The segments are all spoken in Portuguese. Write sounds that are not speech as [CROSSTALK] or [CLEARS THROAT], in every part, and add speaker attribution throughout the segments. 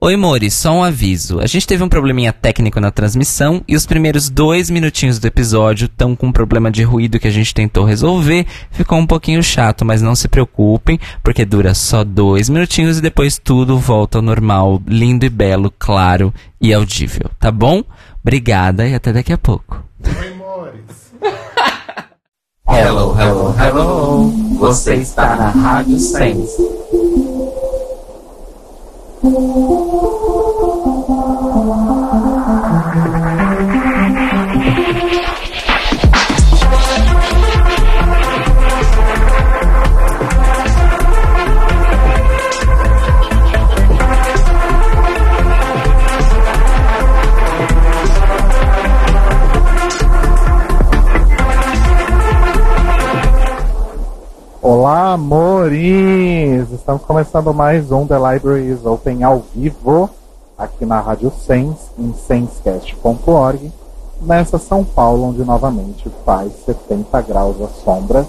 Speaker 1: Oi, Mori, só um aviso. A gente teve um probleminha técnico na transmissão e os primeiros dois minutinhos do episódio estão com um problema de ruído que a gente tentou resolver. Ficou um pouquinho chato, mas não se preocupem, porque dura só dois minutinhos e depois tudo volta ao normal, lindo e belo, claro e audível, tá bom? Obrigada e até daqui a pouco.
Speaker 2: Oi, Mores.
Speaker 3: Hello, hello, hello. Você está na Rádio Sense.
Speaker 2: Olá, amores! Estamos começando mais um The Library is Open ao vivo, aqui na Rádio Sense, em sensecast.org, nessa São Paulo, onde novamente faz 70 graus à sombra.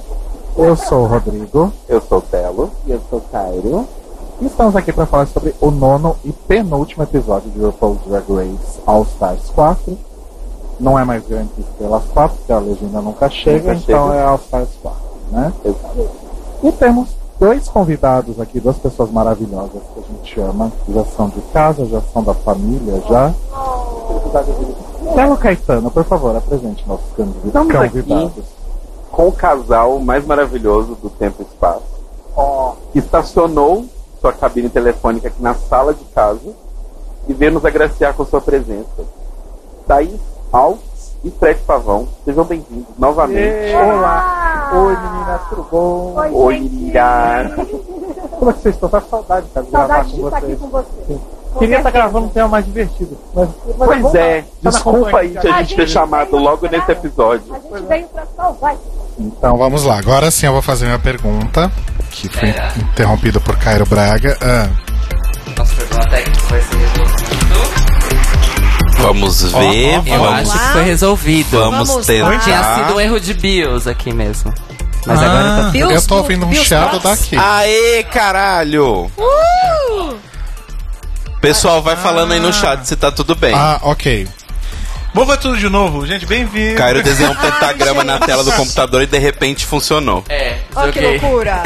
Speaker 2: Eu sou o Rodrigo.
Speaker 3: Eu sou o Telo.
Speaker 4: E eu sou o Cairo.
Speaker 2: E estamos aqui para falar sobre o nono e penúltimo episódio de RuPaul's Drag Race All Stars 4. Não é mais grande pelas 4, porque a legenda nunca chega,
Speaker 3: Nunca
Speaker 2: então
Speaker 3: chega.
Speaker 2: é All Stars 4, né?
Speaker 3: Exato.
Speaker 2: E temos dois convidados aqui, duas pessoas maravilhosas que a gente ama, que já são de casa, já são da família, já. Belo Caetano, por favor, apresente nossos candidatos.
Speaker 3: Estamos aqui.
Speaker 2: convidados.
Speaker 3: Com o casal mais maravilhoso do tempo e espaço, que estacionou sua cabine telefônica aqui na sala de casa e veio nos agraciar com sua presença. Thaís Alves e Fred Pavão, sejam bem-vindos novamente.
Speaker 2: Olá! Oi, meninas, tudo bom?
Speaker 5: Ah, Oi,
Speaker 3: Oi,
Speaker 5: gente.
Speaker 3: linda.
Speaker 2: Como é que vocês estão? Tá com saudade, cara, de gravar
Speaker 5: Saudade
Speaker 2: com
Speaker 5: de estar aqui
Speaker 2: vocês.
Speaker 5: com você.
Speaker 2: Queria estar gravando um tema mais divertido. Mas, mas
Speaker 3: Pois
Speaker 2: vamos lá. Tá
Speaker 3: é,
Speaker 2: na
Speaker 3: desculpa aí
Speaker 2: concorrência.
Speaker 3: de a
Speaker 5: A
Speaker 3: gente ter
Speaker 5: gente
Speaker 3: chamado
Speaker 5: tem
Speaker 3: logo
Speaker 5: uma
Speaker 3: nesse
Speaker 5: parada.
Speaker 3: episódio.
Speaker 5: A gente veio pra salvar.
Speaker 2: Então,
Speaker 6: Então vamos lá, agora sim eu vou fazer minha pergunta, que foi interrompida por Cairo Braga. Ah,
Speaker 1: Nosso problema técnico vai ser resolvido.
Speaker 7: Vamos ver,
Speaker 1: Eu
Speaker 7: vamos,
Speaker 1: acho que foi resolvido.
Speaker 7: vamos,
Speaker 1: Tinha sido um
Speaker 7: tentar.
Speaker 1: erro de BIOS aqui mesmo. Mas agora tá
Speaker 6: ah, eu tô ouvindo um chiado daqui.
Speaker 7: Aê, caralho! Pessoal, vai falando aí no chat se tá tudo bem.
Speaker 6: Ah, ok.
Speaker 8: Vamos ver tudo de novo, gente. Bem-vindo.
Speaker 3: [LAUGHS]
Speaker 7: Cairo desenhou um pentagrama na tela do computador e de repente funcionou.
Speaker 1: É,
Speaker 5: Olha que loucura.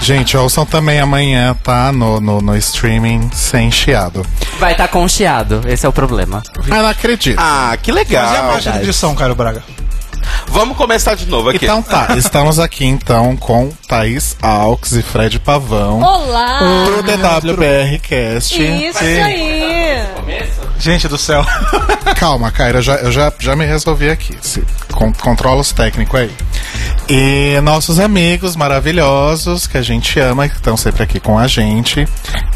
Speaker 6: Gente, ouçam também amanhã, tá? No, no, no streaming sem chiado.
Speaker 1: Vai estar tá concheado, esse é o problema.
Speaker 6: Ah, não acredito.
Speaker 7: Ah, que
Speaker 8: Fazer a
Speaker 7: legal!
Speaker 8: marcha de edição, Cairo Braga.
Speaker 7: Vamos começar de novo aqui.
Speaker 6: Então tá, estamos aqui então com Thaís Alves e Fred Pavão.
Speaker 9: [LAUGHS] Olá!
Speaker 6: Pro DWBRcast.
Speaker 9: Isso aí!
Speaker 8: Gente do céu.
Speaker 6: Calma, Cairo, eu já, eu já, já me resolvi aqui. Se, con- controla os técnicos aí. E nossos amigos maravilhosos que a gente ama, que estão sempre aqui com a gente.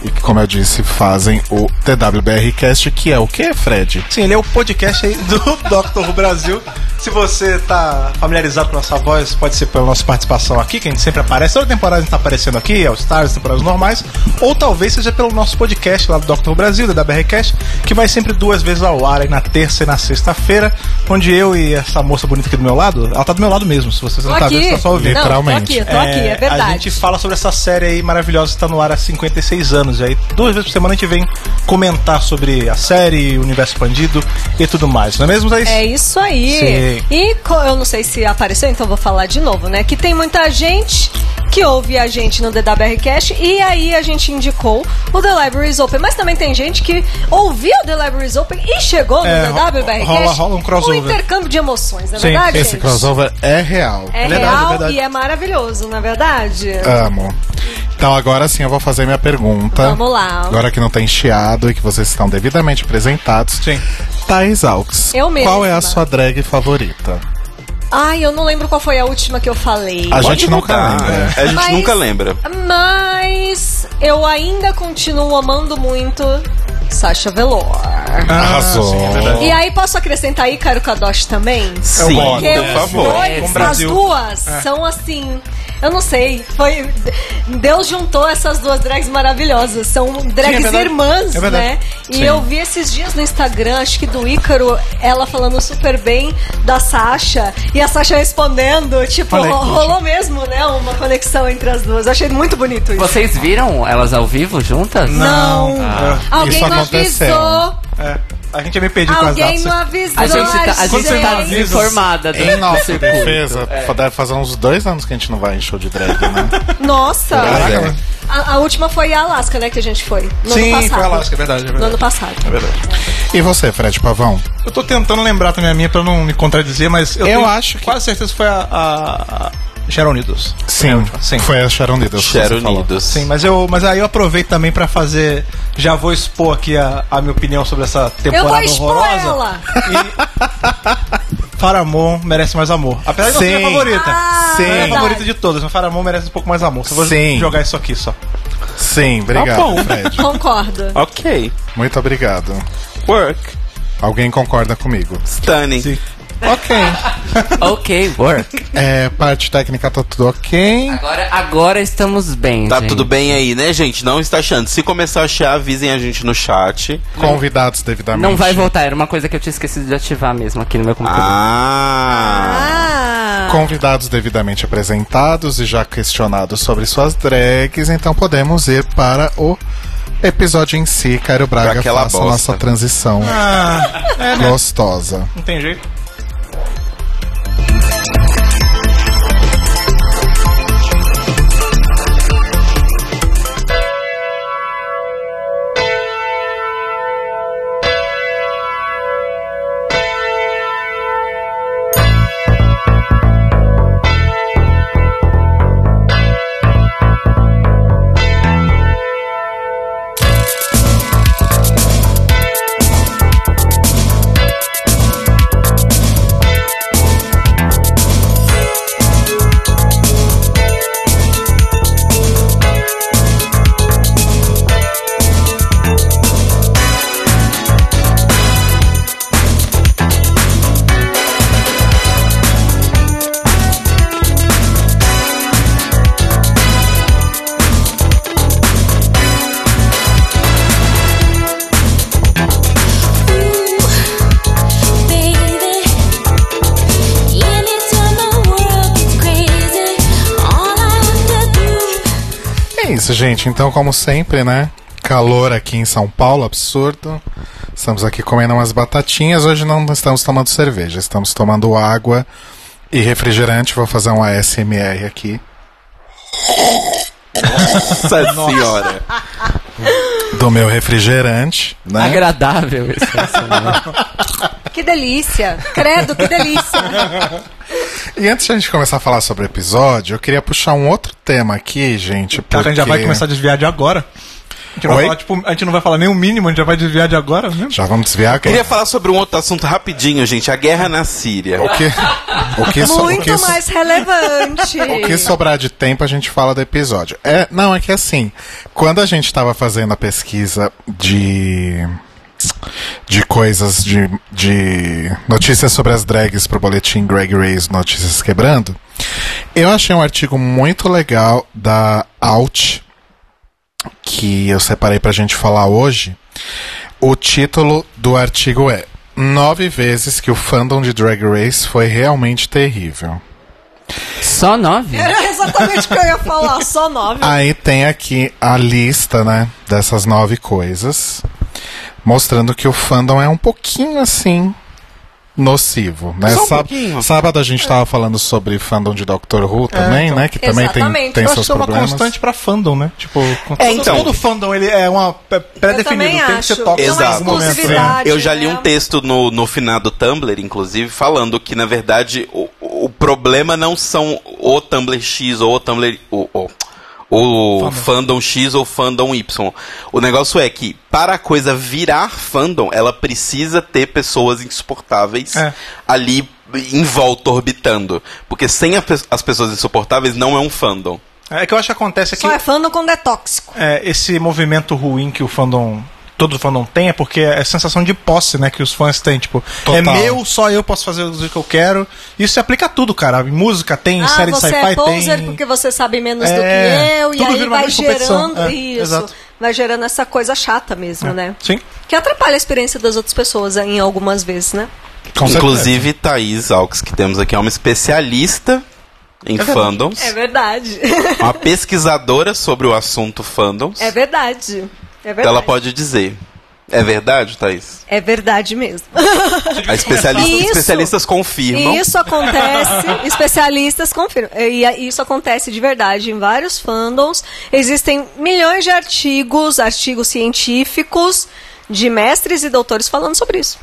Speaker 6: E que, como eu disse, fazem o TWBRcast, que é o que, Fred?
Speaker 8: Sim, ele é o podcast aí do [LAUGHS] Dr. Brasil. Se você tá familiarizado com a nossa voz, pode ser pela nossa participação aqui, que a gente sempre aparece. Toda temporada a gente tá aparecendo aqui, é os Stars, temporadas normais. Ou talvez seja pelo nosso podcast lá do Dr. Brasil, da WRCast, que vai sempre duas vezes ao ar, aí na terça e na sexta-feira, onde eu e essa moça bonita aqui do meu lado, ela tá do meu lado mesmo, se você
Speaker 9: Tô
Speaker 8: não tá vendo,
Speaker 9: aqui.
Speaker 8: você tá só ouvindo.
Speaker 9: Não,
Speaker 6: literalmente.
Speaker 9: Tô aqui, tô aqui, é
Speaker 8: A
Speaker 9: verdade.
Speaker 8: gente fala sobre essa série aí maravilhosa que tá no ar há 56 anos. E aí, duas vezes por semana a gente vem comentar sobre a série, o universo expandido e tudo mais. Não é mesmo, Thaís?
Speaker 9: É isso aí.
Speaker 8: Sim.
Speaker 9: E co- eu não sei se apareceu, então vou falar de novo, né? Que tem muita gente que ouve a gente no DWRcast e aí a gente indicou o The Libraries Open. Mas também tem gente que ouviu o The Libraries Open e chegou no
Speaker 8: É,
Speaker 9: DWRcast.
Speaker 8: rola- rola um crossover.
Speaker 9: Um intercâmbio de emoções, não é
Speaker 8: Sim,
Speaker 9: verdade,
Speaker 6: Esse
Speaker 9: gente?
Speaker 6: crossover é real.
Speaker 9: É
Speaker 8: Verdade,
Speaker 9: real
Speaker 8: verdade.
Speaker 9: e é maravilhoso, não é verdade?
Speaker 6: Amo. Então agora sim eu vou fazer minha pergunta.
Speaker 9: Vamos lá.
Speaker 6: Agora que não
Speaker 2: tá
Speaker 6: tem chiado e que vocês estão devidamente apresentados.
Speaker 8: Sim.
Speaker 6: Thaís Alves.
Speaker 9: Eu mesma.
Speaker 6: Qual é a sua drag favorita?
Speaker 9: Ai, eu não lembro qual foi a última que eu falei.
Speaker 6: A
Speaker 7: Pode
Speaker 6: gente nunca
Speaker 7: mudar.
Speaker 3: né?
Speaker 2: [LAUGHS]
Speaker 6: lembra.
Speaker 7: A gente
Speaker 9: Mas-
Speaker 7: nunca lembra.
Speaker 9: Mas eu ainda continuo amando muito Sasha Velour.
Speaker 6: Arrasou.
Speaker 8: sim, é verdade.
Speaker 9: E aí posso acrescentar Ícaro Kadosh também?
Speaker 7: Sim,
Speaker 8: É
Speaker 6: gosto,
Speaker 9: Porque
Speaker 7: por
Speaker 9: os
Speaker 7: favor.
Speaker 8: um né? Com o
Speaker 9: dois, as
Speaker 8: Brasil. É.
Speaker 9: duas, são assim, Eu não sei. Foi Deus juntou essas duas drags maravilhosas. São drags
Speaker 8: Sim, é verdade.
Speaker 9: irmãs,
Speaker 8: É verdade.
Speaker 9: né? E
Speaker 8: Sim.
Speaker 9: eu vi esses dias no Instagram, acho que do Ícaro, ela falando super bem da Sasha e a Sasha respondendo, tipo,
Speaker 2: Olha aí,
Speaker 9: ro- rolou mesmo, né? Uma conexão entre as duas. Eu achei muito bonito isso.
Speaker 10: Vocês viram elas ao vivo juntas?
Speaker 9: Não. Alguém
Speaker 2: Isso
Speaker 9: não
Speaker 2: aconteceu.
Speaker 9: avisou.
Speaker 8: Ah. É, a gente é meio perdido com as
Speaker 9: Alguém
Speaker 8: datas.
Speaker 9: não avisou.
Speaker 10: A gente tá, a
Speaker 9: gente.
Speaker 10: gente tá
Speaker 8: avisa-
Speaker 10: desinformada do,
Speaker 2: Em
Speaker 10: do
Speaker 2: nossa
Speaker 10: circuito.
Speaker 2: defesa, deve fazer uns dois anos que a gente não vai em show de drag, né?
Speaker 9: Nossa.
Speaker 3: Pois é.
Speaker 9: A, a última foi a Alaska, né? Que a gente foi. No
Speaker 8: Sim,
Speaker 9: ano passado.
Speaker 8: foi a Alaska, é verdade, é
Speaker 9: No ano
Speaker 8: verdade.
Speaker 9: passado.
Speaker 8: É verdade.
Speaker 2: E você, Fred Pavão?
Speaker 8: Eu tô tentando lembrar também a minha pra não me contradizer, mas eu,
Speaker 2: Eu
Speaker 8: tenho
Speaker 2: acho que-
Speaker 8: quase certeza que foi a, a, a Sharon Needles.
Speaker 2: Sim,
Speaker 8: sim.
Speaker 2: foi a Sharon Needles. que
Speaker 3: Share
Speaker 2: você falou.
Speaker 3: Unidos.
Speaker 8: Sim, mas eu, mas aí eu aproveito também pra fazer, já vou expor aqui a, a minha opinião sobre essa
Speaker 9: Eu vou
Speaker 8: temporada
Speaker 9: expor
Speaker 8: horrorosa.
Speaker 9: ela.
Speaker 8: [LAUGHS] Faramon merece mais amor. Apesar de não ser
Speaker 2: Sim.
Speaker 8: minha favorita.
Speaker 9: Ah,
Speaker 8: Não é a
Speaker 2: Sim.
Speaker 8: favorita de todas, mas Faramon merece um pouco mais amor. Só vou
Speaker 2: Sim.
Speaker 8: jogar isso aqui só.
Speaker 2: Sim,
Speaker 3: Tá
Speaker 2: obrigado,
Speaker 3: bom.
Speaker 2: Fred.
Speaker 8: [LAUGHS]
Speaker 9: Concordo.
Speaker 3: Ok.
Speaker 2: Muito obrigado.
Speaker 3: Work.
Speaker 2: Alguém concorda comigo?
Speaker 3: Stunning.
Speaker 8: Sim. Ok.
Speaker 10: Ok, work.
Speaker 2: É, parte técnica tá tudo ok.
Speaker 10: Agora, agora estamos bem,
Speaker 3: Tá
Speaker 10: gente.
Speaker 3: tudo bem aí, né, gente? Não está achando. Se começar a achar, avisem a gente no chat.
Speaker 2: Convidados devidamente.
Speaker 10: Não vai voltar, era uma coisa que eu tinha esquecido de ativar mesmo aqui no meu computador.
Speaker 3: Ah.
Speaker 9: Ah.
Speaker 2: Convidados devidamente apresentados e já questionados sobre suas drags, então podemos ir para o episódio em si. Cairo Braga
Speaker 3: Pra aquela
Speaker 2: faça
Speaker 3: bosta.
Speaker 2: nossa transição
Speaker 8: [LAUGHS] Ah,
Speaker 2: gostosa.
Speaker 8: não tem jeito.
Speaker 2: É isso, gente. Então, como sempre, né? Calor aqui em São Paulo, absurdo. Estamos aqui comendo umas batatinhas. Hoje não estamos tomando cerveja, estamos tomando água e refrigerante. Vou fazer um ASMR aqui
Speaker 3: Nossa senhora.
Speaker 2: do meu refrigerante,
Speaker 3: Ah,
Speaker 2: né?
Speaker 10: Agradável esse
Speaker 3: [LAUGHS]
Speaker 10: relacionamento.
Speaker 9: Que delícia. Credo, que delícia.
Speaker 8: É,
Speaker 2: E antes de a gente começar a falar sobre o episódio, eu queria puxar um outro tema aqui, gente.
Speaker 8: Cara, Tá, a gente já vai
Speaker 2: porque-
Speaker 8: começar a desviar de agora. A gente, não
Speaker 2: Oi?
Speaker 8: vai falar, tipo, a gente não vai falar nem o mínimo, a gente já vai desviar de agora mesmo.
Speaker 2: Já vamos desviar agora.
Speaker 3: Queria falar sobre um outro assunto rapidinho, gente. A guerra na Síria.
Speaker 2: O que, o que, so- o
Speaker 9: Muito
Speaker 2: que so-
Speaker 9: mais relevante.
Speaker 2: É, o que sobrar de tempo a gente fala do episódio. É, não, é que assim, quando a gente tava fazendo a pesquisa de de coisas de, de notícias sobre as drags pro boletim Greg Ray's Notícias Quebrando, eu achei um artigo muito legal da Out que eu separei pra gente falar hoje. O título do artigo é Nove vezes que o fandom de Drag Race foi realmente terrível.
Speaker 10: Só nove?
Speaker 9: Era exatamente o que eu ia falar, só nove.
Speaker 8: Ah,
Speaker 2: Aí tem aqui a lista, né, dessas nove coisas, mostrando que o fandom é um pouquinho assim nocivo, né?
Speaker 3: Só um
Speaker 2: Sá-
Speaker 3: pouquinho.
Speaker 2: Sábado a gente tava falando sobre fandom de Doctor Who também,
Speaker 8: então.
Speaker 2: né? Que também tem,
Speaker 9: Exatamente.
Speaker 2: tem
Speaker 8: Eu acho
Speaker 2: seus
Speaker 8: que é uma
Speaker 2: problemas.
Speaker 8: constante pra fandom, né? Tipo, com-
Speaker 3: É,
Speaker 8: todo-
Speaker 3: então.
Speaker 8: todo fandom ele é uma é
Speaker 9: Eu também
Speaker 8: pré-definido, tem que
Speaker 9: acho.
Speaker 8: ser top
Speaker 9: Não é
Speaker 3: Exato.
Speaker 9: exclusividade,
Speaker 3: Eu já li
Speaker 9: né?
Speaker 3: um texto no, no finado Tumblr, inclusive, falando que, na verdade, o, o problema não são o Tumblr X ou o Tumblr. O, o, o fandom. X ou fandom Y. O negócio é que, para a coisa virar fandom, ela precisa ter pessoas insuportáveis
Speaker 8: É.
Speaker 3: ali em volta, orbitando. Porque sem a pe- as pessoas insuportáveis, não é um fandom.
Speaker 8: É que eu acho que acontece é que
Speaker 9: Só é fandom quando é tóxico.
Speaker 8: é, esse movimento ruim que o fandom todo fã não tem, é porque é a sensação de posse, né, que os fãs têm, tipo, é
Speaker 2: Total.
Speaker 8: meu, só eu posso fazer o que eu quero. Isso se aplica a tudo, cara. Em música tem,
Speaker 9: Ah,
Speaker 8: série de
Speaker 9: você
Speaker 8: sci-fi
Speaker 9: é poser
Speaker 8: tem.
Speaker 9: porque você sabe menos
Speaker 8: É,
Speaker 9: do que eu, e
Speaker 8: tudo
Speaker 9: aí
Speaker 8: vira uma
Speaker 9: vai
Speaker 8: grande competição.
Speaker 9: gerando
Speaker 8: É,
Speaker 9: isso.
Speaker 8: exato. É.
Speaker 9: Vai gerando essa coisa chata mesmo, né?
Speaker 8: Sim.
Speaker 9: Que atrapalha a experiência das outras pessoas em algumas vezes, né?
Speaker 2: Com certeza.
Speaker 3: Inclusive, Thaís Alves, que temos aqui, é uma especialista em fandoms.
Speaker 9: É [LAUGHS] verdade.
Speaker 3: Uma pesquisadora sobre o assunto fandoms.
Speaker 9: É verdade. É verdade.
Speaker 3: Então ela pode dizer. É verdade, Thaís?
Speaker 9: É verdade mesmo.
Speaker 3: A especialista-
Speaker 9: Isso.
Speaker 3: especialistas confirmam.
Speaker 9: E
Speaker 3: [LAUGHS]
Speaker 9: isso acontece, especialistas confirmam. E a- isso acontece de verdade em vários fandoms. Existem milhões de artigos, artigos científicos, de mestres e doutores falando sobre isso.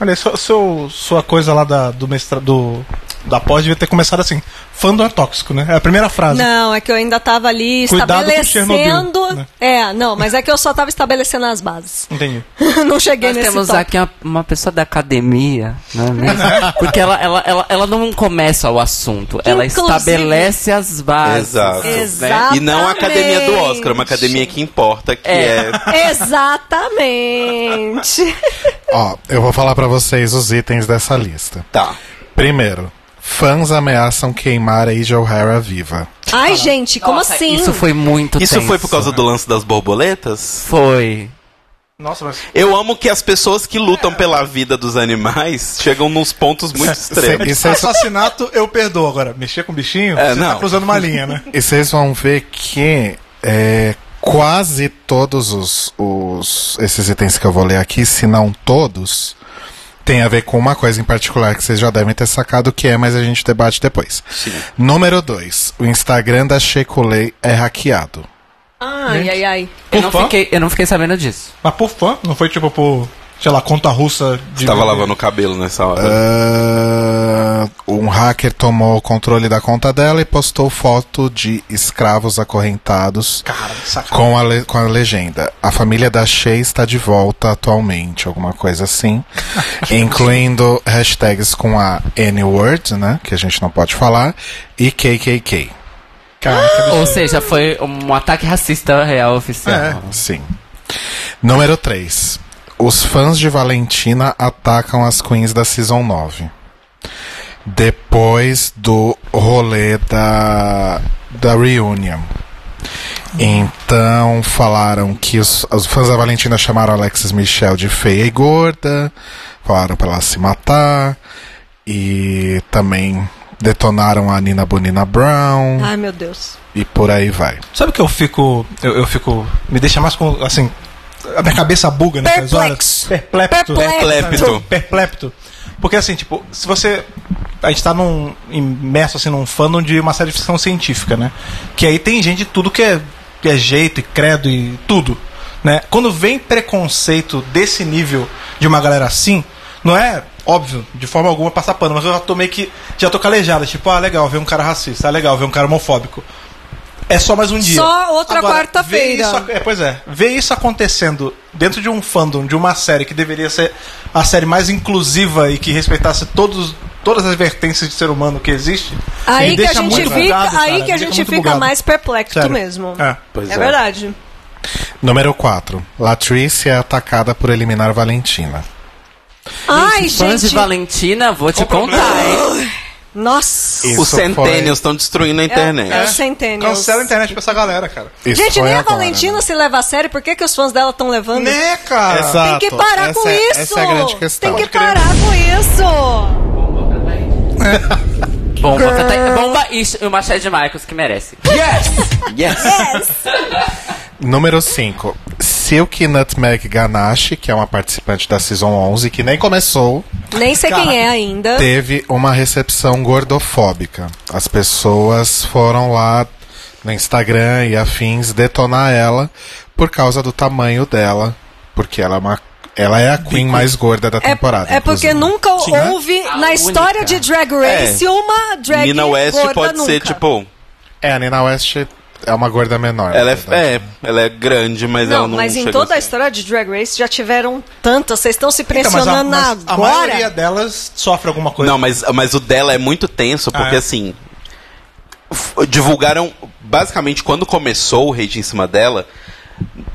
Speaker 8: Olha, seu, seu- sua coisa lá da, do mestrado do, da pós devia ter começado assim: fandom é tóxico, né? É a primeira frase.
Speaker 9: Não, é que eu ainda estava ali
Speaker 8: Cuidado com
Speaker 9: estabelecendo.
Speaker 8: Chernobyl, né?
Speaker 9: É, não, mas é que eu só estava estabelecendo as bases. [LAUGHS]
Speaker 8: Entendi.
Speaker 9: não cheguei
Speaker 10: Nós
Speaker 9: nesse
Speaker 10: temos
Speaker 9: tópico.
Speaker 10: aqui uma, uma pessoa da academia, não é
Speaker 3: [LAUGHS]
Speaker 10: mesmo? Porque ela, ela, ela, ela não começa o assunto, ela
Speaker 9: inclusive-
Speaker 10: estabelece as bases.
Speaker 3: Exato.
Speaker 9: Exatamente.
Speaker 3: E não a academia do Oscar, uma academia que importa, que
Speaker 10: É.
Speaker 3: é.
Speaker 9: Exatamente.
Speaker 2: Ó, eu vou falar pra vocês os itens dessa lista.
Speaker 3: Tá.
Speaker 2: Primeiro, fãs ameaçam queimar a Angel Hera viva.
Speaker 9: Ai, gente, como
Speaker 10: Nossa,
Speaker 9: assim?
Speaker 10: Isso foi muito
Speaker 3: Isso
Speaker 10: tenso.
Speaker 3: foi por causa do lance das borboletas?
Speaker 10: Foi.
Speaker 8: Nossa, mas.
Speaker 3: Eu amo que as pessoas que lutam pela vida dos animais chegam nos pontos muito extremos.
Speaker 8: Ah,
Speaker 2: Isso é só-
Speaker 8: Assassinato, eu perdoo. Agora, mexer com bichinho,
Speaker 3: É,
Speaker 8: você
Speaker 3: não.
Speaker 8: tá cruzando uma linha, né?
Speaker 2: E vocês vão ver que é, quase todos os, os- esses itens que eu vou ler aqui, se não todos, tem a ver com uma coisa em particular que vocês já devem ter sacado o que é, mas a gente debate depois. Número 2. O Instagram da Shekulei é hackeado.
Speaker 9: Ai, ai, ai.
Speaker 10: Eu não,
Speaker 8: Opa.
Speaker 10: fiquei, eu não fiquei sabendo disso.
Speaker 8: Mas por fã, não foi tipo por, sei lá, conta russa de.
Speaker 3: Tava lavando o cabelo nessa
Speaker 2: É.
Speaker 3: hora.
Speaker 2: Ah, um hacker tomou o controle da conta dela e postou foto de escravos acorrentados
Speaker 8: Cara, sacanagem.
Speaker 2: com a, le- com a legenda. A família da Shea está de volta atualmente, alguma coisa assim. incluindo hashtags com a N-word, né? Que a gente não pode falar. E KKK.
Speaker 10: Ou seja, foi um ataque racista real oficial.
Speaker 2: É, sim. Número 3. Os fãs de Valentina atacam as queens da Season 9. Depois do rolê da, da reunion. Então falaram que os, os fãs da Valentina chamaram Alexis Michel de feia e gorda, falaram pra ela se matar, e também detonaram a Nina Bonina Brown,
Speaker 9: Ai, meu Deus.
Speaker 2: e por aí vai.
Speaker 8: Sabe o que eu fico. Eu, eu fico. Me deixa mais com. Assim. A minha cabeça buga nessas
Speaker 9: Perplexo.
Speaker 8: horas. Perplexo.
Speaker 3: Perplexo.
Speaker 8: Perplexo. Porque assim, tipo, se você. A gente tá num. imerso assim num fandom de uma série de ficção científica, né? Que aí tem gente de tudo que é, que é jeito e credo e tudo. Né? Quando vem preconceito desse nível de uma galera assim, não é óbvio, de forma alguma passar pano, mas eu já tô meio que. Já tô calejado, tipo, ah, legal ver um cara racista, ah, legal ver um cara homofóbico. É só mais um dia.
Speaker 9: Só outra
Speaker 8: Agora,
Speaker 9: quarta-feira.
Speaker 8: ver isso ac- é, pois é. Ver isso acontecendo dentro de um fandom, de uma série que deveria ser a série mais inclusiva e que respeitasse todos, todas as vertências de ser humano que existe.
Speaker 9: Aí
Speaker 8: me
Speaker 9: que a
Speaker 8: deixa
Speaker 9: gente
Speaker 8: muito
Speaker 9: fica,
Speaker 8: bugado, cara,
Speaker 9: aí que a
Speaker 8: me deixa
Speaker 9: gente
Speaker 8: muito
Speaker 9: fica
Speaker 8: bugado.
Speaker 9: mais perplexo
Speaker 8: Sério.
Speaker 9: mesmo. É,
Speaker 8: É.
Speaker 3: Pois
Speaker 9: verdade.
Speaker 2: Número 4. Latrice é atacada por eliminar Valentina.
Speaker 9: Ai,
Speaker 10: Fãs de
Speaker 9: gente.
Speaker 10: Valentina, vou te contar, hein?
Speaker 9: Nossa.
Speaker 2: Isso
Speaker 3: Os centênios estão destruindo a internet.
Speaker 9: É, é o Centennials.
Speaker 8: Cancela a internet pra essa galera, cara.
Speaker 2: Isso
Speaker 9: Gente,
Speaker 2: foi
Speaker 9: nem a
Speaker 2: agora,
Speaker 9: Valentina
Speaker 2: né?
Speaker 9: se leva a sério. Por que, que os fãs dela estão levando?
Speaker 8: Né, cara?
Speaker 9: Tem que parar
Speaker 2: Essa
Speaker 9: com
Speaker 2: é-
Speaker 9: isso.
Speaker 2: Essa é a grande questão.
Speaker 9: Tem que parar com isso.
Speaker 10: [LAUGHS] Bomba, até- bomba e o Machado Michaels que merece.
Speaker 2: Número 5. Silk Nutmeg Ganache, que é uma participante da Season 11, que nem começou,
Speaker 9: Nem sei quem é ainda.
Speaker 2: teve uma recepção gordofóbica. As pessoas foram lá no Instagram e afins detonar ela por causa do tamanho dela, porque ela é uma ela é a queen mais gorda da
Speaker 9: É,
Speaker 2: temporada.
Speaker 9: é porque
Speaker 2: inclusive.
Speaker 9: nunca
Speaker 2: né?
Speaker 9: houve
Speaker 10: A
Speaker 9: na história
Speaker 10: única.
Speaker 9: de Drag Race uma drag
Speaker 3: É. Nina West
Speaker 9: é. gorda
Speaker 3: pode ser,
Speaker 9: nunca.
Speaker 3: tipo.
Speaker 2: É, a Nina West é uma gorda menor.
Speaker 3: Ela
Speaker 2: na verdade.
Speaker 3: é, é, ela é grande, mas
Speaker 9: Não,
Speaker 3: ela não
Speaker 9: mas em
Speaker 3: chega
Speaker 9: toda a
Speaker 3: assim.
Speaker 9: história de Drag Race já tiveram tantas. Vocês estão se
Speaker 8: Então, mas a,
Speaker 9: pressionando
Speaker 8: mas a
Speaker 9: agora.
Speaker 8: maioria delas sofre alguma coisa.
Speaker 3: Não, mas, mas o dela é muito tenso, porque
Speaker 8: Ah, é?
Speaker 3: assim. f- Divulgaram. Basicamente, quando começou o hate em cima dela,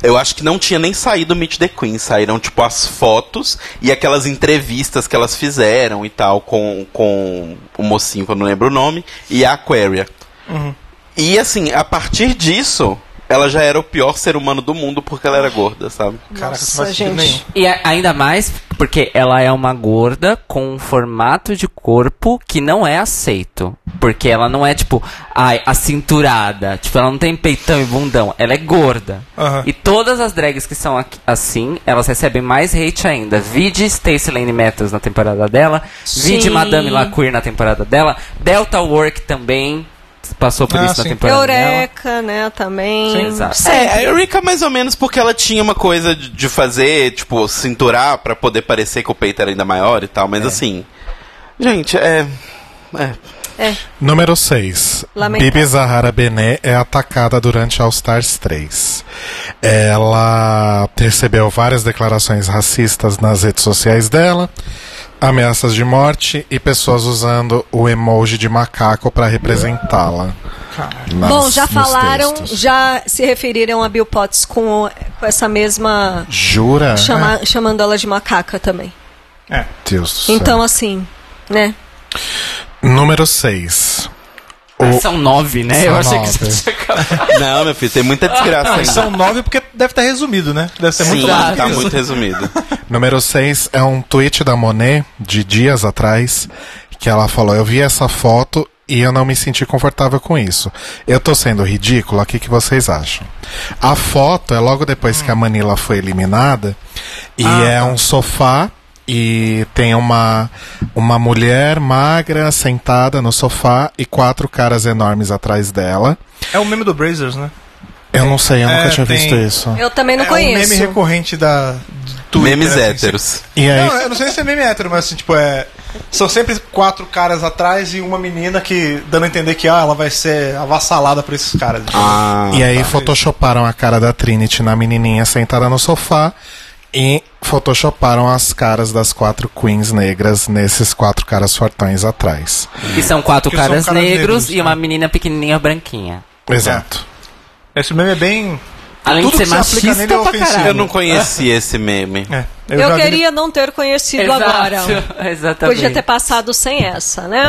Speaker 3: Eu acho que não tinha nem saído o Meet the Queen, saíram tipo as fotos e aquelas entrevistas que elas fizeram e tal com, com o mocinho, que eu não lembro o nome, e a Aquaria.
Speaker 8: Uhum.
Speaker 3: E assim, a partir disso, ela já era o pior ser humano do mundo porque ela era gorda, sabe?
Speaker 8: Caraca,
Speaker 9: Nossa,
Speaker 8: não faz sentido
Speaker 9: gente.
Speaker 8: nenhum.
Speaker 1: E a- ainda mais porque ela é uma gorda com um formato de corpo que não é aceito. Porque ela não é, tipo, ai, acinturada. Tipo, ela não tem peitão e bundão. Ela é gorda.
Speaker 8: Aham.
Speaker 1: E todas as drags que são aqui- assim, elas recebem mais hate ainda. Vide Stacey Lane Matthews na temporada dela. Vide
Speaker 9: Sim.
Speaker 1: Madame La Queer na temporada dela. Delta Work também passou por
Speaker 8: Ah,
Speaker 1: isso
Speaker 8: sim.
Speaker 1: na temporada dela.
Speaker 9: Eureka, né, também.
Speaker 1: Sim, exato.
Speaker 3: É, a Erika mais ou menos porque ela tinha uma coisa de- de fazer, tipo, cinturar pra poder parecer que o peito era ainda maior e tal, mas assim. Gente, é. é.
Speaker 9: É,
Speaker 2: Número 6.
Speaker 9: Lamentável.
Speaker 2: Bibi Zahara Benet é atacada durante All Stars 3. Ela recebeu várias declarações racistas nas redes sociais dela, ameaças de morte e pessoas usando o emoji de macaco para representá-la. nas-
Speaker 9: Bom, já
Speaker 2: nos
Speaker 9: falaram,
Speaker 2: textos.
Speaker 9: já se referiram a Bill Potts com, com essa mesma.
Speaker 2: Jura?
Speaker 9: chama- chamando ela de macaca também.
Speaker 2: Deus do céu.
Speaker 9: Então, assim, né?
Speaker 2: Número 6.
Speaker 1: Ah, São nove, né?
Speaker 2: São
Speaker 1: Eu achei que
Speaker 2: nove.
Speaker 1: já tinha acabado.
Speaker 3: Não, meu filho, tem muita desgraça
Speaker 8: Não, e
Speaker 3: ainda.
Speaker 8: são nove porque deve ter resumido, né? Deve ser muito
Speaker 3: Sim,
Speaker 8: rápido.
Speaker 3: tá muito resumido.
Speaker 2: Número 6 é um tweet da Monet de dias atrás que ela falou: Eu vi essa foto e eu não me senti confortável com isso. Eu tô sendo ridícula? O que, que vocês acham? A foto é logo depois que a Manila foi eliminada e
Speaker 8: Ah,
Speaker 2: é
Speaker 8: tá.
Speaker 2: um sofá e tem uma, uma mulher magra sentada no sofá e quatro caras enormes atrás dela.
Speaker 8: É o meme do Brazers, né?
Speaker 2: Eu não sei, eu nunca
Speaker 8: É,
Speaker 2: tinha
Speaker 8: tem-
Speaker 2: visto isso.
Speaker 9: Eu também não
Speaker 8: é um
Speaker 9: conheço.
Speaker 8: meme recorrente da do Twitter,
Speaker 3: Memes
Speaker 8: assim,
Speaker 3: héteros.
Speaker 2: E aí,
Speaker 8: Não, eu não sei se é meme hétero, mas assim, tipo, é. São sempre quatro caras atrás e uma menina que. dando a entender que ah, ela vai ser avassalada por esses caras.
Speaker 3: Ah.
Speaker 2: E aí photoshoparam a cara da Trinity na menininha sentada no sofá e photoshoparam as caras das quatro queens negras nesses quatro caras fortões atrás.
Speaker 1: E são quatro
Speaker 8: Porque são
Speaker 1: caras,
Speaker 8: caras
Speaker 1: negros,
Speaker 8: negros, é.
Speaker 1: e uma menina pequenininha branquinha.
Speaker 3: Tá.
Speaker 2: Exato.
Speaker 8: Esse meme é bem.
Speaker 1: Além
Speaker 8: Tudo
Speaker 1: de ser
Speaker 8: que se aplica
Speaker 1: machista
Speaker 8: nele é
Speaker 1: pra
Speaker 8: ofensivo.
Speaker 1: caralho.
Speaker 3: Eu não conheci esse meme.
Speaker 8: É,
Speaker 9: Eu,
Speaker 8: já vi-
Speaker 9: queria não ter conhecido
Speaker 1: Exato, [LAUGHS]
Speaker 9: agora.
Speaker 1: Exatamente. É.
Speaker 9: Podia ter passado sem essa, né?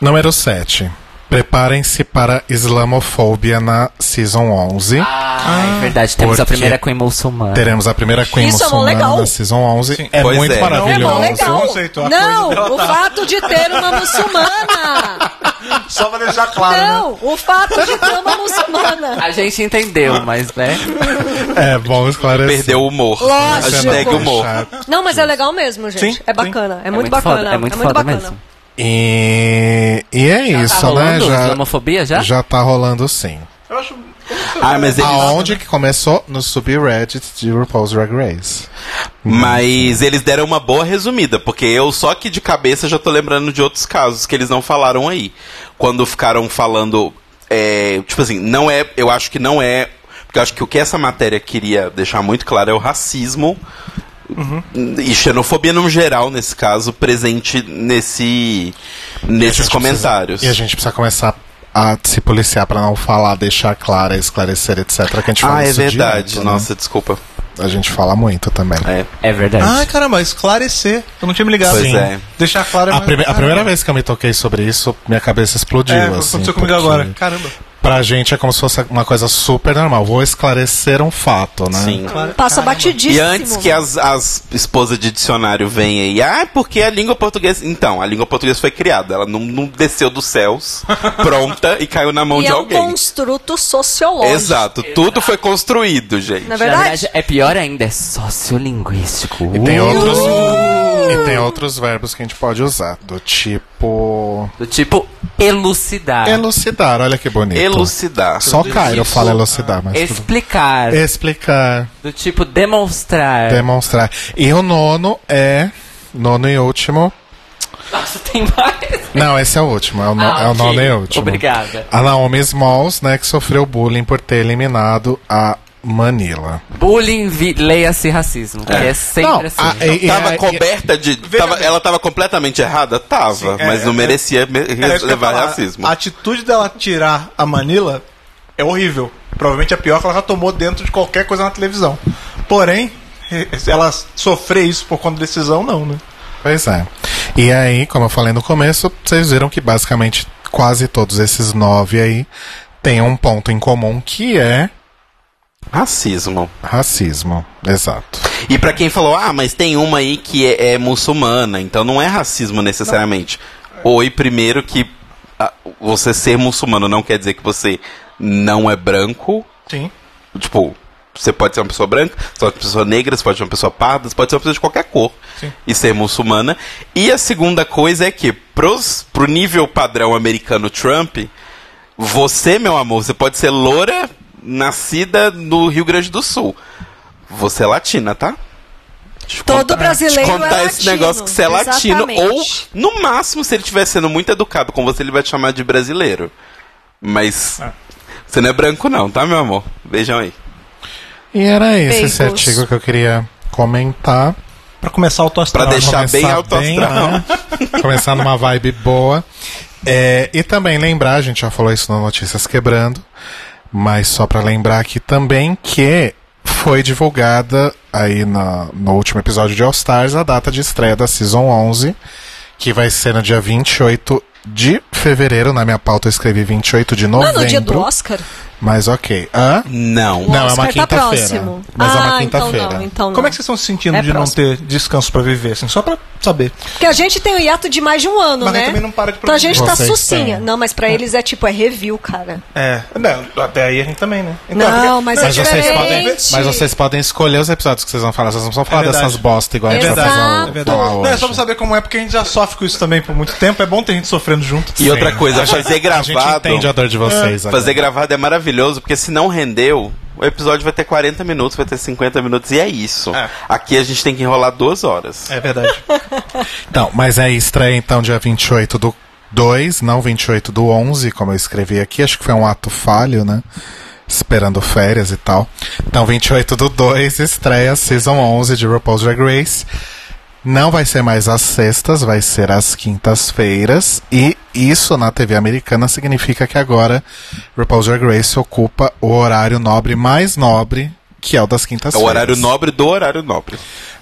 Speaker 2: Número 7. Preparem-se para islamofobia na Season 11.
Speaker 1: Ah, é verdade. Temos a
Speaker 2: Porque-
Speaker 1: primeira Queen muçulmana.
Speaker 2: Teremos a primeira Queen
Speaker 9: Isso é bom, legal.
Speaker 2: muçulmana da Season 11. É
Speaker 3: Pois
Speaker 2: muito
Speaker 3: é.
Speaker 9: É
Speaker 2: maravilhoso.
Speaker 9: bom, legal.
Speaker 8: conceito, a
Speaker 9: Não,
Speaker 8: coisa dela
Speaker 9: o
Speaker 8: tá-
Speaker 9: fato de ter
Speaker 8: [LAUGHS]
Speaker 9: uma muçulmana.
Speaker 8: [LAUGHS] Só pra deixar claro, né?
Speaker 9: Não, o fato de ter uma muçulmana.
Speaker 1: A gente entendeu, mas né?
Speaker 2: É bom esclarecer.
Speaker 3: Perdeu o humor.
Speaker 9: Lógico.
Speaker 3: Hashtag
Speaker 9: Pegou.
Speaker 3: humor.
Speaker 9: Não, mas é legal mesmo, gente.
Speaker 8: Sim,
Speaker 9: é bacana. É, muito bacana.
Speaker 1: Foda, é muito foda
Speaker 9: bacana.
Speaker 1: mesmo.
Speaker 2: E, e é isso,
Speaker 1: tá
Speaker 2: né?
Speaker 1: rolando
Speaker 2: Já,
Speaker 1: islamofobia já?
Speaker 2: já tá rolando sim.
Speaker 8: Eu acho.
Speaker 3: Ah, mas eles,
Speaker 2: Aonde que começou? No subreddit de RuPaul's Drag Race. Uhum.
Speaker 3: mas eles deram uma boa resumida, porque eu só que de cabeça já tô lembrando de outros casos que eles não falaram aí. Quando ficaram falando. é, tipo assim, não é. Eu acho que não é. Porque eu acho que o que essa matéria queria deixar muito claro é o racismo
Speaker 2: Uhum.
Speaker 3: e xenofobia no geral, nesse caso, presente nesse, nesses comentários.
Speaker 2: E a gente precisa começar a se policiar pra não falar, deixar clara, esclarecer, etc. Que a gente fala
Speaker 3: Ah, é
Speaker 2: isso
Speaker 3: verdade.
Speaker 2: direto, né?
Speaker 3: Nossa, desculpa.
Speaker 2: A gente fala muito também.
Speaker 3: É.
Speaker 1: É verdade.
Speaker 8: Ah, caramba, esclarecer. Eu não tinha me ligado.
Speaker 3: Pois
Speaker 8: Sim.
Speaker 3: é.
Speaker 8: Deixar claro. é
Speaker 2: A,
Speaker 8: mais-
Speaker 2: prime- a
Speaker 8: Caramba.
Speaker 2: primeira vez que eu me toquei sobre isso, minha cabeça explodiu.
Speaker 8: É,
Speaker 2: assim,
Speaker 8: aconteceu comigo
Speaker 2: porque
Speaker 8: agora. Caramba.
Speaker 2: Pra gente é como se fosse uma coisa super normal. Vou esclarecer um fato, né?
Speaker 3: Sim.
Speaker 9: Passa
Speaker 3: E
Speaker 9: batidíssimo.
Speaker 3: antes que as, as esposas de dicionário venham aí, ah, porque a língua portuguesa. Então, a língua portuguesa foi criada, ela não, não desceu dos céus
Speaker 9: [LAUGHS]
Speaker 3: pronta e caiu na mão
Speaker 9: E
Speaker 3: de
Speaker 9: é um
Speaker 3: alguém.
Speaker 9: construto sociológico.
Speaker 3: Exato, tudo foi construído, gente.
Speaker 1: Na
Speaker 9: Na verdade,
Speaker 1: verdade, é pior ainda, é sociolinguístico. Uh!
Speaker 2: E
Speaker 3: Uh!
Speaker 2: tem, outros, e tem outros verbos que a gente pode usar, do tipo.
Speaker 1: Do tipo elucidar.
Speaker 2: Elucidar, olha que bonito.
Speaker 3: Ah. Elucidar.
Speaker 2: Só Cairo fala elucidar, mas. tudo bem.
Speaker 1: Explicar.
Speaker 8: É-
Speaker 2: Explicar.
Speaker 1: Do tipo demonstrar.
Speaker 2: demonstrar. E o nono é. Nono e último.
Speaker 1: Nossa, tem mais.
Speaker 2: Não, esse é o último. É o, no-
Speaker 1: Ah,
Speaker 2: é o
Speaker 1: ok.
Speaker 2: nono e último.
Speaker 1: Obrigada.
Speaker 2: A Naomi Smalls, né, que sofreu bullying por ter eliminado a Manila.
Speaker 1: Bullying, vi- leia-se racismo. Que é sempre assim.
Speaker 2: a-
Speaker 8: É,
Speaker 2: e- e-
Speaker 3: Tava
Speaker 2: e-
Speaker 3: coberta de. tava-
Speaker 8: bem.
Speaker 3: ela tava completamente errada? Tava,
Speaker 8: é,
Speaker 3: mas não
Speaker 8: é,
Speaker 3: merecia me-
Speaker 8: Era isso que eu ia
Speaker 3: levar
Speaker 8: falar.
Speaker 3: racismo.
Speaker 8: A atitude dela tirar a Manila é horrível. Provavelmente a pior que ela já tomou dentro de qualquer coisa na televisão. Porém, ela sofrer isso por conta da decisão, não, né?
Speaker 2: Pois é. E aí, como eu falei no começo, vocês viram que basicamente quase todos esses nove aí têm um ponto em comum que é
Speaker 3: Racismo.
Speaker 2: racismo. Exato.
Speaker 3: E pra quem falou, ah, mas tem uma aí que é, é muçulmana, então não é racismo necessariamente. Oi, primeiro que ah, você ser muçulmano não quer dizer que você não é branco.
Speaker 8: Sim.
Speaker 3: Tipo, você pode ser uma pessoa branca, você pode ser uma pessoa negra, você pode ser uma pessoa parda, você pode ser uma pessoa de qualquer cor
Speaker 8: Sim.
Speaker 3: e ser muçulmana. E a segunda coisa é que, pros, pro nível padrão americano Trump, você, meu amor, você pode ser loura nascida no Rio Grande do Sul. Você é latina, tá? Te
Speaker 9: Todo brasileiro
Speaker 3: te
Speaker 9: é
Speaker 3: contar esse
Speaker 9: latino,
Speaker 3: negócio que você é latino. Ou,
Speaker 9: exatamente.
Speaker 3: no máximo, se ele estiver sendo muito educado com você, ele vai te chamar de brasileiro. Mas
Speaker 8: Ah.
Speaker 3: você não é branco, não, tá, meu amor? Beijão aí.
Speaker 2: E era esse, esse
Speaker 9: Beijos.
Speaker 2: artigo que eu queria comentar.
Speaker 8: Pra começar o autoastral.
Speaker 3: Pra deixar
Speaker 2: começar
Speaker 3: bem alto
Speaker 2: bem,
Speaker 3: astral.
Speaker 2: né? Começar numa vibe boa. É, e também lembrar, a gente já falou isso no Notícias Quebrando, mas só pra lembrar aqui também que foi divulgada aí na- no último episódio de All Stars a data de estreia da Season 11, que vai ser no dia 28 de fevereiro. Na minha pauta eu escrevi 28 de
Speaker 9: Não é
Speaker 2: novembro.
Speaker 9: no dia do Oscar?
Speaker 2: Mas ok. Hã?
Speaker 3: Não.
Speaker 2: Não, é uma
Speaker 9: Oscar tá
Speaker 2: quinta-feira.
Speaker 9: próximo.
Speaker 2: Mas é uma
Speaker 9: ah, então
Speaker 2: quinta-feira.
Speaker 9: não, então não.
Speaker 8: Como é que vocês estão se sentindo
Speaker 9: É
Speaker 8: de
Speaker 9: próximo.
Speaker 8: não ter descanso pra viver, assim? Só pra saber.
Speaker 9: Porque a gente tem o hiato de mais de um ano,
Speaker 8: Mas
Speaker 9: né?
Speaker 8: também não para de
Speaker 9: Então a
Speaker 8: produzir.
Speaker 9: gente tá
Speaker 2: Vocês
Speaker 9: sucinha.
Speaker 2: têm.
Speaker 9: Não, mas pra eles é tipo, é review, cara.
Speaker 8: É. Não, até aí a gente também, né?
Speaker 9: Não, mas é
Speaker 2: Mas vocês, podem,
Speaker 9: diferente.
Speaker 2: mas vocês podem escolher os episódios que vocês vão falar. Vocês não precisam falar
Speaker 8: verdade.
Speaker 2: dessas bosta igual
Speaker 9: É
Speaker 2: a gente
Speaker 9: verdade,
Speaker 2: tá fazendo
Speaker 8: É verdade.
Speaker 2: lá
Speaker 8: Não, é só pra
Speaker 2: hoje.
Speaker 8: saber como é, porque a gente já sofre com isso também por muito tempo. É bom ter gente sofrendo junto.
Speaker 3: E outra coisa, fazer
Speaker 2: A gente
Speaker 3: gravado.
Speaker 2: entende a dor de vocês. agora.
Speaker 3: Fazer gravado é maravilhoso, porque se não rendeu, o episódio vai ter 40 minutos, vai ter 50 minutos, e é isso.
Speaker 8: É.
Speaker 3: Aqui a gente tem que enrolar duas horas.
Speaker 8: É verdade.
Speaker 2: Então, mas é estreia então dia 28 do 2, não 28 do 11, como eu escrevi aqui. Acho que foi um ato falho, né? Esperando férias e tal. Então, 28 do 2, estreia Season 11 de RuPaul's Drag Race. Não vai ser mais às sextas, vai ser às quintas-feiras. E isso na TV americana significa que agora RuPaul's Drag Race ocupa o horário nobre mais nobre, que é o das
Speaker 3: É o
Speaker 2: quintas-feiras.
Speaker 3: horário nobre do horário nobre.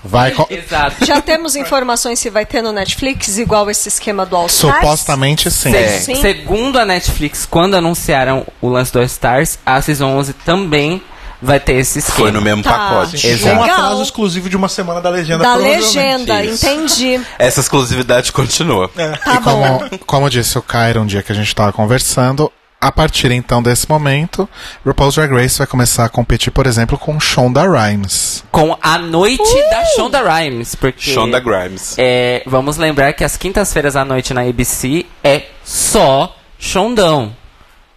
Speaker 2: Vai co-
Speaker 1: Exato.
Speaker 9: Já temos informações se vai ter no Netflix, igual esse esquema do All Stars?
Speaker 2: Supostamente sim.
Speaker 3: É.
Speaker 9: Sim.
Speaker 1: Segundo a Netflix, quando anunciaram o lance do All Stars, a Season 11 também vai ter esse esquema.
Speaker 3: Foi no mesmo
Speaker 9: Tá.
Speaker 3: pacote.
Speaker 1: Exato.
Speaker 8: Um
Speaker 9: Legal.
Speaker 8: atraso exclusivo de uma semana da legenda.
Speaker 9: Da
Speaker 8: provavelmente.
Speaker 9: legenda,
Speaker 3: Isso.
Speaker 9: entendi.
Speaker 3: Essa exclusividade continua.
Speaker 2: É.
Speaker 9: Tá
Speaker 2: e
Speaker 9: bom.
Speaker 2: como, como disse o Cairo um dia que a gente estava conversando, a partir então desse momento, RuPaul's Drag Race vai começar a competir, por exemplo, com Shonda Rhimes.
Speaker 1: Com a noite da Shonda Rhimes. Porque
Speaker 3: Shonda Grimes.
Speaker 1: É, vamos lembrar que as quintas-feiras à noite na ABC é só Xondão.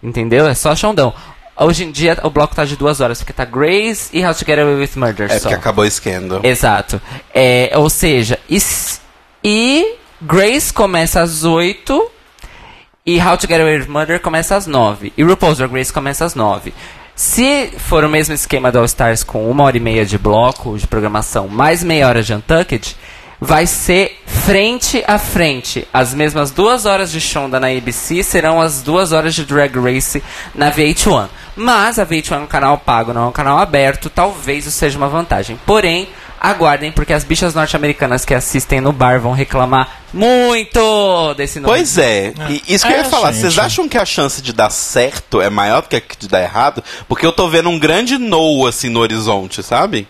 Speaker 1: Entendeu? É só Xondão. Hoje em dia o bloco tá de duas horas, porque tá Grace e How to Get Away with Murder
Speaker 3: É
Speaker 1: só.
Speaker 3: porque acabou o esquendo.
Speaker 1: Exato. É, ou seja, e, s- e Grace começa às 8 e How to Get Away with Murder começa às 9. E RuPaul's Drag Race começa às 9. Se for o mesmo esquema do All Stars com uma hora e meia de bloco de programação, mais meia hora de Untucked, vai ser frente a frente. As mesmas duas horas de Shonda na ABC serão as duas horas de Drag Race na VH1. Mas a VH1 é um canal pago, não é um canal aberto, talvez isso seja uma vantagem. Porém, aguardem, porque as bichas norte-americanas que assistem no bar vão reclamar muito desse novo
Speaker 3: Pois é, e isso que eu ia falar,
Speaker 2: gente.
Speaker 3: vocês acham que a chance de dar certo é maior do que a de dar errado? Porque eu tô vendo um grande no assim no horizonte, sabe?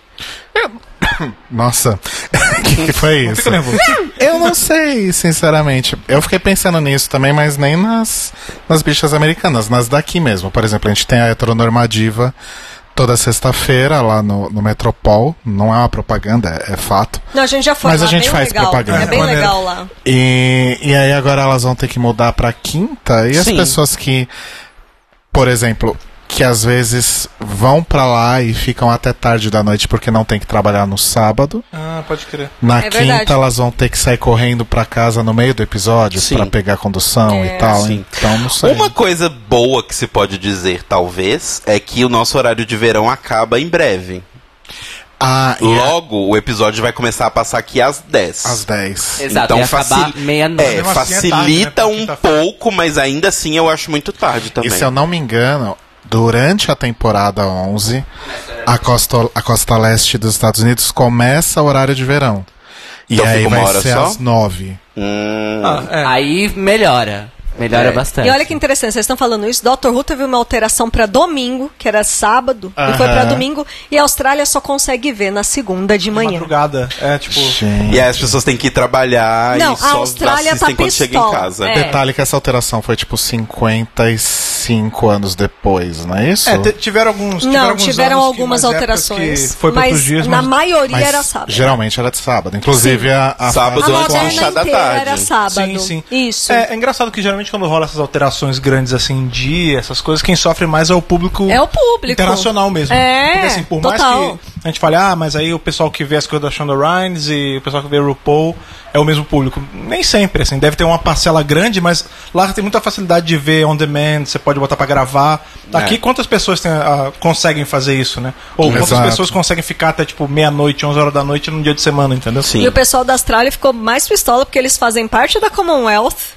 Speaker 2: Nossa, [LAUGHS] o que, que foi isso?
Speaker 8: Fica nervoso.
Speaker 2: Eu não sei, sinceramente. Eu fiquei pensando nisso também, mas nem nas, nas bichas americanas, nas daqui mesmo. Por exemplo, a gente tem a heteronormativa toda sexta-feira lá no, no Metropol. Não é uma propaganda, é- é fato.
Speaker 9: Não, a gente já foi
Speaker 2: Mas
Speaker 9: lá,
Speaker 2: a gente
Speaker 9: bem
Speaker 2: faz
Speaker 9: legal.
Speaker 2: propaganda.
Speaker 9: É bem
Speaker 8: Maneiro.
Speaker 9: legal lá.
Speaker 2: E, e aí agora elas vão ter que mudar pra quinta. E as
Speaker 3: Sim.
Speaker 2: pessoas que, por exemplo, que às vezes vão pra lá e ficam até tarde da noite porque não tem que trabalhar no sábado.
Speaker 8: Ah, pode crer.
Speaker 2: Na
Speaker 9: É
Speaker 2: quinta
Speaker 9: verdade.
Speaker 2: elas vão ter que sair correndo pra casa no meio do episódio
Speaker 3: Sim. É.
Speaker 2: pra pegar a condução e tal.
Speaker 3: Sim.
Speaker 2: Então não sei.
Speaker 3: Uma coisa boa que se pode dizer, talvez, é que o nosso horário de verão acaba em breve.
Speaker 2: Ah, e é
Speaker 3: Logo, o episódio vai começar a passar aqui às 10.
Speaker 2: às 10.
Speaker 1: Exato,
Speaker 3: Então
Speaker 1: ia acabar
Speaker 3: facil-
Speaker 1: meia-noite.
Speaker 3: É,
Speaker 8: Mesmo assim é tarde, né,
Speaker 3: facilita
Speaker 8: pra
Speaker 3: um
Speaker 8: quinta-feira. é um-
Speaker 3: pouco, mas ainda assim eu acho muito tarde também.
Speaker 2: E se eu não me engano, durante a temporada 11, a costa, a costa leste dos Estados Unidos começa o horário de verão. E
Speaker 3: Então
Speaker 2: aí
Speaker 3: fica uma
Speaker 2: vai
Speaker 3: hora
Speaker 2: ser
Speaker 3: só?
Speaker 2: às nove.
Speaker 3: Hum,
Speaker 8: Ah, é,
Speaker 10: Aí melhora. Melhora bastante.
Speaker 9: E olha que interessante, vocês estão falando isso. Doctor Who teve uma alteração pra domingo, que era sábado, e foi
Speaker 2: Aham.
Speaker 9: pra domingo. E a Austrália só consegue ver na segunda de manhã.
Speaker 8: Madrugada. É, tipo.
Speaker 2: Gente.
Speaker 3: E aí as pessoas têm que ir trabalhar
Speaker 9: Não,
Speaker 3: e só
Speaker 9: a Austrália
Speaker 3: assistem
Speaker 9: tá
Speaker 3: quando chegam em
Speaker 9: pistola.
Speaker 3: casa.
Speaker 9: É.
Speaker 2: Detalhe que essa alteração foi tipo 55 anos depois, não é isso?
Speaker 8: É, te- tiveram alguns.
Speaker 9: Não,
Speaker 8: alguns
Speaker 9: tiveram
Speaker 8: anos que-
Speaker 9: algumas
Speaker 8: umas épocas
Speaker 9: alterações.
Speaker 8: Que foi pra
Speaker 9: mas
Speaker 8: outros dias,
Speaker 9: na
Speaker 8: mas
Speaker 9: maioria
Speaker 2: Mas
Speaker 9: era sábado.
Speaker 2: Geralmente era de sábado. Inclusive a, a
Speaker 3: Sábado
Speaker 9: A
Speaker 2: fase
Speaker 3: antes do
Speaker 9: moderna
Speaker 2: atual-
Speaker 3: chá da
Speaker 9: inteira
Speaker 3: tarde.
Speaker 9: era sábado.
Speaker 8: Sim, sim.
Speaker 9: Isso.
Speaker 8: É, é engraçado que geralmente quando rola essas alterações grandes assim em dia, essas coisas, quem sofre mais é o público,
Speaker 9: É o público.
Speaker 8: internacional mesmo.
Speaker 9: É,
Speaker 8: Porque assim, por
Speaker 9: total.
Speaker 8: mais que a gente fale, ah, mas aí o pessoal que vê as coisas da Shonda Rhimes e o pessoal que vê RuPaul é o mesmo público. Nem sempre, assim, deve ter uma parcela grande, mas lá tem muita facilidade de ver on demand, você pode botar pra gravar. Aqui quantas pessoas tem, ah, conseguem fazer isso, né? Ou quantas
Speaker 2: Exato.
Speaker 8: pessoas conseguem ficar até tipo meia-noite, 11 horas da noite num dia de semana, entendeu?
Speaker 3: Sim.
Speaker 9: E o pessoal da Austrália ficou mais pistola porque eles fazem parte da Commonwealth.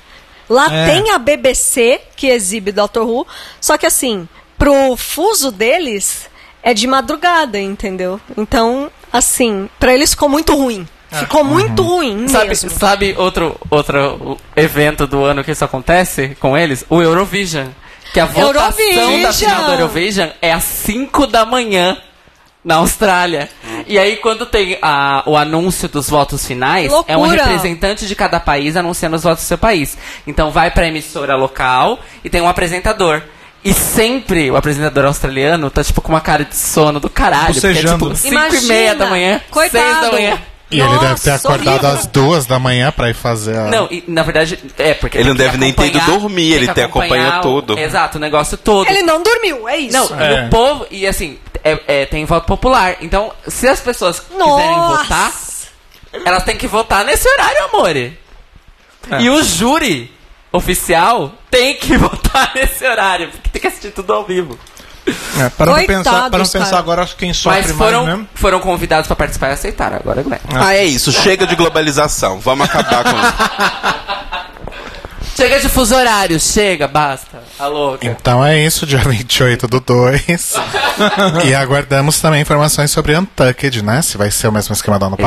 Speaker 9: Lá
Speaker 8: É.
Speaker 9: tem a BBC que exibe Doctor Who, só que assim, pro fuso deles é de madrugada, entendeu? Então, assim, pra eles ficou muito ruim.
Speaker 2: Ah.
Speaker 9: Ficou
Speaker 2: Uhum.
Speaker 9: muito ruim
Speaker 1: Sabe,
Speaker 9: mesmo.
Speaker 1: sabe outro, outro evento do ano que isso acontece com eles? O Eurovision. Que a votação
Speaker 9: Eurovision!
Speaker 1: da final do Eurovision é às 5 da manhã na Austrália. E aí, quando tem a- o anúncio dos votos finais, é um
Speaker 9: Loucura!
Speaker 1: representante de cada país anunciando os votos do seu país. Então, vai pra emissora local e tem um apresentador. E sempre o apresentador australiano tá, tipo, com uma cara de sono do caralho.
Speaker 8: Bocejando.
Speaker 1: Porque é, tipo, 5 e meia da manhã,
Speaker 9: coitado.
Speaker 1: 6 da manhã.
Speaker 2: E ele deve ter
Speaker 9: Nossa,
Speaker 2: acordado
Speaker 9: horrível.
Speaker 2: às duas da manhã pra ir fazer a.
Speaker 1: Não, e, na verdade, é porque.
Speaker 3: Ele
Speaker 1: tem
Speaker 3: não
Speaker 1: que
Speaker 3: deve nem ter ido
Speaker 1: acompanhar,
Speaker 3: dormir,
Speaker 1: tem
Speaker 3: ele
Speaker 1: que
Speaker 3: tem- acompanha
Speaker 1: acompanhar o-
Speaker 3: tudo.
Speaker 1: Exato, o negócio todo.
Speaker 9: Ele não dormiu, é isso.
Speaker 1: Não,
Speaker 2: É.
Speaker 1: e o povo. E assim, é- é, tem voto popular. Então, se as pessoas quiserem
Speaker 9: Nossa.
Speaker 1: votar, elas têm que votar nesse horário, amor. E o júri oficial tem que [LAUGHS] votar nesse horário, porque tem que assistir tudo ao vivo.
Speaker 8: É, para não
Speaker 9: Coitados,
Speaker 8: pensar, para não
Speaker 9: cara.
Speaker 8: pensar agora, acho que quem sofre
Speaker 1: Mas foram,
Speaker 8: mais mesmo.
Speaker 1: foram convidados pra participar e aceitaram. Agora, Glenn.
Speaker 3: Ah, é isso. Chega de globalização. Vamos acabar com isso.
Speaker 1: Chega de fuso horário, chega, basta. Alô.
Speaker 2: Então é isso, dia [LAUGHS] 28 do 2. e aguardamos também informações sobre Untucked, né? Se vai ser o mesmo esquema do ano
Speaker 10: Exato.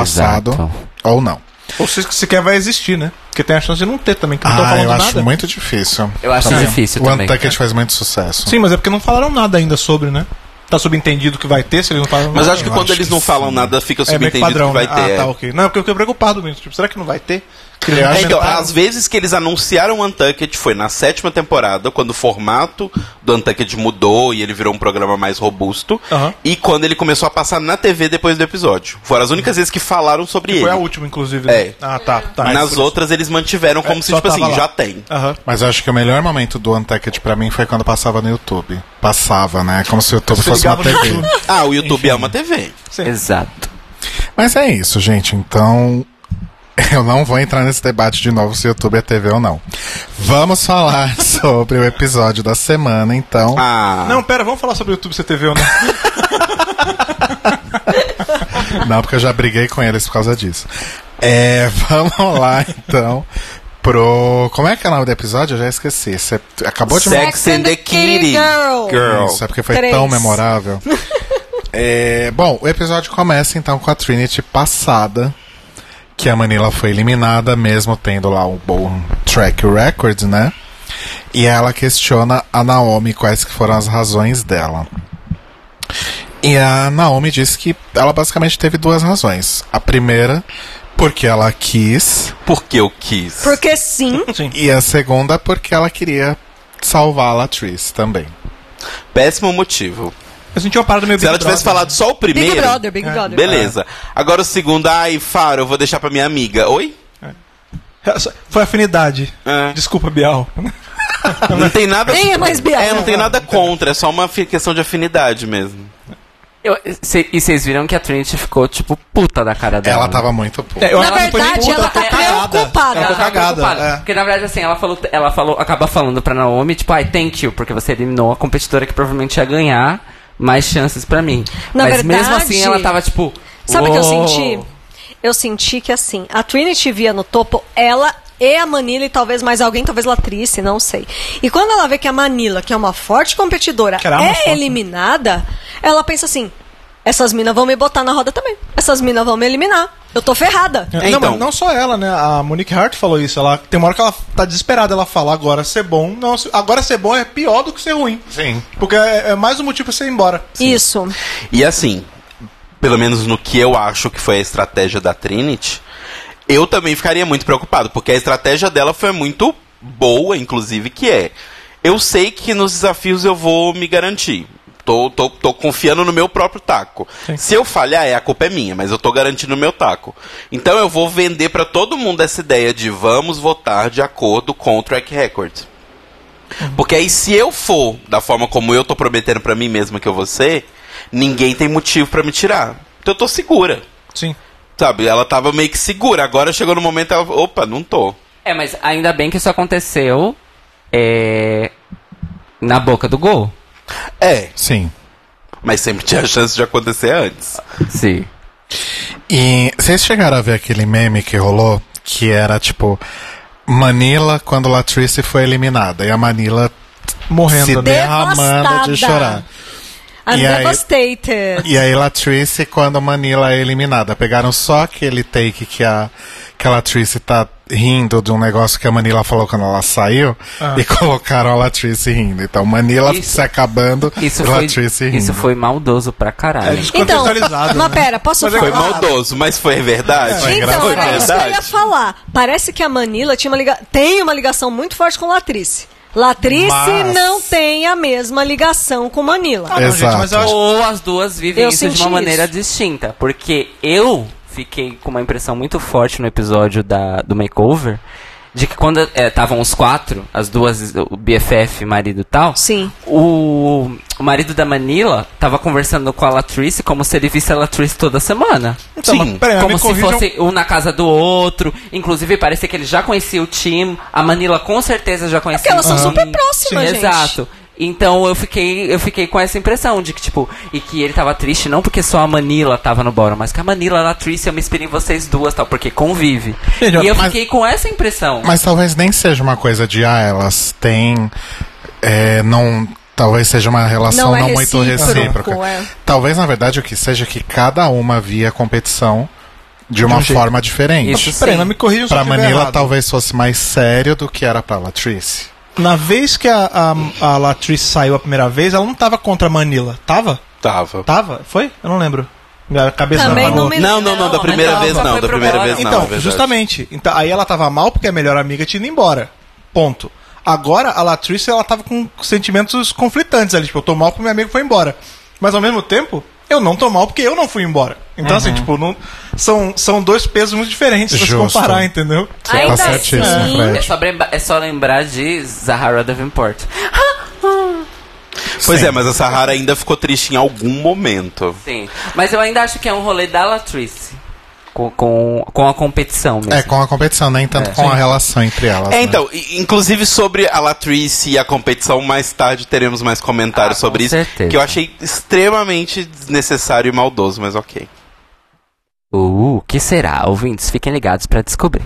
Speaker 2: passado ou não.
Speaker 8: Ou se sequer vai existir, né? Porque tem a chance de não ter também, que não estão
Speaker 2: Ah,
Speaker 8: falando
Speaker 2: eu acho
Speaker 8: nada.
Speaker 2: muito difícil.
Speaker 10: Eu acho
Speaker 2: Também.
Speaker 10: difícil
Speaker 2: o
Speaker 10: também,
Speaker 2: Untucked
Speaker 10: cara.
Speaker 2: faz muito sucesso.
Speaker 8: Sim, mas é porque não falaram nada ainda sobre, né? Tá subentendido que vai ter, se eles não falam
Speaker 3: Mas
Speaker 8: nada.
Speaker 3: acho que
Speaker 2: Eu
Speaker 3: quando
Speaker 2: acho
Speaker 3: eles
Speaker 2: que
Speaker 3: não falam
Speaker 2: sim.
Speaker 3: nada, fica
Speaker 8: é meio que
Speaker 3: subentendido
Speaker 8: padrão,
Speaker 3: que vai
Speaker 8: né?
Speaker 3: ter.
Speaker 8: Ah, tá, ok. Não, é porque eu fiquei preocupado mesmo. Tipo, será que não vai ter? Que tá- eles
Speaker 3: É, então,
Speaker 8: comentaram.
Speaker 3: às vezes que eles anunciaram o Untucked foi na sétima temporada, quando o formato do Untucked mudou e ele virou um programa mais robusto.
Speaker 8: Aham.
Speaker 3: E quando ele começou a passar na TV depois do episódio. Foram as únicas vezes que falaram sobre
Speaker 8: Que foi
Speaker 3: ele.
Speaker 8: a última, inclusive. né?
Speaker 3: É.
Speaker 8: Ah, tá. tá
Speaker 3: Nas
Speaker 8: Por-
Speaker 3: outras eles mantiveram como
Speaker 8: É,
Speaker 3: se,
Speaker 8: só
Speaker 3: tipo assim,
Speaker 8: tava lá.
Speaker 3: já tem.
Speaker 8: Aham.
Speaker 2: Mas eu acho que o melhor momento do Untucked pra mim foi quando passava no YouTube. Passava, né? Como se o YouTube
Speaker 8: Você
Speaker 2: fosse uma
Speaker 8: ligava no
Speaker 2: TV.
Speaker 8: YouTube.
Speaker 3: Ah, o YouTube é uma TV.
Speaker 10: Exato.
Speaker 2: Mas é isso, gente. Então, [LAUGHS] eu não vou entrar nesse debate de novo se YouTube é TV ou não. Vamos falar [LAUGHS] sobre o episódio da semana, então.
Speaker 3: Ah,
Speaker 8: Não, pera, vamos falar sobre o YouTube CTV
Speaker 3: [LAUGHS]
Speaker 8: ou não?
Speaker 2: Não, porque eu já briguei com eles por causa disso. É, [LAUGHS] vamos lá, então. Pro. Como é que é o nome do episódio? Eu já esqueci. Você acabou
Speaker 8: um-
Speaker 2: de me.
Speaker 3: Sex and the Kitty
Speaker 9: Girl.
Speaker 8: Hum,
Speaker 3: Girl.
Speaker 2: Isso, é porque foi
Speaker 9: Três.
Speaker 2: tão memorável. É, bom, o episódio começa então com a Trinity passada, que a Manila foi eliminada, mesmo tendo lá um bom track record, né? E ela questiona a Naomi quais que foram as razões dela. E a Naomi disse que ela basicamente teve duas razões. A primeira, porque ela quis,
Speaker 3: Porque eu quis.
Speaker 9: Porque sim,
Speaker 2: e a segunda, porque ela queria salvar a Latrice também.
Speaker 3: Péssimo motivo.
Speaker 8: A gente tinha uma parada meio
Speaker 3: Se ela
Speaker 8: Big Brother. É.
Speaker 3: tivesse falado só o
Speaker 9: Big
Speaker 3: primeiro,
Speaker 9: Brother, Big
Speaker 2: É.
Speaker 9: Brother.
Speaker 3: beleza. Agora o segundo, ai, Faro, eu vou deixar pra minha amiga. Oi?
Speaker 8: Foi afinidade.
Speaker 3: É.
Speaker 8: Desculpa, Bial.
Speaker 3: Não tem
Speaker 9: [LAUGHS]
Speaker 3: nada.
Speaker 9: Nem é mais Bial.
Speaker 3: É, não tem nada contra, é só uma fi- questão de afinidade mesmo.
Speaker 1: Eu- cê- e vocês viram que a Trinity ficou, tipo, puta da cara dela.
Speaker 2: Ela
Speaker 1: né?
Speaker 2: tava muito puta.
Speaker 8: É, eu
Speaker 9: Na
Speaker 8: acho que foi
Speaker 9: verdade,
Speaker 8: puta,
Speaker 9: ela tá
Speaker 8: cagada.
Speaker 9: preocupada.
Speaker 8: Ela ficou
Speaker 1: tá
Speaker 8: cagada.
Speaker 1: preocupada.
Speaker 8: é.
Speaker 1: Porque na verdade, assim, ela falou, ela falou, acaba falando pra Naomi, tipo, ai, thank you, porque você eliminou a competidora que provavelmente ia ganhar mais chances pra mim.
Speaker 9: Na
Speaker 1: Mas mesmo
Speaker 9: verdade-
Speaker 1: assim, ela tava, tipo.
Speaker 9: Sabe o que eu
Speaker 1: "Uou".
Speaker 9: senti? Eu senti que assim, a Trinity via no topo ela e a Manila e talvez mais alguém, talvez Latrice, não sei. E quando ela vê que a Manila, que é uma forte competidora,
Speaker 8: Que era uma
Speaker 9: é
Speaker 8: forte.
Speaker 9: eliminada, ela pensa assim: essas minas vão me botar na roda também. Essas minas vão me eliminar. Eu tô ferrada.
Speaker 8: É, Não,
Speaker 3: Então.
Speaker 8: mas não só ela, né? A Monique Hart falou isso. Ela, tem uma hora que ela tá desesperada. Ela fala: agora ser bom. Não, agora ser bom é pior do que ser ruim.
Speaker 2: Sim.
Speaker 8: Porque é, é mais um motivo pra você ir embora.
Speaker 9: Isso.
Speaker 3: E assim, pelo menos no que eu acho que foi a estratégia da Trinity, eu também ficaria muito preocupado, porque a estratégia dela foi muito boa, inclusive, que é. Eu sei que nos desafios eu vou me garantir. Tô, tô, tô confiando no meu próprio taco. Se eu falhar, é a culpa é minha, mas eu tô garantindo o meu taco. Então eu vou vender pra todo mundo essa ideia de vamos votar de acordo com o track record. Porque aí, se eu for da forma como eu tô prometendo pra mim mesma que eu vou ser, ninguém tem motivo pra me tirar. Então eu tô segura.
Speaker 8: Sim.
Speaker 3: Sabe? Ela tava meio que segura. Agora chegou no momento ela. Opa, não tô.
Speaker 1: É, mas ainda bem que isso aconteceu é, na boca do gol.
Speaker 3: É.
Speaker 2: Sim.
Speaker 3: Mas sempre tinha chance de acontecer antes.
Speaker 1: Sim.
Speaker 2: E vocês chegaram a ver aquele meme que rolou? Que era tipo Manila quando Latrice foi eliminada. E a Manila
Speaker 8: Morrendo,
Speaker 2: se
Speaker 8: né?
Speaker 2: derramando
Speaker 9: Devastada.
Speaker 2: de chorar.
Speaker 9: I'm
Speaker 2: E aí-
Speaker 9: devastated.
Speaker 2: E aí Latrice quando a Manila é eliminada. Pegaram só aquele take que a, que a Latrice tá rindo de um negócio que a Manila falou quando ela saiu. E [LAUGHS] colocaram a Latrice rindo. Então Manila
Speaker 1: Isso-
Speaker 2: se acabando,
Speaker 1: Isso foi,
Speaker 2: Latrice rindo.
Speaker 1: isso foi maldoso pra caralho.
Speaker 8: É,
Speaker 9: Então,
Speaker 8: descontextualizado,
Speaker 9: mas
Speaker 8: né?
Speaker 9: pera, posso
Speaker 8: Mas é
Speaker 9: falar?
Speaker 3: Foi maldoso, mas foi verdade.
Speaker 2: Foi engraçado.
Speaker 9: Então, era isso que eu ia
Speaker 3: Verdade.
Speaker 9: falar. Parece que a Manila tinha uma liga... tem uma ligação muito forte com Latrice. Latrice
Speaker 2: Mas-
Speaker 9: não tem a mesma ligação com Manila.
Speaker 8: Ah, não, gente,
Speaker 2: Exato.
Speaker 8: mas eu acho-
Speaker 1: Ou as duas vivem
Speaker 9: Eu
Speaker 1: isso de
Speaker 9: senti
Speaker 1: uma
Speaker 9: isso.
Speaker 1: maneira distinta. Porque eu fiquei com uma impressão muito forte no episódio da, do Makeover. De que quando estavam os quatro, as duas, o BFF, marido e tal,
Speaker 9: Sim.
Speaker 1: o, o marido da Manila tava conversando com a Latrice como se ele visse a Latrice toda semana.
Speaker 8: Então, mas peraí, mas
Speaker 1: como
Speaker 8: me
Speaker 1: se
Speaker 8: corrijam-
Speaker 1: fosse um na casa do outro. Inclusive, parecia que ele já conhecia o time. A Manila com certeza já conhecia
Speaker 9: É Porque elas
Speaker 1: o
Speaker 9: são
Speaker 1: time.
Speaker 9: super próximas, gente.
Speaker 1: Exato. Então eu fiquei, eu fiquei com essa impressão de que, tipo, e que ele tava triste não porque só a Manila tava no bora, mas que a Manila e a Latrice eu me inspirei em vocês duas, tal, porque convive.
Speaker 2: Melhor,
Speaker 1: e eu
Speaker 2: mas-
Speaker 1: fiquei com essa impressão.
Speaker 2: Mas talvez nem seja uma coisa de ah, elas têm. é, não, talvez seja uma relação
Speaker 9: Não
Speaker 2: não,
Speaker 9: é
Speaker 2: muito
Speaker 9: recíproco,
Speaker 2: recíproca.
Speaker 9: é.
Speaker 2: Talvez, na verdade, o que seja que cada uma via a competição de uma
Speaker 8: um jeito.
Speaker 2: forma diferente.
Speaker 1: Isso
Speaker 8: Peraí,
Speaker 1: sim.
Speaker 8: mas me corrijam se eu
Speaker 2: Pra
Speaker 8: estiver
Speaker 2: Manila,
Speaker 8: errado.
Speaker 2: talvez fosse mais sério do que era pra Latrice.
Speaker 8: Na vez que a, a, a Latrice saiu a primeira vez, ela não tava contra a Manila. Tava?
Speaker 3: Tava.
Speaker 9: Tá.
Speaker 8: Tava? Foi? Eu não lembro. Minha cabeça
Speaker 9: Também
Speaker 8: apagou.
Speaker 9: não me
Speaker 3: Não, não, não,
Speaker 9: Então,
Speaker 3: da primeira
Speaker 9: tá
Speaker 1: não,
Speaker 3: vez
Speaker 1: só
Speaker 3: não,
Speaker 1: foi
Speaker 3: da
Speaker 1: pro
Speaker 3: primeira
Speaker 1: bora.
Speaker 3: vez não. é
Speaker 8: Então,
Speaker 3: verdade.
Speaker 8: justamente. Então, aí ela tava mal porque a melhor amiga tinha ido embora. Ponto. Agora, a Latrice, ela tava com sentimentos conflitantes ali. Tipo, eu tô mal porque meu amigo foi embora. Mas, ao mesmo tempo, eu não tô mal porque eu não fui embora. Então, assim, tipo, não, são, são dois pesos muito diferentes se se
Speaker 2: Justo.
Speaker 8: comparar, entendeu?
Speaker 2: Você
Speaker 9: Ainda
Speaker 2: tá certíssimo,
Speaker 9: assim-
Speaker 2: Fred.
Speaker 1: É só, bremba- é só lembrar de Zahara Davenport.
Speaker 3: Pois
Speaker 2: Sim.
Speaker 3: é, mas a Sahara ainda ficou triste em algum momento.
Speaker 1: Sim. Mas eu ainda acho que é um rolê da Latrice. Com, com, com a competição mesmo.
Speaker 2: É, com a competição, nem tanto com a relação entre elas.
Speaker 3: É,
Speaker 2: né?
Speaker 3: então, i- inclusive sobre a Latrice e a competição, mais tarde teremos mais comentários
Speaker 1: Ah, com
Speaker 3: sobre isso.
Speaker 1: certeza.
Speaker 3: Que eu achei extremamente desnecessário e maldoso, mas ok.
Speaker 1: Uh, o que será? Ouvintes, fiquem ligados pra
Speaker 3: [LAUGHS]
Speaker 1: descobrir.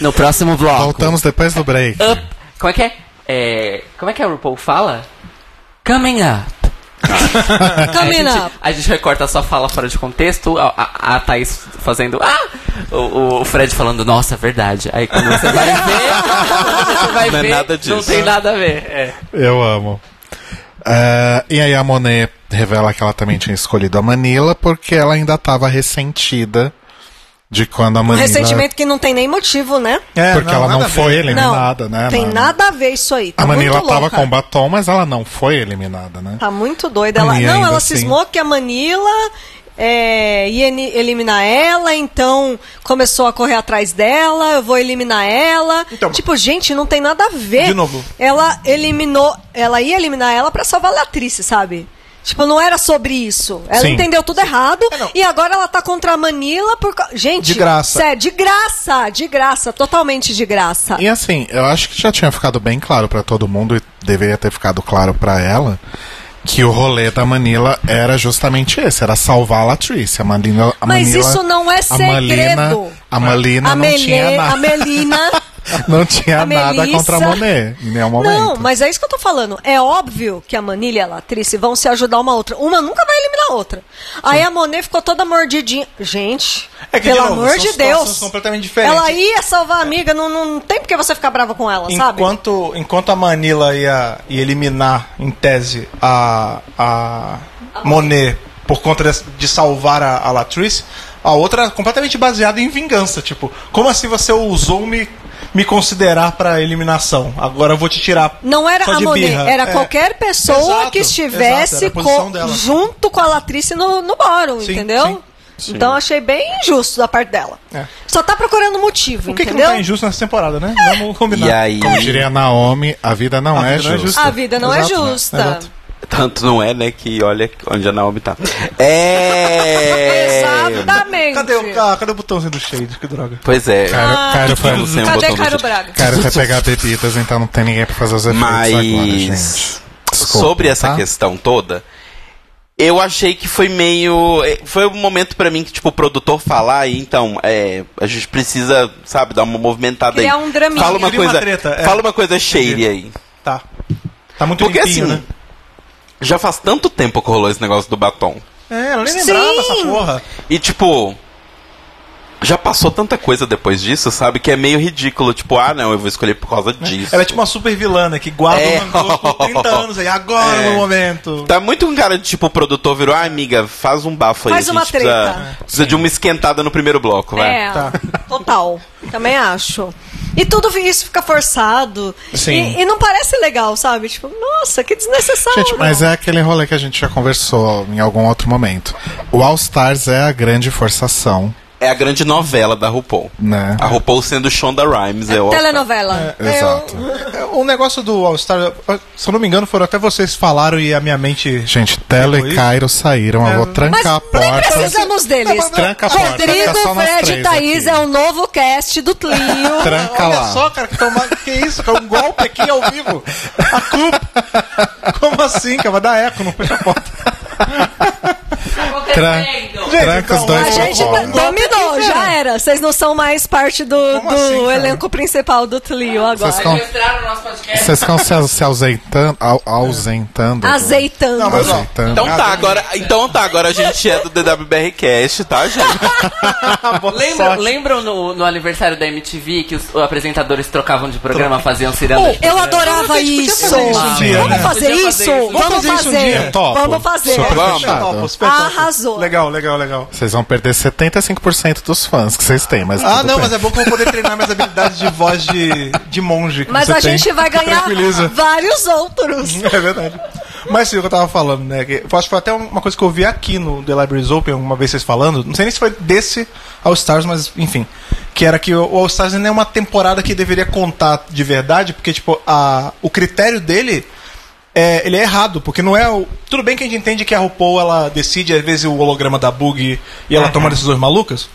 Speaker 1: no próximo bloco.
Speaker 2: Voltamos depois do break.
Speaker 1: Up. Como é que é? É, Como é que a RuPaul fala? Coming up.
Speaker 2: É.
Speaker 9: Camina.
Speaker 1: A gente, a gente recorta a sua fala fora de contexto, a, a, a Thaís fazendo. Ah! O, o Fred falando, nossa, é verdade. Aí quando você
Speaker 3: [LAUGHS]
Speaker 1: vai ver, você vai
Speaker 3: Não é
Speaker 1: ver.
Speaker 3: nada disso.
Speaker 1: Não tem nada a ver. É.
Speaker 2: Eu amo. Ah, e aí a Monet revela que ela também tinha escolhido a Manila porque ela ainda estava ressentida de quando a
Speaker 9: Um
Speaker 2: Manila...
Speaker 9: ressentimento que não tem nem motivo, né?
Speaker 8: É,
Speaker 2: Porque ela
Speaker 8: nada
Speaker 2: não
Speaker 8: a ver.
Speaker 2: foi
Speaker 9: Não.
Speaker 2: eliminada, né?
Speaker 9: Tem
Speaker 2: na-
Speaker 9: nada a ver isso aí. Tá
Speaker 2: A Manila
Speaker 9: muito
Speaker 2: tava
Speaker 9: louca.
Speaker 2: com batom, mas ela não foi eliminada, né?
Speaker 9: Tá muito doida. Ela...
Speaker 2: E
Speaker 9: Não,
Speaker 2: ainda
Speaker 9: ela
Speaker 2: assim-
Speaker 9: cismou que a Manila é, ia ni- eliminar ela, então começou a correr atrás dela, eu vou eliminar ela.
Speaker 8: Então-
Speaker 9: tipo, gente, não tem nada a ver.
Speaker 8: De novo.
Speaker 9: Ela eliminou, ela ia eliminar ela pra salvar a Latrice, sabe? Tipo, não era sobre isso. Ela
Speaker 2: Sim.
Speaker 9: entendeu tudo errado
Speaker 8: É,
Speaker 9: e agora ela tá contra a Manila por causa. Gente,
Speaker 8: De graça.
Speaker 9: Sé, de graça, de graça, totalmente de graça.
Speaker 2: E assim, eu acho que já tinha ficado bem claro pra todo mundo e deveria ter ficado claro pra ela que o rolê da Manila era justamente esse, era salvar a Latrice. A Manila, a
Speaker 9: Mas
Speaker 2: Manila-
Speaker 9: isso não é
Speaker 2: a Malina,
Speaker 9: segredo.
Speaker 2: a Malina
Speaker 9: A
Speaker 2: não tinha
Speaker 9: Melê, a
Speaker 2: nada.
Speaker 9: Melina.
Speaker 2: [LAUGHS] Não tinha
Speaker 9: a
Speaker 2: nada
Speaker 9: Melissa.
Speaker 2: contra a Monet em nenhum momento.
Speaker 9: Não, mas é isso que eu tô falando. É óbvio que a Manilha e a Latrice vão se ajudar uma a outra. Uma nunca vai eliminar a outra. Aí a Monet ficou toda mordidinha. Gente,
Speaker 8: É que, de
Speaker 9: pelo
Speaker 8: novo,
Speaker 9: amor
Speaker 8: são
Speaker 9: de
Speaker 8: situações
Speaker 9: Deus.
Speaker 8: completamente diferentes.
Speaker 9: Ela ia salvar a amiga, não, não tem porque você ficar brava com ela, sabe?
Speaker 8: Enquanto, enquanto a Manila ia, ia eliminar, em tese, a, a Monet por conta de, de salvar a, a Latrice, a outra era completamente baseada em vingança. Tipo, como assim você ousou me, me considerar pra eliminação? Agora eu vou te tirar.
Speaker 9: Não era
Speaker 8: só
Speaker 9: a
Speaker 8: de
Speaker 9: Monet,
Speaker 8: birra."
Speaker 9: era
Speaker 8: É.
Speaker 9: qualquer pessoa
Speaker 8: Exato,
Speaker 9: que
Speaker 8: exato,
Speaker 9: estivesse
Speaker 8: era a posição
Speaker 9: co-
Speaker 8: dela.
Speaker 9: junto com a Latrice no, no bórum,
Speaker 8: Sim,
Speaker 9: entendeu? Então achei bem injusto da parte dela.
Speaker 8: É.
Speaker 9: Só tá procurando motivo,
Speaker 8: O que, que não
Speaker 9: entendeu?
Speaker 8: tá injusto nessa temporada, né? Vamos combinar.
Speaker 3: E aí,
Speaker 2: Como diria Naomi, a vida não
Speaker 8: A
Speaker 2: é
Speaker 8: vida não é
Speaker 2: justa.
Speaker 9: a vida não
Speaker 8: Exato,
Speaker 9: é
Speaker 8: né?
Speaker 9: justa. [LAUGHS]
Speaker 8: Exato.
Speaker 3: tanto não é, né, que olha onde a Naomi tá. É...
Speaker 9: Exatamente.
Speaker 8: Cadê, o, ah, cadê o botãozinho do shade? Que droga.
Speaker 3: Pois é.
Speaker 2: Cara,
Speaker 9: Ah,
Speaker 2: cara, foi,
Speaker 3: Vamos sem o
Speaker 9: Cadê
Speaker 3: um botão do
Speaker 9: Cairo
Speaker 3: shade.
Speaker 9: Braga?
Speaker 2: cara foi pegar bebidas, então não tem ninguém pra fazer os efeitos agora, gente.
Speaker 3: Mas
Speaker 2: Desculpa,
Speaker 3: sobre essa
Speaker 2: tá?
Speaker 3: questão toda, eu achei que foi meio, eh, foi um momento pra mim que tipo o produtor falar e então é, a gente precisa, sabe, dar uma movimentada
Speaker 9: Criar
Speaker 3: aí.
Speaker 9: um draminha.
Speaker 3: Fala uma
Speaker 8: Cria uma
Speaker 3: coisa,
Speaker 8: treta, é.
Speaker 3: fala uma coisa shady aí.
Speaker 8: Tá. Tá muito
Speaker 3: Porque
Speaker 8: limpinho,
Speaker 3: assim,
Speaker 8: né?
Speaker 3: já faz tanto tempo que rolou esse negócio do batom.
Speaker 8: É, ela nem lembrava essa porra.
Speaker 3: E tipo, já passou tanta coisa depois disso, sabe, que é meio ridículo, tipo, ah, não, eu vou escolher por causa disso.
Speaker 8: Ela é tipo uma super vilana que guarda o
Speaker 3: É.
Speaker 8: rancor por [LAUGHS] 30 anos aí, agora
Speaker 3: É.
Speaker 8: no momento.
Speaker 3: Tá muito um cara de tipo, o produtor virou, ah, amiga, faz um bafo aí.
Speaker 9: Faz
Speaker 3: a gente
Speaker 9: uma treta."
Speaker 3: Precisa, precisa de uma esquentada no primeiro bloco, vai.
Speaker 9: É,
Speaker 2: Tá.
Speaker 9: total. Também acho. E tudo isso fica forçado.
Speaker 8: Sim.
Speaker 9: E, e não parece legal, sabe? Tipo, nossa, que desnecessário. né?
Speaker 2: Gente, mas é aquele rolê que a gente já conversou em algum outro momento. O All Stars é a grande forçação,
Speaker 3: É a grande novela da RuPaul.
Speaker 2: né?
Speaker 3: A RuPaul sendo Shonda Rhimes. É, o-
Speaker 9: Telenovela.
Speaker 2: Exato.
Speaker 8: É, O negócio do All Star, se eu não me engano, foram até vocês que falaram e a minha mente.
Speaker 2: Gente, Telo e Cairo saíram. Eu vou
Speaker 9: Mas
Speaker 2: trancar a
Speaker 9: nem
Speaker 2: porta. É,
Speaker 9: precisamos deles.
Speaker 2: Tranca a porta, fica só
Speaker 9: Rodrigo,
Speaker 2: nós
Speaker 9: Fred e
Speaker 2: três
Speaker 9: Thaís
Speaker 2: aqui.
Speaker 9: é o novo cast do Tlio.
Speaker 2: Tranca
Speaker 8: Olha
Speaker 2: lá.
Speaker 8: só, cara, que tomar. Que isso, cara? Um golpe aqui ao vivo. A culpa. Como assim, cara? Vai dar eco, não fecha a porta.
Speaker 3: Tá.
Speaker 2: Tran- Tranca os
Speaker 8: então,
Speaker 2: dois
Speaker 9: A
Speaker 8: Vai
Speaker 9: gente
Speaker 2: pra fora.
Speaker 8: tá-
Speaker 9: dominou, já era. Vocês não são mais parte do,
Speaker 8: Como
Speaker 9: do
Speaker 8: assim, cara?
Speaker 9: elenco principal do Tlio
Speaker 2: Vocês estão,
Speaker 9: agora.
Speaker 1: Entraram no nosso podcast.
Speaker 2: vocês estão se, se ausentando, au- ausentando.
Speaker 9: Azeitando.
Speaker 8: Não, mas ó,
Speaker 2: Azeitando.
Speaker 3: Então tá, agora, então tá, agora a gente é do DWBR Cast, tá, gente?
Speaker 1: Lembra, lembram no, no aniversário da MTV que os apresentadores trocavam de programa, faziam ciranda?
Speaker 2: Oh,
Speaker 1: de
Speaker 9: Eu
Speaker 1: programa?
Speaker 9: adorava
Speaker 8: né?
Speaker 9: isso.
Speaker 8: fazer isso um dia,
Speaker 9: Vamos
Speaker 8: né?
Speaker 9: fazer
Speaker 1: Podia
Speaker 9: isso?
Speaker 1: fazer isso.
Speaker 9: Vamos
Speaker 8: Vamos fazer isso um dia.
Speaker 9: fazer.
Speaker 2: Topo.
Speaker 9: Vamos fazer.
Speaker 2: Super
Speaker 3: Vamos.
Speaker 2: fechado.
Speaker 8: Topo, super topo.
Speaker 9: Ah, Arrasou.
Speaker 8: Legal, legal, legal.
Speaker 2: Vocês vão perder 75% dos fãs que vocês têm, mas
Speaker 8: Ah,
Speaker 2: tudo
Speaker 8: não,
Speaker 2: bem.
Speaker 8: mas é bom que eu vou poder treinar minhas habilidades de voz de, de monge. que
Speaker 9: Mas
Speaker 8: você
Speaker 9: a
Speaker 8: tem.
Speaker 9: gente vai ganhar
Speaker 8: Tranquiliza.
Speaker 9: vários outros.
Speaker 8: [LAUGHS] É verdade. Mas sim, o que eu tava falando, né? que eu acho que foi até uma coisa que eu vi aqui no The Libraries Open, alguma vez vocês falando. Não sei nem se foi desse All Stars, mas enfim. Que era que o All Stars nem é uma temporada que deveria contar de verdade, porque, tipo, a, o critério dele. É, ele é errado, porque não é o. Tudo bem que a gente entende que a RuPaul ela decide, às vezes, o holograma da Bug e ela toma decisões malucas,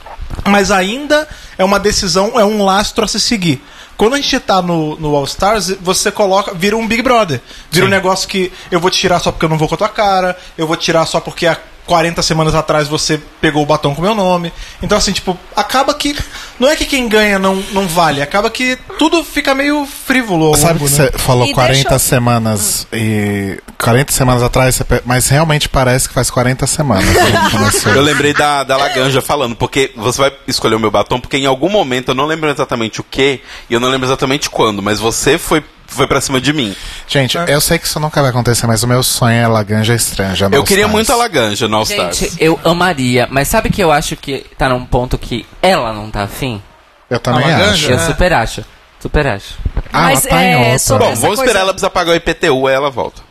Speaker 8: mas ainda é uma decisão, é um lastro a se seguir. Quando a gente tá no, no All Stars, você coloca. Vira um Big Brother. Vira um negócio que eu vou te tirar só porque eu não vou com a tua cara, eu vou te tirar só porque há 40 semanas atrás você pegou o batom com o meu nome. Então, assim, tipo, acaba que. Não é que quem ganha não, não vale, acaba que tudo fica meio frívolo. ao
Speaker 2: Sabe
Speaker 8: longo,
Speaker 2: que
Speaker 8: né?
Speaker 2: você falou
Speaker 9: E
Speaker 2: 40
Speaker 9: deixa eu- Hum.
Speaker 2: semanas e. 40 semanas atrás, você pe- mas realmente parece que faz 40 semanas. que começou.
Speaker 3: Eu lembrei da, da Laganja falando, porque você vai escolher o meu batom, porque em algum momento, eu não lembro exatamente o que, e eu não lembro exatamente quando, mas você foi, foi pra cima de mim.
Speaker 2: Gente, eu sei que isso nunca vai acontecer, mas o meu sonho é Laganja Estranja.
Speaker 3: Eu queria muito a Laganja no All
Speaker 1: Gente,
Speaker 3: Stars.
Speaker 1: eu amaria, mas sabe que eu acho que tá num ponto que ela não tá afim?
Speaker 2: Eu também
Speaker 8: A Laganja?
Speaker 2: acho.
Speaker 1: Eu super acho. Super acho.
Speaker 2: Ah,
Speaker 9: Mas
Speaker 2: ela tá em
Speaker 9: é,
Speaker 2: outra.
Speaker 9: sobre
Speaker 3: Bom,
Speaker 9: essa
Speaker 3: vou esperar
Speaker 9: coisa-
Speaker 3: ela precisar pagar o IPTU, aí ela volta.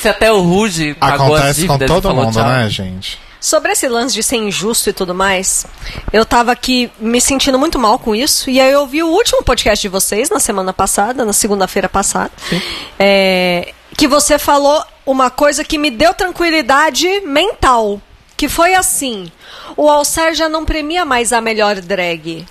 Speaker 1: Se até o Ruge pagou as
Speaker 2: Acontece com
Speaker 1: dívidas e
Speaker 2: todo
Speaker 1: falou
Speaker 2: mundo,
Speaker 1: tchau.
Speaker 2: né, gente?
Speaker 9: Sobre esse lance de ser injusto e tudo mais, eu tava aqui me sentindo muito mal com isso. E aí eu ouvi o último podcast de vocês na semana passada, na segunda-feira passada, é, que você falou uma coisa que me deu tranquilidade mental. Que foi assim: o Alcer já não premia mais a melhor drag.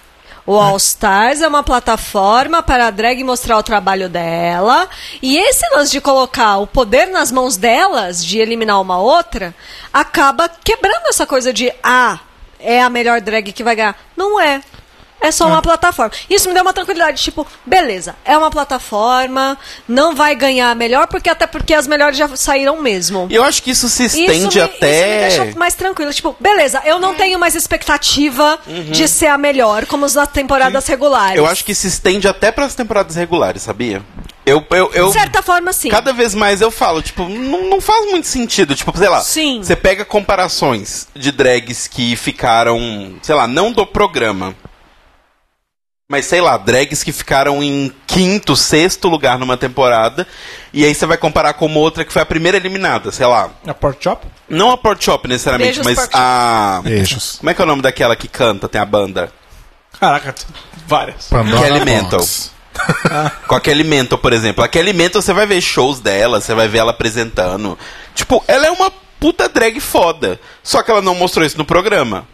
Speaker 9: O All Stars é uma plataforma para a drag mostrar o trabalho dela. E esse lance de colocar o poder nas mãos delas, de eliminar uma outra, acaba quebrando essa coisa de, ah, é a melhor drag que vai ganhar. Não é. É só uma plataforma. Isso me deu uma tranquilidade, tipo, beleza, é uma plataforma, não vai ganhar a melhor, porque até porque as melhores já saíram mesmo.
Speaker 3: E eu acho que isso se
Speaker 9: Isso
Speaker 3: estende
Speaker 9: me,
Speaker 3: até.
Speaker 9: isso me deixa mais tranquila. Tipo, beleza, eu não tenho mais expectativa de ser a melhor, como as das temporadas regulares.
Speaker 3: Uhum. Eu acho que se estende até pras temporadas regulares, sabia? Eu, eu, eu
Speaker 9: De certa forma, sim.
Speaker 3: cada vez mais eu falo, tipo, não, não faz muito sentido. Tipo, sei lá,
Speaker 9: Sim.
Speaker 3: você pega comparações de drags que ficaram, sei lá, não do programa. Mas sei lá, drags que ficaram em quinto, sexto lugar numa temporada. E aí você vai comparar com uma outra que foi a primeira eliminada, sei lá.
Speaker 8: Na Port Shop?
Speaker 3: Não a Port Shop necessariamente,
Speaker 9: Beijos,
Speaker 3: mas
Speaker 9: Port Shop.
Speaker 3: a.
Speaker 2: Beijos.
Speaker 3: Como é que é o nome daquela que canta, tem a banda?
Speaker 8: Caraca, t- várias.
Speaker 2: Pandora
Speaker 3: Kelly
Speaker 2: Box.
Speaker 3: Mental. Com a Kelly Mental, por exemplo. A Kelly Mental, você vai ver shows dela, você vai ver ela apresentando. Tipo, ela é uma puta drag foda. Só que ela não mostrou isso no programa.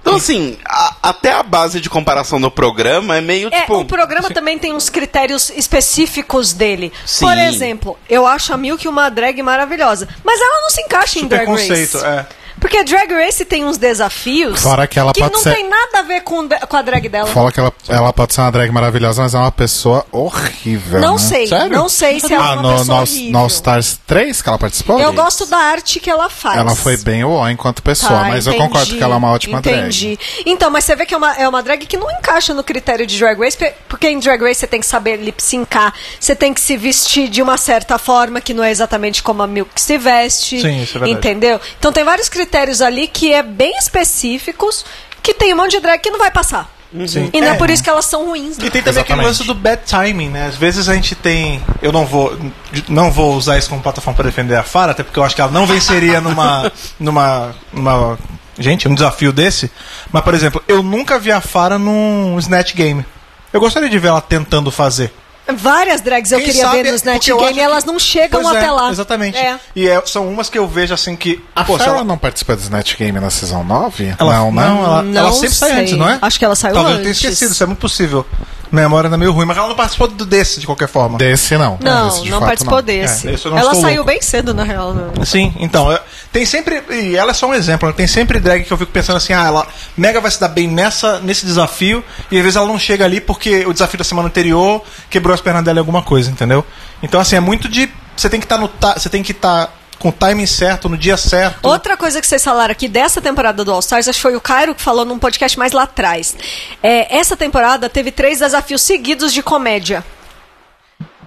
Speaker 3: Então, assim, a- até a base de comparação no programa é meio,
Speaker 9: É,
Speaker 3: tipo...
Speaker 9: o programa também tem uns critérios específicos dele.
Speaker 3: Sim.
Speaker 9: Por exemplo, eu acho a Milk uma drag maravilhosa, mas ela não se encaixa em
Speaker 8: Super
Speaker 9: Drag
Speaker 8: conceito,
Speaker 9: Race.
Speaker 8: é.
Speaker 9: Porque Drag Race tem uns desafios
Speaker 2: Fora que ela pode
Speaker 9: não
Speaker 2: ser-
Speaker 9: tem nada a ver com, de- com a drag dela.
Speaker 2: Fala que ela, ela pode ser uma drag maravilhosa, mas é uma pessoa horrível.
Speaker 9: Não
Speaker 2: né?
Speaker 9: sei,
Speaker 2: Sério?
Speaker 9: não sei se ela é
Speaker 2: ah,
Speaker 9: uma
Speaker 2: no,
Speaker 9: pessoa
Speaker 2: no,
Speaker 9: horrível.
Speaker 2: no All Stars 3 que ela participou?
Speaker 9: Eu gosto da arte que ela faz.
Speaker 2: Ela foi bem o enquanto pessoa,
Speaker 9: Tá,
Speaker 2: mas eu
Speaker 9: entendi,
Speaker 2: concordo que ela é uma ótima
Speaker 9: entendi. Então, mas você vê que é uma, é uma drag que não encaixa no critério de drag race, pe- porque em drag race você tem que saber lip-syncar, você tem que se vestir de uma certa forma, que não é exatamente como a Milk se veste.
Speaker 8: Sim, isso é verdade.
Speaker 9: Entendeu? Então tem vários critérios ali que é bem específicos, que tem um monte de drag que não vai passar.
Speaker 8: Sim.
Speaker 9: E não é, por isso que elas são ruins.
Speaker 8: Uhum. E tem também aquele
Speaker 2: Exatamente.
Speaker 8: lance do bad timing, né? Às vezes a gente tem. Eu não vou. Não vou usar isso como plataforma para defender a Fara, até porque eu acho que ela não venceria
Speaker 2: [LAUGHS]
Speaker 8: numa. numa. numa. Gente, um desafio desse. Mas, por exemplo, eu nunca vi a Fara num Snatch Game. Eu gostaria de ver ela tentando fazer.
Speaker 9: Várias drags eu
Speaker 8: Quem
Speaker 9: queria
Speaker 8: sabe
Speaker 9: ver no
Speaker 8: é-
Speaker 9: Snatch
Speaker 8: porque eu
Speaker 9: Game
Speaker 8: acho
Speaker 9: e elas
Speaker 8: que-
Speaker 9: não chegam
Speaker 8: Pois é,
Speaker 9: até lá.
Speaker 8: Exatamente.
Speaker 9: É.
Speaker 8: E é- são umas que eu vejo assim que.
Speaker 2: A
Speaker 8: pô, se
Speaker 2: Sarah
Speaker 8: ela-
Speaker 2: não participa do Snatch Game na Season 9?
Speaker 8: Ela,
Speaker 2: não, né?
Speaker 8: ela,
Speaker 9: Não
Speaker 8: ela sempre sai
Speaker 9: sei.
Speaker 8: antes, não é?
Speaker 9: Acho que ela saiu
Speaker 8: Talvez eu tenha
Speaker 9: antes.
Speaker 8: esquecido, isso é muito possível. Minha memória ainda é meio ruim, mas ela não participou do desse, de qualquer forma.
Speaker 2: Desse não.
Speaker 9: Não,
Speaker 2: Desse, de
Speaker 9: não
Speaker 2: fato,
Speaker 9: participou
Speaker 2: não.
Speaker 9: desse.
Speaker 8: É, esse eu não
Speaker 9: ela
Speaker 8: sou
Speaker 9: saiu
Speaker 8: louco.
Speaker 9: bem cedo, na real. né?
Speaker 8: Sim, então, eu- tem sempre. E ela é só um exemplo, né? tem sempre drag que eu fico pensando assim, ah, ela mega vai se dar bem nessa, nesse desafio, e às vezes ela não chega ali porque o desafio da semana anterior quebrou as pernas dela em alguma coisa, entendeu? Então, assim, é muito de. Você tem que estar no. ta- Você tem que estar com o timing certo, no dia certo.
Speaker 9: Outra coisa que vocês falaram aqui dessa temporada do All Stars, acho que foi o Cairo que falou num podcast mais lá atrás. É, essa temporada teve três desafios seguidos de comédia.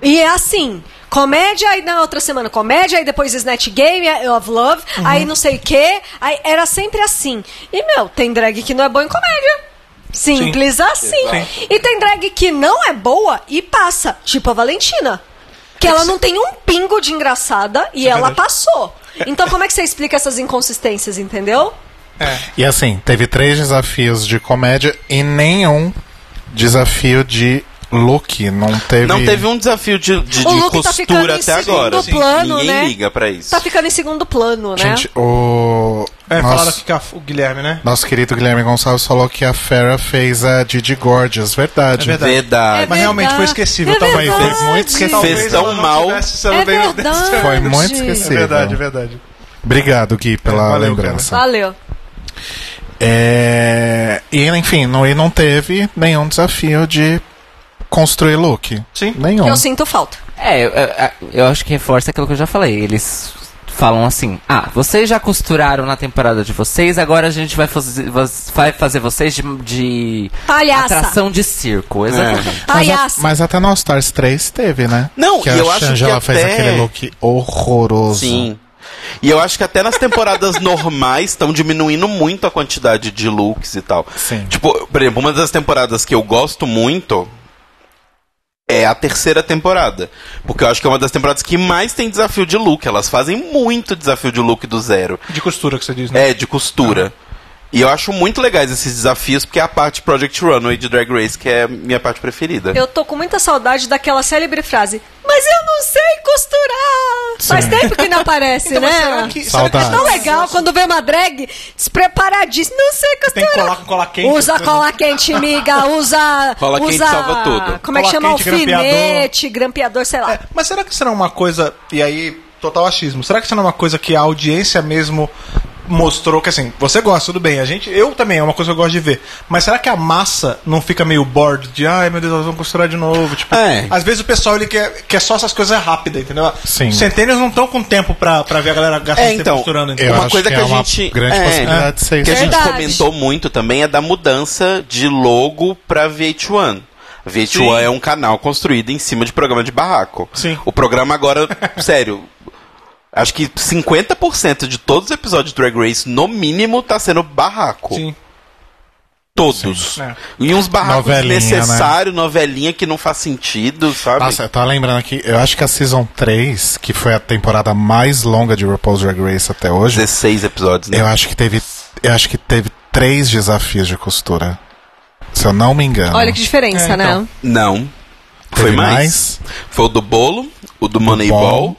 Speaker 9: E é assim. Comédia, aí na outra semana comédia, aí depois Snatch Game, I Love Love, aí não sei o quê. Aí era sempre assim. E, meu, tem drag que não é boa em comédia. Simples assim. E tem drag que não é boa e passa. Tipo a Valentina. Que ela não tem um pingo de engraçada e ela passou. Então como é que você explica essas inconsistências, entendeu?
Speaker 2: E assim, teve três desafios de comédia e nenhum desafio de look. Não teve.
Speaker 3: Não teve um desafio de, de,
Speaker 9: O
Speaker 3: de
Speaker 9: Luke tá ficando
Speaker 3: costura
Speaker 9: em
Speaker 3: até agora.
Speaker 9: segundo plano,
Speaker 3: Ninguém
Speaker 9: né?
Speaker 3: liga pra isso.
Speaker 9: Tá ficando em segundo plano, né?
Speaker 2: Gente, o.
Speaker 8: É, falaram
Speaker 2: nosso,
Speaker 8: que a- o Guilherme, né?
Speaker 2: nosso querido Guilherme Gonçalves falou que a Farah fez a Didi Gorgeous. Verdade.
Speaker 8: É verdade.
Speaker 3: Verdade.
Speaker 8: Mas realmente foi esquecível, tá
Speaker 9: é
Speaker 8: talvez.
Speaker 9: verdade.
Speaker 2: Fez muito esquecível.
Speaker 8: Talvez
Speaker 3: Fez tão
Speaker 8: ela não
Speaker 3: mal.
Speaker 8: tivesse sendo
Speaker 9: É
Speaker 8: bem-
Speaker 9: verdade.
Speaker 2: Foi muito
Speaker 8: [LAUGHS]
Speaker 9: Verdade.
Speaker 8: É
Speaker 2: esquecível.
Speaker 8: verdade, é verdade.
Speaker 2: Obrigado, Gui, pela
Speaker 8: É, valeu,
Speaker 2: lembrança.
Speaker 9: Valeu.
Speaker 2: É, e enfim, não, e não teve nenhum desafio de construir look.
Speaker 8: Sim.
Speaker 2: Nenhum.
Speaker 9: Eu sinto falta.
Speaker 1: É, eu, eu- eu acho que reforça aquilo que eu já falei. Eles falam assim: ah, vocês já costuraram na temporada de vocês, agora a gente vai, fazer- vai fazer vocês de. de
Speaker 9: Palhaça.
Speaker 1: Atração de circo, exatamente.
Speaker 2: Mas, a-
Speaker 9: Palhaça.
Speaker 2: mas até no All Stars 3 teve, né?
Speaker 3: Não,
Speaker 2: que
Speaker 3: e
Speaker 2: a
Speaker 3: eu acho que
Speaker 2: Shangela fez
Speaker 3: até-
Speaker 2: aquele look horroroso.
Speaker 3: Sim. E eu acho que até nas temporadas normais estão diminuindo muito a quantidade de looks e tal.
Speaker 2: Sim.
Speaker 3: Tipo, por exemplo, uma das temporadas que eu gosto muito é a terceira temporada. Porque eu acho que é uma das temporadas que mais tem desafio de look. Elas fazem muito desafio de look do zero.
Speaker 8: De costura que você diz, né?
Speaker 3: É, de costura. E eu acho muito legais esses desafios, porque é a parte Project Runway de Drag Race, que é a minha parte preferida.
Speaker 9: Eu tô com muita saudade daquela célebre frase. Mas Mas eu não sei costurar. Faz tempo que não aparece,
Speaker 8: Então,
Speaker 9: né?
Speaker 8: mas será que- será que
Speaker 9: É tão
Speaker 2: Saudades.
Speaker 9: legal quando vê uma drag despreparadíssima. Não sei
Speaker 8: Tem
Speaker 3: É.
Speaker 9: costurar.
Speaker 8: que colar com cola quente. né?
Speaker 9: Usa cola quente, miga. Usa.
Speaker 3: Cola quente
Speaker 9: usa-
Speaker 3: salva tudo.
Speaker 9: Como é que
Speaker 8: Cola
Speaker 9: chama?
Speaker 8: quente, grampeador.
Speaker 9: Alfinete, grampeador, sei lá.
Speaker 8: É, mas será que isso não é uma coisa. E aí, total achismo. Será que isso não é uma coisa que a audiência mesmo mostrou que assim, você gosta, tudo bem. A gente, eu também, é uma coisa que eu gosto de ver. Mas será que a massa não fica meio bored de ai meu Deus, nós vamos costurar de novo? Tipo,
Speaker 3: É.
Speaker 8: às vezes o pessoal ele quer, quer só essas coisas rápidas, entendeu?
Speaker 2: Sim.
Speaker 8: Os Centênios não estão com tempo pra, pra ver a galera gastando
Speaker 3: É,
Speaker 8: tempo
Speaker 3: então,
Speaker 8: costurando.
Speaker 2: Eu
Speaker 8: entendeu?
Speaker 3: uma
Speaker 2: acho
Speaker 3: coisa
Speaker 2: que
Speaker 3: que,
Speaker 2: é
Speaker 3: a
Speaker 2: uma
Speaker 3: gente
Speaker 2: grande possibilidade de ser
Speaker 3: que a
Speaker 2: isso.
Speaker 3: gente
Speaker 9: Verdade.
Speaker 3: comentou muito também é da mudança de logo para VH1. VH1
Speaker 8: Sim.
Speaker 3: é um canal construído em cima de programa de barraco.
Speaker 8: Sim.
Speaker 3: O
Speaker 8: [LAUGHS]
Speaker 3: programa agora, sério, acho que 50% de todos os episódios de Drag Race, no mínimo, tá sendo barraco.
Speaker 8: Sim.
Speaker 3: Todos.
Speaker 8: Sim, é.
Speaker 3: E uns barracos
Speaker 2: Novelinha,
Speaker 3: desnecessários, novelinha que não faz sentido, sabe?
Speaker 2: Nossa, eu tava lembrando aqui, eu acho que a Season 3, que foi a temporada mais longa de RuPaul's Drag Race até hoje,
Speaker 3: 16 episódios, né?
Speaker 2: eu acho que teve. Eu acho que teve três desafios de costura. Se eu não me engano.
Speaker 9: Olha que diferença,
Speaker 8: É, então.
Speaker 9: né?
Speaker 3: Não.
Speaker 2: Teve
Speaker 3: Foi mais. Foi o do bolo, o do Moneyball.
Speaker 2: bolo,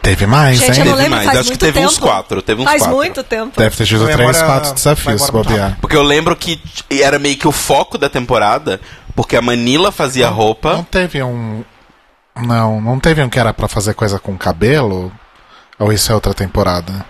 Speaker 2: Teve mais,
Speaker 9: Gente, eu
Speaker 2: hein?
Speaker 9: não
Speaker 3: Teve
Speaker 9: lembro,
Speaker 3: mais.
Speaker 9: faz
Speaker 3: Acho que
Speaker 9: muito
Speaker 3: teve uns
Speaker 9: tempo.
Speaker 3: quatro. Teve uns
Speaker 9: Faz
Speaker 3: quatro.
Speaker 9: muito tempo.
Speaker 2: Deve ter tido
Speaker 8: Vai
Speaker 2: três,
Speaker 8: embora-
Speaker 2: quatro desafios,
Speaker 8: vai
Speaker 2: se
Speaker 8: embora pro
Speaker 2: bobear.
Speaker 3: Porque eu lembro que era meio que o foco da temporada, porque a Manila fazia
Speaker 2: Ah, Não
Speaker 3: roupa.
Speaker 2: teve um. Não, não teve um que era pra fazer coisa com cabelo? Ou isso é outra temporada?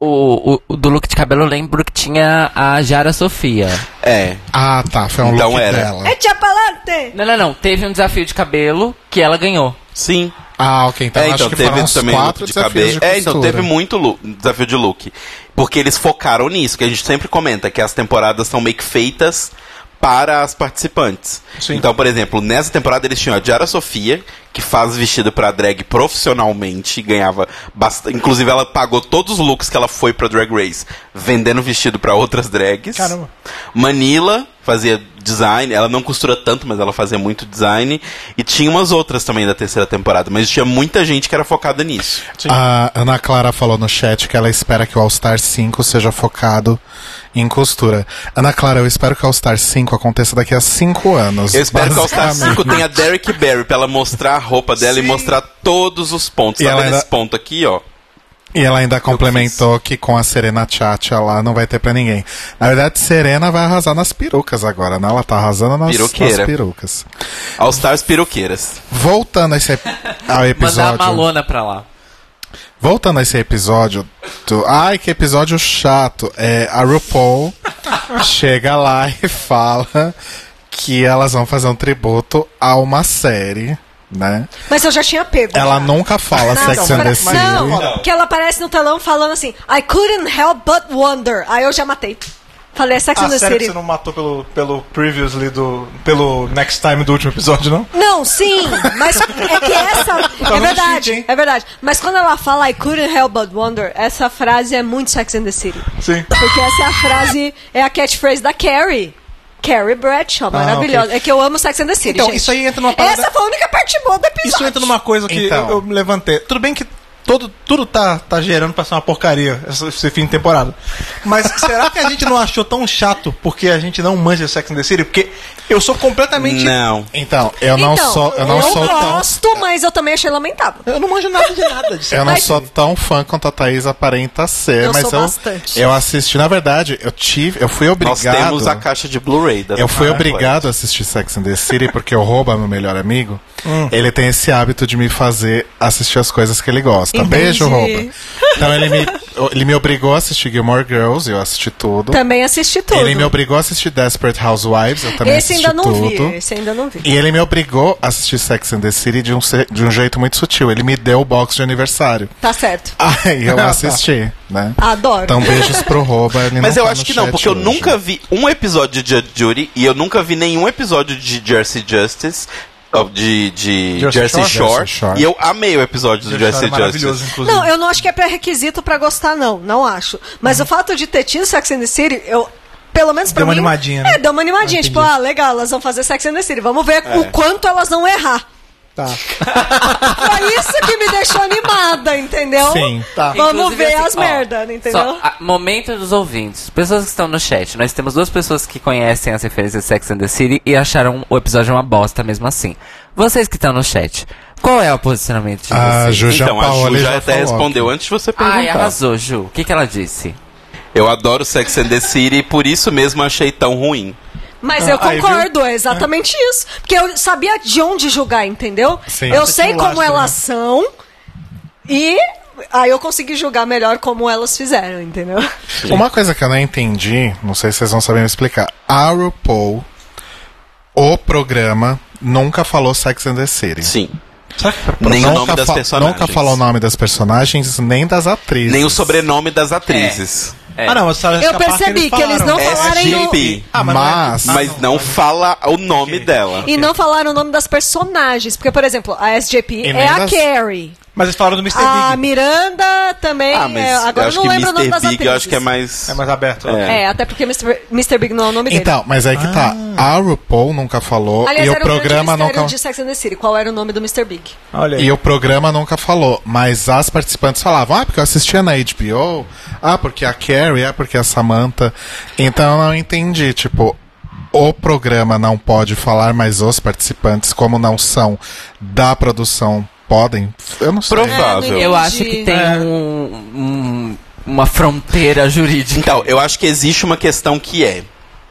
Speaker 1: O, o, o do look de cabelo eu lembro que tinha a Jara Sofia.
Speaker 3: É.
Speaker 2: Ah, tá. Foi um
Speaker 3: Então
Speaker 2: look
Speaker 3: era.
Speaker 2: dela.
Speaker 9: É Chapalante!
Speaker 1: Não, não, não. Teve um desafio de cabelo que ela ganhou.
Speaker 3: Sim.
Speaker 2: Ah, ok. Então,
Speaker 3: é, então
Speaker 2: acho que foram
Speaker 3: teve
Speaker 2: uns
Speaker 3: também
Speaker 2: quatro
Speaker 3: look de
Speaker 2: desafios
Speaker 3: cabelo.
Speaker 2: de
Speaker 3: é, então
Speaker 2: costura.
Speaker 3: teve muito lu- desafio de look. Porque eles focaram nisso, que a gente sempre comenta, que as temporadas são meio que feitas para as participantes.
Speaker 8: Sim.
Speaker 3: Então, por exemplo, nessa temporada eles tinham a Diara Sofia, que faz vestido pra drag profissionalmente, ganhava bastante. Inclusive, ela pagou todos os looks que ela foi pra Drag Race, vendendo vestido pra outras drags.
Speaker 8: Caramba.
Speaker 3: Manila fazia design, ela não costura tanto, mas ela fazia muito design. E tinha umas outras também da terceira temporada, mas tinha muita gente que era focada nisso.
Speaker 8: Sim.
Speaker 2: A Ana Clara falou no chat que ela espera que o All Star 5 seja focado em costura. Ana Clara, eu espero que o All Star 5 aconteça daqui a cinco anos.
Speaker 3: Eu espero que ao Star
Speaker 2: basicamente.
Speaker 3: 5 tenha Derek Barry pra ela mostrar a roupa dela e mostrar todos os pontos.
Speaker 2: E
Speaker 3: tá
Speaker 2: ela
Speaker 3: vendo
Speaker 2: ainda-
Speaker 3: esse ponto aqui, ó?
Speaker 2: E ela ainda complementou que com a Serena Chacha lá não vai ter pra ninguém. Na verdade, Serena vai arrasar nas perucas agora, né? Ela tá arrasando nas,
Speaker 3: Piroqueira.
Speaker 2: nas perucas.
Speaker 3: All Stars Piroqueiras.
Speaker 2: Voltando a esse ep- ao
Speaker 1: Mandar a
Speaker 2: episódio.
Speaker 1: Malona pra lá.
Speaker 2: Voltando a esse episódio do. Ai, que episódio chato. É, a RuPaul chega lá [LAUGHS] e fala que elas vão fazer um tributo a uma série, né?
Speaker 9: Mas eu já tinha pego. né?
Speaker 2: Ela nunca fala
Speaker 9: Não,
Speaker 2: Sex and
Speaker 9: pera-
Speaker 2: the City.
Speaker 9: não, que ela aparece no telão falando assim, I couldn't help but wonder. Aí eu já matei. Falei, é Sex
Speaker 8: Ah,
Speaker 9: and the
Speaker 8: sério que
Speaker 9: City.
Speaker 8: você não matou pelo, pelo previously do. pelo next time do último episódio, não?
Speaker 9: Não, sim, mas é
Speaker 8: [LAUGHS]
Speaker 9: que essa.
Speaker 8: Tava
Speaker 9: É
Speaker 8: Tá no cheat,
Speaker 9: verdade,
Speaker 8: hein?
Speaker 9: é verdade. Mas quando ela fala I couldn't help but wonder, essa frase é muito Sex and the City.
Speaker 8: Sim.
Speaker 9: Porque essa é a frase, é a catchphrase da Carrie. Carrie Bradshaw, maravilhosa.
Speaker 8: Ah, ok.
Speaker 9: É que eu amo Sex and the City.
Speaker 8: Então,
Speaker 9: gente.
Speaker 8: isso aí entra numa parada-
Speaker 9: Essa foi a única parte boa do episódio.
Speaker 8: Isso entra numa coisa que
Speaker 2: Então.
Speaker 8: eu, eu me levantei. Tudo bem que todo, tudo tá, tá gerando pra ser uma porcaria essa- esse fim de temporada. Mas [LAUGHS] será que a gente não achou tão chato porque a gente não manja Sex and the City? Porque eu sou completamente.
Speaker 3: Não.
Speaker 2: Então, eu não
Speaker 9: então,
Speaker 2: sou, eu não sou tão,
Speaker 9: gosto, mas eu também achei lamentável.
Speaker 8: Eu não manjo nada de nada disso.
Speaker 2: eu não
Speaker 9: Mas-
Speaker 2: sou tão fã quanto a Thaís aparenta ser,
Speaker 9: Eu
Speaker 2: mas
Speaker 9: sou
Speaker 2: eu
Speaker 9: bastante.
Speaker 2: eu assisti, na verdade, eu tive, eu fui obrigado.
Speaker 3: Nós temos a caixa de Blu-ray da
Speaker 2: Eu fui
Speaker 3: temporada.
Speaker 2: obrigado a assistir Sex and the City porque o Rouba, meu melhor amigo,
Speaker 9: Hum.
Speaker 2: ele tem esse hábito de me fazer assistir as coisas que ele gosta.
Speaker 9: Entendi.
Speaker 2: Beijo, Rouba. Então ele me, ele me obrigou a assistir Gilmore Girls, eu assisti tudo.
Speaker 9: Também assisti tudo.
Speaker 2: Ele me obrigou a assistir Desperate Housewives, eu também
Speaker 9: esse
Speaker 2: assisti
Speaker 9: ainda não
Speaker 2: tudo.
Speaker 9: vi, esse ainda não vi.
Speaker 2: E ele me obrigou a assistir Sex and the City de um, se- de um jeito muito sutil. Ele me deu o box de aniversário. [LAUGHS]
Speaker 9: Tá certo.
Speaker 2: Aí
Speaker 9: Ah,
Speaker 2: eu
Speaker 9: tá.
Speaker 2: assisti, né?
Speaker 9: Adoro.
Speaker 2: Então beijos pro Rouba. ele
Speaker 3: Mas
Speaker 2: não
Speaker 3: eu
Speaker 2: tá
Speaker 3: acho
Speaker 2: no
Speaker 3: que não,
Speaker 2: chat
Speaker 3: porque eu
Speaker 2: hoje.
Speaker 3: nunca vi um episódio de Judge Judy e eu nunca vi nenhum episódio de Jersey Justice. ó, De, de
Speaker 8: Jersey
Speaker 3: Jersey,
Speaker 8: Shore?
Speaker 3: Shore,
Speaker 2: Jersey Shore. é
Speaker 3: E eu amei o episódio do Jersey
Speaker 8: maravilhoso,
Speaker 3: Justice.
Speaker 8: é inclusive.
Speaker 9: Não, eu não acho que é pré-requisito pra gostar, não. Não acho. Mas o fato de ter tido Sex and the City, eu. Pelo menos pra
Speaker 8: Deu uma
Speaker 9: mim,
Speaker 8: animadinha, né?
Speaker 9: É, deu uma animadinha.
Speaker 8: Ah,
Speaker 9: tipo,
Speaker 8: entendi.
Speaker 9: ah, legal, elas vão fazer Sex and the City. Vamos ver o quanto elas vão errar.
Speaker 2: Tá.
Speaker 9: [LAUGHS] Foi isso que me deixou animada, entendeu?
Speaker 2: Sim, tá.
Speaker 9: Vamos
Speaker 1: Inclusive,
Speaker 9: ver
Speaker 1: assim,
Speaker 9: as
Speaker 1: ó,
Speaker 9: merda, entendeu?
Speaker 1: Só, a- momento dos ouvintes. Pessoas que estão no chat. Nós temos duas pessoas que conhecem as referências de Sex and the City e acharam o episódio uma bosta mesmo assim. Vocês que estão no chat, qual é o posicionamento de
Speaker 2: A
Speaker 1: vocês?
Speaker 2: Ah, Ju já
Speaker 3: então, a Ju
Speaker 2: Paoli
Speaker 3: já
Speaker 2: já
Speaker 3: até
Speaker 2: falou
Speaker 3: respondeu antes de você perguntar.
Speaker 1: Ai, arrasou, Ju. O que, que ela disse?
Speaker 3: Eu adoro Sex and the City e por isso mesmo achei tão ruim.
Speaker 9: Mas
Speaker 2: Ah,
Speaker 9: eu
Speaker 2: aí,
Speaker 9: concordo, é exatamente isso. Porque eu sabia de onde julgar, entendeu?
Speaker 2: Sim.
Speaker 9: eu
Speaker 2: Você
Speaker 9: sei
Speaker 2: tinha um
Speaker 9: como
Speaker 2: lastro,
Speaker 9: elas
Speaker 2: né?
Speaker 9: são e aí eu consegui julgar melhor como elas fizeram, entendeu?
Speaker 2: Uma coisa que eu não entendi, não sei se vocês vão saber me explicar. A RuPaul, o programa, nunca falou Sex and the City.
Speaker 3: Sim.
Speaker 8: Será que foi
Speaker 3: Nem o
Speaker 2: Nunca
Speaker 3: nome das
Speaker 2: tá fa-
Speaker 3: personagens.
Speaker 2: Nunca falou o nome das personagens, nem das atrizes.
Speaker 3: Nem o sobrenome das atrizes.
Speaker 8: Ah, não, essa- essa
Speaker 9: Eu
Speaker 8: parte
Speaker 9: percebi que eles
Speaker 8: falaram.
Speaker 9: não
Speaker 3: É
Speaker 9: falaram no-
Speaker 3: SGP.
Speaker 8: Ah, mas não é-
Speaker 2: Mas-
Speaker 8: ah,
Speaker 3: Mas não fala o nome dela.
Speaker 9: E não falaram o nome das personagens. Porque, por exemplo, a SJP
Speaker 2: E
Speaker 9: é
Speaker 2: nem
Speaker 9: a
Speaker 2: das-
Speaker 9: Carrie.
Speaker 8: Mas eles falaram do
Speaker 2: é
Speaker 8: Mr.
Speaker 9: A
Speaker 8: Big.
Speaker 9: Miranda também.
Speaker 3: Ah, mas
Speaker 9: é- agora
Speaker 3: eu
Speaker 9: eu
Speaker 3: acho
Speaker 9: não
Speaker 3: que
Speaker 9: lembro o nome das
Speaker 3: Mr. Big eu acho
Speaker 9: atrizes.
Speaker 3: que é mais.
Speaker 8: É mais aberto.
Speaker 3: É.
Speaker 9: É, até porque Mr. Mr. Big não é o nome dele.
Speaker 2: Então, mas aí que tá.
Speaker 3: Ah.
Speaker 2: A RuPaul nunca falou
Speaker 9: Aliás,
Speaker 2: e o
Speaker 9: era um grande
Speaker 2: programa
Speaker 9: mistério
Speaker 2: nunca
Speaker 9: de Sex and the City. Qual era o nome do Mr. Big?
Speaker 8: Olha aí.
Speaker 2: E o programa nunca falou, mas as participantes falavam, ah, porque eu assistia na HBO, ah, porque a Carrie, ah, porque a Samantha. Então eu não entendi, tipo, o programa não pode falar, mas os participantes, como não são da produção, podem? Eu não sei.
Speaker 3: Prova- Provável.
Speaker 9: É, não
Speaker 3: Eu
Speaker 1: Eu
Speaker 9: entendi.
Speaker 1: acho que tem
Speaker 2: É.
Speaker 1: um- um- uma fronteira jurídica.
Speaker 3: Então, eu acho que existe uma questão que é,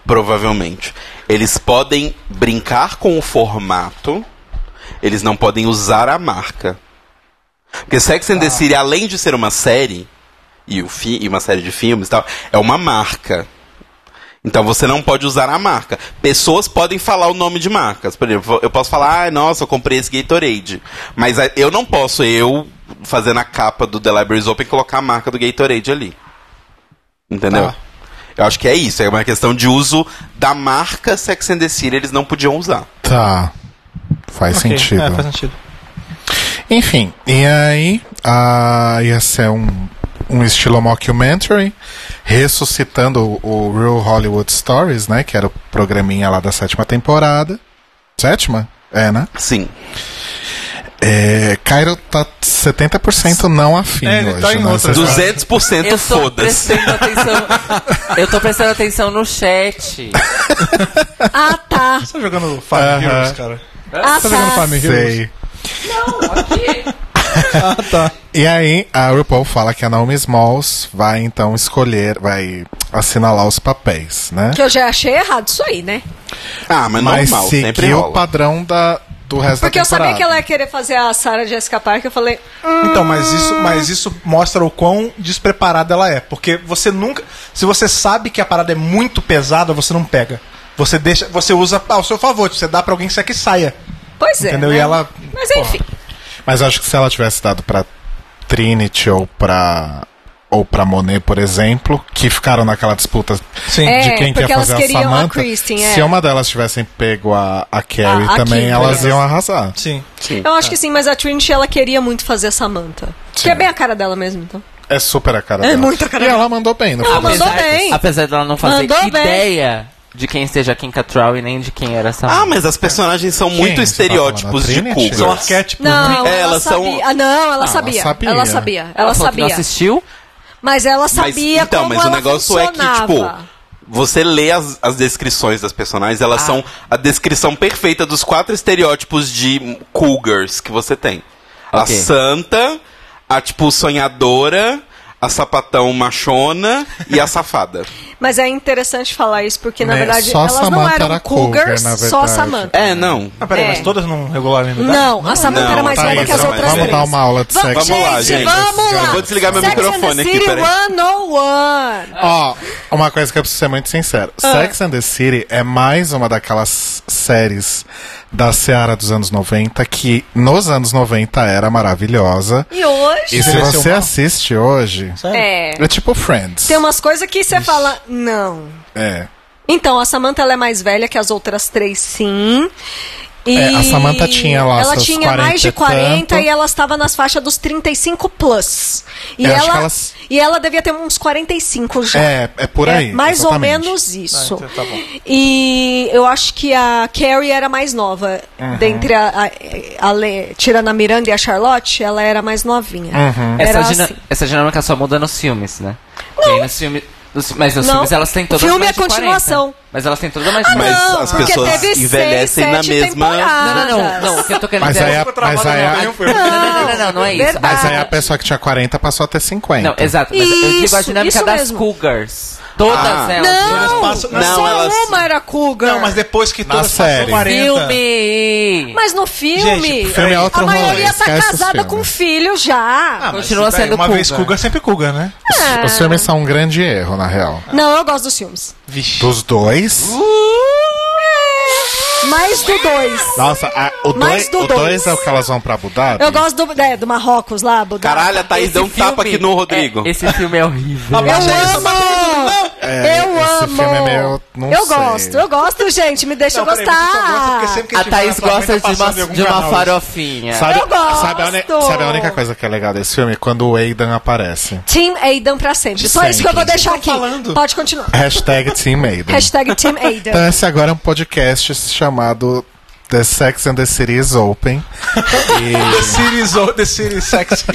Speaker 3: provavelmente. Eles podem brincar com o formato, eles não podem usar a marca. Porque Sex and the City, além de ser uma série, e, o fi- e uma série de filmes e tal, é uma marca. Então você não pode usar a marca. Pessoas podem falar o nome de marcas. Por exemplo, eu posso falar, ah, nossa, eu comprei esse Gatorade. Mas ah, eu não posso, eu, fazer na capa do The Libraries Open, colocar a marca do Gatorade ali. Entendeu?
Speaker 2: Tá.
Speaker 3: Eu acho que é isso. É uma questão de uso da marca Sex and the City. Eles não podiam usar.
Speaker 2: Tá. Faz
Speaker 8: Ok,
Speaker 2: sentido.
Speaker 8: É, faz sentido.
Speaker 2: Enfim, e aí ah, ia ser um, um estilo mockumentary, ressuscitando o, o Real Hollywood Stories, né? Que era o programinha lá da sétima temporada. Sétima? É, né?
Speaker 3: Sim.
Speaker 2: É, Cairo tá 70% não afim
Speaker 8: É, ele
Speaker 2: hoje,
Speaker 8: tá em
Speaker 2: né?
Speaker 8: outra
Speaker 2: Vocês-
Speaker 8: já.
Speaker 3: 200%
Speaker 1: Eu tô
Speaker 3: Então foda-se.
Speaker 1: prestando atenção. Eu tô prestando atenção no chat.
Speaker 9: Ah, tá.
Speaker 8: Você tá jogando Farm
Speaker 2: Aham.
Speaker 8: Heroes, cara?
Speaker 9: Ah,
Speaker 2: Tá vendo
Speaker 9: tá.
Speaker 2: Family Heroes? Sei.
Speaker 8: Ah, tá.
Speaker 2: E aí, a RuPaul fala que a Naomi Smalls vai então escolher, vai assinalar os papéis, né?
Speaker 9: Que eu já achei errado isso aí, né?
Speaker 3: Ah, mas,
Speaker 2: Mas
Speaker 3: normal, sempre
Speaker 2: seguiu o
Speaker 3: rola.
Speaker 2: padrão da, do resto
Speaker 9: Porque
Speaker 2: da temporada.
Speaker 9: eu sabia que ela ia querer fazer a Sarah Jessica Parker. Eu falei,
Speaker 8: Então, mas isso, mas isso mostra o quão despreparada ela é. Porque você nunca. Se você sabe que a parada é muito pesada, você não pega. Você deixa. Você usa ao seu favor, você dá pra alguém que você quer que saia.
Speaker 9: pois é.
Speaker 8: Entendeu?
Speaker 9: né?
Speaker 8: E ela-
Speaker 9: Mas enfim.
Speaker 2: Mas eu acho que se ela tivesse dado pra Trinity ou pra ou pra Monet, por exemplo, que ficaram naquela disputa
Speaker 8: Sim.
Speaker 9: É,
Speaker 2: de quem quer
Speaker 9: porque elas
Speaker 2: fazer a
Speaker 9: queriam a
Speaker 2: Samantha,
Speaker 9: Kristen, é.
Speaker 2: se uma delas tivessem pego a, a Carrie
Speaker 9: A- a
Speaker 2: também,
Speaker 9: Kimberly.
Speaker 2: elas iam arrasar.
Speaker 8: Sim.
Speaker 9: Eu acho que sim, mas a Trinity, ela queria muito fazer a Samantha.
Speaker 2: hum, é.
Speaker 9: Que
Speaker 2: Sim.
Speaker 9: é bem a cara dela mesmo, então.
Speaker 2: É super a cara
Speaker 9: É
Speaker 2: dela.
Speaker 9: muito a cara
Speaker 2: e
Speaker 9: dela.
Speaker 2: ela mandou bem, não
Speaker 9: Ela
Speaker 2: foi?
Speaker 9: mandou bem.
Speaker 1: Apesar dela não fazer
Speaker 9: Mandou bem.
Speaker 1: ideia de quem seja Kim Cattrall e nem de quem era essa.
Speaker 3: Ah, mas as personagens são muito
Speaker 2: você tá
Speaker 3: estereótipos
Speaker 2: falando?
Speaker 3: de
Speaker 2: Trinity?
Speaker 3: cougars.
Speaker 8: São arquétipos.
Speaker 9: Não,
Speaker 3: É,
Speaker 9: ela,
Speaker 3: elas são-
Speaker 9: sabia. Ah, não, ela sabia.
Speaker 2: Uhum. sabia.
Speaker 9: Ela sabia.
Speaker 1: ela
Speaker 9: Ela
Speaker 1: falou que não
Speaker 9: sabia.
Speaker 1: assistiu.
Speaker 9: Mas ela
Speaker 3: Mas,
Speaker 9: sabia
Speaker 3: então,
Speaker 9: como
Speaker 3: mas
Speaker 9: ela
Speaker 3: o negócio é que,
Speaker 9: funcionava.
Speaker 3: tipo, você lê as, as descrições das personagens, elas são a descrição perfeita dos quatro estereótipos de cougars que você tem. A
Speaker 1: Ok.
Speaker 3: santa, a, tipo, sonhadora, a sapatão machona e a safada.
Speaker 9: Mas é interessante falar isso, porque na
Speaker 2: Né,
Speaker 9: verdade
Speaker 2: só a
Speaker 9: elas não
Speaker 2: Samantha
Speaker 9: eram
Speaker 2: era cougar,
Speaker 9: cougars,
Speaker 2: na
Speaker 9: só a
Speaker 2: verdade.
Speaker 9: Samantha.
Speaker 3: É, não.
Speaker 8: Ah, peraí,
Speaker 9: É.
Speaker 8: mas todas não regularam ainda?
Speaker 9: Não, a Samantha
Speaker 3: Não,
Speaker 9: era mais
Speaker 3: Thaís,
Speaker 9: nova que as
Speaker 3: não,
Speaker 9: outras
Speaker 3: vamos
Speaker 9: três.
Speaker 2: dar uma aula de
Speaker 9: Vamos,
Speaker 2: sexo.
Speaker 9: Gente,
Speaker 3: Vamos lá, gente.
Speaker 9: Vamos lá.
Speaker 3: Eu vou desligar meu
Speaker 9: Sex
Speaker 3: microfone
Speaker 9: and the
Speaker 3: aqui,
Speaker 9: City
Speaker 3: peraí.
Speaker 9: 101.
Speaker 2: Ó, uma coisa que eu preciso ser muito sincero.
Speaker 9: Ah.
Speaker 2: Sex and the City é mais uma daquelas séries da Seara dos anos 90 que nos anos 90 era maravilhosa.
Speaker 9: E hoje
Speaker 2: E se
Speaker 8: Envelheceu
Speaker 2: você
Speaker 8: mal.
Speaker 2: assiste hoje,
Speaker 9: é,
Speaker 2: é tipo Friends.
Speaker 9: tem umas coisas que você fala, não.
Speaker 2: É.
Speaker 9: Então, a Samantha ela é mais velha que as outras três, sim. E
Speaker 2: É, a Samantha tinha lá
Speaker 9: Ela
Speaker 2: seus
Speaker 9: tinha mais de
Speaker 2: 40 e
Speaker 9: 40 e
Speaker 2: tanto.
Speaker 9: ela estava nas faixas dos 35 plus. E
Speaker 2: Eu É, acho
Speaker 9: ela,
Speaker 2: que elas-
Speaker 9: e ela devia ter uns 45 já.
Speaker 2: É, é por aí,
Speaker 9: mais
Speaker 2: exatamente.
Speaker 9: ou menos isso.
Speaker 8: Ah, então tá bom.
Speaker 9: E eu acho que a Carrie era mais nova.
Speaker 2: Uhum.
Speaker 9: Dentre a, a, a Le- tirando a Miranda e a Charlotte, ela era mais novinha.
Speaker 2: Uhum.
Speaker 1: Essa,
Speaker 9: Era
Speaker 1: dina-
Speaker 9: assim.
Speaker 1: essa dinâmica só muda nos filmes, né? Porque aí nos filmes. nos- mas nos
Speaker 9: Não.
Speaker 1: filmes elas têm todas
Speaker 9: Filme
Speaker 1: mais
Speaker 9: é
Speaker 1: de 40.
Speaker 9: continuação.
Speaker 1: Mas elas têm todas mais
Speaker 9: Ah,
Speaker 1: de
Speaker 3: Mas
Speaker 1: 40.
Speaker 9: não,
Speaker 3: as
Speaker 9: porque
Speaker 3: pessoas
Speaker 9: teve seis,
Speaker 3: envelhecem na
Speaker 9: sete
Speaker 3: mesma-
Speaker 9: temporadas.
Speaker 1: Não, não, não, não. O que eu tô querendo
Speaker 2: Mas
Speaker 1: dizer
Speaker 2: aí,
Speaker 1: é-
Speaker 2: a, mas, aí a,
Speaker 1: Não, não, não, não, não é isso.
Speaker 9: Verdade.
Speaker 2: mas aí a
Speaker 9: Ah.
Speaker 2: pessoa que tinha 40 passou a ter 50.
Speaker 1: Não, exato. Mas eu digo a
Speaker 9: Isso,
Speaker 1: dinâmica
Speaker 9: isso
Speaker 1: das
Speaker 9: mesmo.
Speaker 1: cougars. Todas
Speaker 3: Ah.
Speaker 1: elas.
Speaker 9: Não,
Speaker 8: passam-
Speaker 9: não,
Speaker 3: não,
Speaker 9: só
Speaker 3: elas-
Speaker 9: uma era Cougar.
Speaker 8: Não, mas depois que
Speaker 2: Na
Speaker 8: todas passam
Speaker 2: série.
Speaker 8: 40.
Speaker 1: Filme!
Speaker 9: Mas no filme,
Speaker 8: Gente,
Speaker 2: filme é outro
Speaker 9: a
Speaker 2: rolê,
Speaker 9: maioria tá
Speaker 2: esquece os
Speaker 9: casada
Speaker 2: filmes.
Speaker 9: com filho já.
Speaker 8: Ah, mas
Speaker 1: Continua
Speaker 8: daí,
Speaker 1: sendo
Speaker 8: Uma vez
Speaker 1: Cougar.
Speaker 8: Cougar, sempre Cougar, né?
Speaker 9: É.
Speaker 2: Os filmes são um grande erro, na real.
Speaker 9: Não, eu gosto dos filmes. Uh,
Speaker 8: Vixe.
Speaker 2: Dos dois.
Speaker 8: Uh.
Speaker 9: é. Mais do dois.
Speaker 2: Nossa, a- o
Speaker 9: Mas
Speaker 2: 2
Speaker 9: do dois.
Speaker 2: é o que elas vão pra Abu Dhabi.
Speaker 9: Eu gosto do, é, do Marrocos lá, Abu Dhabi.
Speaker 3: Caralho, a Thaís
Speaker 1: Esse
Speaker 3: deu um
Speaker 1: filme-
Speaker 3: tapa aqui no Rodrigo.
Speaker 1: É, esse filme é horrível.
Speaker 9: Eu amo!
Speaker 2: É,
Speaker 9: eu
Speaker 2: esse
Speaker 9: amo!
Speaker 2: filme é meio- não
Speaker 9: eu
Speaker 2: sei.
Speaker 9: gosto, eu gosto, gente. Me deixa
Speaker 8: Não, peraí, você só gosta
Speaker 9: gostar.
Speaker 8: porque sempre que
Speaker 1: A
Speaker 8: tiver na
Speaker 1: Thaís
Speaker 8: sua frente,
Speaker 1: gosta
Speaker 8: tá
Speaker 1: de uma,
Speaker 8: passando em algum
Speaker 1: de uma
Speaker 8: canal.
Speaker 1: farofinha.
Speaker 2: Sabe,
Speaker 9: Ah, Eu gosto!
Speaker 2: Sabe, a, uni- sabe a única coisa que é legal desse filme? É Quando o Aidan aparece.
Speaker 9: Team Aidan pra sempre.
Speaker 2: De
Speaker 9: Só isso que eu
Speaker 2: sempre.
Speaker 9: vou deixar aqui.
Speaker 8: falando?
Speaker 9: Pode continuar.
Speaker 2: Hashtag Team Aidan.
Speaker 9: Hashtag Team Aidan.
Speaker 2: Então esse agora [LAUGHS] é um podcast chamado The Sex and the City is Open.
Speaker 8: The Series, o- The Series
Speaker 2: [LAUGHS]
Speaker 8: Sex.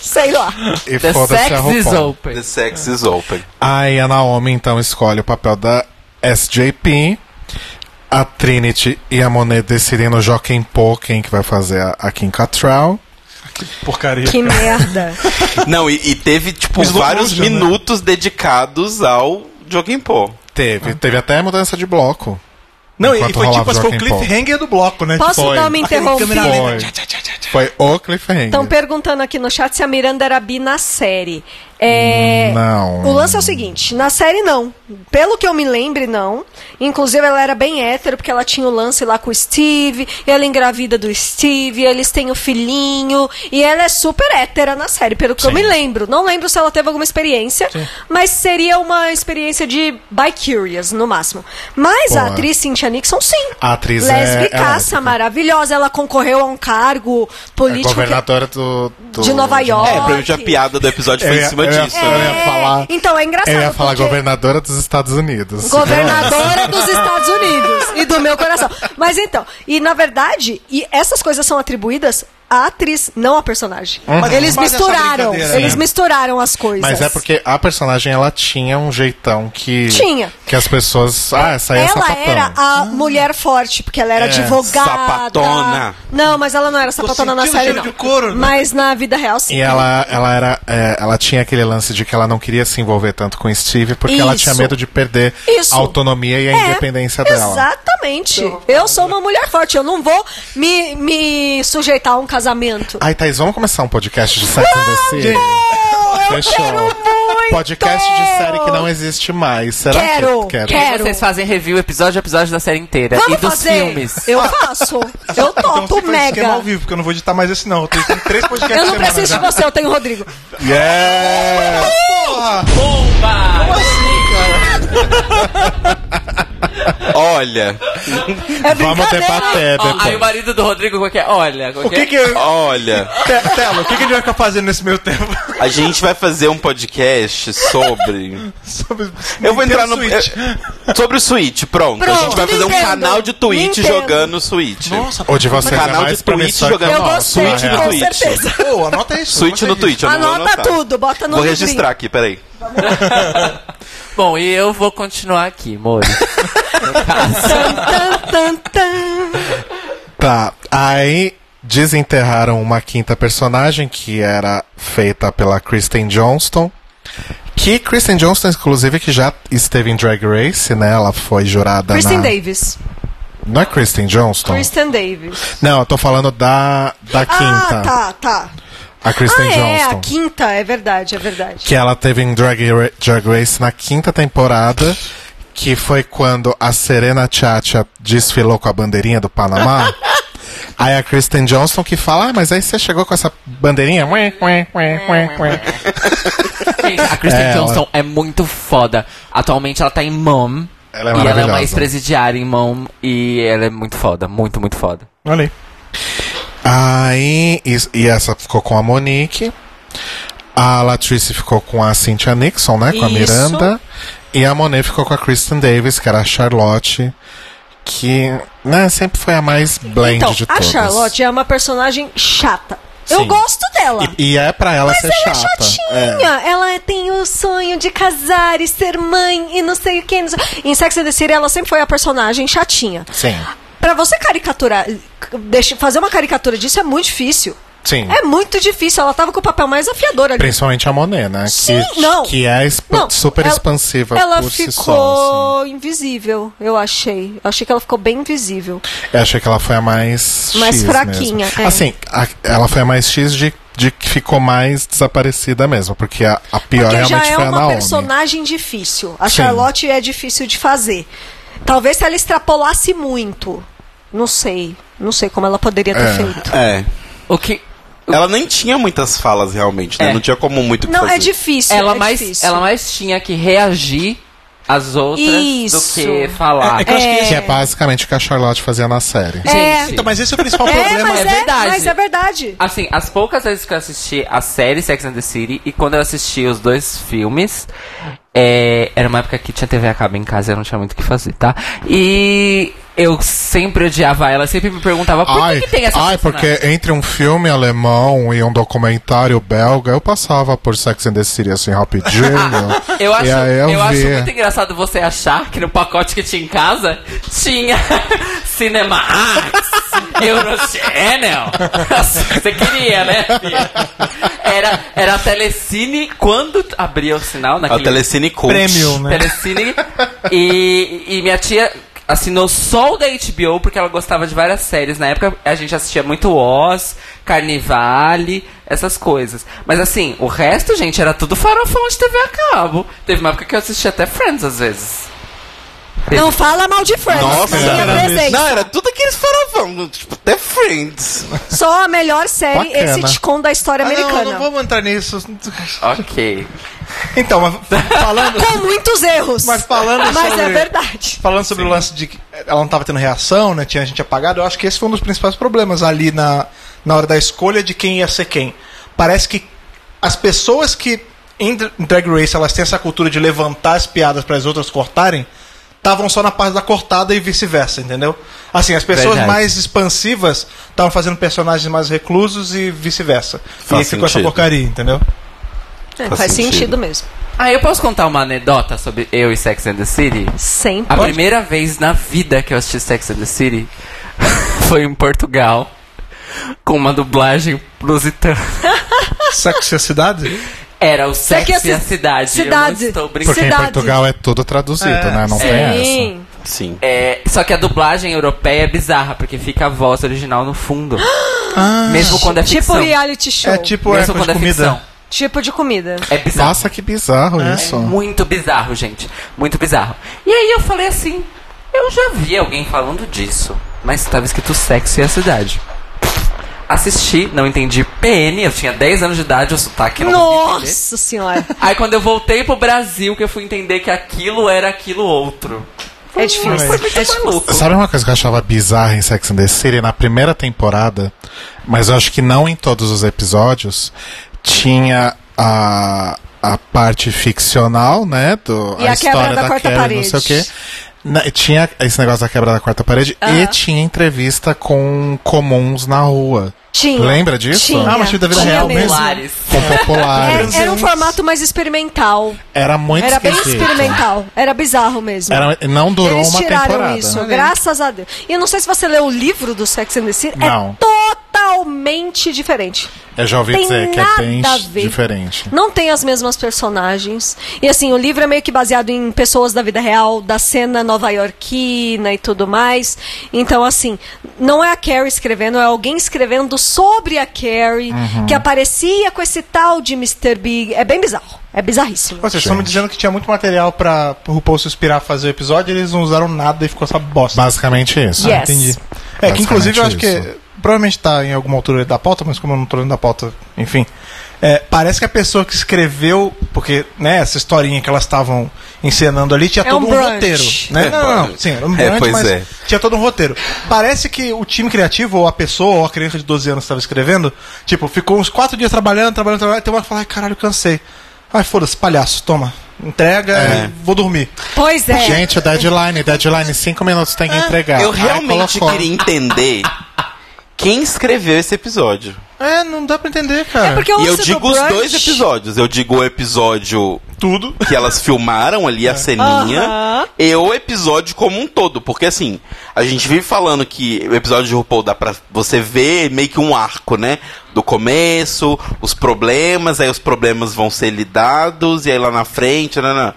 Speaker 9: Sei lá.
Speaker 2: E
Speaker 1: The
Speaker 2: foda-se é a
Speaker 1: Sex is
Speaker 2: RuPaul.
Speaker 3: The
Speaker 1: Open.
Speaker 3: sex is open.
Speaker 2: Aí a Naomi então escolhe o papel da SJP. A Trinity e a Monet decidem no Joaquim Pô quem que vai fazer a, a Kim Cattrall.
Speaker 8: Porcaria.
Speaker 9: Que merda.
Speaker 3: Não, e, e teve, tipo,
Speaker 8: Slow
Speaker 3: vários
Speaker 8: motion, né?
Speaker 3: minutos dedicados ao Joaquim Pô.
Speaker 2: Teve,
Speaker 9: Ah.
Speaker 2: teve até mudança de bloco.
Speaker 8: Não, e
Speaker 2: Enquanto
Speaker 8: foi
Speaker 2: rolava
Speaker 8: tipo, foi o
Speaker 2: Joaquim Paul.
Speaker 8: cliffhanger do bloco, né?
Speaker 9: Posso
Speaker 8: Tipo,
Speaker 9: dar uma
Speaker 8: aquele
Speaker 9: interrompida?
Speaker 8: câmera lenta.
Speaker 2: Foi.
Speaker 8: Tchá, tchá, tchá, tchá, tchá.
Speaker 2: Foi o cliffhanger.
Speaker 9: Estão perguntando aqui no chat se a Miranda era bi na série. É,
Speaker 2: Não.
Speaker 9: O lance é o seguinte, na série não. Pelo que eu me lembre, não. Inclusive, ela era bem hétero, porque ela tinha o lance lá com o Steve, ela engravida do Steve, eles têm o filhinho, e ela é super hétera na série, pelo que eu me lembro. Não lembro se ela teve alguma experiência, mas seria uma experiência de bi-curious, no máximo. Mas a
Speaker 2: Boa.
Speaker 9: atriz Cynthia Nixon, sim.
Speaker 2: A atriz é-
Speaker 9: Lésbicaça,
Speaker 2: é lésbica.
Speaker 9: maravilhosa. Ela concorreu a um cargo
Speaker 2: A
Speaker 9: político... que-
Speaker 2: governadora do, do-
Speaker 9: De Nova York.
Speaker 3: É, provavelmente a
Speaker 9: que-
Speaker 3: piada do episódio
Speaker 2: Eu
Speaker 3: foi
Speaker 2: ia-
Speaker 3: em cima
Speaker 2: eu ia-
Speaker 3: disso,
Speaker 2: eu
Speaker 3: né?
Speaker 2: ia falar.
Speaker 9: Então, é engraçado.
Speaker 2: Eu ia falar
Speaker 9: porque-
Speaker 2: governadora dos Estados Unidos. [LAUGHS]
Speaker 9: Governadora dos Estados Unidos e do meu coração. Mas então, e na verdade, e essas coisas são atribuídas à atriz, não à personagem.
Speaker 8: Mas
Speaker 9: Eles
Speaker 8: faz essa
Speaker 9: misturaram,
Speaker 8: brincadeira,
Speaker 9: eles
Speaker 8: né?
Speaker 9: misturaram as coisas.
Speaker 2: Hum. Mas é porque a personagem ela tinha um jeitão que
Speaker 9: Tinha.
Speaker 2: que as pessoas ah essa aí é
Speaker 9: ela
Speaker 2: sapatão.
Speaker 9: era a mulher forte, porque ela era
Speaker 2: É,
Speaker 9: advogada.
Speaker 3: sapatona.
Speaker 9: Não, mas ela não era sapatona na
Speaker 8: sentindo
Speaker 9: série,
Speaker 8: cheiro
Speaker 9: não.
Speaker 8: de couro, né?
Speaker 9: Mas na vida real, sim.
Speaker 2: E ela ela era é, ela tinha aquele lance de que ela não queria se envolver tanto com o Steve porque ela
Speaker 9: Isso.
Speaker 2: tinha medo de perder
Speaker 9: Isso.
Speaker 2: a autonomia e a
Speaker 9: É,
Speaker 2: independência dela.
Speaker 9: Exatamente. Eu sou uma mulher forte, eu não vou me, me sujeitar a um casamento.
Speaker 2: Ai, Thaís, vamos começar um podcast de Sex and the City? Fechou. Podcast de série que não é existe mais. Será
Speaker 9: Quero,
Speaker 2: que quero?
Speaker 9: quero.
Speaker 1: E vocês fazem review episódio a episódio da série inteira.
Speaker 9: Vamos
Speaker 1: e dos
Speaker 9: fazer?
Speaker 1: filmes.
Speaker 9: Eu faço. Eu
Speaker 8: Então
Speaker 9: topo
Speaker 8: você faz esquema
Speaker 9: mega.
Speaker 8: ao vivo, porque eu não vou editar mais esse, não. Eu tenho tenho três
Speaker 2: é
Speaker 8: podcasts
Speaker 9: Eu não
Speaker 8: semana
Speaker 9: preciso de
Speaker 8: já.
Speaker 9: você, eu tenho o Rodrigo.
Speaker 2: Yeah!
Speaker 8: Porra!
Speaker 3: Olha,
Speaker 9: É
Speaker 2: Vamos
Speaker 9: brincadeira.
Speaker 2: debater
Speaker 1: Ó, aí o
Speaker 2: depois.
Speaker 1: marido do Rodrigo qualquer. Olha, é?
Speaker 8: O que
Speaker 1: qualquer.
Speaker 8: que... eu-
Speaker 3: olha.
Speaker 8: Te- Telo, o que que a gente vai ficar fazendo nesse meio tempo?
Speaker 3: A gente vai fazer um podcast sobre.
Speaker 8: Sobre
Speaker 3: Eu vou entrar no.
Speaker 8: Nintendo Switch.
Speaker 3: é, sobre o Switch, pronto.
Speaker 9: Pronto,
Speaker 3: A gente vai fazer um
Speaker 9: Nintendo.
Speaker 3: canal de Twitch
Speaker 9: Nintendo.
Speaker 3: jogando Switch.
Speaker 8: Nossa,
Speaker 2: Ou de você é
Speaker 3: Canal de
Speaker 2: mais
Speaker 3: Twitch
Speaker 2: promissor que
Speaker 3: jogando
Speaker 2: o
Speaker 9: Eu
Speaker 2: nosso,
Speaker 9: gostei,
Speaker 2: na
Speaker 3: Switch no
Speaker 2: real.
Speaker 9: com
Speaker 3: Twitch.
Speaker 9: certeza.
Speaker 8: pô, anota isso.
Speaker 3: Switch
Speaker 8: anota
Speaker 3: no
Speaker 8: isso.
Speaker 3: Twitch, eu não vou
Speaker 9: Anota
Speaker 3: anotar.
Speaker 9: tudo, bota no
Speaker 3: Tá Vou
Speaker 9: livrinho.
Speaker 3: registrar aqui, peraí.
Speaker 1: Bom, e eu vou continuar aqui, Mori.
Speaker 9: Tan, tan, tan.
Speaker 2: Tá, aí desenterraram uma quinta personagem que era feita pela Kristen Johnston. Que Kristen Johnston, inclusive, que já esteve em Drag Race, né? Ela foi jurada
Speaker 9: Kristen
Speaker 2: na...
Speaker 9: Davis.
Speaker 2: Não é Kristen Johnston?
Speaker 9: Kristen Davis.
Speaker 2: Não, eu tô falando da, da quinta.
Speaker 9: Ah, tá, tá.
Speaker 2: A
Speaker 9: Ah,
Speaker 2: Kristen
Speaker 9: é,
Speaker 2: Johnston.
Speaker 9: a quinta, é verdade, é verdade.
Speaker 2: Que ela teve em Drag, Ra- Drag Race na quinta temporada, que foi quando a Serena Chacha desfilou com a bandeirinha do
Speaker 9: [LAUGHS]
Speaker 2: Panamá. Aí a Kristen Johnston que fala, ah, mas aí você chegou com essa bandeirinha. Ué, ué, ué, ué, ué."
Speaker 1: Gente, a Kristen
Speaker 2: É, ela-
Speaker 1: Johnson é muito foda. Atualmente ela tá em Mom.
Speaker 2: Ela é
Speaker 1: e ela é uma
Speaker 2: maravilhosa.
Speaker 1: ex-presidiária em mão e ela é muito foda, muito, muito foda.
Speaker 2: Olha aí. Aí, is- e essa ficou com a Monique. A Latrice ficou com a Cynthia Nixon, né? Com a
Speaker 9: Isso.
Speaker 2: Miranda. E a Monet ficou com a Kristen Davis, que era a Charlotte, que né, sempre foi a mais blend
Speaker 9: Então,
Speaker 2: de
Speaker 9: a
Speaker 2: todas.
Speaker 9: Charlotte é uma personagem chata. Eu
Speaker 2: Sim.
Speaker 9: gosto dela.
Speaker 2: E, e é pra ela
Speaker 9: Mas
Speaker 2: ser
Speaker 9: ela é
Speaker 2: chata.
Speaker 9: chatinha. Ela tem o sonho de casar e ser mãe e não sei o que. Em Sex and the City, ela sempre foi a personagem chatinha.
Speaker 2: Sim,
Speaker 9: Pra você caricaturar, deixa- fazer uma caricatura disso é muito difícil.
Speaker 2: sim.
Speaker 9: É muito difícil. Ela tava com o papel mais afiador ali.
Speaker 2: Principalmente a Monet, né?
Speaker 9: Sim,
Speaker 2: que,
Speaker 9: não.
Speaker 2: que é expa-
Speaker 9: Não,
Speaker 2: super
Speaker 9: ela-
Speaker 2: expansiva
Speaker 9: Ela
Speaker 2: por
Speaker 9: ficou
Speaker 2: si só. assim.
Speaker 9: invisível, eu achei. Eu achei que ela ficou bem invisível.
Speaker 2: assim. Eu achei que ela foi a mais
Speaker 9: Mais
Speaker 2: X
Speaker 9: fraquinha,
Speaker 2: mesmo.
Speaker 9: é.
Speaker 2: Assim, a- ela foi a mais X de, de que ficou mais desaparecida mesmo, porque a, a pior
Speaker 9: Porque já
Speaker 2: realmente
Speaker 9: é
Speaker 2: foi a
Speaker 9: uma
Speaker 2: Naomi.
Speaker 9: personagem difícil. A
Speaker 2: Sim.
Speaker 9: Charlotte é difícil de fazer. Talvez se ela extrapolasse muito. Não sei. Não sei como ela poderia ter
Speaker 2: É.
Speaker 9: feito.
Speaker 3: É.
Speaker 1: O que
Speaker 3: Ela nem tinha muitas falas realmente, né?
Speaker 1: É.
Speaker 3: Não tinha como muito o que
Speaker 9: Não,
Speaker 3: fazer.
Speaker 9: é difícil.
Speaker 1: ela
Speaker 9: é
Speaker 1: mais
Speaker 9: difícil.
Speaker 1: ela mais tinha que reagir às outras
Speaker 9: Isso.
Speaker 1: do que falar.
Speaker 8: É, é que eu acho que
Speaker 2: Que
Speaker 8: esse
Speaker 2: é basicamente o que a Charlotte fazia na série.
Speaker 9: É.
Speaker 8: Então, mas esse é o principal
Speaker 9: É,
Speaker 8: problema.
Speaker 9: mas é,
Speaker 1: é verdade.
Speaker 9: Mas é verdade.
Speaker 1: Assim, as poucas vezes que eu assisti a série Sex and the City e quando eu assisti os dois filmes, é, era uma época que tinha TV a cabo em casa, eu não tinha muito o que fazer, tá? E eu sempre odiava ela, sempre me perguntava por que
Speaker 2: ai,
Speaker 1: que, tem essa
Speaker 2: ai porque entre um filme alemão e um documentário belga, eu passava por Sex and the City assim rapidinho.
Speaker 1: [LAUGHS] Eu acho,
Speaker 2: e aí eu,
Speaker 1: eu acho
Speaker 2: vi.
Speaker 1: muito engraçado você achar que no pacote que tinha em casa tinha [LAUGHS] Cinema Arts, Eurochannel. [LAUGHS] Você queria, né? filha? Era, era a Telecine quando abria o sinal
Speaker 3: A
Speaker 1: naquele
Speaker 3: é Telecine Coach.
Speaker 8: Prêmio, né?
Speaker 1: Telecine. e, e minha tia assinou só o da HBO porque ela gostava de várias séries. Na época a gente assistia muito Oz, Carnivale, essas coisas. Mas assim, o resto, gente, era tudo farofão de TV a cabo. Teve uma época que eu assistia até Friends às vezes.
Speaker 9: Não fala mal de Friends.
Speaker 3: Nossa,
Speaker 9: nem a
Speaker 3: era
Speaker 9: presença.
Speaker 3: Não, era tudo aqueles farofão, tipo, até Friends.
Speaker 9: Só a melhor série
Speaker 2: Bacana.
Speaker 9: esse sitcom da
Speaker 8: Ah,
Speaker 9: história americana.
Speaker 8: não, não vamos entrar nisso.
Speaker 1: Ok.
Speaker 8: Então, mas falando,
Speaker 9: Com muitos erros.
Speaker 8: mas falando
Speaker 9: Mas
Speaker 8: sobre...
Speaker 9: é verdade.
Speaker 8: Falando sobre o lance de que ela não tava tendo reação, né? Tinha gente apagada, eu acho que esse foi um dos principais problemas ali na, na hora da escolha de quem ia ser quem. Parece que as pessoas que em Dra- em Drag Race elas têm essa cultura de levantar as piadas para as outras cortarem, estavam só na parte da cortada e vice-versa, entendeu? Assim, as pessoas
Speaker 1: Verdade.
Speaker 8: mais expansivas estavam fazendo personagens mais reclusos e vice-versa. E
Speaker 3: Faz
Speaker 8: aí ficou essa
Speaker 3: sentido.
Speaker 8: porcaria, entendeu?
Speaker 9: É,
Speaker 3: Faz
Speaker 9: faz sentido.
Speaker 3: sentido
Speaker 9: mesmo.
Speaker 1: Ah, eu posso contar uma anedota sobre eu e Sex and the City?
Speaker 9: Sempre.
Speaker 1: A primeira vez na vida que eu assisti Sex and the City [LAUGHS] foi em Portugal, com uma dublagem lusitana.
Speaker 8: Sexo e a cidade?
Speaker 1: Era o sexo
Speaker 9: Você quer
Speaker 1: e a
Speaker 9: ci-
Speaker 1: cidade.
Speaker 9: cidade.
Speaker 1: Eu não estou
Speaker 2: Porque
Speaker 1: brincando.
Speaker 9: Cidade.
Speaker 2: em Portugal é tudo traduzido,
Speaker 8: É,
Speaker 2: né? Não tem essa.
Speaker 9: Sim.
Speaker 3: Sim.
Speaker 1: É, só que a dublagem europeia é bizarra, porque fica a voz original no
Speaker 9: [GASPS]
Speaker 1: fundo. mesmo quando é
Speaker 9: Tipo
Speaker 1: ficção.
Speaker 9: reality show.
Speaker 8: É tipo é,
Speaker 1: mesmo
Speaker 8: coisa
Speaker 1: quando
Speaker 8: de
Speaker 1: é ficção.
Speaker 8: comida.
Speaker 9: Tipo de comida.
Speaker 1: É bizarro.
Speaker 2: Nossa, que bizarro isso.
Speaker 1: É muito bizarro, gente. Muito bizarro. E aí eu falei assim, eu já vi alguém falando disso, mas estava escrito sexo e a cidade. Assisti, não entendi PN, eu tinha 10 anos de idade, o sotaque não consegui entender.
Speaker 9: Nossa senhora.
Speaker 1: Aí quando eu voltei pro Brasil, que eu fui entender que aquilo era aquilo outro.
Speaker 9: É difícil.
Speaker 1: Foi muito
Speaker 9: É difícil.
Speaker 1: maluco.
Speaker 2: Sabe uma coisa que eu achava bizarra em Sex and the City? Na primeira temporada, mas eu acho que não em todos os episódios, tinha a, a parte ficcional, né? Do,
Speaker 9: E a quebra da quarta
Speaker 2: Carrie,
Speaker 9: parede.
Speaker 2: Não sei o quê. Na- tinha esse negócio da quebra da quarta parede e tinha entrevista com comuns na rua.
Speaker 9: Tinha.
Speaker 2: Lembra disso?
Speaker 9: Tinha.
Speaker 8: Ah, mas tinha da vida
Speaker 9: Tinha
Speaker 8: real
Speaker 9: mesmo.
Speaker 1: Populares.
Speaker 2: Com populares.
Speaker 9: É, era um formato mais experimental.
Speaker 2: Era muito
Speaker 9: Era bem
Speaker 2: esquisito.
Speaker 9: experimental. Era bizarro mesmo.
Speaker 2: Era, não durou
Speaker 9: Eles
Speaker 2: uma
Speaker 9: tiraram
Speaker 2: temporada. né?
Speaker 9: isso, graças a Deus. E eu não sei se você leu o livro do Sex and the City.
Speaker 2: Não.
Speaker 9: É totalmente diferente.
Speaker 2: Eu já ouvi
Speaker 9: Tem
Speaker 2: dizer que é
Speaker 9: nada
Speaker 2: bem
Speaker 9: a ver.
Speaker 2: diferente.
Speaker 9: Não tem as mesmas personagens. E assim, o livro é meio que baseado em pessoas da vida real, da cena nova-iorquina e tudo mais. Então, assim, não é a Carrie escrevendo, é alguém escrevendo sobre a Carrie,
Speaker 8: Uhum.
Speaker 9: que aparecia com esse tal de Mr. Big. É bem bizarro. É bizarríssimo.
Speaker 8: Pô, Vocês estão me dizendo que tinha muito material pra pro RuPaul se inspirar a fazer o episódio e eles não usaram nada e ficou essa bosta.
Speaker 2: Basicamente isso.
Speaker 9: Yes.
Speaker 8: Entendi. É que inclusive eu acho
Speaker 2: Basicamente
Speaker 8: que provavelmente tá em alguma altura da pauta, mas como eu não tô lendo da pauta, enfim. É, parece que a pessoa que escreveu, porque né, essa historinha que elas estavam encenando ali, tinha
Speaker 9: É
Speaker 8: todo
Speaker 9: um
Speaker 8: um,
Speaker 9: brunch.
Speaker 8: roteiro. Né?
Speaker 3: É,
Speaker 8: não, não,
Speaker 3: brunch.
Speaker 8: sim, era um
Speaker 3: É,
Speaker 8: brunch,
Speaker 3: pois
Speaker 8: mas
Speaker 3: é.
Speaker 8: tinha todo um roteiro. Parece que o time criativo, ou a pessoa, ou a criança de 12 anos que estava escrevendo, tipo, ficou uns 4 dias trabalhando, trabalhando, trabalhando, e tem uma hora que fala, ai, caralho, cansei. Ai, foda-se, palhaço, toma. Entrega
Speaker 2: É.
Speaker 8: e vou dormir.
Speaker 9: Pois é. Ah,
Speaker 2: Gente, deadline, deadline, cinco minutos tem que entregar.
Speaker 3: Eu
Speaker 2: Aí
Speaker 3: realmente
Speaker 2: colocou.
Speaker 3: queria entender quem escreveu esse episódio.
Speaker 8: É, não dá pra entender, cara.
Speaker 9: É porque o
Speaker 3: E eu
Speaker 9: lance do
Speaker 3: digo os
Speaker 9: brunch-
Speaker 3: dois episódios. Eu digo o episódio
Speaker 8: Tudo.
Speaker 3: que elas filmaram ali a ceninha
Speaker 9: Aham.
Speaker 3: e o episódio como um todo. Porque assim, a gente vive falando que o episódio de RuPaul dá pra você ver meio que um arco, né? Do começo, os problemas, aí os problemas vão ser lidados, e aí lá na frente, nanã.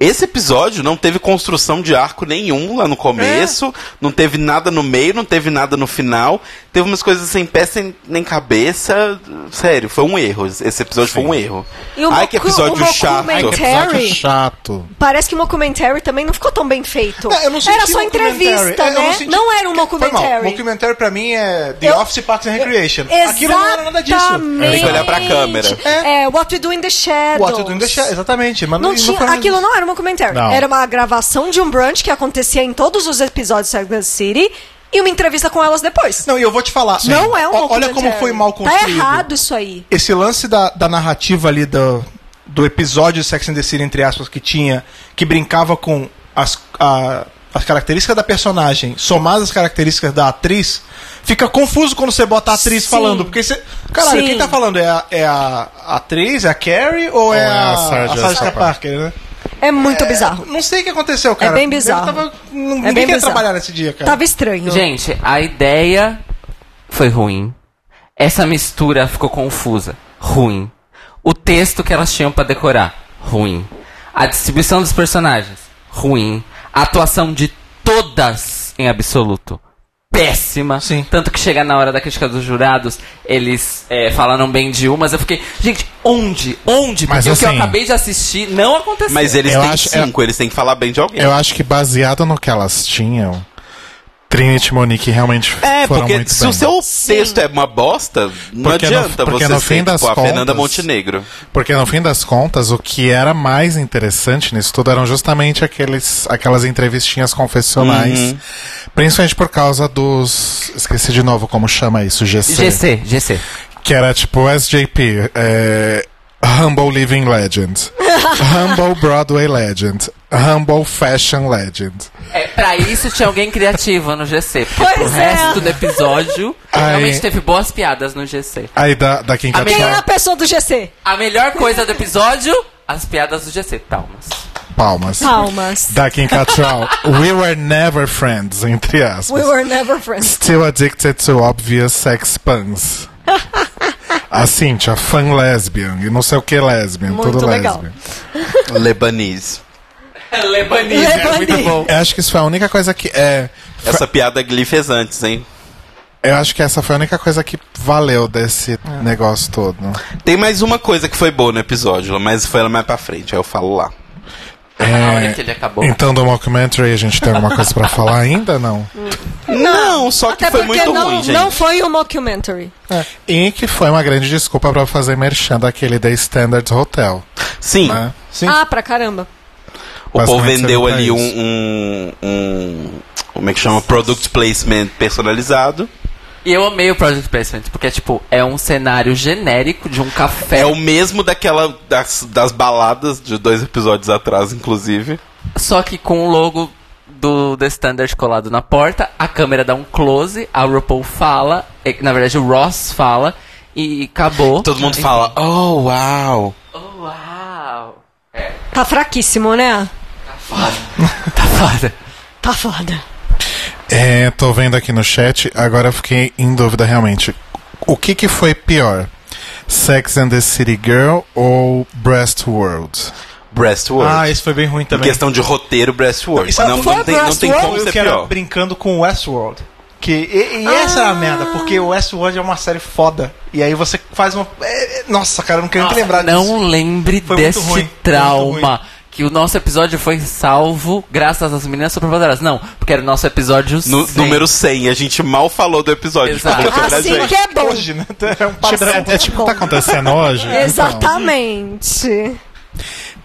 Speaker 3: Esse episódio não teve construção de arco nenhum lá no começo,
Speaker 9: É.
Speaker 3: não teve nada no meio, não teve nada no final. Teve umas coisas sem pé, sem, nem cabeça. Sério, foi um erro. Esse episódio foi um erro.
Speaker 9: E o
Speaker 3: Ai, que
Speaker 9: Mocu- o
Speaker 3: episódio
Speaker 9: Mocu-
Speaker 3: chato.
Speaker 9: Ai,
Speaker 2: Que
Speaker 9: Tá que
Speaker 2: episódio
Speaker 9: Terry.
Speaker 2: chato.
Speaker 9: Parece que o mockumentary também não ficou tão bem feito.
Speaker 8: É, eu não senti
Speaker 9: era só
Speaker 8: mockumentary.
Speaker 9: entrevista,
Speaker 8: É, eu
Speaker 9: né?
Speaker 8: senti-
Speaker 9: Não era um
Speaker 8: Foi mal.
Speaker 9: mockumentary.
Speaker 8: Mockumentary pra mim é The
Speaker 9: Eu-
Speaker 8: Office, Parks and Recreation.
Speaker 9: Exatamente.
Speaker 8: Aquilo não era nada disso.
Speaker 3: Tem que olhar pra câmera.
Speaker 9: É, What We Do in the Shadows.
Speaker 8: What You Do in the Shadows, exatamente. Mas
Speaker 9: Não tinha,
Speaker 8: foi nada
Speaker 9: aquilo
Speaker 8: disso.
Speaker 9: não era um documentário.
Speaker 2: Não.
Speaker 9: Era uma gravação de um brunch que acontecia em todos os episódios de Sex and the City e uma entrevista com elas depois.
Speaker 8: Não, e eu vou te falar.
Speaker 9: Não é um
Speaker 8: o- Olha
Speaker 9: documentário.
Speaker 8: como foi mal construído.
Speaker 9: Tá errado isso aí.
Speaker 8: Esse lance da, da narrativa ali do, do episódio de Sex and the City, entre aspas, que tinha, que brincava com as, a- as características da personagem, somadas às características da atriz, fica confuso quando você bota a atriz
Speaker 9: Sim.
Speaker 8: falando. Porque você. Caralho,
Speaker 9: Sim.
Speaker 8: quem tá falando? É a, é a atriz, é a Carrie ou, é, a, a Sarah Jessica Parker, né?
Speaker 9: É muito bizarro.
Speaker 8: Não sei o que aconteceu, cara.
Speaker 9: É bem bizarro.
Speaker 8: Eu tava- ninguém
Speaker 9: É bem
Speaker 8: quer
Speaker 9: bizarro.
Speaker 8: trabalhar nesse dia, cara.
Speaker 9: Tava estranho.
Speaker 1: Gente, a ideia foi ruim. Essa mistura ficou confusa. Ruim. O texto que elas tinham pra decorar. Ruim. A distribuição dos personagens. Ruim. A atuação de todas em absoluto. Péssima.
Speaker 8: Sim.
Speaker 1: Tanto que chega na hora da crítica dos jurados, eles é, falaram bem de umas. Eu fiquei, gente, onde? Onde?
Speaker 2: Mas
Speaker 1: Porque o que eu
Speaker 2: assim-
Speaker 1: acabei de assistir não aconteceu.
Speaker 3: Mas eles
Speaker 2: Eu
Speaker 3: têm
Speaker 2: acho- é-
Speaker 3: cinco, eles têm que falar bem de alguém.
Speaker 2: Eu acho que baseado no que elas tinham, Trinity e Monique realmente
Speaker 3: É,
Speaker 2: foram
Speaker 3: porque
Speaker 2: muito
Speaker 3: se
Speaker 2: bem.
Speaker 3: o seu texto é uma bosta, não
Speaker 2: Porque no-
Speaker 3: adianta
Speaker 2: porque
Speaker 3: você
Speaker 2: no
Speaker 3: ser
Speaker 2: fim das
Speaker 3: tipo a Fernanda
Speaker 2: contas-
Speaker 3: Montenegro.
Speaker 2: Porque no fim das contas, o que era mais interessante nisso tudo eram justamente aqueles, aquelas entrevistinhas confessionais.
Speaker 3: Uhum.
Speaker 2: Principalmente por causa dos. Esqueci de novo como chama isso, GC.
Speaker 1: GC, GC.
Speaker 2: Que era tipo SJP. é, Humble Living
Speaker 9: [LAUGHS]
Speaker 2: Legend. Humble Broadway Legend. Humble Fashion Legend.
Speaker 1: É, pra isso tinha alguém criativo no GC. Porque
Speaker 9: Pois
Speaker 1: pro
Speaker 9: é.
Speaker 1: resto do episódio,
Speaker 2: Ai.
Speaker 1: realmente teve boas piadas no GC.
Speaker 2: Aí da, da quinta
Speaker 9: Quem é a
Speaker 2: Tchau,
Speaker 9: pessoa do GC?
Speaker 1: A melhor coisa do episódio, as piadas do GC. Palmas.
Speaker 2: palmas.
Speaker 9: Palmas.
Speaker 2: Da Kim
Speaker 9: [LAUGHS]
Speaker 2: Cattrall, We Were Never Friends, entre aspas.
Speaker 9: We were
Speaker 8: [LAUGHS]
Speaker 9: never friends.
Speaker 2: Still addicted to obvious sex
Speaker 9: [LAUGHS]
Speaker 2: puns. A Cíntia, fan lesbian, e não sei o que lesbian,
Speaker 9: Muito
Speaker 2: tudo
Speaker 9: legal.
Speaker 2: lesbian.
Speaker 3: Lebanês.
Speaker 1: Lebanese.
Speaker 8: é
Speaker 9: Levani.
Speaker 2: Eu acho que isso foi a única coisa que. É,
Speaker 3: Essa piada Glee fez antes, hein?
Speaker 2: eu acho que essa foi a única coisa que valeu desse
Speaker 9: Ah.
Speaker 2: negócio todo.
Speaker 3: Tem mais uma coisa que foi boa no episódio, mas foi ela mais pra frente, aí eu falo lá.
Speaker 1: Na hora né, que ele acabou.
Speaker 2: Então, do Mockumentary, a gente tem alguma coisa pra falar ainda? Não.
Speaker 3: Não, só que
Speaker 9: Até
Speaker 3: foi
Speaker 9: porque
Speaker 3: muito
Speaker 9: não,
Speaker 3: ruim, gente.
Speaker 9: não foi um mockumentary.
Speaker 2: E que foi uma grande desculpa pra fazer merchan daquele The Standard Hotel.
Speaker 3: Sim,
Speaker 2: Né?
Speaker 8: Sim.
Speaker 9: Ah, pra caramba.
Speaker 3: o povo
Speaker 2: basicamente
Speaker 3: vendeu
Speaker 2: serve pra
Speaker 3: ali um,
Speaker 2: isso.
Speaker 3: um, um- Como é que chama? Product placement personalizado.
Speaker 1: E eu amei o Project Placement, porque, tipo, é um cenário genérico de um café.
Speaker 3: É o mesmo daquela das, das baladas de dois episódios atrás, inclusive.
Speaker 1: Só que com o logo do The Standard colado na porta, a câmera dá um close, a RuPaul fala, eh, na verdade o Ross fala, e acabou.
Speaker 3: Todo mundo fala, oh, uau.
Speaker 1: Oh, uau!
Speaker 9: Tá fraquíssimo, né?
Speaker 1: Tá foda.
Speaker 9: Tá foda.
Speaker 2: É, tô vendo aqui no chat, agora eu fiquei em dúvida realmente. O que que foi pior? Sex and the City Girl ou Breast World?
Speaker 3: Breastwork.
Speaker 8: Ah, esse foi bem ruim
Speaker 3: Em
Speaker 8: também.
Speaker 3: questão de roteiro, Breastwork.
Speaker 8: E
Speaker 3: Não,
Speaker 8: sabe
Speaker 3: não,
Speaker 8: qual foi
Speaker 3: tem, não tem
Speaker 8: Westworld?
Speaker 3: como ser
Speaker 8: que era
Speaker 3: pior.
Speaker 8: brincando com Westworld. Que, e, e essa era a merda, porque o Westworld é uma série foda. E aí você faz uma. é, é, nossa, cara, eu não quero nem lembrar
Speaker 1: não
Speaker 8: disso.
Speaker 1: lembre
Speaker 8: Foi muito
Speaker 1: desse
Speaker 8: ruim, muito
Speaker 1: trauma. Que o nosso episódio foi salvo graças às meninas superpoderosas. Não, porque era o nosso episódio
Speaker 3: No,
Speaker 1: 100.
Speaker 3: número 100, a gente mal falou do episódio.
Speaker 1: Exato.
Speaker 3: falou sobre a
Speaker 9: Assim
Speaker 3: gente.
Speaker 9: que é bom.
Speaker 8: Hoje, né? É um
Speaker 2: Tipo,
Speaker 8: padrão.
Speaker 2: é, é tipo o que tá acontecendo hoje? Então,
Speaker 9: Exatamente.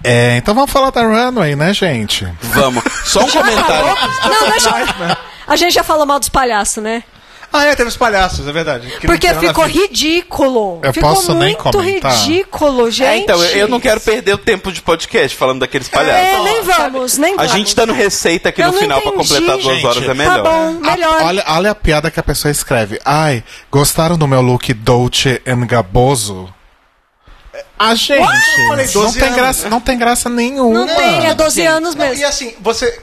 Speaker 2: É, então vamos falar da Runway, né, gente?
Speaker 3: Vamos. Só um comentário.
Speaker 9: Não, deixa.
Speaker 8: né?
Speaker 9: A gente já falou mal dos palhaços, né?
Speaker 8: Ah, é, teve os palhaços, é verdade. Que não
Speaker 9: Porque
Speaker 8: tinha nada a
Speaker 9: ficou
Speaker 8: ver.
Speaker 9: ridículo.
Speaker 2: Eu
Speaker 9: ficou
Speaker 2: posso nem
Speaker 9: muito
Speaker 2: comentar?
Speaker 9: ridículo, gente.
Speaker 3: É, então, eu, eu não quero perder o tempo de podcast falando daqueles
Speaker 9: É,
Speaker 3: palhaços.
Speaker 9: nem vamos, nem
Speaker 3: a
Speaker 9: vamos.
Speaker 3: gente dando receita aqui
Speaker 9: Eu
Speaker 3: no
Speaker 9: não
Speaker 3: final pra
Speaker 9: entendi.
Speaker 3: completar duas
Speaker 2: Gente,
Speaker 3: horas é
Speaker 2: tá
Speaker 9: Tá
Speaker 3: melhor.
Speaker 9: bom, melhor.
Speaker 2: A- olha, olha a piada que a pessoa escreve. Ai, gostaram do meu look Dolce and Gaboso? A gente,
Speaker 8: Eu falei
Speaker 2: não
Speaker 8: 12
Speaker 2: tem,
Speaker 8: anos.
Speaker 2: graça, não tem graça nenhuma.
Speaker 9: Não tem, é 12
Speaker 8: Gente,
Speaker 9: anos
Speaker 8: não, E
Speaker 9: mesmo.
Speaker 8: assim, você.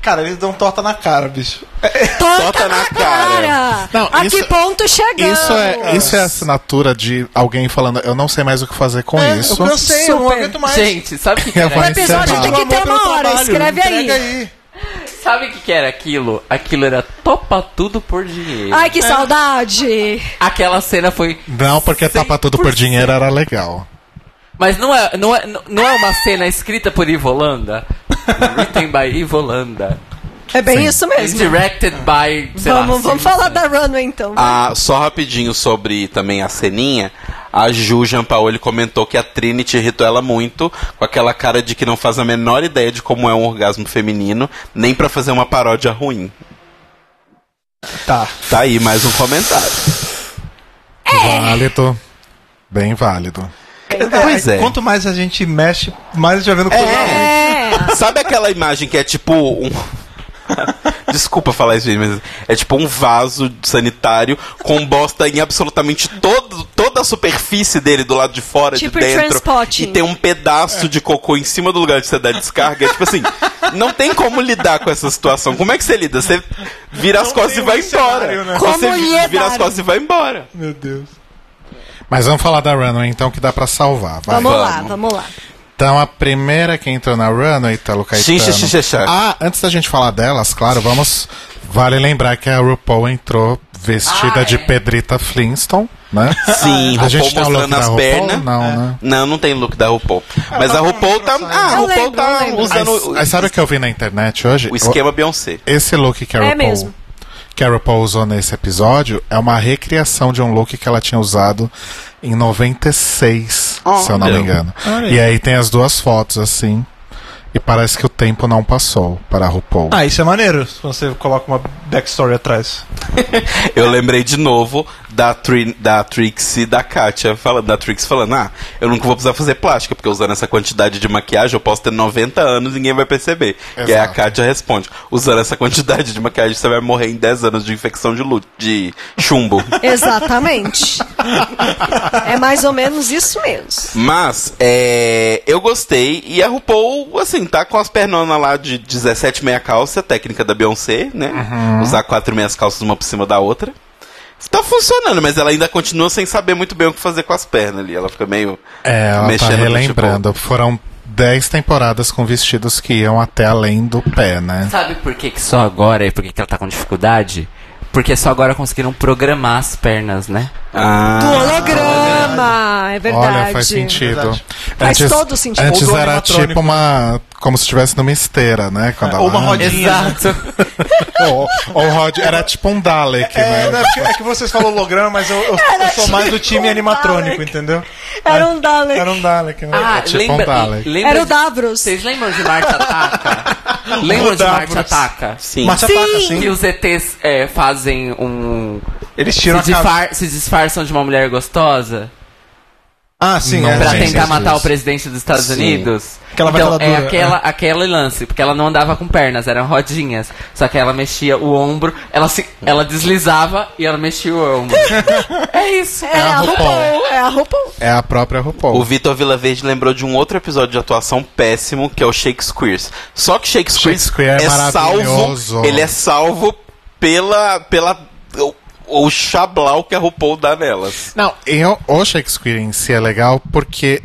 Speaker 8: Cara, eles dão torta na cara, bicho.
Speaker 3: tá
Speaker 9: Torta na cara.
Speaker 2: Não,
Speaker 9: a
Speaker 2: isso-
Speaker 9: que ponto chegamos?
Speaker 2: Isso é, isso é a assinatura de alguém falando, eu não sei mais o que fazer com
Speaker 8: É,
Speaker 2: isso.
Speaker 8: Eu cansei, eu não aguento mais.
Speaker 1: Gente, sabe o que, que
Speaker 2: Eu
Speaker 1: era?
Speaker 9: O
Speaker 2: vou
Speaker 9: episódio
Speaker 2: encerrar.
Speaker 9: tem que
Speaker 8: Pelo
Speaker 9: ter
Speaker 8: amor,
Speaker 9: uma
Speaker 8: pelo
Speaker 9: hora,
Speaker 8: trabalho,
Speaker 9: escreve aí.
Speaker 8: entrega aí.
Speaker 1: Sabe o que, que era aquilo? Aquilo era topa tudo por dinheiro.
Speaker 9: Ai, que
Speaker 2: É.
Speaker 9: saudade.
Speaker 1: Aquela cena foi.
Speaker 2: Não, porque tapa tudo por dinheiro era legal.
Speaker 1: Mas não é, não é, não é uma cena escrita por Ivolanda? Written by Ivolanda.
Speaker 9: É bem isso mesmo.
Speaker 1: Directed by. Sei lá,
Speaker 9: Vamos, vamos
Speaker 1: Simpson.
Speaker 9: falar da Runway então.
Speaker 3: Ah, só rapidinho sobre também a ceninha. A Ju Gianpaoli comentou que a Trinity irritou ela muito, com aquela cara de que não faz a menor ideia de como é um orgasmo feminino, nem pra fazer uma paródia ruim.
Speaker 8: Tá.
Speaker 3: Tá aí mais um comentário.
Speaker 2: Válido. Bem válido.
Speaker 3: Pois é.
Speaker 8: Quanto mais a gente mexe, mais a gente vai vendo coisa ruim.
Speaker 9: É.
Speaker 3: Sabe aquela imagem que é tipo um. [LAUGHS] Desculpa falar isso, gente, mas é tipo um vaso sanitário com bosta em absolutamente todo, toda a superfície dele do lado de fora,
Speaker 9: Tipo
Speaker 3: de dentro.
Speaker 9: Trainspotting.
Speaker 3: E tem um pedaço de cocô em cima do lugar onde você dá descarga. É tipo assim, não tem como lidar com essa situação. Como é que você lida? Você vira as
Speaker 8: Não
Speaker 3: costas e
Speaker 8: tem
Speaker 3: vai
Speaker 8: um cenário,
Speaker 3: embora.
Speaker 8: né?
Speaker 3: Você
Speaker 9: Como
Speaker 3: vi- vira as
Speaker 9: lidar?
Speaker 3: costas e vai embora.
Speaker 8: Meu Deus.
Speaker 2: Mas vamos falar da Runway então, que dá pra salvar. Vai.
Speaker 9: Vamos lá,
Speaker 3: Vamos.
Speaker 9: vamos lá.
Speaker 2: Então a primeira que entrou na Runway, Italo Caetano.
Speaker 3: Xixa, xixa, xixa.
Speaker 2: Ah, antes da gente falar delas, claro, vamos. Vale lembrar que a RuPaul entrou vestida de Pedrita Flintstone, né?
Speaker 3: Sim,
Speaker 2: a
Speaker 3: RuPaul
Speaker 2: gente tem o look
Speaker 3: mostrando
Speaker 2: da
Speaker 3: as
Speaker 2: RuPaul?
Speaker 3: pernas. É.
Speaker 2: Não, né?
Speaker 3: Não, não tem look da RuPaul.
Speaker 8: É,
Speaker 3: Mas a RuPaul tá. Ah, a
Speaker 9: Eu
Speaker 3: RuPaul
Speaker 9: lembro, eu
Speaker 3: tá
Speaker 9: lembro.
Speaker 3: usando.
Speaker 2: Aí, aí sabe o que eu vi na internet hoje?
Speaker 3: O esquema Beyoncé.
Speaker 2: Esse look que a
Speaker 9: É
Speaker 2: RuPaul,
Speaker 9: mesmo.
Speaker 2: que a RuPaul usou nesse episódio é uma recriação de um look que ela tinha usado em 96, se eu não
Speaker 3: Olha.
Speaker 2: me engano.
Speaker 8: Olha aí.
Speaker 2: E aí tem as duas fotos assim. E parece que o tempo não passou para a RuPaul.
Speaker 8: Ah, isso é maneiro. se Você coloca uma backstory atrás.
Speaker 3: Eu lembrei de novo da, Tri, da Trix e da Katia falando, da Trix falando, ah, eu nunca vou precisar fazer plástica, porque usando essa quantidade de maquiagem eu posso ter 90 anos e ninguém vai perceber. E aí a
Speaker 2: Exato.
Speaker 3: Katia responde, usando essa quantidade de maquiagem você vai morrer em 10 anos de infecção de, lu- de chumbo.
Speaker 9: Exatamente. é mais ou menos isso mesmo.
Speaker 3: Mas, é, eu gostei. E a RuPaul, assim, tá com as pernonas lá de 17 meia calça, técnica da Beyoncé, né?
Speaker 2: Uhum.
Speaker 3: Usar quatro meias calças uma por cima da outra. Tá funcionando, mas ela ainda continua sem saber muito bem o que fazer com as pernas ali. Ela fica meio.
Speaker 2: É, ela tá
Speaker 3: mexendo no
Speaker 2: relembrando. Foram 10 temporadas com vestidos que iam até além do pé, né?
Speaker 1: Sabe por que, que só agora e por que, que ela tá com dificuldade? Porque só agora conseguiram programar as pernas, né?
Speaker 9: Do
Speaker 3: Ah,
Speaker 9: holograma, é verdade.
Speaker 2: Olha, faz sentido.
Speaker 8: Verdade.
Speaker 9: Faz todo sentido.
Speaker 2: Antes
Speaker 8: Ou do
Speaker 2: era
Speaker 8: animatrônico.
Speaker 2: tipo uma. Como se estivesse numa esteira, né? Quando
Speaker 8: Ou
Speaker 2: ela
Speaker 8: uma
Speaker 2: anda.
Speaker 8: rodinha.
Speaker 2: Ou, ou rod- Era tipo um Dalek,
Speaker 8: É,
Speaker 2: né?
Speaker 8: não, é que- é que vocês falam holograma, mas eu, eu- eu sou mais do time animatrônico, entendeu?
Speaker 9: Era um Dalek.
Speaker 8: Era um Dalek, né?
Speaker 1: [LAUGHS] Ah,
Speaker 2: tipo um
Speaker 1: lembra,
Speaker 2: Dalek.
Speaker 1: lembra
Speaker 9: Era o
Speaker 1: de-
Speaker 9: Davros.
Speaker 1: Vocês lembram de
Speaker 8: [LAUGHS]
Speaker 1: Marte Ataca? lembram
Speaker 8: O
Speaker 1: de Marte
Speaker 8: Davros.
Speaker 1: Ataca?
Speaker 3: sim.
Speaker 8: Mas ataca, sim.
Speaker 1: Que os ETs é, fazem um.
Speaker 8: Eles
Speaker 1: Se,
Speaker 8: tiram a cara.
Speaker 1: disfar- se disfarçam de uma mulher gostosa
Speaker 8: Ah, sim,
Speaker 2: Não,
Speaker 8: é,
Speaker 1: pra
Speaker 8: sim,
Speaker 1: tentar
Speaker 8: sim.
Speaker 1: matar o presidente dos Estados
Speaker 3: Sim.
Speaker 1: Unidos.
Speaker 8: Aquela
Speaker 1: então,
Speaker 8: vai
Speaker 1: é
Speaker 8: falar dura,
Speaker 1: aquela, aquele lance, porque ela não andava com pernas, eram rodinhas. Só que ela mexia o ombro, ela, se, ela deslizava e ela mexia o
Speaker 8: [LAUGHS]
Speaker 1: ombro. é isso.
Speaker 9: É a
Speaker 2: RuPaul.
Speaker 9: RuPaul. É a RuPaul.
Speaker 2: É a própria
Speaker 3: O
Speaker 2: RuPaul.
Speaker 3: Vitor Vilaverde lembrou de um outro episódio de atuação péssimo, que é o Shakespeare's. Só que Shakespeare's
Speaker 2: Shakespeare é
Speaker 3: salvo.
Speaker 2: maravilhoso.
Speaker 3: Ele é salvo pela. pela o, o chablau que a RuPaul dá nelas.
Speaker 2: Não, eu, o Shakespeare em si é legal porque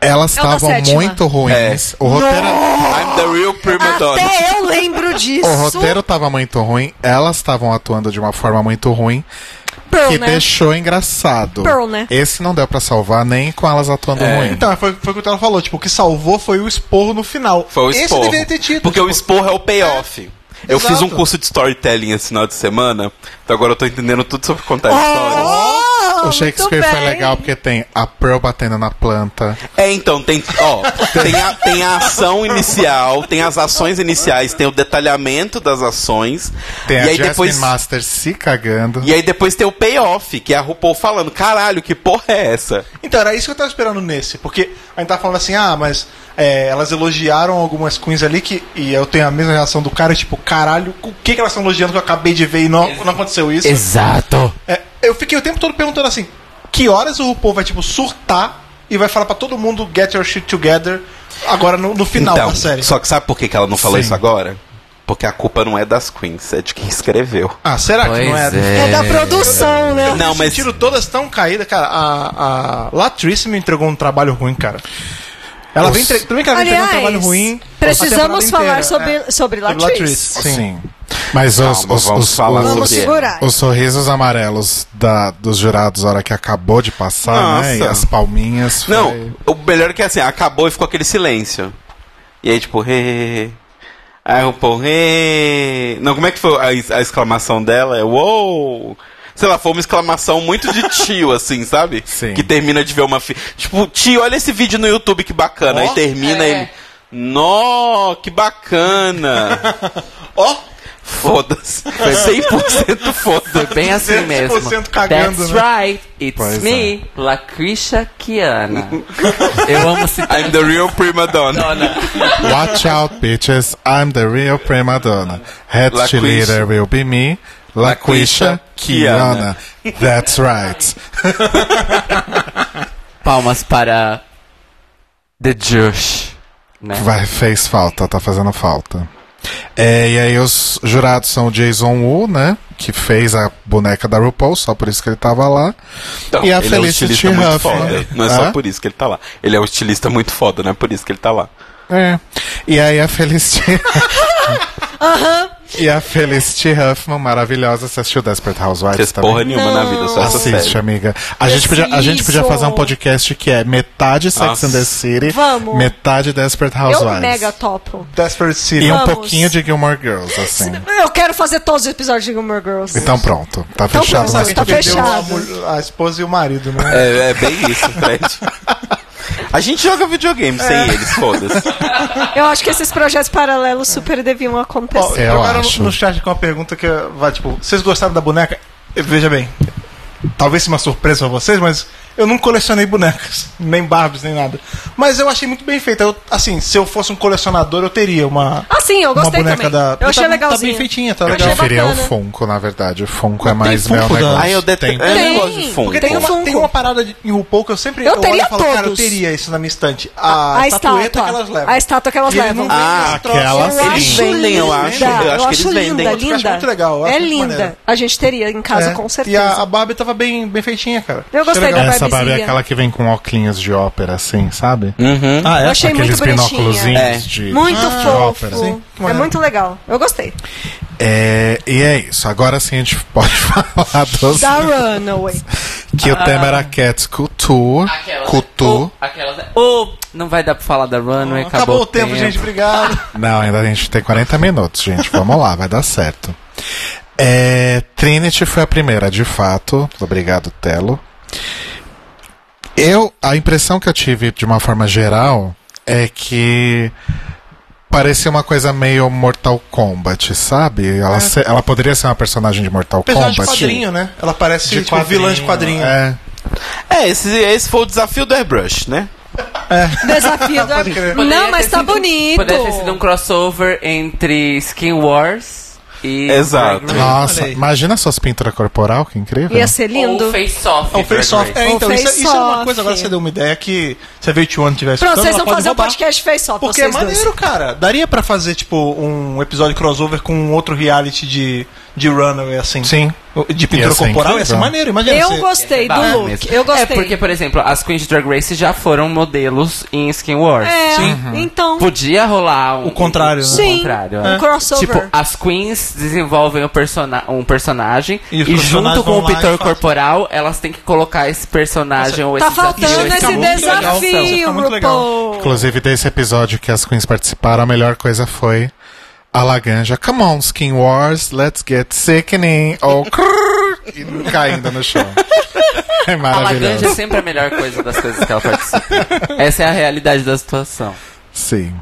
Speaker 2: elas
Speaker 9: É o da
Speaker 2: estavam
Speaker 9: sétima.
Speaker 2: muito ruins. O roteiro.
Speaker 3: I'm the real prima donna.
Speaker 9: Até eu lembro disso.
Speaker 2: O roteiro tava muito ruim, elas estavam atuando de uma forma muito ruim,
Speaker 9: Pearl,
Speaker 2: que
Speaker 9: né?
Speaker 2: deixou engraçado.
Speaker 9: Pearl, né?
Speaker 2: Esse não deu pra salvar nem com elas atuando
Speaker 1: É.
Speaker 2: ruim.
Speaker 8: Então, foi, foi o que ela falou, tipo, o que salvou foi o esporro no final.
Speaker 3: Foi o
Speaker 8: Esse
Speaker 3: esporro.
Speaker 8: deveria ter tido.
Speaker 3: Porque
Speaker 8: tipo, É.
Speaker 3: o esporro é o payoff. Eu
Speaker 8: Exato.
Speaker 3: fiz um curso de storytelling esse final de semana, então agora eu tô entendendo tudo sobre contar histórias.
Speaker 9: Oh, Ah,
Speaker 2: o Shakespeare
Speaker 9: muito
Speaker 2: foi
Speaker 9: bem.
Speaker 2: legal porque tem a Pearl batendo na planta.
Speaker 3: É, então, tem, ó, tem, a, tem a ação inicial, tem as ações iniciais, tem o detalhamento das ações.
Speaker 2: Tem
Speaker 3: e
Speaker 2: a
Speaker 3: aí
Speaker 2: Jasmine
Speaker 3: depois.
Speaker 2: Masters se cagando.
Speaker 3: E aí depois tem o payoff, que é a RuPaul falando, caralho, que porra é essa?
Speaker 8: Então, era isso que eu tava esperando nesse, porque a gente tá falando assim, ah, mas é, elas elogiaram algumas queens ali que. E eu tenho a mesma reação do cara, tipo, caralho, o que, que elas estão elogiando que eu acabei de ver e não, não aconteceu isso?
Speaker 10: Exato.
Speaker 8: É, eu fiquei o tempo todo perguntando assim: que horas o RuPaul vai, tipo, surtar e vai falar pra todo mundo get your shit together agora no, no final
Speaker 3: então,
Speaker 8: da série?
Speaker 3: Só que sabe por que que ela não falou
Speaker 2: Sim.
Speaker 3: isso agora? Porque a culpa não é das queens, é de quem escreveu.
Speaker 8: Ah, será que não
Speaker 10: Pois
Speaker 8: é?
Speaker 9: É da produção, né?
Speaker 3: Não,
Speaker 8: Mas...
Speaker 3: mas.
Speaker 8: Tiro todas tão caídas, cara. A, a Latrice me entregou um trabalho ruim, cara. Ela vem entre... Também que ela me entregou um trabalho ruim. a
Speaker 9: precisamos
Speaker 8: temporada
Speaker 9: falar
Speaker 8: inteira.
Speaker 9: sobre,
Speaker 8: É.
Speaker 9: sobre
Speaker 8: Sobre
Speaker 9: Latrice.
Speaker 8: Sim.
Speaker 2: Sim. Mas os,
Speaker 3: Calma,
Speaker 2: os,
Speaker 3: vamos
Speaker 2: os,
Speaker 3: falar
Speaker 2: os,
Speaker 9: Vamos
Speaker 3: sobre
Speaker 9: segurar.
Speaker 2: os sorrisos amarelos da, dos jurados, na hora que acabou de passar, né? E
Speaker 3: Nossa.
Speaker 2: as palminhas. foi-
Speaker 3: Não, o melhor é que assim, acabou e ficou aquele silêncio. E aí, tipo, he. Aí o povo, he. Não, como é que foi a, es- a exclamação dela? É uou! Sei lá, foi uma exclamação muito de tio, assim, sabe?
Speaker 2: Sim.
Speaker 3: Que termina de ver uma. Fi... Tipo, tio, olha esse vídeo no YouTube que bacana. aí termina
Speaker 1: É.
Speaker 3: ele. Nó, que bacana!
Speaker 8: Ó,
Speaker 3: Foda-se. 100%
Speaker 1: Foi
Speaker 3: foda-se.
Speaker 1: bem assim mesmo.
Speaker 8: 100% cagando,
Speaker 1: That's
Speaker 8: né?
Speaker 1: right, it's
Speaker 2: Pois
Speaker 1: me, Lacrisha Kiana. Eu amo citar.
Speaker 3: I'm the real prima donna.
Speaker 1: Dona.
Speaker 2: Watch out, bitches. I'm the real prima donna. Head
Speaker 3: Laquisha.
Speaker 2: cheerleader will be me. Laquisha
Speaker 3: Laquisha
Speaker 2: Kiana. That's right.
Speaker 1: Palmas para The Josh. Né?
Speaker 2: Vai, fez falta, tá fazendo falta. É, e aí os jurados são o Jason Wu, né? Que fez a boneca da RuPaul, só por isso que ele tava lá.
Speaker 3: Então,
Speaker 2: E a
Speaker 3: ele é um
Speaker 2: Felicity
Speaker 3: estilista muito
Speaker 2: Huffman.
Speaker 3: foda. Não é
Speaker 2: Hã?
Speaker 3: só por isso que ele tá lá. Ele é um estilista muito foda, não é por isso que ele tá lá.
Speaker 2: É. E aí a
Speaker 9: [LAUGHS]
Speaker 2: Felicity. E a Felicity Huffman, maravilhosa, você assistiu Desperate Housewives
Speaker 3: Fez
Speaker 2: também?
Speaker 3: porra nenhuma na vida, só essa
Speaker 2: Assiste,
Speaker 3: série.
Speaker 2: amiga. A gente, podia, a gente podia
Speaker 9: Preciso.
Speaker 2: fazer um podcast que é metade Sex
Speaker 3: Nossa.
Speaker 2: and the City,
Speaker 9: Vamos.
Speaker 2: metade Desperate
Speaker 9: Eu
Speaker 2: Housewives.
Speaker 9: mega topo.
Speaker 8: Desperate City.
Speaker 2: E um
Speaker 9: Vamos.
Speaker 2: pouquinho de Gilmore Girls, assim.
Speaker 9: Eu quero fazer todos os episódios de Gilmore Girls.
Speaker 2: Então pronto, tá fechado
Speaker 9: pronto,
Speaker 2: nosso
Speaker 9: tá
Speaker 2: podcast.
Speaker 8: Perdeu a,
Speaker 9: fechado.
Speaker 8: mul- a esposa e o marido, né?
Speaker 3: É, é bem isso, Fred. A gente joga videogame sem eles, foda-se.
Speaker 9: Eu acho que esses projetos paralelos super deviam
Speaker 8: Ó,
Speaker 9: acontecer.
Speaker 2: Eu
Speaker 8: jogaram
Speaker 2: acho.
Speaker 8: no, no chat com uma pergunta que eh, vai, tipo, vocês gostaram da boneca? Eh, Veja bem, talvez seja uma surpresa pra vocês, mas eu não colecionei bonecas, [LAUGHS] nem Barbies, nem nada. Mas eu achei muito bem feita. Eu, assim, se eu fosse um colecionador, eu teria uma.
Speaker 9: Ah, sim, eu gostei
Speaker 8: uma boneca
Speaker 9: também.
Speaker 8: da.
Speaker 9: Eu achei
Speaker 8: tá, Tá
Speaker 9: legalzinho.
Speaker 8: bem feitinha, tá
Speaker 9: Eu
Speaker 2: Eu
Speaker 8: legal.
Speaker 9: achei
Speaker 2: preferia o
Speaker 9: bacana.
Speaker 2: Funko, na verdade. O Funko é mais
Speaker 8: tem
Speaker 2: meu
Speaker 8: Funko, Dan?
Speaker 2: negócio.
Speaker 3: Ai, eu detesto.
Speaker 2: Tem.
Speaker 3: Eu
Speaker 9: Tem. um
Speaker 3: não gosto de fundo.
Speaker 8: Porque tem uma,
Speaker 9: Funko.
Speaker 8: tem uma parada de, em RuPaul que eu sempre
Speaker 9: Eu
Speaker 8: olho
Speaker 9: teria
Speaker 8: e falo, cara, eu
Speaker 9: todos.
Speaker 8: teria isso na minha estante. Ah, A,
Speaker 9: A
Speaker 8: estatueta
Speaker 9: estátua.
Speaker 8: que elas levam.
Speaker 9: A estátua que elas
Speaker 8: E eles
Speaker 9: levam.
Speaker 8: não vendem
Speaker 3: Ah,
Speaker 8: esse troço.
Speaker 2: aquela
Speaker 8: Eu
Speaker 9: Eu
Speaker 3: Eles
Speaker 9: acho
Speaker 3: vendem, eu
Speaker 9: linda.
Speaker 3: acho. Eu acho que eles vendem.
Speaker 9: linda,
Speaker 3: Eu acho
Speaker 8: que eu acho
Speaker 9: linda.
Speaker 8: muito legal, eu acho
Speaker 9: é
Speaker 8: muito
Speaker 9: linda.
Speaker 8: maneiro.
Speaker 9: A gente teria em casa,
Speaker 8: É.
Speaker 9: com
Speaker 8: E a,
Speaker 9: certeza.
Speaker 8: a Barbie tava bem, bem feitinha, cara.
Speaker 9: Eu
Speaker 8: Achei
Speaker 9: gostei da
Speaker 8: legal.
Speaker 2: Essa
Speaker 9: Barbie.
Speaker 2: Barbie é
Speaker 9: Barbiezinha.
Speaker 2: aquela que vem com óculos de ópera, assim, sabe?
Speaker 3: Uhum.
Speaker 8: Ah,
Speaker 9: Eu
Speaker 8: é?
Speaker 9: achei
Speaker 2: Aqueles
Speaker 9: muito bonitinha.
Speaker 3: É.
Speaker 2: binóculozinhos de,
Speaker 9: Muito
Speaker 2: de
Speaker 9: fofo.
Speaker 2: ópera.
Speaker 8: Ah,
Speaker 2: assim.
Speaker 8: Sim, que
Speaker 9: é
Speaker 8: maneiro.
Speaker 9: muito legal. Eu gostei.
Speaker 2: É, e é isso. Agora sim a gente [LAUGHS] pode falar dos,
Speaker 8: [LAUGHS]
Speaker 9: Da Runaway.
Speaker 2: que o tema era Cats Couture.
Speaker 1: Aquelas.
Speaker 2: Couture.
Speaker 1: Oh, aquelas. Oh, não vai dar pra falar da Runway, acabou,
Speaker 8: Acabou o tempo, gente. Obrigado.
Speaker 2: Não, ainda a gente tem 40 minutos, gente. Vamos lá, vai dar certo. É, Trinity foi a primeira, de fato. Obrigado, Telo. Eu, a impressão que eu tive de uma forma geral é que parecia uma coisa meio Mortal Kombat, sabe? Ela, se- ela poderia ser uma personagem de Mortal
Speaker 8: Apesar É. de
Speaker 2: Kombat.
Speaker 8: quadrinho, né? Ela parece
Speaker 2: De
Speaker 8: tipo, vilã de
Speaker 2: quadrinho.
Speaker 3: né?
Speaker 8: quadrinho.
Speaker 2: É.
Speaker 3: É, esse, esse foi o desafio do Airbrush, né?
Speaker 9: Desafio do
Speaker 8: Pode crer.
Speaker 9: Não,
Speaker 1: Poderia
Speaker 9: mas
Speaker 1: ter
Speaker 9: tá
Speaker 1: sido-
Speaker 9: bonito.
Speaker 1: Poderia ter sido um crossover entre Skin Wars e.
Speaker 3: Exato.
Speaker 1: Drag Race.
Speaker 2: Nossa,
Speaker 8: Olha aí.
Speaker 2: imagina suas pinturas corporal, que incrível.
Speaker 9: Ia ser lindo.
Speaker 1: Ou um Face Off.
Speaker 8: É o
Speaker 1: Drag
Speaker 8: Face Off.
Speaker 1: Race.
Speaker 8: É,
Speaker 9: O
Speaker 8: então, isso,
Speaker 9: Face
Speaker 8: isso é uma
Speaker 9: Off.
Speaker 8: coisa, agora você deu uma ideia que se a VH1 tiver
Speaker 9: Pronto,
Speaker 8: escutando,
Speaker 9: vocês
Speaker 8: ela
Speaker 9: vão
Speaker 8: pode
Speaker 9: fazer um
Speaker 8: roubar.
Speaker 9: podcast face off.
Speaker 8: Porque é
Speaker 9: vocês dois.
Speaker 8: maneiro, cara. Daria pra fazer, tipo, um episódio crossover com um outro reality de, de runaway, assim.
Speaker 2: Sim.
Speaker 8: De
Speaker 3: é
Speaker 8: pintura
Speaker 2: Ia ser
Speaker 8: corporal.
Speaker 2: incrível.
Speaker 8: Ia ser maneiro, imagina.
Speaker 9: Eu
Speaker 8: você-
Speaker 9: gostei do
Speaker 1: Bah,
Speaker 9: look.
Speaker 1: é mesmo.
Speaker 9: Eu gostei.
Speaker 1: É porque, por exemplo, as Queens de Drag Race já foram modelos em Skin Wars.
Speaker 9: É,
Speaker 1: Uhum.
Speaker 9: então.
Speaker 1: Podia rolar um,
Speaker 8: O contrário, né?
Speaker 9: Sim.
Speaker 1: O contrário,
Speaker 9: Um
Speaker 1: é.
Speaker 9: crossover.
Speaker 1: Tipo, as queens desenvolvem o persona- um personagem
Speaker 8: E
Speaker 1: e,
Speaker 8: os profissionais
Speaker 1: junto com
Speaker 8: vão
Speaker 1: o
Speaker 8: lá e
Speaker 1: pintor
Speaker 8: fazem.
Speaker 1: corporal, elas têm que colocar esse personagem ou esse
Speaker 9: Tá faltando
Speaker 1: desafio.
Speaker 8: Isso
Speaker 9: esse
Speaker 8: fica muito legal,
Speaker 9: desafio,
Speaker 8: fica muito legal.
Speaker 9: RuPaul.
Speaker 2: Inclusive, desse episódio que as queens participaram, a melhor coisa foi a Laganja. Come on, Skin Wars, let's get sickening. Oh, crrr. e não caindo no chão. É
Speaker 1: A Laganja é
Speaker 2: maravilhoso.
Speaker 1: sempre a melhor coisa das coisas que ela participa.
Speaker 8: [LAUGHS]
Speaker 1: Essa é a realidade da situação.
Speaker 2: Sim.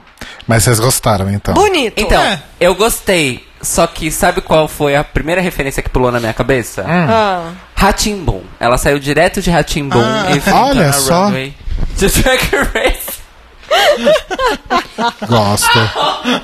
Speaker 2: Mas vocês gostaram, então.
Speaker 9: Bonito.
Speaker 1: Então,
Speaker 8: É.
Speaker 1: eu gostei. Só que sabe qual foi a primeira referência que pulou na minha cabeça?
Speaker 9: Ah.
Speaker 1: Ratimbum. Ela saiu direto de Ratimbum
Speaker 2: Ah,
Speaker 1: e foi entrar
Speaker 2: olha
Speaker 1: na
Speaker 2: só.
Speaker 1: runway de Drag Race.
Speaker 2: Gosto.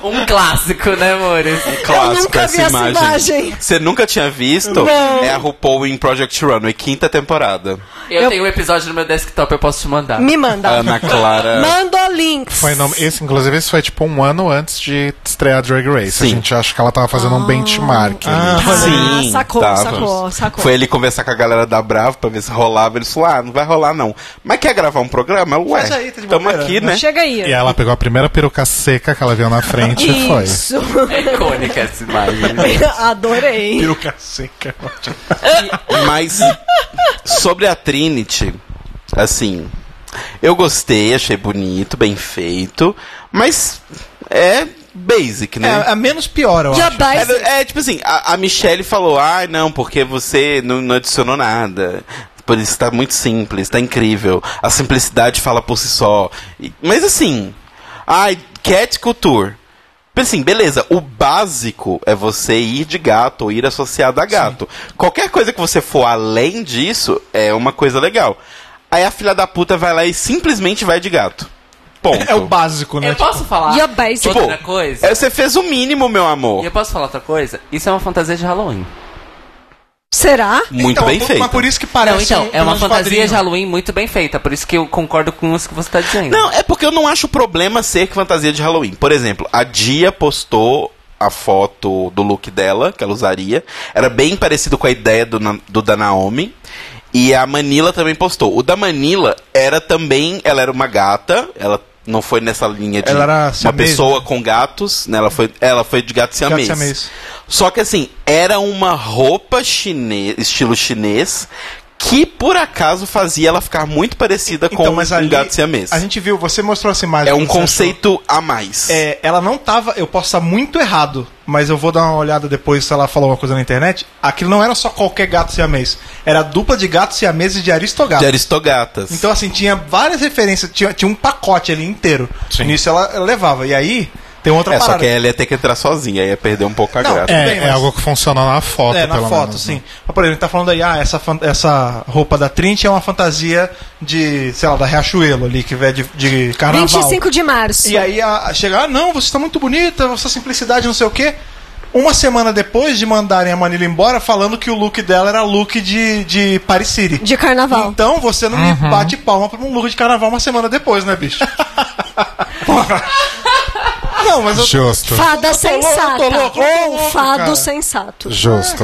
Speaker 1: Um clássico, né, amores?
Speaker 3: Clássico
Speaker 9: nunca vi essa imagem.
Speaker 3: Você nunca tinha visto?
Speaker 9: Não.
Speaker 3: É a RuPaul em Project Runway, quinta temporada.
Speaker 1: Eu, tenho um episódio no meu desktop, eu posso te mandar.
Speaker 9: Me manda.
Speaker 3: Ana
Speaker 9: ah.
Speaker 3: Clara.
Speaker 9: Manda links.
Speaker 2: Foi no- esse, inclusive, esse foi tipo um ano antes de estrear Drag Race. A
Speaker 3: Sim.
Speaker 2: gente acha que ela tava fazendo um benchmark. ali.
Speaker 9: Ah, sacou, sacou, sacou.
Speaker 3: Foi ele conversar com a galera da Bravo pra ver se rolava. Ele falou: ah, não vai rolar não. Mas quer gravar um programa? Eu, Ué,
Speaker 8: Faz aí, tá de
Speaker 3: tamo
Speaker 8: bobeira.
Speaker 3: aqui, né?
Speaker 9: Chega aí.
Speaker 2: E ela pegou a primeira peruca seca que ela viu na frente e foi.
Speaker 9: Isso.
Speaker 1: É icônica essa imagem.
Speaker 9: [LAUGHS] Adorei.
Speaker 8: Peruca seca.
Speaker 3: Mas sobre a Trinity, assim, eu gostei, achei bonito, bem feito, mas é basic,
Speaker 8: É,
Speaker 3: né?
Speaker 8: a menos pior, eu
Speaker 9: Já
Speaker 8: acho.
Speaker 9: vai.
Speaker 3: É, é, tipo assim, a, a Michelle falou, ai não, porque você não, não adicionou nada. Por isso tá muito simples, tá incrível. A simplicidade fala por si só. E- mas assim, ai, cat couture. Assim, beleza, o básico é você ir de gato ou ir associado a gato. Qualquer coisa que você for além disso é uma coisa legal. Aí a filha da puta vai lá e simplesmente vai de gato. Ponto.
Speaker 8: É o básico, né?
Speaker 1: Eu posso falar
Speaker 9: E a base.
Speaker 3: Tipo,
Speaker 1: outra coisa?
Speaker 3: é, você fez o mínimo, meu amor.
Speaker 1: E eu posso falar outra coisa? Isso é uma fantasia de Halloween.
Speaker 9: Será?
Speaker 3: Muito
Speaker 8: Então,
Speaker 3: bem
Speaker 8: mas
Speaker 3: feito.
Speaker 8: por isso que
Speaker 1: Não,
Speaker 8: parece
Speaker 1: então,
Speaker 8: um-
Speaker 1: é uma
Speaker 8: um
Speaker 1: fantasia
Speaker 8: quadrinho.
Speaker 1: de Halloween muito bem feita. Por isso que eu concordo com isso que você tá dizendo.
Speaker 3: Não, é porque eu não acho problema ser que fantasia de Halloween. Por exemplo, a Dia postou a foto do look dela, que ela usaria. Era bem parecido com a ideia do, Na- do da Naomi. E a Manila também postou. O da Manila era também. Ela era uma gata. Ela não foi nessa linha de
Speaker 8: Ela era
Speaker 3: uma
Speaker 8: siamesa.
Speaker 3: pessoa com gatos. Né? Ela, foi, ela foi de gato
Speaker 8: Gato
Speaker 3: siamês.
Speaker 8: siamês.
Speaker 3: Só que assim, era uma roupa chinês, estilo chinês. Que por acaso fazia ela ficar muito parecida com
Speaker 8: Então, mas
Speaker 3: um
Speaker 8: ali,
Speaker 3: gato siamês.
Speaker 8: A gente viu, você mostrou essa imagem.
Speaker 3: É um
Speaker 8: que você
Speaker 3: conceito a mais.
Speaker 8: achou. É, ela não tava. Eu posso estar muito errado, mas eu vou dar uma olhada depois se ela falou alguma coisa na internet. Aquilo não era só qualquer gato siamês. Era a dupla de gatos siameses de
Speaker 3: De
Speaker 8: aristogato.
Speaker 3: aristogatas.
Speaker 8: Então, assim, tinha várias referências, tinha, tinha um pacote ali inteiro.
Speaker 2: Sim.
Speaker 8: Nisso ela, ela levava. E aí, tem outra
Speaker 3: é, só
Speaker 8: parada.
Speaker 3: que ela ia ter que entrar sozinha, aí ia perder um pouco a
Speaker 8: Não,
Speaker 3: graça.
Speaker 8: tudo
Speaker 2: É,
Speaker 8: bem,
Speaker 2: é
Speaker 8: mas-
Speaker 2: algo que funciona na foto,
Speaker 8: É, na
Speaker 2: pelo
Speaker 8: foto,
Speaker 2: menos, né?
Speaker 8: sim.
Speaker 3: né?
Speaker 8: Mas, por exemplo, tá falando aí, ah, essa, fan- essa roupa da Trinity é uma fantasia de, sei lá, da Riachuelo ali, que é de, de carnaval.
Speaker 9: 25 de março.
Speaker 8: E aí a, a chega, ah, não, você tá muito bonita, essa simplicidade, não sei o quê. Uma semana depois de mandarem a Manila embora, falando que o look dela era look de, de Paris City.
Speaker 9: De carnaval.
Speaker 8: Então você não
Speaker 2: Uhum.
Speaker 8: me bate palma pra um look de carnaval uma semana depois, né,
Speaker 2: [LAUGHS]
Speaker 8: bicho? Porra. Não, mas eu,
Speaker 2: Justo.
Speaker 9: Fada
Speaker 8: Eu tô louco,
Speaker 9: sensata.
Speaker 8: eu tô louco, eu tô
Speaker 9: Ou
Speaker 8: louco,
Speaker 9: fado
Speaker 8: cara.
Speaker 9: sensato.
Speaker 2: Justo.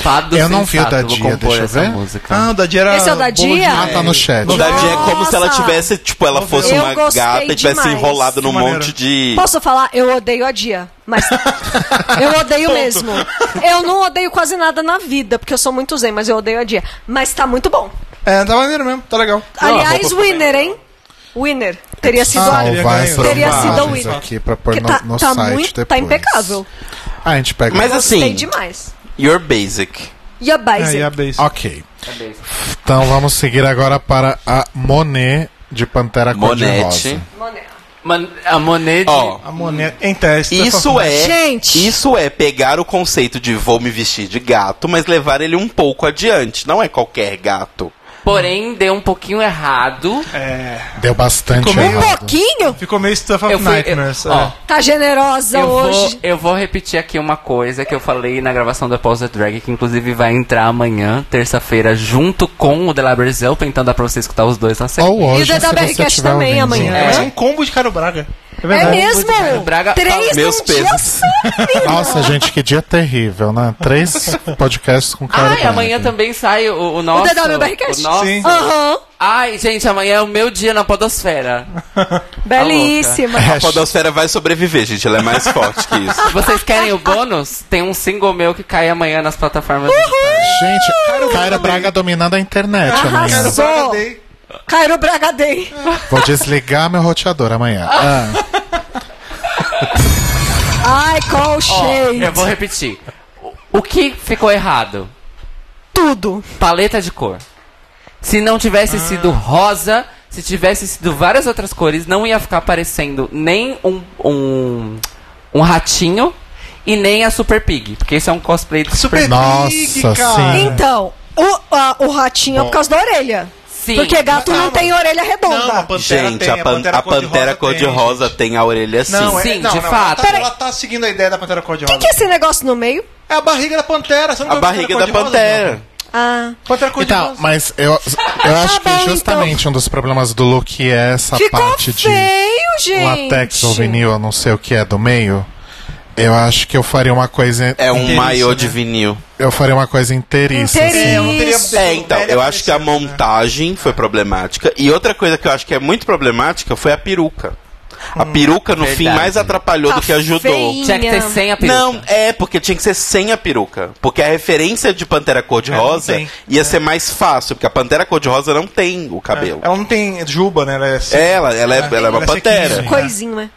Speaker 1: Fado
Speaker 2: Eu não vi o
Speaker 1: sensato,
Speaker 2: da
Speaker 1: vou
Speaker 2: Dia,
Speaker 1: compor
Speaker 2: deixa eu
Speaker 1: essa
Speaker 2: ver.
Speaker 1: música.
Speaker 8: Ah, o da Dia era
Speaker 9: Esse é o da
Speaker 8: bolo de
Speaker 9: Dia?
Speaker 8: nata
Speaker 2: Ah, tá no chat.
Speaker 3: Na verdade, é como se ela
Speaker 9: Nossa!
Speaker 3: tivesse, tipo, ela fosse
Speaker 9: Eu
Speaker 3: uma
Speaker 9: gostei
Speaker 3: gata e tivesse
Speaker 9: demais.
Speaker 3: enrolado num
Speaker 8: Que maneiro.
Speaker 3: monte de.
Speaker 9: Posso falar? Eu odeio a Dia, mas eu odeio mesmo. Eu não odeio quase nada na vida, porque eu sou muito zen, mas eu odeio a Dia. Mas tá muito bom.
Speaker 8: É, tá maneiro mesmo, tá legal.
Speaker 9: Aliás, winner, hein? Winner. Teria sido
Speaker 8: Ah,
Speaker 9: a...
Speaker 8: ele
Speaker 2: Salvar
Speaker 8: ganhou.
Speaker 2: essas
Speaker 9: né? Teria sido a
Speaker 2: imagens
Speaker 9: Winner.
Speaker 2: aqui pra pôr
Speaker 9: Porque
Speaker 2: no,
Speaker 9: tá,
Speaker 2: no
Speaker 9: tá
Speaker 2: site
Speaker 9: muito,
Speaker 2: depois.
Speaker 9: tá impecável.
Speaker 2: Ah, a gente pega.
Speaker 3: Mas
Speaker 9: Gostei
Speaker 3: assim,
Speaker 9: demais.
Speaker 3: your basic.
Speaker 9: E a Baize?
Speaker 8: Aí a base.
Speaker 2: Ok. Então vamos seguir agora para a Monet de Pantera Cor-de-Rosa.
Speaker 3: Monete.
Speaker 1: Man- a Monet de...
Speaker 3: Ó,
Speaker 8: A moneta. Em teste.
Speaker 3: isso é.
Speaker 9: Gente!
Speaker 3: Isso é pegar o conceito de vou me vestir de gato, mas levar ele um pouco adiante. Não é qualquer gato.
Speaker 1: Porém, deu um pouquinho errado.
Speaker 2: Deu bastante
Speaker 9: Um
Speaker 2: errado.
Speaker 9: pouquinho?
Speaker 8: Ficou meio Stuff of
Speaker 1: Eu fui... eu-
Speaker 8: Nightmares.
Speaker 1: ó,
Speaker 8: é.
Speaker 9: Tá generosa
Speaker 1: eu
Speaker 9: hoje.
Speaker 1: vou, eu vou repetir aqui uma coisa que eu falei na gravação da Pausa Drag, que inclusive vai entrar amanhã, terça-feira, junto com o The Libraries Open, então dá pra você escutar os dois na sequência.
Speaker 2: Ou hoje,
Speaker 9: E o
Speaker 2: se
Speaker 9: DWRcast
Speaker 2: você tiver ouvindo.
Speaker 9: também amanhã.
Speaker 8: É. Mas é um combo de Caro Braga. É
Speaker 9: É
Speaker 8: verdade.
Speaker 9: mesmo?
Speaker 1: Mário Braga,
Speaker 9: Três
Speaker 3: meus
Speaker 9: num dia
Speaker 3: pesos.
Speaker 9: só,
Speaker 2: Nossa, gente, que dia terrível, né?
Speaker 9: [LAUGHS]
Speaker 2: Três podcasts com cara.
Speaker 1: Ai, amanhã também sai o, o nosso.
Speaker 9: DWRcast?
Speaker 1: o nosso-
Speaker 8: Sim.
Speaker 9: Aham.
Speaker 1: Ai, gente, amanhã é o meu dia na Podosfera.
Speaker 9: Belíssima.
Speaker 3: A
Speaker 2: É,
Speaker 3: podosfera vai sobreviver, gente. Ela é mais forte que
Speaker 8: [LAUGHS]
Speaker 3: isso.
Speaker 1: Vocês querem [LAUGHS] o bônus? Tem um single meu que cai amanhã nas plataformas. digitais.
Speaker 2: Gente, Caira Braga dominando a internet amanhã.
Speaker 9: Arrasou.
Speaker 8: Braga Day.
Speaker 9: Cairo Braga Day.
Speaker 2: Vou desligar meu roteador amanhã. Ah,
Speaker 9: Ai, qual shade.
Speaker 1: é- Eu vou repetir. O- O que ficou errado?
Speaker 9: tudo.
Speaker 1: Paleta de cor. Se não tivesse sido rosa, se tivesse sido várias outras cores, não ia ficar parecendo nem um, um, um ratinho e nem a Super Pig. Porque isso é um cosplay do Super,
Speaker 8: Super Pig,
Speaker 2: Nossa,
Speaker 8: cara.
Speaker 2: sim.
Speaker 9: Então, o, a- o ratinho é
Speaker 2: Bom.
Speaker 9: por causa da orelha.
Speaker 1: Sim.
Speaker 9: porque gato
Speaker 8: mas-
Speaker 9: não tem
Speaker 8: Não,
Speaker 9: orelha
Speaker 8: a
Speaker 9: redonda.
Speaker 8: Pantera
Speaker 3: Gente,
Speaker 8: tem,
Speaker 3: a, pan- a Pantera Cor-de-Rosa tem, a orelha assim.
Speaker 8: Não, é,
Speaker 1: Sim,
Speaker 8: não,
Speaker 1: de
Speaker 8: não,
Speaker 1: fato.
Speaker 8: Ela tá,
Speaker 9: Peraí.
Speaker 8: ela tá seguindo a ideia da Pantera
Speaker 9: O que,
Speaker 8: Cor-de-Rosa.
Speaker 9: que é esse negócio no meio?
Speaker 8: É a barriga da Pantera. Você não
Speaker 3: A
Speaker 8: viu
Speaker 3: barriga da
Speaker 8: Cor-de-Rosa,
Speaker 3: Pantera.
Speaker 8: não?
Speaker 9: Ah,
Speaker 8: Pantera Cor-de-Rosa.
Speaker 2: Então, mas eu, eu
Speaker 8: Tá
Speaker 2: acho
Speaker 9: bom,
Speaker 2: que
Speaker 9: então.
Speaker 2: justamente um dos problemas do look é essa
Speaker 9: ficou
Speaker 2: parte de
Speaker 9: feio, gente.
Speaker 2: latex ou vinil, eu não sei o que é do meio. Eu acho que eu faria uma coisa.
Speaker 3: É um
Speaker 8: Inteiriço,
Speaker 3: maiô
Speaker 8: né?
Speaker 3: de vinil.
Speaker 2: Eu faria uma coisa inteiriça.
Speaker 9: Inteiriça.
Speaker 2: assim.
Speaker 8: eu não teria
Speaker 9: Isso.
Speaker 8: botado
Speaker 3: É, então,
Speaker 8: velha
Speaker 3: eu acho que a
Speaker 8: parecida, né?
Speaker 3: montagem foi problemática. E outra coisa que eu acho que é muito problemática foi a peruca.
Speaker 8: Hum,
Speaker 3: A peruca, no fim,
Speaker 1: Verdade.
Speaker 3: mais atrapalhou
Speaker 9: Tá
Speaker 3: do que ajudou.
Speaker 9: feinha.
Speaker 1: Tinha que ter sem a peruca.
Speaker 3: Não, é, porque tinha que ser sem a peruca. Porque a referência de Pantera
Speaker 8: É,
Speaker 3: Cor-de-Rosa
Speaker 8: não tem. É.
Speaker 3: ia ser mais fácil, porque a Pantera Cor-de-Rosa não tem o cabelo.
Speaker 8: É, Ela não tem juba, né? Ela é assim.
Speaker 3: Ela, ela é, ela é uma
Speaker 8: Ela é
Speaker 3: pantera.
Speaker 8: sequinha.
Speaker 9: Coisinho, né?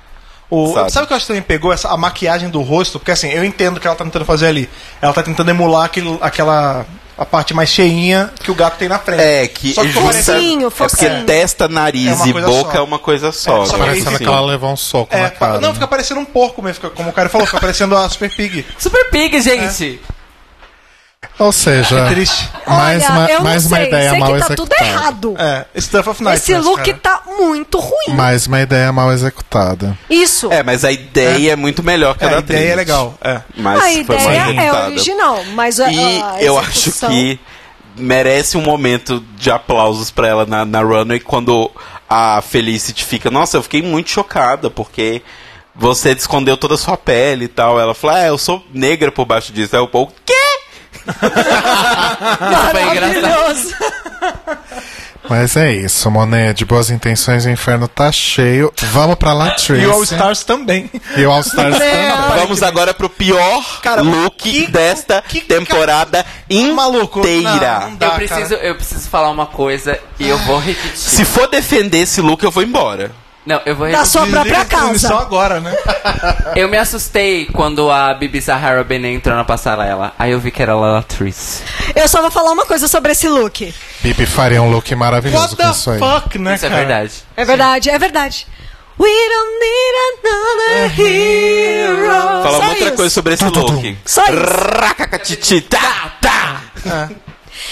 Speaker 8: O,
Speaker 3: Sabe.
Speaker 8: sabe. o que eu acho que também pegou? Essa, a maquiagem do rosto, porque assim, eu entendo o que ela tá tentando fazer ali. Ela tá tentando emular aquele, aquela. a parte mais cheinha que o gato tem na frente.
Speaker 3: É, que
Speaker 8: Só que
Speaker 3: justa-
Speaker 9: focinho,
Speaker 3: é porque
Speaker 9: focinho.
Speaker 3: testa, nariz
Speaker 8: É uma
Speaker 3: e
Speaker 8: coisa
Speaker 3: boca
Speaker 8: só.
Speaker 3: é uma coisa só.
Speaker 8: É, só
Speaker 3: né?
Speaker 2: Parecendo
Speaker 3: Sim.
Speaker 2: que ela levou um soco
Speaker 8: É,
Speaker 2: na cara.
Speaker 8: não, fica parecendo um porco mesmo, fica- como o cara falou, fica parecendo a Super Pig.
Speaker 1: Super Pig, gente.
Speaker 2: Ou seja,
Speaker 8: É triste.
Speaker 2: mais
Speaker 9: Olha,
Speaker 2: uma,
Speaker 9: eu
Speaker 2: mais
Speaker 9: não
Speaker 2: uma
Speaker 9: sei,
Speaker 2: ideia
Speaker 9: sei
Speaker 2: mal
Speaker 9: que tá tudo
Speaker 2: executada.
Speaker 9: errado.
Speaker 8: É, Stuff of Night.
Speaker 9: Esse look tá muito ruim.
Speaker 2: Mais uma ideia mal executada.
Speaker 9: Isso.
Speaker 3: É, mas a ideia é, muito melhor que
Speaker 8: É,
Speaker 3: a
Speaker 8: a
Speaker 3: da
Speaker 8: ideia
Speaker 3: atriz.
Speaker 8: é legal. É.
Speaker 3: Mas
Speaker 9: a
Speaker 3: foi
Speaker 9: ideia
Speaker 3: mais
Speaker 9: é
Speaker 3: limitada.
Speaker 9: original, mas a,
Speaker 3: E
Speaker 9: a
Speaker 3: eu acho
Speaker 9: execução-
Speaker 3: que merece um momento de aplausos pra ela na, na runway quando a Felicity fica. Nossa, eu fiquei muito chocada porque você escondeu toda a sua pele e tal. Ela fala, ah, eu sou negra por baixo disso. Aí o povo, quê?
Speaker 1: Foi engraçado.
Speaker 9: Maravilhoso.
Speaker 2: Mas é isso, Monet. De boas intenções, o inferno tá cheio. Vamos pra Latrice.
Speaker 8: E o All Stars também.
Speaker 2: E o All Stars
Speaker 8: É.
Speaker 2: também.
Speaker 3: Vamos agora pro pior
Speaker 8: Cara,
Speaker 3: look
Speaker 8: que-
Speaker 3: desta
Speaker 8: que-
Speaker 3: temporada
Speaker 8: Maluco.
Speaker 3: inteira.
Speaker 8: Não, não dá,
Speaker 1: Eu preciso, eu preciso falar uma coisa e eu vou repetir.
Speaker 3: Se for defender esse look, eu vou embora.
Speaker 1: Não, eu vou
Speaker 9: Da
Speaker 1: repetir.
Speaker 9: sua própria
Speaker 8: Só
Speaker 9: casa.
Speaker 8: agora, né?
Speaker 1: Eu me assustei quando a Bibi Sahara Benet entrou na passarela. Aí eu vi que era a atriz.
Speaker 9: Eu só vou falar uma coisa sobre esse look.
Speaker 2: Bibi faria um look
Speaker 8: What
Speaker 2: maravilhoso com
Speaker 8: the
Speaker 2: isso aí.
Speaker 8: fuck, né,
Speaker 1: Isso é
Speaker 8: cara?
Speaker 1: verdade.
Speaker 9: É verdade, é verdade. We don't need another hero.
Speaker 3: Falar
Speaker 9: Só
Speaker 3: uma outra
Speaker 9: isso.
Speaker 3: coisa sobre esse
Speaker 2: Tá, tá, tá.
Speaker 3: look.
Speaker 9: Só isso.
Speaker 3: Racacatiti, tá, tá.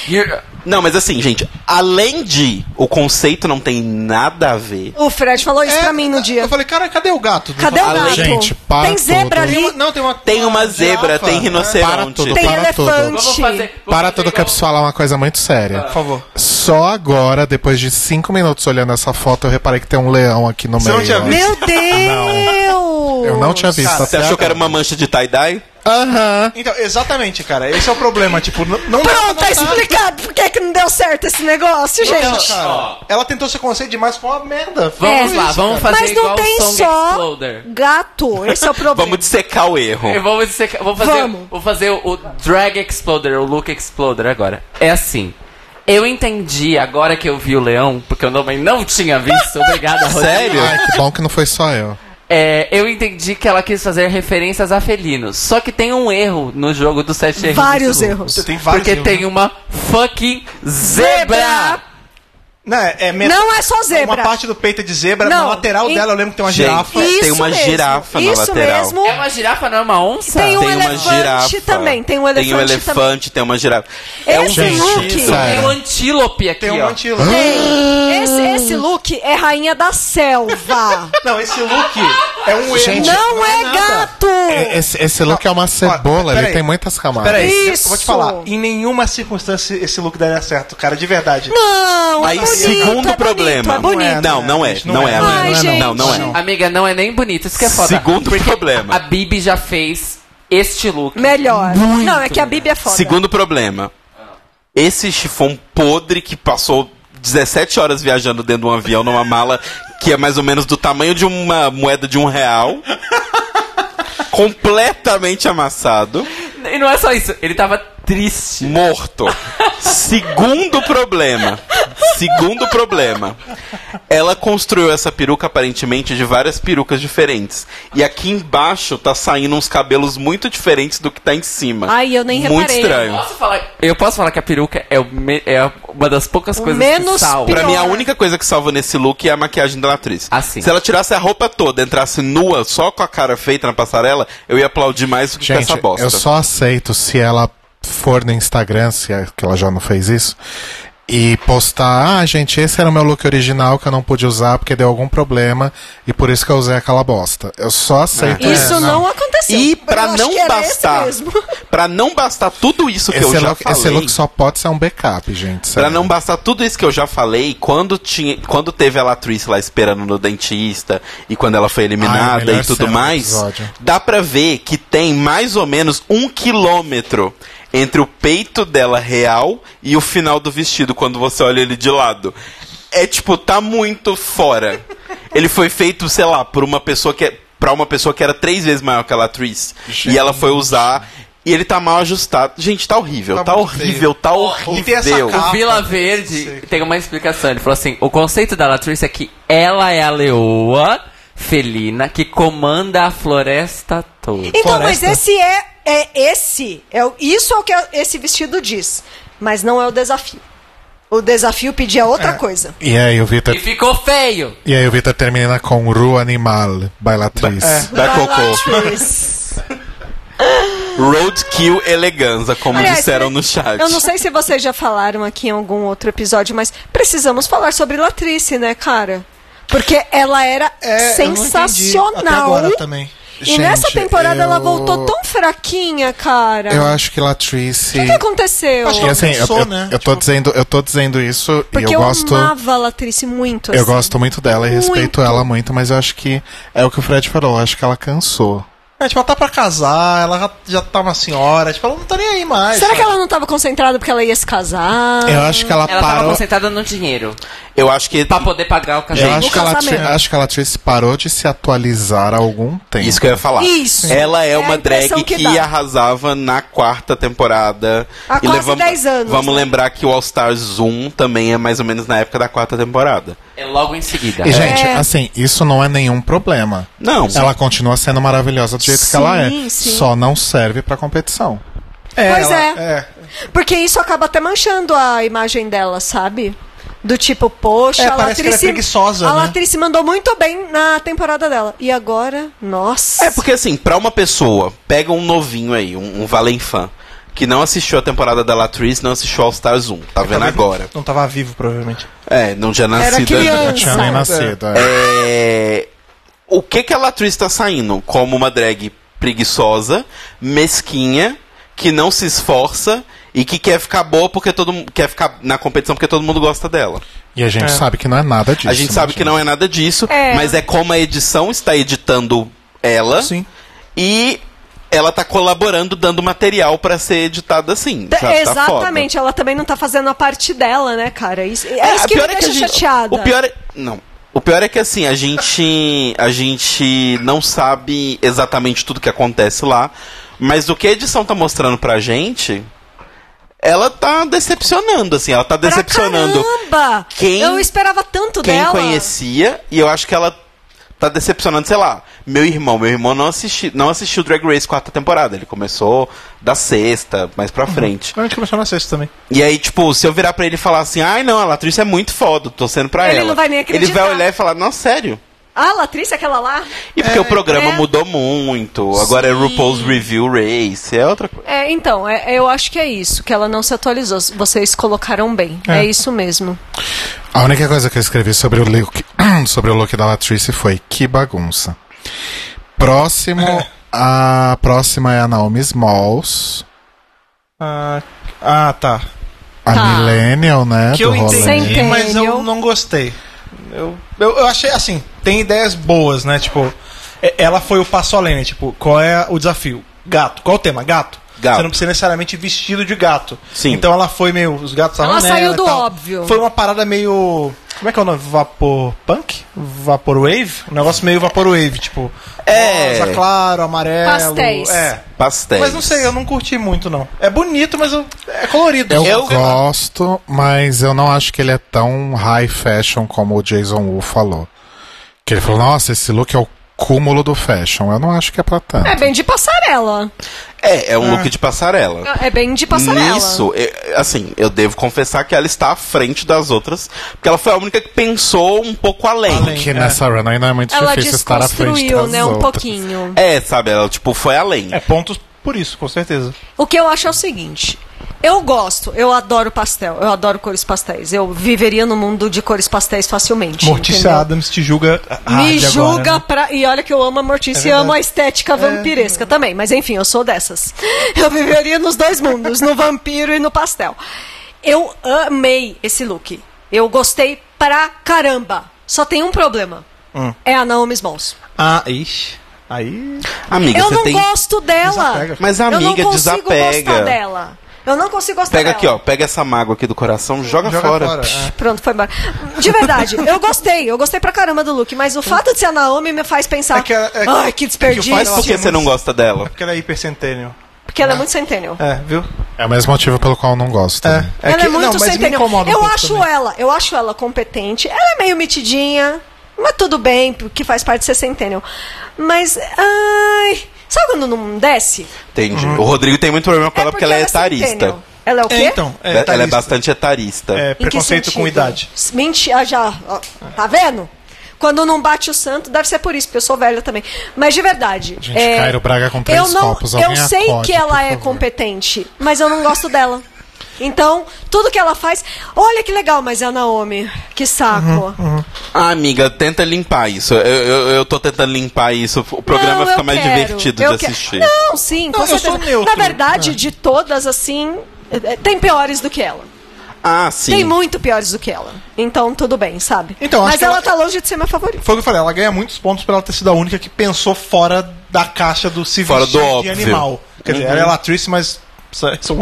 Speaker 1: You're-
Speaker 3: Não, mas assim, gente, além de o conceito não tem nada a ver.
Speaker 9: O Fred falou isso
Speaker 8: É,
Speaker 9: pra mim no dia.
Speaker 8: Eu falei, cara, cadê o gato?
Speaker 9: Cadê o
Speaker 3: Além-
Speaker 9: gato?
Speaker 2: Gente, para
Speaker 9: tem zebra
Speaker 2: tudo.
Speaker 8: Tem uma-
Speaker 9: ali,
Speaker 8: Não, tem uma.
Speaker 3: Tem uma zebra,
Speaker 8: girafa,
Speaker 3: tem
Speaker 2: Para
Speaker 3: rinoceronte.
Speaker 2: tudo,
Speaker 9: tem
Speaker 2: para tudo.
Speaker 9: elefante.
Speaker 1: Vamos fazer. vamos
Speaker 2: Para
Speaker 1: fazer
Speaker 2: tudo que eu
Speaker 1: igual-
Speaker 2: preciso falar uma coisa muito séria.
Speaker 8: Por favor.
Speaker 2: Só agora, depois de cinco minutos olhando essa foto, eu reparei que tem um leão aqui no
Speaker 8: Você
Speaker 2: meio.
Speaker 8: não tinha
Speaker 2: ó.
Speaker 8: visto?
Speaker 9: Meu Deus!
Speaker 2: Eu não tinha visto.
Speaker 8: Cara,
Speaker 3: Você
Speaker 2: até
Speaker 3: achou que era
Speaker 2: agora.
Speaker 3: uma mancha de tie-dye?
Speaker 2: Aham.
Speaker 8: Então, exatamente, cara. Esse é o problema. Tipo, n- não dá pra
Speaker 9: Pronto, tá
Speaker 8: notar.
Speaker 9: explicado por que, que não deu certo esse negócio,
Speaker 8: Ela,
Speaker 9: gente.
Speaker 8: Então, cara, ela tentou ser conceito demais com uma merda.
Speaker 1: Vamos
Speaker 9: É.
Speaker 1: lá, vamos fazer
Speaker 9: Mas
Speaker 1: igual
Speaker 9: não tem
Speaker 1: o Song
Speaker 9: só
Speaker 1: Exploder.
Speaker 9: gato. Esse é o problema.
Speaker 3: Vamos dissecar o erro.
Speaker 1: Eu vou, dizer, vou fazer,
Speaker 9: Vamos.
Speaker 1: Vou fazer o, o Drag Exploder, o Look Exploder agora. É assim. Eu entendi agora que eu vi o leão, porque eu também não tinha visto.
Speaker 3: [LAUGHS]
Speaker 1: Obrigada, Rodrigo.
Speaker 3: Sério?
Speaker 2: Ai, que bom que não foi só eu.
Speaker 1: É, eu entendi que ela quis fazer referências a felinos. Só que tem um erro no jogo dos sete erros.
Speaker 9: Vários
Speaker 1: desse
Speaker 9: erros.
Speaker 8: tem
Speaker 1: look, Porque tem uma fucking zebra!
Speaker 8: Não, é, é met-
Speaker 9: Não é só zebra.
Speaker 8: Uma parte do peito é de zebra,
Speaker 9: Não,
Speaker 8: na lateral
Speaker 9: em-
Speaker 8: dela eu lembro que tem uma
Speaker 3: Gente,
Speaker 8: girafa.
Speaker 3: Tem uma girafa na
Speaker 9: isso
Speaker 3: lateral.
Speaker 9: mesmo.
Speaker 1: É uma girafa, não é uma onça?
Speaker 9: Tem um
Speaker 3: Tem uma
Speaker 9: elefante
Speaker 3: girafa.
Speaker 9: também, tem um
Speaker 3: Tem um
Speaker 9: elefante
Speaker 3: elefante, tem uma girafa. É um
Speaker 9: Esse look.
Speaker 3: vestido.
Speaker 1: Tem um
Speaker 2: Sério.
Speaker 1: antílope aqui,
Speaker 8: Tem um
Speaker 1: ó.
Speaker 8: antílope.
Speaker 9: Tem. Esse, esse look é rainha da selva.
Speaker 8: Não, esse look é um erro.
Speaker 2: Gente,
Speaker 9: não, é,
Speaker 8: nada.
Speaker 9: gato.
Speaker 2: É, Esse, esse look é uma cebola,
Speaker 8: peraí.
Speaker 2: ele tem muitas camadas.
Speaker 8: Peraí,
Speaker 9: Isso.
Speaker 8: eu vou te falar. Em nenhuma circunstância esse look daria certo, cara, de verdade.
Speaker 9: Não, é
Speaker 3: Aí,
Speaker 9: bonito,
Speaker 3: segundo
Speaker 9: é
Speaker 3: problema.
Speaker 9: Bonito, é bonito.
Speaker 3: Não, não é,
Speaker 8: Gente,
Speaker 3: não é.
Speaker 9: Ai,
Speaker 3: Amanda.
Speaker 9: gente.
Speaker 3: Não, não é.
Speaker 1: Amiga, não é nem bonito, isso que é foda.
Speaker 3: Segundo problema.
Speaker 1: A Bibi já fez este look.
Speaker 9: Melhor. não, é que a Bíblia é foda.
Speaker 3: Segundo problema. Esse chifão podre que passou 17 horas viajando dentro de um avião numa mala que é mais ou menos do tamanho de uma moeda de um
Speaker 9: [LAUGHS]
Speaker 3: real. completamente amassado.
Speaker 1: E não é só isso, ele tava triste.
Speaker 3: Morto. Segundo problema. Segundo problema. Ela construiu essa peruca aparentemente de várias perucas diferentes. E aqui embaixo tá saindo uns cabelos muito diferentes do que tá em cima.
Speaker 9: Ai, eu nem
Speaker 3: Muito
Speaker 9: reparei.
Speaker 3: estranho.
Speaker 1: Posso falar- eu posso falar que a peruca é, o me- é uma das poucas
Speaker 9: O
Speaker 1: coisas
Speaker 9: menos
Speaker 1: que salva.
Speaker 9: pior.
Speaker 3: Pra mim, a única coisa que salva nesse look é a maquiagem da atriz.
Speaker 1: Ah, sim.
Speaker 3: Se ela tirasse a roupa toda, entrasse nua, só com a cara feita na passarela, eu ia aplaudir mais do que com
Speaker 2: Gente,
Speaker 3: essa bosta.
Speaker 2: eu só aceito se ela for no Instagram, se é que ela já não fez isso, e postar, ah, gente, esse era o meu look original que eu não pude usar porque deu algum problema e por isso que eu usei aquela bosta. Eu só aceito
Speaker 9: Isso
Speaker 2: essa.
Speaker 9: não aconteceu.
Speaker 3: É, E
Speaker 9: é Eu
Speaker 3: pra
Speaker 9: acho
Speaker 3: não
Speaker 9: que era esse
Speaker 3: bastar,
Speaker 9: mesmo. [LAUGHS]
Speaker 3: pra não bastar tudo isso que
Speaker 2: Esse é
Speaker 3: eu já
Speaker 2: look,
Speaker 3: falei.
Speaker 2: esse look só pode ser um backup, gente.
Speaker 3: Pra
Speaker 2: sério.
Speaker 3: não bastar tudo isso que eu já falei, quando, tinha, quando teve a Latrice lá esperando no dentista e quando ela foi
Speaker 2: Ai,
Speaker 3: eliminada
Speaker 2: melhor
Speaker 3: e tudo
Speaker 2: cena do
Speaker 3: mais,
Speaker 2: episódio.
Speaker 3: dá pra ver que tem mais ou menos um quilômetro entre o peito dela real e o final do vestido, quando você olha ele de lado. É tipo, tá muito fora. Ele foi feito, sei lá, por uma pessoa que é. Pra uma pessoa que era três vezes maior que a Latrice. E ela foi usar. E ele tá mal ajustado. Gente, tá horrível.
Speaker 8: Tá
Speaker 3: Tá,
Speaker 8: muito feio.
Speaker 3: horrível, tá horrível.
Speaker 8: E tem essa capa.
Speaker 1: O Vila
Speaker 8: Sei.
Speaker 1: Verde tem uma explicação. Ele falou assim: o conceito da Latrice é que ela é a leoa felina que comanda a floresta toda.
Speaker 9: Então, mas
Speaker 8: Floresta.
Speaker 9: esse é, é esse. É, o- isso é o que esse vestido diz. Mas não é o desafio. O desafio pedir é outra coisa.
Speaker 2: E aí o Vitor
Speaker 1: E ficou feio!
Speaker 2: e aí o Vitor termina com Ru Animal, bailatriz.
Speaker 3: Da
Speaker 9: Vai lá,
Speaker 3: Cocô.
Speaker 9: Tris.
Speaker 3: Roadkill Eleganza, como
Speaker 9: Aliás,
Speaker 3: disseram
Speaker 9: né,
Speaker 3: no chat.
Speaker 9: Eu não sei se vocês já falaram aqui em algum outro episódio, mas precisamos falar sobre Latrice, né, cara? Porque ela era
Speaker 8: É, eu não entendi
Speaker 9: sensacional.
Speaker 8: Até agora também.
Speaker 9: E nessa
Speaker 2: Gente,
Speaker 9: temporada ela
Speaker 2: eu-
Speaker 9: voltou tão fraquinha, cara.
Speaker 3: é.
Speaker 2: Eu acho que Latrice.
Speaker 9: O que, que aconteceu?
Speaker 8: Acho
Speaker 2: E assim, eu,
Speaker 8: Sou,
Speaker 2: eu,
Speaker 8: né?
Speaker 2: eu tô
Speaker 8: Tipo-
Speaker 2: dizendo, eu tô dizendo isso
Speaker 9: Porque
Speaker 2: e
Speaker 9: eu,
Speaker 2: eu gosto.
Speaker 9: amava a Latrice muito.
Speaker 2: Eu
Speaker 9: assim.
Speaker 2: gosto muito dela e
Speaker 9: Muito.
Speaker 2: respeito ela muito, mas eu acho que é o que o Fred falou, eu acho que ela cansou.
Speaker 8: É, tipo, ela tá pra casar, ela já- já tá uma senhora, tipo, ela não tá nem aí mais.
Speaker 9: Será
Speaker 8: sabe?
Speaker 9: que ela não tava concentrada porque ela ia se casar?
Speaker 2: eu acho que ela,
Speaker 1: Ela tava
Speaker 2: parou.
Speaker 1: concentrada no dinheiro
Speaker 3: Eu acho que.
Speaker 9: Tá
Speaker 1: pra poder pagar o
Speaker 2: Eu
Speaker 1: casamento.
Speaker 2: acho que, ela
Speaker 9: casamento.
Speaker 2: tri- acho que ela tri- parou de se atualizar há algum tempo.
Speaker 3: Isso que eu ia falar.
Speaker 9: Isso.
Speaker 3: Ela é,
Speaker 9: É a
Speaker 3: uma
Speaker 9: impressão
Speaker 3: drag
Speaker 9: que
Speaker 3: que,
Speaker 9: dá.
Speaker 3: arrasava na quarta temporada.
Speaker 9: Há quase 10 anos,
Speaker 3: Vamos
Speaker 9: né?
Speaker 3: lembrar que o All Stars 1 também é mais ou menos na época da quarta temporada.
Speaker 1: É logo em seguida.
Speaker 2: E, gente,
Speaker 9: É.
Speaker 2: assim, isso não é nenhum problema.
Speaker 3: Não.
Speaker 2: Ela continua sendo maravilhosa do jeito que
Speaker 9: Sim,
Speaker 2: ela é.
Speaker 9: sim.
Speaker 2: Só não serve pra competição.
Speaker 8: É,
Speaker 9: Pois
Speaker 8: ela-
Speaker 9: é. Porque isso acaba até manchando a imagem dela, sabe? Do tipo, poxa,
Speaker 8: É,
Speaker 9: a
Speaker 8: parece que ela é
Speaker 9: Latrice.
Speaker 8: preguiçosa,
Speaker 9: a
Speaker 8: né?
Speaker 9: Latrice mandou muito bem na temporada dela. E agora, nossa.
Speaker 3: É porque assim, pra uma pessoa, pega um novinho aí, um, um Valenfan, que não assistiu a temporada da Latrice, não assistiu All Stars 1. Tá vendo
Speaker 8: Talvez
Speaker 3: agora?
Speaker 8: Não tava vivo, provavelmente.
Speaker 3: É, não tinha
Speaker 9: Era
Speaker 3: nascido ainda.
Speaker 2: Eu tinha nem
Speaker 9: criança.
Speaker 2: nascido. é.
Speaker 3: É, o que que a Latriz tá saindo? Como uma drag preguiçosa, mesquinha, que não se esforça e que quer ficar boa porque todo mundo quer ficar na competição porque todo mundo gosta dela.
Speaker 2: E a gente
Speaker 8: É.
Speaker 2: sabe que não é nada disso.
Speaker 3: a gente
Speaker 2: né,
Speaker 3: sabe que não é nada disso,
Speaker 9: É.
Speaker 3: mas é como a edição está editando ela
Speaker 8: Sim.
Speaker 3: e ela tá colaborando, dando material pra ser editada assim.
Speaker 9: T-
Speaker 3: sabe? Tá
Speaker 9: Exatamente, ela também não tá fazendo a parte dela, né, cara? Isso, é,
Speaker 3: a
Speaker 9: isso que me
Speaker 3: pior
Speaker 9: deixa
Speaker 3: a gente-
Speaker 9: chateada.
Speaker 3: O pior é. Não. O pior é que assim, a gente. A gente não sabe exatamente tudo que acontece lá. Mas o que a edição tá mostrando pra gente. Ela tá decepcionando, assim. Ela tá
Speaker 9: Pra
Speaker 3: decepcionando
Speaker 9: Caramba!
Speaker 3: Quem-
Speaker 9: Eu esperava tanto
Speaker 3: quem
Speaker 9: dela.
Speaker 3: conhecia. E eu acho que ela tá decepcionando, sei lá. Meu irmão. Meu irmão não, assisti, não assistiu Drag Race quarta temporada. Ele começou da sexta, mais
Speaker 9: Uhum.
Speaker 3: pra frente.
Speaker 8: A gente começou na sexta também.
Speaker 3: E aí, tipo, se eu virar pra ele e falar assim, ai não, a Latrice é muito foda, tô sendo pra
Speaker 9: Ele
Speaker 3: ela.
Speaker 9: não vai nem acreditar.
Speaker 3: Ele vai olhar e falar, não, sério.
Speaker 9: Ah, a Latrice, aquela lá?
Speaker 3: E porque o programa
Speaker 9: é.
Speaker 3: mudou muito, agora é RuPaul's Review Race, é outra coisa.
Speaker 9: É, então, é- eu acho que é isso, que ela não se atualizou. Vocês colocaram bem.
Speaker 2: É.
Speaker 9: É, isso mesmo.
Speaker 3: é.
Speaker 2: A única coisa que eu escrevi sobre o look, [CLEARS THROAT] sobre o look da Latrice foi que bagunça. Próximo,
Speaker 8: É.
Speaker 2: a próxima é a Naomi Smalls,
Speaker 8: Ah, ah, tá.
Speaker 2: a
Speaker 9: Tá.
Speaker 2: Millennial, né?
Speaker 8: que eu
Speaker 2: do rolê.
Speaker 9: Sem
Speaker 8: entendi,
Speaker 9: tempo.
Speaker 8: mas eu
Speaker 9: Entendeu?
Speaker 8: não gostei. Eu, eu, eu achei assim, tem ideias boas, né? Tipo, é- ela foi o passo além, né? Tipo, qual é o desafio? Gato. Qual o tema? Gato.
Speaker 3: Gato.
Speaker 8: Você não precisa necessariamente ir vestido de gato.
Speaker 3: Sim.
Speaker 8: Então ela foi meio. Os gatos estavam
Speaker 9: Ela
Speaker 8: nela
Speaker 9: saiu
Speaker 8: e
Speaker 9: do
Speaker 8: tal.
Speaker 9: óbvio.
Speaker 8: Foi uma parada meio. Como é que é o nome? Vapor punk? Vaporwave? Um negócio meio vaporwave, tipo.
Speaker 3: É.
Speaker 8: Rosa, claro, amarelo.
Speaker 9: Pastéis.
Speaker 8: É.
Speaker 3: Pastéis.
Speaker 8: Mas não sei, eu não curti muito, não. É bonito, mas eu- é colorido.
Speaker 2: Eu, gosto, mas eu não acho que ele é tão high fashion como o Jason Wu falou. Que ele falou, nossa, esse look é o cúmulo do fashion. Eu não acho que é pra tanto.
Speaker 9: É bem de passarela.
Speaker 3: É, é um
Speaker 8: Ah.
Speaker 3: look de passarela.
Speaker 9: É bem de passarela.
Speaker 3: Nisso, eu- assim, eu devo confessar que ela está à frente das outras, porque ela foi a única que pensou um pouco além.
Speaker 2: que nessa run ainda é muito
Speaker 9: Ela
Speaker 2: difícil estar à frente
Speaker 9: desconstruiu,
Speaker 2: das
Speaker 9: né, um
Speaker 2: outras.
Speaker 9: pouquinho.
Speaker 3: É, sabe, ela tipo foi além.
Speaker 8: É pontos por isso, com certeza.
Speaker 9: O que eu acho é o seguinte. Eu gosto, eu adoro pastel, eu adoro cores pastéis. Eu viveria no mundo de cores pastéis facilmente.
Speaker 8: Morticia
Speaker 9: entendeu?
Speaker 8: Adams te julga hard
Speaker 9: Me
Speaker 8: agora,
Speaker 9: julga
Speaker 8: né?
Speaker 9: pra. E olha que eu amo a Mortícia
Speaker 8: É
Speaker 9: e amo
Speaker 8: verdade.
Speaker 9: a estética vampiresca também. Mas enfim, eu sou dessas. Eu viveria nos dois mundos, no vampiro e no pastel. Eu amei esse look. Eu gostei pra caramba. Só tem um problema.
Speaker 8: Hum.
Speaker 9: É a Naomi Smalls.
Speaker 8: Ah, ixi. Aí.
Speaker 3: Amiga,
Speaker 9: eu
Speaker 3: você
Speaker 9: não
Speaker 3: tem
Speaker 9: gosto dela.
Speaker 8: Desapega.
Speaker 3: Mas,
Speaker 9: eu não
Speaker 3: amiga,
Speaker 9: consigo
Speaker 3: desapega.
Speaker 9: gostar dela. Eu não consigo gostar
Speaker 3: Pega
Speaker 9: dela.
Speaker 3: aqui, ó, pega essa mágoa aqui do coração, joga,
Speaker 8: Joga
Speaker 3: fora.
Speaker 8: fora,
Speaker 3: Psh,
Speaker 8: é.
Speaker 9: Pronto, foi embora. De verdade, eu gostei. Eu gostei pra caramba do look. Mas o fato de ser a Naomi me faz pensar.
Speaker 8: É que ela- é que-
Speaker 9: Ai, que
Speaker 8: é que faz
Speaker 9: desperdício.
Speaker 3: Mas por que
Speaker 8: Nossa,
Speaker 3: você
Speaker 8: é
Speaker 3: não
Speaker 8: muito-
Speaker 3: gosta dela?
Speaker 8: Porque ela é hipercentênio.
Speaker 9: Porque ela é muito centennial.
Speaker 8: É, viu?
Speaker 2: É o mesmo motivo pelo qual eu não gosto. né?
Speaker 9: ela é muito
Speaker 8: não, mas me
Speaker 9: centennial.
Speaker 8: incomoda um
Speaker 9: eu
Speaker 8: pouco
Speaker 9: acho
Speaker 8: também.
Speaker 9: ela, eu acho ela competente. Ela é meio metidinha, mas tudo bem, porque faz parte de ser centennial. Mas, ai, sabe quando não desce?
Speaker 3: Entende?
Speaker 8: Uhum.
Speaker 3: O Rodrigo tem muito problema com ela porque ela é etarista.
Speaker 9: centennial. Ela é o quê?
Speaker 8: É, então, é,
Speaker 3: ela é
Speaker 8: etarista.
Speaker 3: bastante etarista.
Speaker 8: É,
Speaker 9: Em que
Speaker 8: preconceito com
Speaker 9: sentido?
Speaker 8: idade.
Speaker 9: Mentira, já. ó, Tá vendo? Quando não bate o santo, deve ser por isso, porque eu sou velha também. Mas de verdade. é,
Speaker 2: Gente, Cairo Braga com três
Speaker 9: eu não,
Speaker 2: copos,
Speaker 9: Eu
Speaker 2: alguém
Speaker 9: sei
Speaker 2: acorde,
Speaker 9: que ela
Speaker 2: por
Speaker 9: é
Speaker 2: favor.
Speaker 9: competente, mas eu não gosto dela. Então, tudo que ela faz. Olha que legal, mas é a Naomi. Que
Speaker 8: Uhum,
Speaker 9: saco.
Speaker 3: Ah, amiga, tenta limpar isso. Eu, eu, eu tô tentando limpar isso. O programa
Speaker 9: Não,
Speaker 3: fica
Speaker 9: eu
Speaker 3: mais
Speaker 9: quero.
Speaker 3: divertido
Speaker 9: Eu
Speaker 3: de
Speaker 9: que-
Speaker 3: assistir.
Speaker 9: Não, sim, com
Speaker 8: Não, eu sou
Speaker 9: certeza.
Speaker 8: neutro. é.
Speaker 9: Na verdade, de todas, assim, eh, eh, tem piores do que ela.
Speaker 3: Ah, sim. [LAUGHS]
Speaker 9: Tem muito piores do que ela. Então, tudo bem, sabe?
Speaker 8: Então, acho
Speaker 9: Mas
Speaker 8: que
Speaker 9: ela,
Speaker 8: ela-
Speaker 9: tá longe de ser minha favorita.
Speaker 8: Foi o que eu falei, ela ganha muitos pontos por ela ter sido a única que pensou fora da caixa do se
Speaker 3: Fora
Speaker 8: vestir
Speaker 3: do
Speaker 8: de
Speaker 3: óbvio.
Speaker 8: animal. Quer dizer,
Speaker 3: Uhum.
Speaker 8: ela é atriz, mas. Isso é isso é um,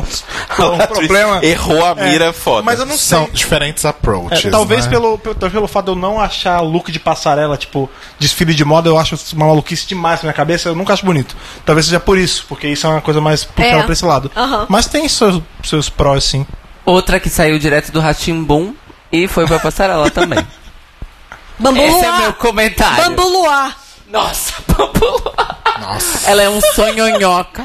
Speaker 8: é um
Speaker 3: A atriz
Speaker 8: problema.
Speaker 3: Errou a mira,
Speaker 8: É,
Speaker 3: foda.
Speaker 8: Mas eu não sei.
Speaker 2: São diferentes approaches.
Speaker 8: É, talvez
Speaker 2: né?
Speaker 8: pelo, pelo, talvez pelo fato de eu não achar look de passarela, tipo, desfile de moda, eu acho isso uma maluquice demais na minha cabeça, eu nunca acho bonito. Talvez seja por isso, porque isso é uma coisa mais puxada
Speaker 9: É.
Speaker 8: pra esse lado.
Speaker 9: Aham.
Speaker 8: Mas tem seus, seus prós, sim.
Speaker 1: Outra que saiu direto do Ratimbum e foi pra passarela
Speaker 2: [LAUGHS]
Speaker 1: também.
Speaker 9: Bambu
Speaker 1: Esse é
Speaker 9: Luar.
Speaker 1: meu comentário.
Speaker 9: Bambu Luar.
Speaker 1: Nossa, Bambu.
Speaker 2: Nossa.
Speaker 1: Ela é um sonhonhoca.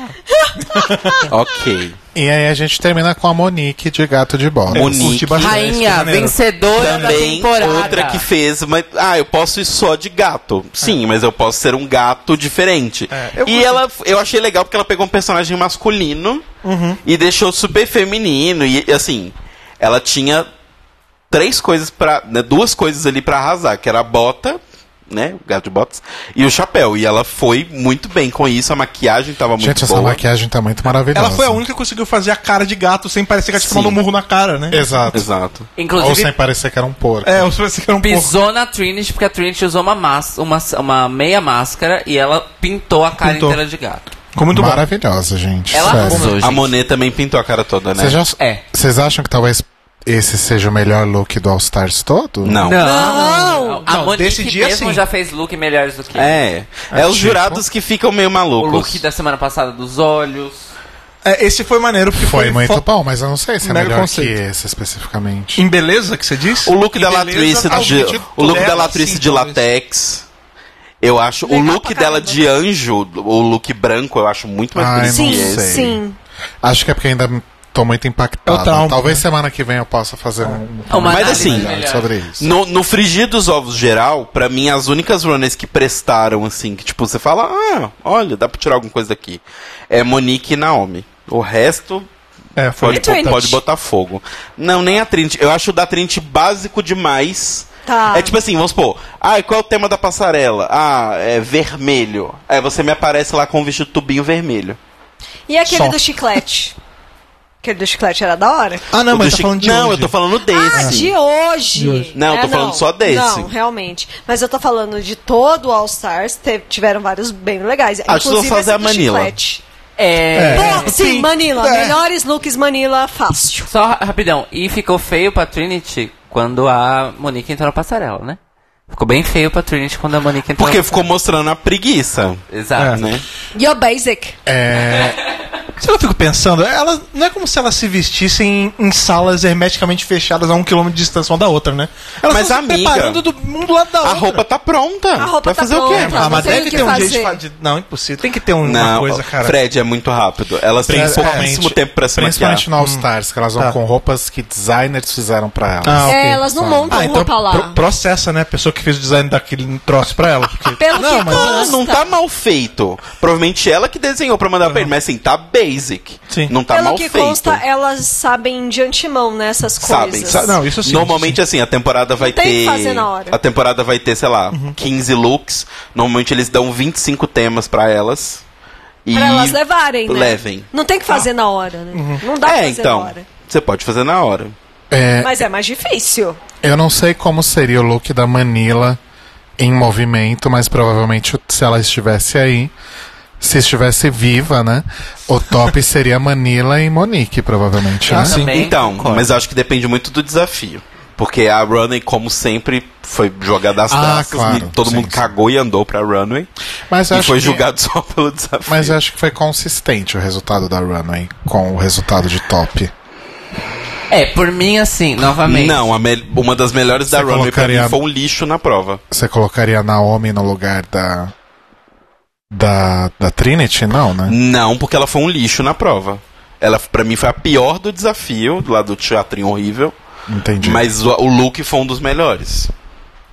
Speaker 3: Ok.
Speaker 2: E aí a gente termina com a Monique de gato de bola.
Speaker 3: Monique. tipo
Speaker 8: Eu curti bastante, ficou
Speaker 1: Rainha,
Speaker 8: maneiro.
Speaker 1: vencedora da
Speaker 3: Também
Speaker 1: temporada.
Speaker 3: outra que fez, mas ah, eu posso ir só de gato. Sim,
Speaker 2: É.
Speaker 3: mas eu posso ser um gato diferente.
Speaker 8: É, eu
Speaker 3: e
Speaker 8: gostei.
Speaker 3: ela, eu achei legal porque ela pegou um personagem masculino
Speaker 2: Uhum.
Speaker 3: e deixou super feminino e assim, ela tinha três coisas para, duas coisas ali pra arrasar, que era a bota, né, o gato de botas e o chapéu. E ela foi muito bem com isso, a maquiagem tava muito
Speaker 2: Gente, essa
Speaker 3: boa.
Speaker 2: maquiagem tá muito maravilhosa.
Speaker 8: é Ela foi a única que conseguiu fazer a cara de gato sem parecer que ela tinha tomado um
Speaker 3: Sim.
Speaker 8: murro na cara, né?
Speaker 2: Exato.
Speaker 3: Exato.
Speaker 2: Ou
Speaker 1: Inclusive,
Speaker 2: sem parecer que era um porco.
Speaker 8: É, eu pensei que era um pouco.
Speaker 1: pisou na Trinity porque a Trinity usou uma, mas- uma, uma meia máscara e ela pintou a cara
Speaker 8: Pintou.
Speaker 1: inteira de gato.
Speaker 8: Ficou muito bom.
Speaker 2: maravilhosa, gente.
Speaker 1: Ela
Speaker 2: sério.
Speaker 1: arrasou, gente.
Speaker 3: A Monet também pintou a cara toda, né?
Speaker 2: Vocês já-
Speaker 1: É.
Speaker 2: Vocês acham que talvez esse seja o melhor look do All Stars todo?
Speaker 3: Não.
Speaker 1: Não! A
Speaker 8: Não,
Speaker 1: Monique
Speaker 8: desse dia,
Speaker 1: mesmo
Speaker 8: sim.
Speaker 1: já fez look melhores do que
Speaker 3: É, é, os jurados que ficam meio
Speaker 1: o
Speaker 3: malucos.
Speaker 1: look da semana passada dos olhos.
Speaker 8: É, esse foi maneiro porque
Speaker 2: Foi muito
Speaker 8: fo-
Speaker 2: bom, mas eu não sei se é
Speaker 8: Mega
Speaker 2: melhor
Speaker 8: conceito.
Speaker 2: que esse especificamente.
Speaker 8: Em beleza, que você disse?
Speaker 3: O look da
Speaker 8: beleza,
Speaker 3: Latrice de,
Speaker 8: talvez,
Speaker 3: o look da
Speaker 8: dela,
Speaker 3: Latrice
Speaker 8: sim,
Speaker 3: de
Speaker 8: talvez.
Speaker 3: latex. Eu acho o
Speaker 9: Legal
Speaker 3: look
Speaker 9: pra
Speaker 3: dela
Speaker 9: caramba.
Speaker 3: de anjo, o look branco, eu acho muito mais
Speaker 2: Ai,
Speaker 3: bonito.
Speaker 2: não
Speaker 9: Sim,
Speaker 3: que esse.
Speaker 2: sei.
Speaker 9: sim.
Speaker 2: Acho que é porque ainda tô muito
Speaker 8: É
Speaker 2: impactado.
Speaker 8: o trauma,
Speaker 2: talvez semana que vem eu possa fazer um
Speaker 1: É Uma
Speaker 3: Mas
Speaker 1: análise
Speaker 3: assim,
Speaker 1: melhor.
Speaker 2: sobre isso.
Speaker 3: No, no frigir dos ovos geral, pra mim, as únicas runners que prestaram, assim, que tipo, você fala, ah, olha, dá pra tirar alguma coisa daqui, é Monique e Naomi. O resto,
Speaker 8: É, foi.
Speaker 3: pode,
Speaker 9: E Trinity?
Speaker 3: pode botar fogo. Não, nem a Trinity. Eu acho o da Trinity básico demais.
Speaker 9: Tá.
Speaker 3: É tipo assim, vamos supor, ah, e qual é o tema da passarela? Ah, é vermelho. Aí você me aparece lá com um vestido tubinho vermelho.
Speaker 9: E aquele
Speaker 8: Só.
Speaker 9: do chiclete? aquele do chiclete era da hora?
Speaker 8: Ah, não,
Speaker 3: O
Speaker 8: mas
Speaker 3: do
Speaker 8: tá
Speaker 3: chi-
Speaker 8: falando de
Speaker 3: Não,
Speaker 8: hoje.
Speaker 3: eu tô falando desse.
Speaker 9: Ah, de hoje. É,
Speaker 3: Não, eu tô falando só desse.
Speaker 9: Não, realmente. Mas eu tô falando de todo o All Stars. te- tiveram vários bem legais.
Speaker 3: Ah, que nós vamos
Speaker 9: Inclusive
Speaker 3: fazer
Speaker 9: esse
Speaker 3: a
Speaker 9: do
Speaker 3: Manila.
Speaker 9: chiclete.
Speaker 1: É,
Speaker 9: Pô, sim, Manila.
Speaker 2: É.
Speaker 9: Melhores looks Manila fácil.
Speaker 1: Só ra- rapidão. E ficou feio pra Trinity quando a Monique entrou na passarela, né? Ficou bem feio pra Trinity quando a Monique entrou
Speaker 3: Porque
Speaker 1: na
Speaker 3: ficou mostrando a preguiça,
Speaker 8: É.
Speaker 1: Exato.
Speaker 3: né?
Speaker 9: Your basic.
Speaker 3: É,
Speaker 8: Sabe o que eu fico pensando? Ela, não é como se elas se vestissem em, em salas hermeticamente fechadas a um quilômetro de distância uma da outra, né? Elas
Speaker 3: Mas,
Speaker 8: estão se
Speaker 3: amiga,
Speaker 8: preparando do, um do lado da
Speaker 3: A
Speaker 8: outra.
Speaker 3: roupa tá pronta.
Speaker 9: A roupa
Speaker 3: Vai
Speaker 9: tá
Speaker 3: fazer o quê?
Speaker 9: pronta.
Speaker 8: Ah, mas
Speaker 9: Não sei
Speaker 8: deve
Speaker 9: o que
Speaker 8: ter um jeito de
Speaker 9: fazer.
Speaker 8: fa- de. Não, impossível. Tem que ter um- uma
Speaker 3: Não,
Speaker 8: coisa, cara.
Speaker 3: Fred, é muito rápido. Elas têm
Speaker 2: Principalmente-
Speaker 3: pouquíssimo tempo pra se maquiar.
Speaker 2: Principalmente no All Stars, que elas vão
Speaker 8: Tá.
Speaker 2: com roupas que designers fizeram pra elas.
Speaker 8: Ah, ok.
Speaker 9: É, elas não montam
Speaker 8: Ah, então
Speaker 9: roupa lá.
Speaker 8: pro- processa, né? A pessoa que fez o design daquele troço pra ela. Porque...
Speaker 9: [LAUGHS] Pelo
Speaker 8: não,
Speaker 9: que
Speaker 8: mas...
Speaker 9: consta.
Speaker 3: Não, não tá mal feito. Provavelmente ela que desenhou pra mandar pra ele, mas assim, tá basic.
Speaker 8: Sim.
Speaker 3: Não tá
Speaker 9: Pelo
Speaker 3: mal
Speaker 9: que
Speaker 3: feito.
Speaker 9: consta, elas sabem de antemão, né, essas
Speaker 3: Sabem,
Speaker 9: coisas.
Speaker 3: sabe?
Speaker 8: Não, isso sim,
Speaker 3: Normalmente, assim, a temporada vai
Speaker 9: tem que
Speaker 3: ter.
Speaker 9: fazer na hora.
Speaker 3: A temporada vai ter, sei lá, 15 looks. Normalmente eles dão 25 temas pra elas. E
Speaker 9: Pra elas levarem, né?
Speaker 3: Levem. Tá.
Speaker 9: Não tem que fazer na hora, né? Não dá pra
Speaker 3: É,
Speaker 9: fazer na
Speaker 3: então.
Speaker 9: hora.
Speaker 3: Você pode fazer na hora.
Speaker 2: É,
Speaker 9: Mas é mais difícil.
Speaker 2: eu não sei como seria o look da Manila em movimento, mas provavelmente se ela estivesse aí, se estivesse viva, né? O
Speaker 3: [LAUGHS]
Speaker 2: top seria Manila e Monique, provavelmente, né?
Speaker 1: sim. Também
Speaker 3: então,
Speaker 1: concordo.
Speaker 3: mas acho que depende muito do desafio. Porque a runway, como sempre, foi jogada às
Speaker 2: Ah,
Speaker 3: traças.
Speaker 2: claro.
Speaker 3: e todo
Speaker 2: Sim,
Speaker 3: mundo
Speaker 2: sim.
Speaker 3: cagou e andou pra runway.
Speaker 2: Mas eu
Speaker 3: E
Speaker 2: acho
Speaker 3: foi
Speaker 2: que-
Speaker 3: julgado [LAUGHS] só pelo desafio.
Speaker 2: Mas eu acho que foi consistente o resultado da Runway com o resultado de top.
Speaker 1: É, por mim, assim, novamente.
Speaker 3: Não, a me- uma das melhores da
Speaker 2: Você
Speaker 3: runway pra
Speaker 2: colocaria-
Speaker 3: mim foi um lixo na prova.
Speaker 2: Você colocaria a Naomi no lugar da. Da, da Trinity? Não, né?
Speaker 3: Não, porque ela foi um lixo na prova. Ela, pra mim, foi a pior do desafio, lá do teatrinho horrível.
Speaker 2: Entendi.
Speaker 3: Mas o, o look foi um dos melhores.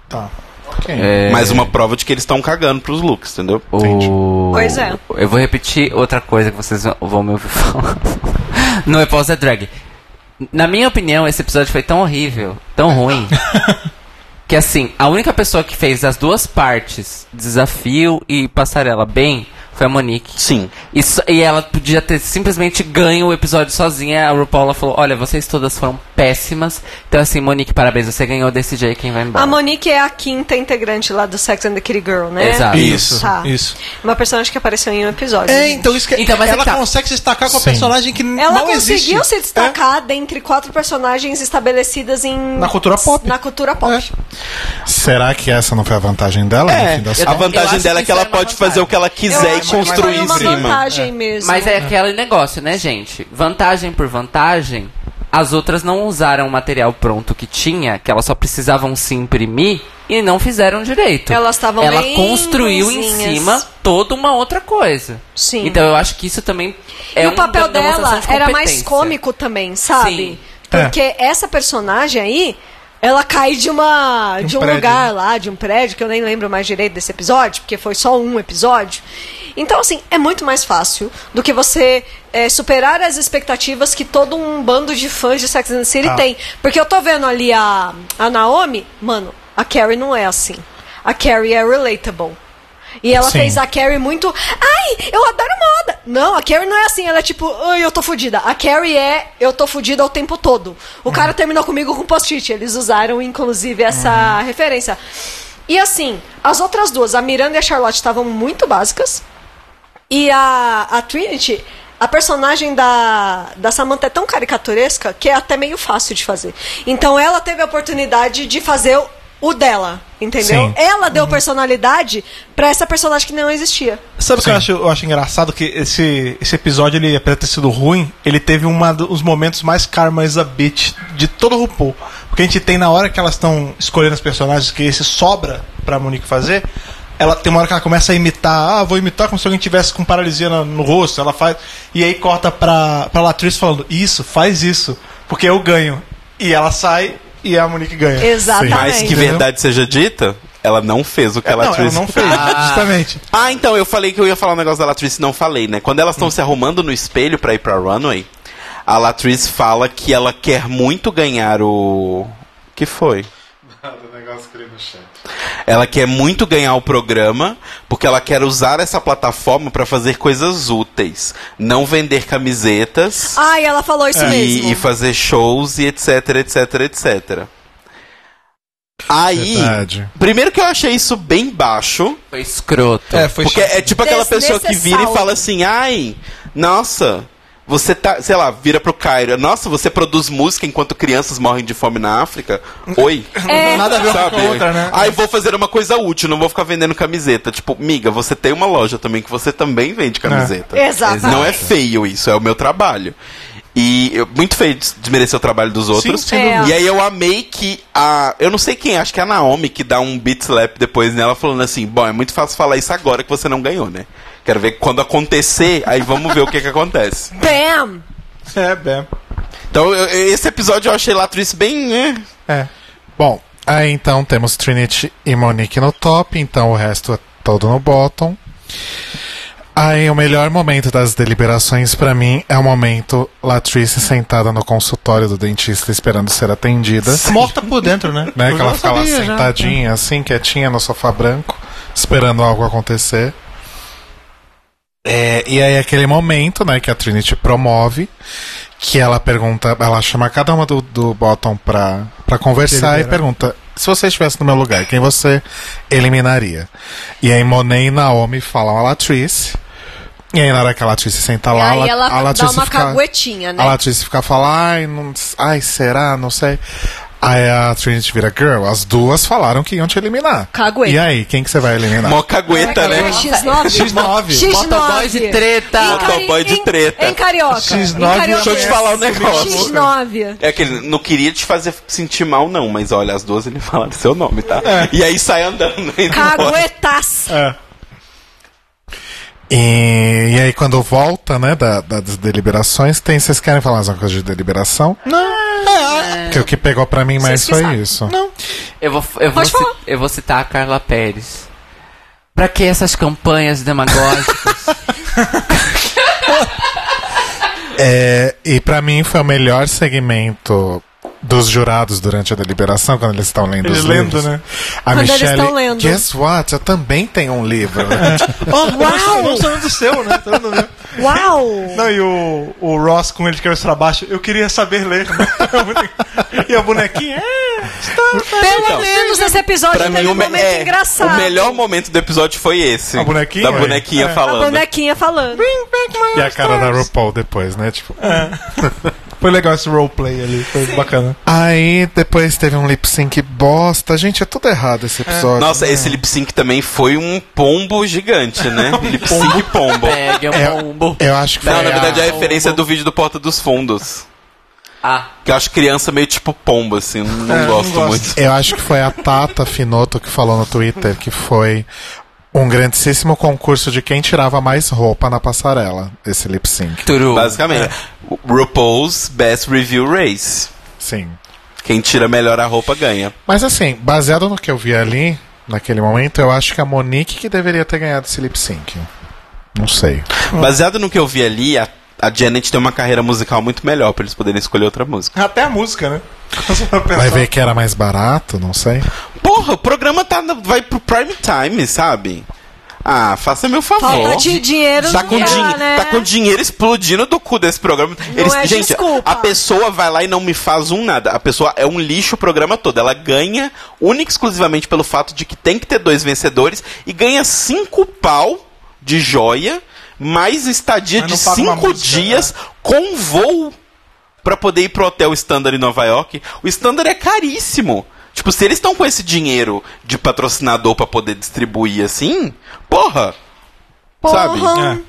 Speaker 2: Tá. Ok.
Speaker 1: É.
Speaker 3: Mais uma prova de que eles estão cagando pros looks, entendeu?
Speaker 1: O...
Speaker 9: Pois é.
Speaker 1: Eu vou repetir outra coisa que vocês vão- vão me ouvir [LAUGHS] falar. Não é pausa, é drag. Na minha opinião, esse episódio foi tão horrível, tão ruim, que assim, a única pessoa que fez as duas partes, desafio e passarela, bem, foi a Monique.
Speaker 3: Sim.
Speaker 1: E, só- e ela podia ter simplesmente ganho o episódio sozinha. A RuPaula falou: Olha, vocês todas foram péssimas. Então, assim, Monique, parabéns, você ganhou, decide aí quem vai embora.
Speaker 9: A Monique é a quinta integrante lá do Sex and the Kitty Girl, né?
Speaker 1: Exato.
Speaker 8: Isso,
Speaker 9: Tá.
Speaker 8: isso.
Speaker 9: Uma personagem que apareceu em um episódio.
Speaker 8: É,
Speaker 9: gente.
Speaker 8: então isso que
Speaker 1: Então, mas é
Speaker 8: ela
Speaker 1: que tá.
Speaker 8: consegue se destacar com a
Speaker 2: Sim.
Speaker 8: personagem que não
Speaker 9: Ela
Speaker 8: mal existe. É.
Speaker 9: conseguiu se destacar dentre quatro personagens estabelecidas em...
Speaker 8: Na cultura pop. É.
Speaker 9: Na cultura pop.
Speaker 2: Será que essa não foi a vantagem dela? no
Speaker 3: É,
Speaker 2: fim das
Speaker 3: a
Speaker 2: contas?
Speaker 3: vantagem
Speaker 1: acho
Speaker 3: dela é
Speaker 1: que
Speaker 3: que ela
Speaker 1: isso é uma
Speaker 3: pode fazer o que ela
Speaker 9: Eu
Speaker 3: quiser e
Speaker 1: é
Speaker 9: acho que
Speaker 3: construir
Speaker 9: foi
Speaker 3: em
Speaker 9: uma
Speaker 3: cima.
Speaker 9: vantagem mesmo.
Speaker 1: Mas é aquele negócio, né, gente? Vantagem por vantagem, as outras não usaram o material pronto que tinha, que elas só precisavam se imprimir e não fizeram direito.
Speaker 9: Elas estavam
Speaker 1: Ela
Speaker 9: bem
Speaker 1: construiu em
Speaker 9: bonzinhas.
Speaker 1: cima toda uma outra coisa.
Speaker 9: Sim.
Speaker 1: Então eu acho que isso também é
Speaker 9: e
Speaker 1: um
Speaker 9: o papel
Speaker 1: da demonstração
Speaker 9: dela
Speaker 1: de
Speaker 9: era mais
Speaker 1: competência.
Speaker 9: cômico também, sabe?
Speaker 1: Sim.
Speaker 9: Porque
Speaker 8: É.
Speaker 9: essa personagem aí, ela cai de uma
Speaker 8: um
Speaker 9: de um
Speaker 8: prédio,
Speaker 9: lugar
Speaker 8: né?
Speaker 9: lá, de um prédio, que eu nem lembro mais direito desse episódio, porque foi só um episódio. Então, assim, é muito mais fácil do que você é, superar as expectativas que todo um bando de fãs de Sex and the
Speaker 8: Tá.
Speaker 9: City tem. Porque eu tô vendo ali a, a Naomi, mano, a Carrie não é assim. A Carrie é relatable. E ela
Speaker 2: Sim.
Speaker 9: fez a Carrie muito. Ai, eu adoro moda! Não, a Carrie não é assim, ela é tipo, ai, eu tô fudida. A Carrie é, eu tô fudida o tempo todo. O cara terminou comigo com post-it. Eles usaram, inclusive, essa referência. E assim, as outras duas, a Miranda e a Charlotte, estavam muito básicas. E a, a Trinity, a personagem da, da Samantha é tão caricaturesca que é até meio fácil de fazer. Então ela teve a oportunidade de fazer o, o dela, entendeu?
Speaker 2: Sim.
Speaker 9: Ela deu personalidade pra essa personagem que não existia.
Speaker 8: Sabe o que eu acho, eu acho engraçado? Que esse, esse episódio, ele, apesar de ter sido ruim, ele teve um dos momentos mais karma is a bitch de todo o RuPaul. Porque a gente tem na hora que elas estão escolhendo os personagens, que esse sobra pra Monique fazer, ela tem uma hora que ela começa a imitar, ah, vou imitar como se alguém tivesse com paralisia no, no rosto, ela faz. E aí corta pra, pra Latriz falando, isso, faz isso, porque eu ganho. E ela sai e a Monique ganha.
Speaker 3: Mas que
Speaker 9: Exatamente.
Speaker 3: verdade seja dita,
Speaker 2: É,
Speaker 3: ela não fez o que
Speaker 8: Ela,
Speaker 3: ela
Speaker 8: não, ela
Speaker 3: fez.
Speaker 8: não fez, justamente.
Speaker 3: Ah, então, eu falei que eu ia falar um negócio da Latrice e não falei, né? Quando elas estão se arrumando no espelho pra ir pra runway, a Latrice fala que ela quer muito ganhar o. que foi? Ela quer muito ganhar o programa porque ela quer usar essa plataforma pra fazer coisas úteis, não vender camisetas
Speaker 9: Ai, ela falou Ah, isso mesmo.
Speaker 3: É. e, e fazer shows e etc, etc, etc. Aí,
Speaker 2: Verdade.
Speaker 3: primeiro que eu achei isso bem baixo,
Speaker 1: Foi escroto.
Speaker 8: É, foi
Speaker 3: porque
Speaker 8: chato.
Speaker 3: é tipo aquela pessoa que vira e
Speaker 9: Desnecessário.
Speaker 3: fala assim, ai, Nossa, você tá, sei lá, vira pro Cairo. Nossa, você produz música enquanto crianças morrem de fome na África? Oi.
Speaker 9: É.
Speaker 8: Nada a ver uma
Speaker 3: Sabe?
Speaker 8: com a outra, né?
Speaker 3: Aí vou fazer uma coisa útil, não vou ficar vendendo camiseta. Tipo, miga, você tem uma loja também que você também vende
Speaker 8: É.
Speaker 3: camiseta.
Speaker 9: Exatamente.
Speaker 3: Não é feio isso, é o meu trabalho. E eu- muito feio des- desmerecer o trabalho dos outros.
Speaker 8: sim,
Speaker 9: É.
Speaker 3: E aí eu amei que a. Eu não sei quem, acho que é a Naomi que dá um beat slap depois nela falando assim: bom, é muito fácil falar isso agora que você não ganhou, né? Quero ver quando acontecer, aí vamos ver o que, que acontece.
Speaker 9: Bam!
Speaker 8: É, bem.
Speaker 3: [LAUGHS] Então, eu- esse episódio eu achei Latriz bem. né?
Speaker 8: É.
Speaker 2: Bom, aí então temos Trinity e Monique no top, então o resto é todo no bottom. Aí o melhor momento das deliberações pra mim é o momento Latrice sentada no consultório do dentista esperando ser atendida.
Speaker 8: Morta por dentro, né?
Speaker 2: Né,
Speaker 8: Eu
Speaker 2: que ela
Speaker 8: já
Speaker 2: fica lá
Speaker 8: sabia, já.
Speaker 2: sentadinha, assim, quietinha no sofá branco, esperando algo acontecer. É, e aí aquele momento, né, que a Trinity promove, que ela pergunta, ela chama cada uma do, do Bottom pra, pra conversar e
Speaker 8: Deliberar.
Speaker 2: pergunta, se você estivesse no meu lugar, quem você eliminaria? E aí Monet e Naomi falam a Latrice, e aí na hora que a Latrice senta
Speaker 9: E
Speaker 2: lá,
Speaker 9: aí
Speaker 2: a La-
Speaker 9: ela
Speaker 2: a
Speaker 9: dá
Speaker 2: Latrice
Speaker 9: uma
Speaker 2: fica-
Speaker 9: caguetinha, né?
Speaker 2: a Latrice fica falando, ai, não, ai, será? Não sei. Aí a Trinity vira, girl, as duas falaram que iam te eliminar.
Speaker 9: Cagueta.
Speaker 2: E aí, quem que você vai eliminar?
Speaker 3: Mó cagueta, né?
Speaker 9: X9.
Speaker 8: X9.
Speaker 1: Motoboy de treta.
Speaker 9: Em cari-
Speaker 3: Motoboy de
Speaker 9: em-
Speaker 3: treta.
Speaker 9: Em carioca.
Speaker 8: X9
Speaker 9: Em carioca.
Speaker 3: Deixa eu te falar um negócio.
Speaker 9: X9.
Speaker 3: É aquele, não queria te fazer sentir mal, não, mas olha, as duas ele falaram seu nome, tá? E aí sai andando. né? Então, indo embora.
Speaker 9: Caguetaço.
Speaker 2: E, e aí, quando volta, né, da- da- das deliberações, tem, vocês querem falar mais uma coisa de deliberação? Não. Porque o que pegou pra mim mais
Speaker 9: É. Vocês que
Speaker 2: foi
Speaker 9: sabem.
Speaker 2: isso.
Speaker 1: Eu vou, eu, vou
Speaker 9: Pode
Speaker 1: ci-
Speaker 9: falar.
Speaker 1: eu vou citar a Carla Pérez. Pra que essas campanhas demagógicas?
Speaker 2: É, e pra mim foi o melhor segmento dos jurados durante a deliberação, quando eles estão lendo
Speaker 8: Eles
Speaker 2: os
Speaker 8: lendo,
Speaker 2: livros.
Speaker 8: né?
Speaker 2: A
Speaker 9: Quando eles
Speaker 2: Michelle,
Speaker 9: estão lendo.
Speaker 2: guess what? Eu também tenho um livro.
Speaker 8: Oh, uau! Não falando do seu, né? Tô falando do meu.
Speaker 9: Uau.
Speaker 8: Não, e o, o Ross, com ele que era pra baixo, eu queria saber ler. né? [LAUGHS] e a bonequinha, é, está-
Speaker 9: Pelo
Speaker 3: Então,
Speaker 9: menos esse episódio
Speaker 3: Pra mim,
Speaker 9: teve
Speaker 3: o,
Speaker 9: um
Speaker 3: me-
Speaker 9: momento
Speaker 3: é,
Speaker 9: engraçado.
Speaker 3: o melhor né? momento do episódio foi esse.
Speaker 2: A bonequinha?
Speaker 3: Da bonequinha
Speaker 2: É.
Speaker 9: A
Speaker 3: falando.
Speaker 9: bonequinha
Speaker 2: [LAUGHS]
Speaker 9: falando.
Speaker 2: e a cara da RuPaul depois, né? Tipo,
Speaker 8: Foi legal esse roleplay ali, foi bacana.
Speaker 2: Aí depois teve um lip sync bosta. Gente, é tudo errado esse episódio.
Speaker 3: Nossa, esse lip sync também foi um pombo gigante, né? lip sync pombo.
Speaker 1: Pegue um
Speaker 2: É.
Speaker 1: pombo.
Speaker 2: Eu acho que foi.
Speaker 3: Não, na
Speaker 2: a-
Speaker 3: verdade é a referência do vídeo do Porta dos Fundos.
Speaker 1: Ah,
Speaker 3: Que eu acho criança meio tipo pombo, assim. Não,
Speaker 8: É,
Speaker 3: gosto,
Speaker 8: não gosto.
Speaker 3: muito.
Speaker 2: Eu acho que foi a Tata Finoto que falou no Twitter que foi um grandíssimo concurso de quem tirava mais roupa na passarela. Esse lip sync.
Speaker 1: turu.
Speaker 3: Basicamente. RuPaul's Best Review Race.
Speaker 2: Sim.
Speaker 3: Quem tira melhor a roupa ganha.
Speaker 2: Mas assim, baseado no que eu vi ali, naquele momento, eu acho que a Monique que deveria ter ganhado esse lip sync. Não sei.
Speaker 3: Baseado no que eu vi ali, a, a Janet tem uma carreira musical muito melhor pra eles poderem escolher outra música.
Speaker 8: Até a música, né? [LAUGHS]
Speaker 2: Vai ver que era mais barato, não sei.
Speaker 3: Porra, o programa tá na- vai pro prime time, sabe? Ah, faça meu favor.
Speaker 9: Falta de dinheiro
Speaker 3: Tá
Speaker 9: não
Speaker 3: com,
Speaker 9: dá,
Speaker 3: dinhe-
Speaker 9: né?
Speaker 3: tá com dinheiro explodindo do cu desse programa. Eles-
Speaker 9: é
Speaker 3: gente,
Speaker 9: desculpa.
Speaker 3: a pessoa vai lá e não me faz um nada. A pessoa é um lixo o programa todo. Ela ganha única e exclusivamente pelo fato de que tem que ter dois vencedores e ganha cinco pau de joia, mais estadia
Speaker 8: Mas
Speaker 3: de
Speaker 8: não paga uma
Speaker 3: cinco
Speaker 8: música, né?
Speaker 3: dias com voo pra poder ir pro hotel standard em Nova York. O standard é caríssimo. Tipo, se eles estão com esse dinheiro de patrocinador pra poder distribuir assim, porra, sabe? É.
Speaker 9: Porra.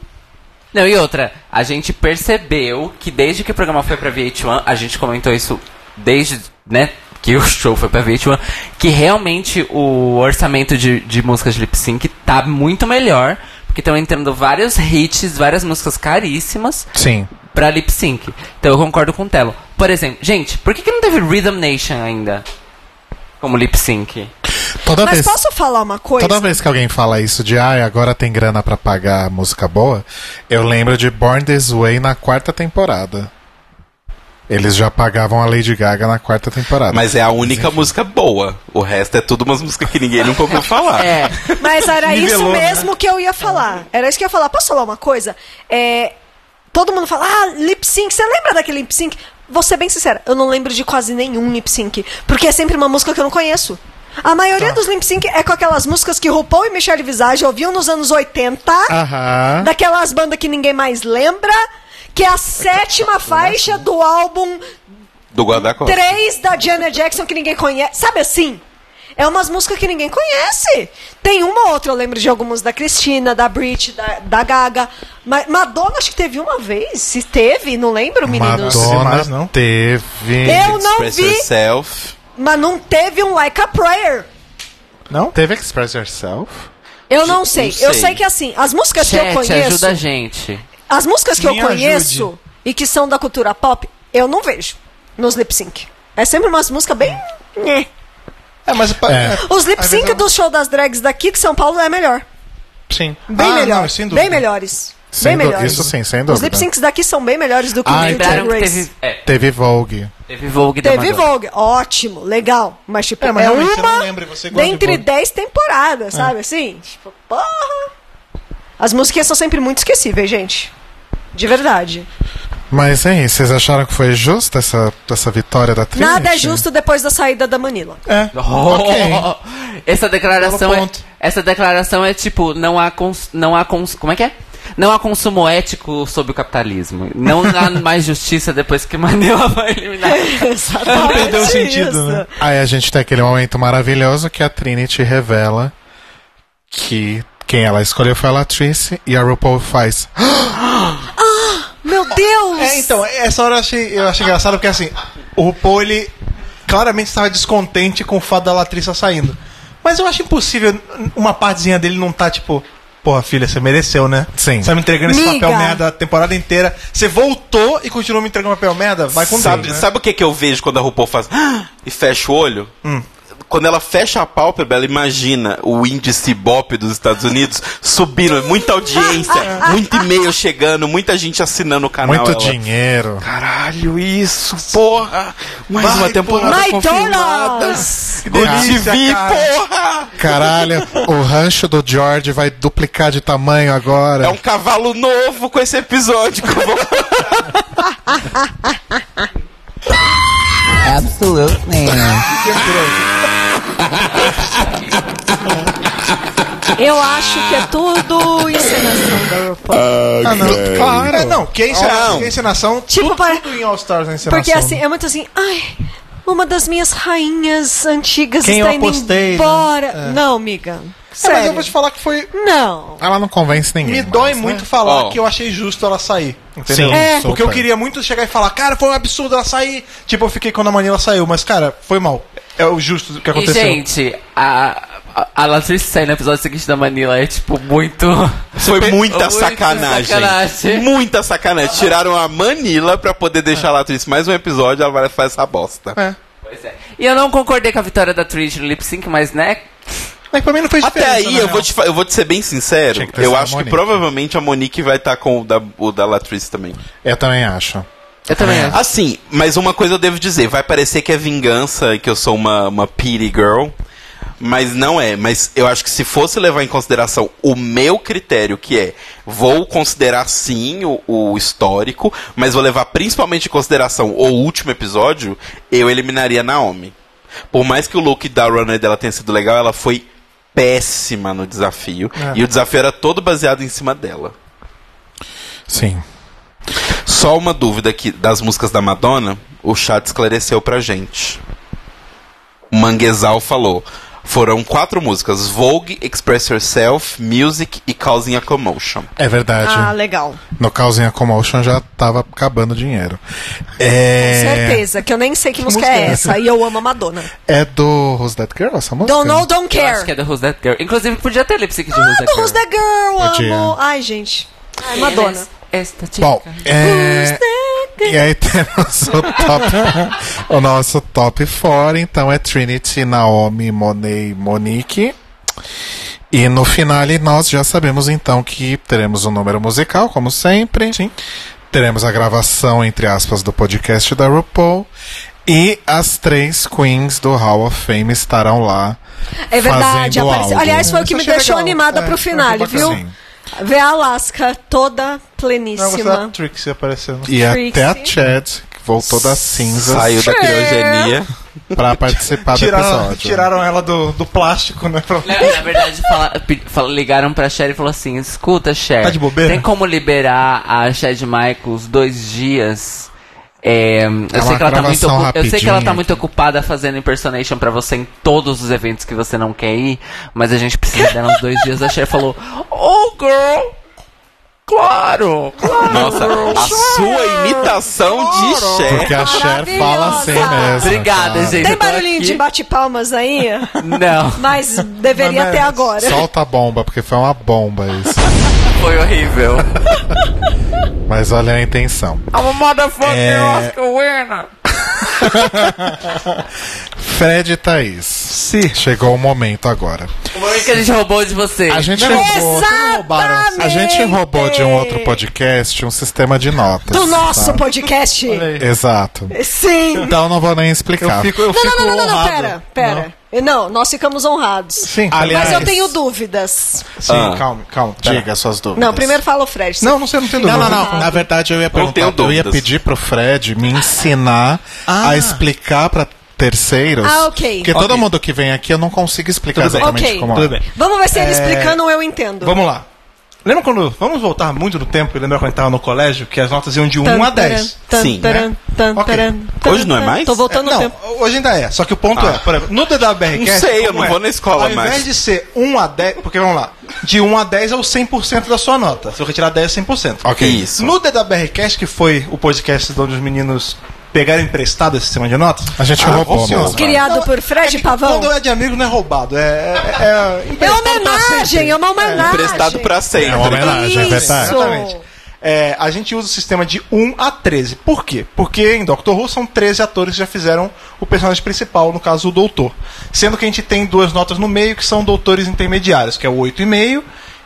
Speaker 1: Não, e outra, a gente percebeu que desde que o programa foi pra VH1, a gente comentou isso desde, né, que o [LAUGHS] show foi pra VH1, que realmente o orçamento de, de músicas de lip sync tá muito melhor, porque estão entrando vários hits, várias músicas caríssimas
Speaker 2: Sim.
Speaker 1: pra lip sync. Então eu concordo com o Telo. Por exemplo, gente, por que, que não teve Rhythm Nation ainda? Como lip sync?
Speaker 2: Toda
Speaker 9: Mas
Speaker 2: vez.
Speaker 9: posso falar uma coisa?
Speaker 2: Toda vez que alguém fala isso de ai, agora tem grana pra pagar música boa, eu lembro de Born This Way na quarta temporada. Eles já pagavam a Lady Gaga na quarta temporada.
Speaker 3: Mas é a única música boa. O resto é tudo umas músicas que ninguém nunca ouviu falar.
Speaker 1: É,
Speaker 9: Mas era
Speaker 8: Nivelou,
Speaker 9: isso mesmo que eu ia falar. Era isso que eu ia falar. Posso falar uma coisa? É, todo mundo fala, ah, lip sync. Você lembra daquele lip sync? Vou ser bem sincera, eu não lembro de quase nenhum lip sync. Porque é sempre uma música que eu não conheço. A maioria dos Limp Sync é com aquelas músicas que RuPaul e Michelle Visage ouviam nos anos 80.
Speaker 2: Ah, Aham.
Speaker 9: Daquelas bandas que ninguém mais lembra. Que é a sétima faixa do álbum
Speaker 3: Do guarda-costas.
Speaker 9: Três da Janet Jackson que ninguém conhece. Sabe assim? É umas músicas que ninguém conhece. Tem uma ou outra, eu lembro de algumas da Cristina, da Brit, da, da Gaga. Ma- Madonna, acho que teve uma vez. Se teve, não lembro, meninos.
Speaker 2: Madonna
Speaker 8: mais, não?
Speaker 2: teve.
Speaker 9: Eu não
Speaker 3: Express
Speaker 9: vi,
Speaker 3: Yourself.
Speaker 9: mas não teve um Like a Prayer.
Speaker 8: Não?
Speaker 2: Teve Express Yourself?
Speaker 9: Eu não sei.
Speaker 3: sei.
Speaker 9: Eu sei que assim, as músicas que eu
Speaker 1: Chat,
Speaker 9: conheço.
Speaker 1: ajuda a gente.
Speaker 9: As músicas que
Speaker 8: Me
Speaker 9: eu conheço e que são da cultura pop, eu não vejo nos lip sync. É sempre umas músicas bem. nhé.
Speaker 8: É, mas. pa-
Speaker 2: É.
Speaker 8: é,
Speaker 9: Os lip
Speaker 8: Às vezes
Speaker 9: sync
Speaker 8: eu-
Speaker 9: do show das drags daqui de São Paulo é melhor.
Speaker 8: Sim.
Speaker 9: Bem
Speaker 8: Ah,
Speaker 9: melhor.
Speaker 8: não, sem dúvida.
Speaker 9: bem melhores.
Speaker 2: Sem
Speaker 9: bem
Speaker 2: dú-
Speaker 9: melhores.
Speaker 2: isso sim, sem
Speaker 9: Os
Speaker 2: dúvida.
Speaker 9: lip syncs daqui são bem melhores do que
Speaker 2: Ah,
Speaker 9: o do Drag
Speaker 1: Lembraram que
Speaker 9: Race.
Speaker 1: teve, é,
Speaker 2: Teve Vogue.
Speaker 1: teve Vogue da
Speaker 9: Teve
Speaker 1: Madonna.
Speaker 9: Vogue, ótimo, legal. Mas, tipo,
Speaker 8: É,
Speaker 9: é,
Speaker 8: mas realmente eu não
Speaker 9: uma
Speaker 8: lembro, e você gosta de
Speaker 9: dentre
Speaker 8: Vogue. É.
Speaker 9: dez temporadas, sabe? Assim, tipo, porra. As músicas são sempre muito esquecíveis, gente. De verdade.
Speaker 2: Mas é isso, vocês acharam que foi justa essa, essa vitória da Trinity?
Speaker 9: Nada é justo depois da saída da Manila.
Speaker 8: É.
Speaker 1: Oh,
Speaker 8: Ok.
Speaker 1: Essa declaração
Speaker 8: Belo
Speaker 1: é,
Speaker 8: ponto.
Speaker 1: essa declaração é tipo não há cons, não há cons, como é que é? Não há consumo ético sobre o capitalismo. Não há mais justiça depois que Manila foi eliminada.
Speaker 9: [LAUGHS] Exatamente.
Speaker 8: Perdeu o
Speaker 9: isso.
Speaker 8: sentido, né?
Speaker 2: Aí a gente tem aquele momento maravilhoso que a Trinity revela que quem ela escolheu foi a Latrice e a RuPaul faz.
Speaker 9: Meu Deus!
Speaker 8: É, então, essa hora eu achei, eu achei engraçado porque assim, o RuPaul ele claramente estava descontente com o fato da Latrice saindo. Mas eu acho impossível n- uma partezinha dele não tá tipo, porra, filha, você mereceu, né?
Speaker 2: Sim.
Speaker 8: Você tá me entregando esse
Speaker 9: Miga.
Speaker 8: papel merda a temporada inteira. Você voltou e continuou me entregando papel merda? Vai com
Speaker 2: Sim.
Speaker 8: W,
Speaker 3: Sabe,
Speaker 8: né?
Speaker 3: sabe o que, que eu vejo quando a RuPaul faz "Ah", e fecha o olho?
Speaker 8: Hum.
Speaker 3: Quando ela fecha a pálpebra, ela imagina o índice Ibope dos Estados Unidos subindo, muita audiência,
Speaker 9: [LAUGHS]
Speaker 3: muito e-mail chegando, muita gente assinando Ah, é o canal.
Speaker 2: Muito
Speaker 3: ela,
Speaker 2: dinheiro.
Speaker 3: Caralho, isso, porra! Mais
Speaker 8: Vai,
Speaker 3: uma
Speaker 8: tá
Speaker 3: temporada
Speaker 9: porra.
Speaker 3: confirmada.
Speaker 9: McDonald's!
Speaker 3: Que
Speaker 8: delícia,
Speaker 3: MTV,
Speaker 8: cara.
Speaker 3: porra!
Speaker 2: Caralho, o rancho do George vai duplicar de tamanho agora.
Speaker 3: É um cavalo novo com esse episódio que eu vou
Speaker 10: Absolutely.
Speaker 9: Eu acho que é tudo encenação da RuPaul.
Speaker 8: Ah, não. Claro. É, não, que é encenação.
Speaker 3: Não.
Speaker 8: Que é encenação
Speaker 9: Tipo,
Speaker 8: tudo,
Speaker 9: para-
Speaker 8: tudo em All Stars na encenação.
Speaker 9: Porque assim, é muito assim, ai, uma das minhas rainhas antigas
Speaker 8: Quem
Speaker 9: está
Speaker 8: eu
Speaker 9: indo
Speaker 8: apostei, né?
Speaker 9: embora.
Speaker 8: É.
Speaker 9: Não, amiga.
Speaker 8: É, mas
Speaker 9: Sério.
Speaker 8: eu vou te falar que foi.
Speaker 9: Não.
Speaker 2: Ela não convence ninguém.
Speaker 8: Me
Speaker 2: mas,
Speaker 8: dói
Speaker 2: né?
Speaker 8: muito falar
Speaker 3: Ó.
Speaker 8: que eu achei justo ela sair. Entendeu?
Speaker 2: Sim,
Speaker 9: É.
Speaker 8: Porque eu
Speaker 2: super.
Speaker 8: queria muito chegar e falar, cara, foi um absurdo ela sair. Tipo, eu fiquei quando a Manila saiu, mas, cara, foi mal. É o justo do que
Speaker 1: E,
Speaker 8: aconteceu.
Speaker 1: gente, a, a, a Latrice sair no episódio seguinte da Manila é tipo muito. [LAUGHS]
Speaker 3: Foi muita
Speaker 1: Muita
Speaker 3: sacanagem.
Speaker 1: sacanagem.
Speaker 3: Muita sacanagem. Tiraram a Manila pra poder deixar lá atriz mais um episódio, ela vai fazer essa bosta.
Speaker 1: Pois é. E eu não concordei com a vitória da Trish no lip sync, mas né?
Speaker 8: Mas É pra mim não fez
Speaker 3: Até
Speaker 8: diferença,
Speaker 3: aí,
Speaker 8: na
Speaker 3: eu
Speaker 8: real.
Speaker 3: vou, te, fa- eu vou te ser bem sincero.
Speaker 2: Tinha que ter
Speaker 3: Eu
Speaker 2: sido a
Speaker 3: acho que
Speaker 2: Monique.
Speaker 3: provavelmente a Monique vai estar com o da, o da Latrice também.
Speaker 2: Eu também acho.
Speaker 1: Eu também acho.
Speaker 3: Assim, mas uma coisa eu devo dizer: vai parecer que é vingança e que eu sou uma, uma pity girl. Mas não é, mas eu acho que se fosse levar em consideração o meu critério, que é vou considerar sim o, o histórico, mas vou levar principalmente em consideração o último episódio, eu eliminaria a Naomi. Por mais que o look da runner dela tenha sido legal, ela foi péssima no desafio. E o desafio era todo baseado em cima dela.
Speaker 2: Sim.
Speaker 3: Só uma dúvida aqui das músicas da Madonna, o chat esclareceu pra gente. O Manguezal falou: foram quatro músicas: Vogue, Express Yourself, Music e Causing a Commotion.
Speaker 2: É verdade.
Speaker 9: Ah, legal.
Speaker 2: No Calzinha Commotion já tava acabando o dinheiro. É,
Speaker 9: Certeza, que eu nem sei que, música,
Speaker 2: música
Speaker 9: é
Speaker 2: é
Speaker 9: essa. E eu amo a Madonna.
Speaker 2: é do Who's That Girl essa música?
Speaker 9: Don't know, don't
Speaker 1: Eu acho que
Speaker 9: care.
Speaker 1: é do Who's That Girl. Inclusive, podia ter lip sync de Who's
Speaker 9: Ah,
Speaker 1: That
Speaker 9: do
Speaker 1: Girl.
Speaker 9: Who's That Girl,
Speaker 2: Podia.
Speaker 9: amo. Ai, gente. Ai, Madonna.
Speaker 1: Esta chica.
Speaker 2: Bom,
Speaker 9: Who's
Speaker 2: é...
Speaker 9: that girl?
Speaker 2: E aí temos o [LAUGHS] top, o nosso top 4, então é Trinity, Naomi, Monet, e Monique. E no finale nós já sabemos então que teremos um número musical, como sempre. Sim. Teremos a gravação, entre aspas, do podcast da RuPaul. E as três queens do Hall of Fame estarão lá.
Speaker 9: É verdade.
Speaker 2: fazendo
Speaker 9: apareceu-
Speaker 2: algo.
Speaker 9: Aliás, foi o que
Speaker 8: Isso
Speaker 9: me
Speaker 8: achei
Speaker 9: deixou
Speaker 8: legal.
Speaker 9: animada
Speaker 8: É,
Speaker 9: pro
Speaker 8: eu achei
Speaker 9: finale, viu?
Speaker 8: bacana.
Speaker 2: Sim.
Speaker 9: Ver a Alaska toda
Speaker 8: Não, eu gostei da
Speaker 9: pleníssima.
Speaker 8: Trixie aparecendo.
Speaker 2: E
Speaker 9: Trixie.
Speaker 2: até a Chad voltou das cinzas
Speaker 3: Saiu da criogenia.
Speaker 2: pra participar do
Speaker 8: Tiraram,
Speaker 2: episódio.
Speaker 8: tiraram ela do, do plástico, né? Pra-
Speaker 9: É.
Speaker 1: É, Na, na verdade, fala- pe- fala- ligaram pra Cher e falou assim: escuta, Cher,
Speaker 8: Tá de bobeira?
Speaker 1: tem como liberar a Chad Michaels dois dias? É, eu,
Speaker 2: uma
Speaker 1: sei que ela tá muito,
Speaker 2: gravação
Speaker 1: ocu- eu sei que ela tá
Speaker 2: rapidinha
Speaker 1: muito ocupada fazendo impersonation pra você em todos os eventos que você não quer ir, mas a gente precisa dela uns dois dias. A Cher falou: Oh, girl! Claro!
Speaker 3: Nossa, a sua imitação de Cher.
Speaker 2: Porque a Cher fala assim mesmo.
Speaker 1: Obrigada, gente.
Speaker 2: cara.
Speaker 8: tá
Speaker 9: Tem
Speaker 1: eu tô
Speaker 9: barulhinho
Speaker 1: aqui.
Speaker 9: de bate-palmas aí?
Speaker 1: Não,
Speaker 9: Mas deveria
Speaker 8: Mas, é
Speaker 9: ter
Speaker 8: mas,
Speaker 9: agora.
Speaker 2: Solta a bomba, porque foi uma bomba isso.
Speaker 1: foi
Speaker 2: [LAUGHS]
Speaker 1: horrível.
Speaker 2: Mas olha a intenção.
Speaker 1: I'm a motherfucking
Speaker 2: É.
Speaker 1: Oscar winner!
Speaker 2: Fred e Thaís. Sim. Chegou o momento agora.
Speaker 1: O momento que a gente roubou de você.
Speaker 2: A gente, roubou,
Speaker 9: Exatamente!
Speaker 2: a gente roubou de um outro podcast um sistema de notas.
Speaker 9: Do nosso
Speaker 2: tá?
Speaker 9: podcast?
Speaker 2: Exato.
Speaker 9: Sim!
Speaker 2: Então não vou nem explicar.
Speaker 8: Eu fico, eu
Speaker 9: Não,
Speaker 8: fico
Speaker 9: não, não, não, não,
Speaker 8: honrado.
Speaker 9: pera, pera. Não. nós ficamos honrados.
Speaker 8: Sim,
Speaker 2: Aliás,
Speaker 9: Mas eu tenho dúvidas.
Speaker 8: Sim,
Speaker 3: Ah.
Speaker 8: calma, calma. pera.
Speaker 2: Diga suas dúvidas.
Speaker 9: Não, primeiro fala o Fred.
Speaker 8: Não, não sei, não tem
Speaker 2: Não,
Speaker 8: dúvida.
Speaker 2: não, não. Na verdade, eu ia perguntar.
Speaker 3: tenho
Speaker 2: Eu ia
Speaker 3: dúvidas.
Speaker 2: pedir pro Fred me ensinar
Speaker 8: Ah.
Speaker 2: a explicar pra terceiros.
Speaker 9: Ah, ok.
Speaker 2: Porque todo mundo que vem aqui eu não consigo explicar
Speaker 8: Tudo bem.
Speaker 2: exatamente
Speaker 9: Ok.
Speaker 2: como é.
Speaker 8: Tudo bem.
Speaker 9: Vamos ver se ele
Speaker 8: É,
Speaker 9: explicando ou eu entendo.
Speaker 8: Vamos lá. Lembra quando. Vamos voltar muito no tempo e lembra quando a gente tava no colégio que as notas iam de 1
Speaker 9: Tan,
Speaker 8: a
Speaker 9: taran,
Speaker 8: 10.
Speaker 9: tan,
Speaker 3: Sim,
Speaker 9: taran,
Speaker 8: né?
Speaker 9: tan,
Speaker 8: Ok.
Speaker 9: taran,
Speaker 3: Hoje
Speaker 9: taran,
Speaker 3: não é
Speaker 9: taran.
Speaker 3: mais?
Speaker 9: Tô voltando Tá no
Speaker 8: não,
Speaker 9: tempo.
Speaker 8: hoje ainda é. Só que o ponto é, por exemplo, no DWRcast...
Speaker 3: Ah, Não sei, eu
Speaker 8: como é?
Speaker 3: não vou na escola
Speaker 8: Ao invés
Speaker 3: mais.
Speaker 8: de ser 1 a 10... Porque, vamos lá, de 1 a 10 é o 100% da sua nota. Se eu retirar 10, é 100%.
Speaker 3: Ok. Isso.
Speaker 8: No DWRcast, que foi o podcast onde os meninos pegaram emprestado esse sistema de notas...
Speaker 2: A gente roubou,
Speaker 8: funciona.
Speaker 2: mesmo.
Speaker 9: Criado por Fred
Speaker 8: É que
Speaker 9: Pavão.
Speaker 8: Quando é de amigo, não é roubado. É, é, é
Speaker 9: É uma
Speaker 8: emprestado pra
Speaker 9: homenagem,
Speaker 8: sempre.
Speaker 9: é uma homenagem.
Speaker 3: Emprestado pra sempre.
Speaker 2: É uma homenagem, é verdade.
Speaker 9: Isso.
Speaker 8: Exatamente. É, a gente usa o sistema de 1 a 13. Por quê? Porque em Doctor Who são 13 atores que já fizeram o personagem principal, no caso o Doutor. Sendo que a gente tem duas notas no meio que são doutores intermediários, que é o 8,5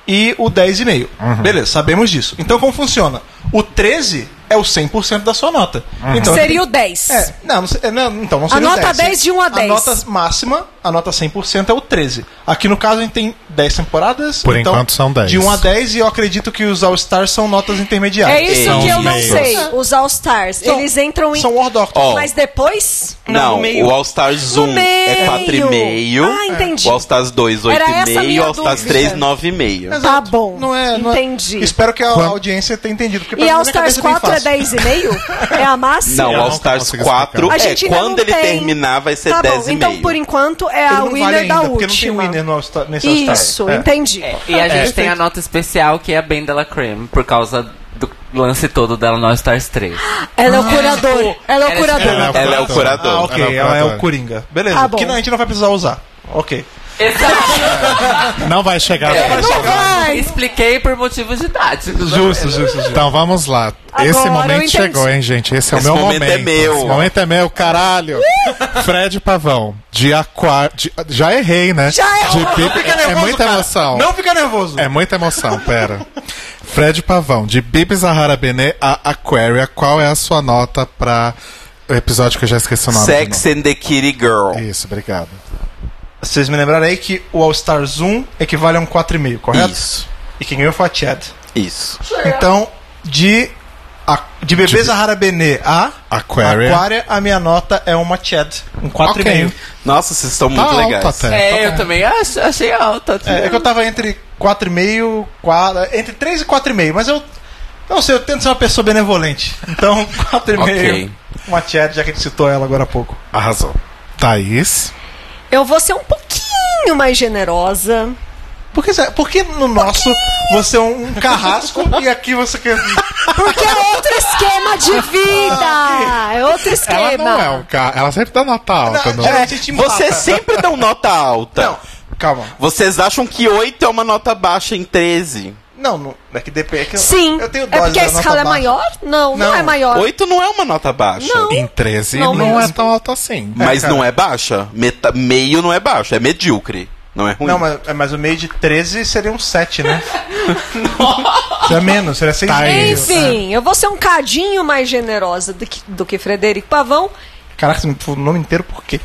Speaker 8: e o 10,5. Beleza, sabemos disso. Então como funciona? O 13 é o 100% da sua nota. Então,
Speaker 9: Seria o 10.
Speaker 8: é, não, não, sei- é, não, então, não seria
Speaker 9: nota
Speaker 8: 10.
Speaker 9: 10 de um a 10.
Speaker 8: nota máxima, a nota 100% é o 13. Aqui no caso a gente tem 10 temporadas. então,
Speaker 2: Por enquanto são 10.
Speaker 8: De 1 a 10 e eu acredito que os All-Stars são notas intermediárias.
Speaker 9: É isso
Speaker 2: São
Speaker 9: que eu não
Speaker 2: meios.
Speaker 9: sei. Os All-Stars,
Speaker 8: São-
Speaker 9: eles entram em.
Speaker 8: São War Doctors.
Speaker 3: Ó.
Speaker 9: Mas depois.
Speaker 8: Não, no
Speaker 3: Não,
Speaker 8: meio.
Speaker 3: o All Stars
Speaker 9: No
Speaker 3: 1 é 4,5.
Speaker 9: meio. Ah, entendi.
Speaker 3: O All Stars 2,
Speaker 9: Era essa a
Speaker 3: 8,5.
Speaker 9: minha
Speaker 3: O All Stars
Speaker 9: dúvida.
Speaker 3: 3, 9,5.
Speaker 9: Tá bom.
Speaker 8: Não é, não é-
Speaker 9: Entendi.
Speaker 8: Espero que a audiência tenha entendido. Porque pra
Speaker 9: E
Speaker 8: mim, na
Speaker 9: All-Stars
Speaker 8: minha cabeça
Speaker 9: 4 é
Speaker 8: bem
Speaker 9: 10,5? É a máxima?
Speaker 3: Não, o
Speaker 2: Eu
Speaker 3: All
Speaker 2: não
Speaker 3: Stars
Speaker 2: consigo
Speaker 3: 4
Speaker 2: explicar.
Speaker 9: A
Speaker 3: é
Speaker 9: gente ainda
Speaker 3: quando
Speaker 9: não
Speaker 3: ele
Speaker 9: tem.
Speaker 3: terminar vai ser
Speaker 9: Tá
Speaker 3: 10,5.
Speaker 9: bom, então por enquanto é
Speaker 8: Ele
Speaker 9: a
Speaker 8: não
Speaker 9: winner
Speaker 8: vale ainda,
Speaker 9: da
Speaker 8: porque não tem
Speaker 9: última.
Speaker 8: winner no All-Star- nesse All-Star.
Speaker 9: Isso,
Speaker 8: É.
Speaker 9: entendi.
Speaker 1: E a gente
Speaker 8: É,
Speaker 1: tem
Speaker 8: perfeito.
Speaker 1: a nota especial que é a Ben Della Creme, por causa do lance todo dela no All Stars 3.
Speaker 9: Ela é o curador. Ela é o
Speaker 2: Ela é o
Speaker 9: curador.
Speaker 3: Ela é
Speaker 2: curador.
Speaker 3: o curador.
Speaker 8: Ah, ok.
Speaker 2: Ela é o
Speaker 8: Ela é
Speaker 2: curador.
Speaker 8: o Coringa. Beleza.
Speaker 9: Ah, bom.
Speaker 8: que não, a gente não vai precisar usar. Ok.
Speaker 1: é
Speaker 2: Não vai chegar.
Speaker 9: Não Então
Speaker 8: é
Speaker 9: vai!
Speaker 1: Expliquei por motivos didáticos.
Speaker 8: Justo, justo, justo.
Speaker 2: Então vamos lá. Esse
Speaker 9: Agora eu
Speaker 2: momento
Speaker 9: entendi.
Speaker 2: chegou, hein, gente? Esse é
Speaker 3: Esse
Speaker 2: o meu momento.
Speaker 3: momento é meu.
Speaker 2: Esse momento é meu, caralho. Fred Pavão, de aquário. Já errei, né?
Speaker 9: Já errou.
Speaker 2: De Bi-
Speaker 8: Fica
Speaker 2: É
Speaker 8: nervoso,
Speaker 2: muita
Speaker 8: cara.
Speaker 2: emoção.
Speaker 8: Não fica nervoso.
Speaker 2: É muita emoção, pera. Fred Pavão, de Bibi Zahara Benê a Aquaria, qual é a sua nota pra o episódio que eu já esqueci o nome? do
Speaker 3: Sex and the Kitty Girl.
Speaker 2: nome? Isso, obrigado.
Speaker 8: Vocês me lembraram aí que o All-Stars 1 equivale a um 4,5, correto?
Speaker 3: Isso.
Speaker 8: E quem ganhou foi a Chad.
Speaker 3: Isso.
Speaker 8: Então, de, a, de bebê Zahara Benê a
Speaker 2: Aquaria.
Speaker 8: Aquária, a minha nota é uma Chad. Um 4,5.
Speaker 2: Ok.
Speaker 3: Nossa, vocês estão
Speaker 2: Tá
Speaker 3: muito
Speaker 2: alto
Speaker 3: legais.
Speaker 2: até.
Speaker 1: É, eu também acho- achei alta.
Speaker 8: É, é que eu tava entre 4,5, 4, entre 3 e 4,5, mas eu não sei, eu tento ser uma pessoa benevolente. Então, [LAUGHS] 4,5.
Speaker 3: Ok.
Speaker 8: Uma Chad, já que a gente citou ela agora há pouco.
Speaker 2: Arrasou. Thaís.
Speaker 9: Eu vou ser um pouquinho mais generosa.
Speaker 8: Por que, você- por que no nosso você é um carrasco e aqui você quer.
Speaker 9: Porque é outro
Speaker 2: [LAUGHS]
Speaker 9: esquema de vida! É outro esquema.
Speaker 2: Ela não é um cara. Ela sempre dá nota alta. Não,
Speaker 3: é.
Speaker 8: Geralmente a gente empata.
Speaker 3: Vocês sempre dão nota alta.
Speaker 8: Não, calma.
Speaker 3: Vocês acham que 8 é uma nota baixa em 13.
Speaker 8: Não, não é que depende. É que eu-
Speaker 9: Sim.
Speaker 8: eu tenho
Speaker 9: é
Speaker 8: dose
Speaker 9: porque a
Speaker 8: da nota
Speaker 9: escala é
Speaker 8: baixa.
Speaker 9: maior? Não, não,
Speaker 8: Não.
Speaker 9: é maior.
Speaker 3: 8 não é uma nota baixa.
Speaker 9: Não.
Speaker 2: Em 13 não,
Speaker 9: Não mesmo.
Speaker 2: é tão alta assim.
Speaker 3: Mas
Speaker 8: É, cara.
Speaker 3: não é baixa. Meta- meio não é baixo, é medíocre. Não é ruim.
Speaker 8: Não, mas, é, mas o meio de 13 seria um 7,
Speaker 9: [LAUGHS]
Speaker 8: né? seria menos, seria 6
Speaker 2: Tá aí.
Speaker 8: meio.
Speaker 9: Enfim, eu vou ser um cadinho mais generosa do que, do que Frederico Pavão.
Speaker 8: Caraca, você me falou o nome inteiro por quê?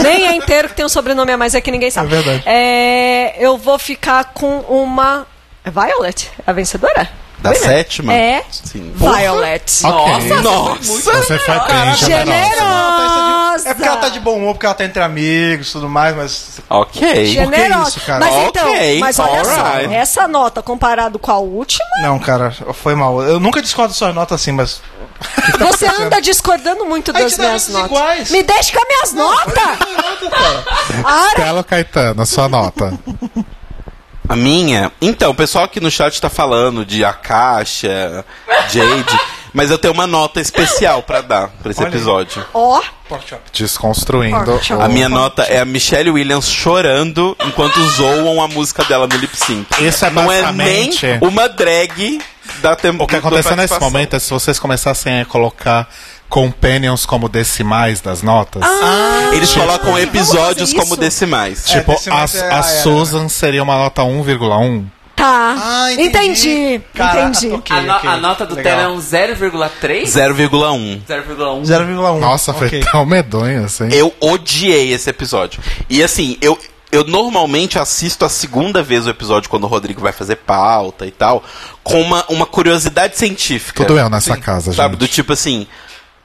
Speaker 9: Nem é inteiro que tem um sobrenome a mais, é que ninguém sabe.
Speaker 8: É verdade.
Speaker 9: É, eu vou ficar com uma. Violet, a vencedora?
Speaker 3: Da sétima?
Speaker 9: É.
Speaker 3: Sim.
Speaker 9: Violet.
Speaker 2: Ok.
Speaker 3: Nossa!
Speaker 2: Você foi bem
Speaker 9: tá
Speaker 2: generosa.
Speaker 9: Generosa.
Speaker 8: É porque ela tá de bom humor, porque ela tá entre amigos e tudo mais, mas.
Speaker 3: Ok.
Speaker 8: Por que
Speaker 9: Generosa.
Speaker 8: isso, cara?
Speaker 9: Mas então,
Speaker 3: Ok,
Speaker 9: mas olha só,
Speaker 3: alright.
Speaker 9: essa nota comparado com a última,
Speaker 8: Não, cara, foi mal. Eu nunca discordo de suas notas assim, mas.
Speaker 9: você anda discordando muito
Speaker 8: Aí
Speaker 9: das
Speaker 8: te dá
Speaker 9: minhas
Speaker 8: notas
Speaker 9: notas.
Speaker 8: iguais.
Speaker 9: Me deixa com as minhas notas! Para!
Speaker 2: Belo Caetano, sua nota.
Speaker 3: A minha? Então, o pessoal aqui no chat tá falando de Akasha,
Speaker 2: [LAUGHS]
Speaker 3: Jade, mas eu tenho uma nota especial pra dar pra esse
Speaker 8: Olha aí.
Speaker 3: episódio.
Speaker 9: Ó,
Speaker 8: Pork chop.
Speaker 2: Desconstruindo.
Speaker 9: Ótimo.
Speaker 2: o-
Speaker 3: A minha nota é a Michelle Williams chorando enquanto zoam a música dela no lip sync.
Speaker 2: Isso é
Speaker 3: Não é nem
Speaker 2: basicamente.
Speaker 3: uma drag da temporada.
Speaker 2: O que aconteceu nesse momento é se vocês começassem a colocar companions como decimais das notas.
Speaker 9: Ah!
Speaker 3: Eles colocam
Speaker 9: vamos
Speaker 3: episódios
Speaker 9: fazer isso?
Speaker 3: como decimais.
Speaker 2: Tipo,
Speaker 8: É, decimais
Speaker 2: a,
Speaker 8: é-
Speaker 2: a
Speaker 8: ah, é,
Speaker 2: Susan seria uma nota 1,1.
Speaker 9: tá.
Speaker 8: Ah,
Speaker 9: entendi.
Speaker 8: entendi.
Speaker 9: Entendi.
Speaker 8: Cara, ok.
Speaker 1: a, no- a nota do
Speaker 8: legal.
Speaker 1: Tera é um 0,3?
Speaker 3: 0,1.
Speaker 1: 0,1.
Speaker 8: 0,1.
Speaker 2: Nossa, foi
Speaker 8: Ok.
Speaker 2: tão medonho assim.
Speaker 3: Eu odiei esse episódio. E assim, eu, eu normalmente assisto a segunda vez o episódio quando o Rodrigo vai fazer pauta e tal, com uma, uma curiosidade científica.
Speaker 2: Tudo eu nessa casa, gente.
Speaker 3: Sabe? Do tipo assim.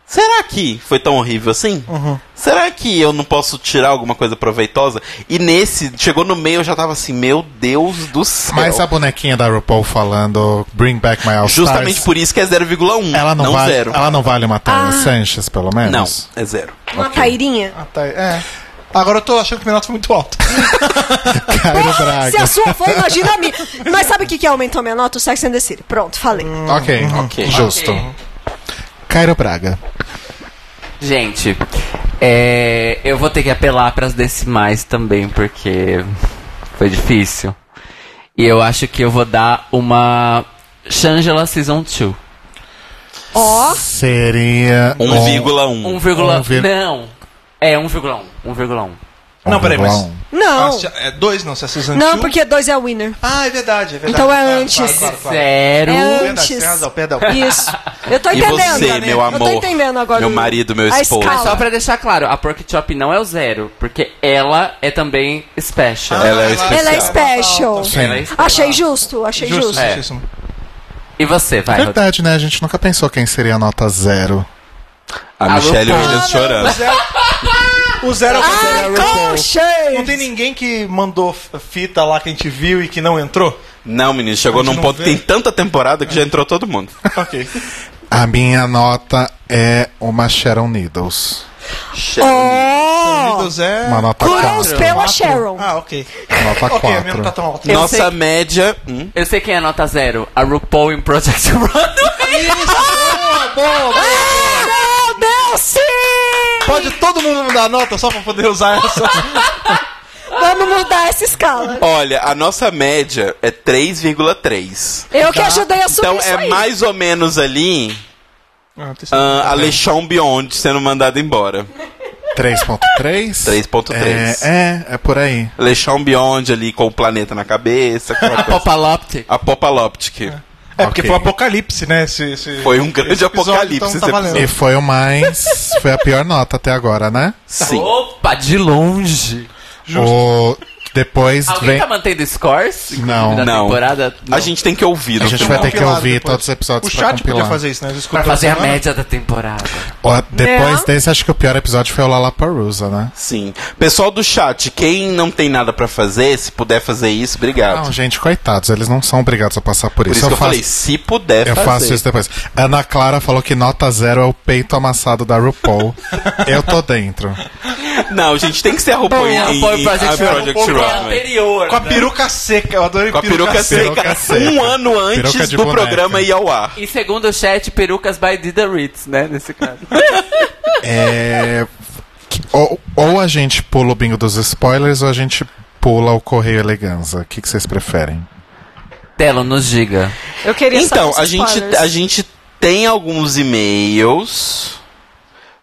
Speaker 3: Será que foi tão horrível assim?
Speaker 2: Uhum.
Speaker 3: Será que eu não posso tirar alguma coisa proveitosa? E nesse, chegou no meio, eu já tava assim, meu Deus do céu.
Speaker 2: Mas a bonequinha da RuPaul falando Bring Back My All
Speaker 3: Justamente
Speaker 2: Stars,
Speaker 3: por isso que é 0,1,
Speaker 2: ela não, vale,
Speaker 3: zero.
Speaker 2: ela não vale uma Tayla Sanchez, pelo
Speaker 3: Não,
Speaker 2: menos.
Speaker 3: é zero.
Speaker 9: Uma tairinha.
Speaker 8: Ah, tá. É. Agora eu tô achando que minha nota foi muito alta.
Speaker 2: Cairo
Speaker 9: Se
Speaker 2: Braga.
Speaker 9: a sua for, imagina a minha. Mas sabe o que, que aumentou minha nota? O Sex and the City. Pronto, falei.
Speaker 2: Ok,
Speaker 3: Ok.
Speaker 2: justo. Cairo Braga.
Speaker 1: Gente, é, eu vou ter que apelar pras decimais também, porque foi difícil. E eu acho que eu vou dar uma Shangela Season 2.
Speaker 9: Ó,
Speaker 2: Seria.
Speaker 3: 1,1.
Speaker 1: 1,1.
Speaker 2: vir-
Speaker 1: Não. É 1,1. 1,1.
Speaker 2: um-
Speaker 8: Não, peraí, mas-
Speaker 2: 1,1.
Speaker 9: não.
Speaker 8: Ah, É dois, não, se é season
Speaker 9: Não,
Speaker 8: two.
Speaker 9: porque dois é winner.
Speaker 8: Ah, é verdade, é verdade.
Speaker 9: Então é
Speaker 8: Claro,
Speaker 9: antes.
Speaker 8: Claro, claro, claro.
Speaker 1: Zero.
Speaker 9: É
Speaker 8: Verdade,
Speaker 9: antes.
Speaker 8: tem razão, perdão.
Speaker 9: Isso. Eu tô
Speaker 3: E
Speaker 9: entendendo.
Speaker 3: você, meu
Speaker 9: Eu
Speaker 3: amor,
Speaker 9: tô entendendo agora.
Speaker 3: meu
Speaker 9: o-
Speaker 3: marido, meu
Speaker 9: a
Speaker 3: esposo.
Speaker 9: escala.
Speaker 1: Só pra deixar claro, a Pork Chop não é o zero, porque ela é também
Speaker 8: Ah,
Speaker 1: special.
Speaker 3: Ela é especial.
Speaker 9: Ela é
Speaker 8: tá
Speaker 9: special.
Speaker 1: Ela é special.
Speaker 9: Achei justo, achei justo.
Speaker 8: Justo,
Speaker 1: É.
Speaker 8: justíssimo.
Speaker 1: E você, vai, Rodrigo?
Speaker 2: Verdade, né? A gente nunca pensou quem seria a nota zero.
Speaker 3: A Michelle
Speaker 1: RuPaul.
Speaker 3: Williams
Speaker 8: O
Speaker 3: chorando.
Speaker 8: zero, o zero é o que é a RuPaul. Não
Speaker 9: Achei!
Speaker 8: tem ninguém que mandou f- fita lá que a gente viu e que não entrou?
Speaker 3: Não, menino, chegou num
Speaker 8: não
Speaker 3: ponto que
Speaker 8: vê.
Speaker 3: tem tanta temporada
Speaker 2: É.
Speaker 3: que já entrou todo
Speaker 2: [LAUGHS]
Speaker 3: mundo.
Speaker 1: [LAUGHS]
Speaker 8: Ok.
Speaker 2: A minha nota é uma Sharon Needles.
Speaker 9: Ó!
Speaker 8: Windows é.
Speaker 2: Uma nota
Speaker 9: Cura os
Speaker 2: 4.
Speaker 9: pela Sharon.
Speaker 8: Ah, ok. [LAUGHS]
Speaker 2: Nota
Speaker 8: Ok, a minha não tá
Speaker 2: 4.
Speaker 8: tão alta.
Speaker 1: Eu
Speaker 3: Nossa
Speaker 1: sei-
Speaker 3: média. hum,
Speaker 1: Eu sei quem é a nota zero. A RuPaul em Project [LAUGHS] Runway.
Speaker 9: Ah, meu Deus, sim!
Speaker 8: Pode todo mundo mudar a nota só pra poder usar essa. Ah,
Speaker 9: Vamos mudar essa escala.
Speaker 3: Olha, a nossa média é 3,3.
Speaker 9: Eu que ajudei a subir
Speaker 3: Então
Speaker 9: isso
Speaker 3: é
Speaker 9: aí.
Speaker 3: mais ou menos ali
Speaker 8: Ah, tem certeza.
Speaker 3: ah, a Lechão Beyond sendo mandada embora.
Speaker 8: tá-
Speaker 2: 3.3?
Speaker 3: 3.3.
Speaker 2: É, é, é por aí.
Speaker 3: Lechão Beyond ali com o planeta na cabeça. aquela coisa.
Speaker 1: Popaloptic.
Speaker 2: [LAUGHS]
Speaker 3: A Popaloptic.
Speaker 8: É porque
Speaker 2: ok.
Speaker 8: foi um apocalipse, né? Esse, esse-
Speaker 3: Foi um grande
Speaker 8: esse episódio,
Speaker 3: apocalipse
Speaker 8: Então tá
Speaker 3: esse
Speaker 8: valendo.
Speaker 2: E foi o mais. Foi a pior nota até agora, né?
Speaker 3: Sim.
Speaker 1: Opa, de longe.
Speaker 2: O... Depois
Speaker 1: Alguém
Speaker 2: vem.
Speaker 1: tá mantendo scores? inclusive,
Speaker 2: Não.
Speaker 1: Da
Speaker 3: Não.
Speaker 1: temporada?
Speaker 3: A gente tem que ouvir.
Speaker 2: A
Speaker 3: no
Speaker 2: gente
Speaker 3: final.
Speaker 2: vai ter que
Speaker 8: Compilado
Speaker 2: ouvir
Speaker 8: depois.
Speaker 2: todos os episódios
Speaker 8: O
Speaker 2: pra
Speaker 8: chat podia
Speaker 2: compilar.
Speaker 8: fazer isso, né? Eles
Speaker 1: Pra
Speaker 8: escutam
Speaker 1: fazer a
Speaker 8: semana.
Speaker 1: média da temporada.
Speaker 2: Ó, depois
Speaker 9: Não.
Speaker 2: desse, acho que o pior episódio foi o Lollapalooza, né?
Speaker 3: Sim. Pessoal do chat, quem não tem nada pra fazer, se puder fazer isso, obrigado.
Speaker 2: Não, gente, coitados, eles não são obrigados a passar por,
Speaker 3: Por isso que eu
Speaker 2: faço,
Speaker 3: falei, se puder
Speaker 2: eu
Speaker 3: fazer.
Speaker 2: faço isso depois. Ana Clara falou que nota zero é o peito amassado da
Speaker 3: [LAUGHS]
Speaker 2: RuPaul. eu tô dentro.
Speaker 3: Não, gente, tem que ser a RuPaul
Speaker 1: Bom,
Speaker 3: em, em,
Speaker 1: RuPaul
Speaker 3: em
Speaker 1: Project
Speaker 3: a Project
Speaker 1: Runway. é
Speaker 3: Runway.
Speaker 1: Anterior. né?
Speaker 8: Com a peruca seca, eu adorei
Speaker 3: Com a
Speaker 2: peruca
Speaker 3: peruca seca.
Speaker 2: seca.
Speaker 3: Um ano
Speaker 2: Peruca
Speaker 3: antes
Speaker 2: de
Speaker 3: do
Speaker 2: boneca.
Speaker 3: programa ir ao ar.
Speaker 1: E segundo o chat, perucas by Dida Ritz, né? Nesse caso.
Speaker 2: É, que- ou, ou a gente pula o bingo dos spoilers, ou a gente pula o Correio Eleganza. O que, que vocês preferem?
Speaker 1: Telo, nos diga.
Speaker 9: Eu queria
Speaker 3: Então,
Speaker 9: saber
Speaker 3: a
Speaker 9: os
Speaker 3: gente,
Speaker 9: spoilers.
Speaker 3: a gente tem alguns e-mails,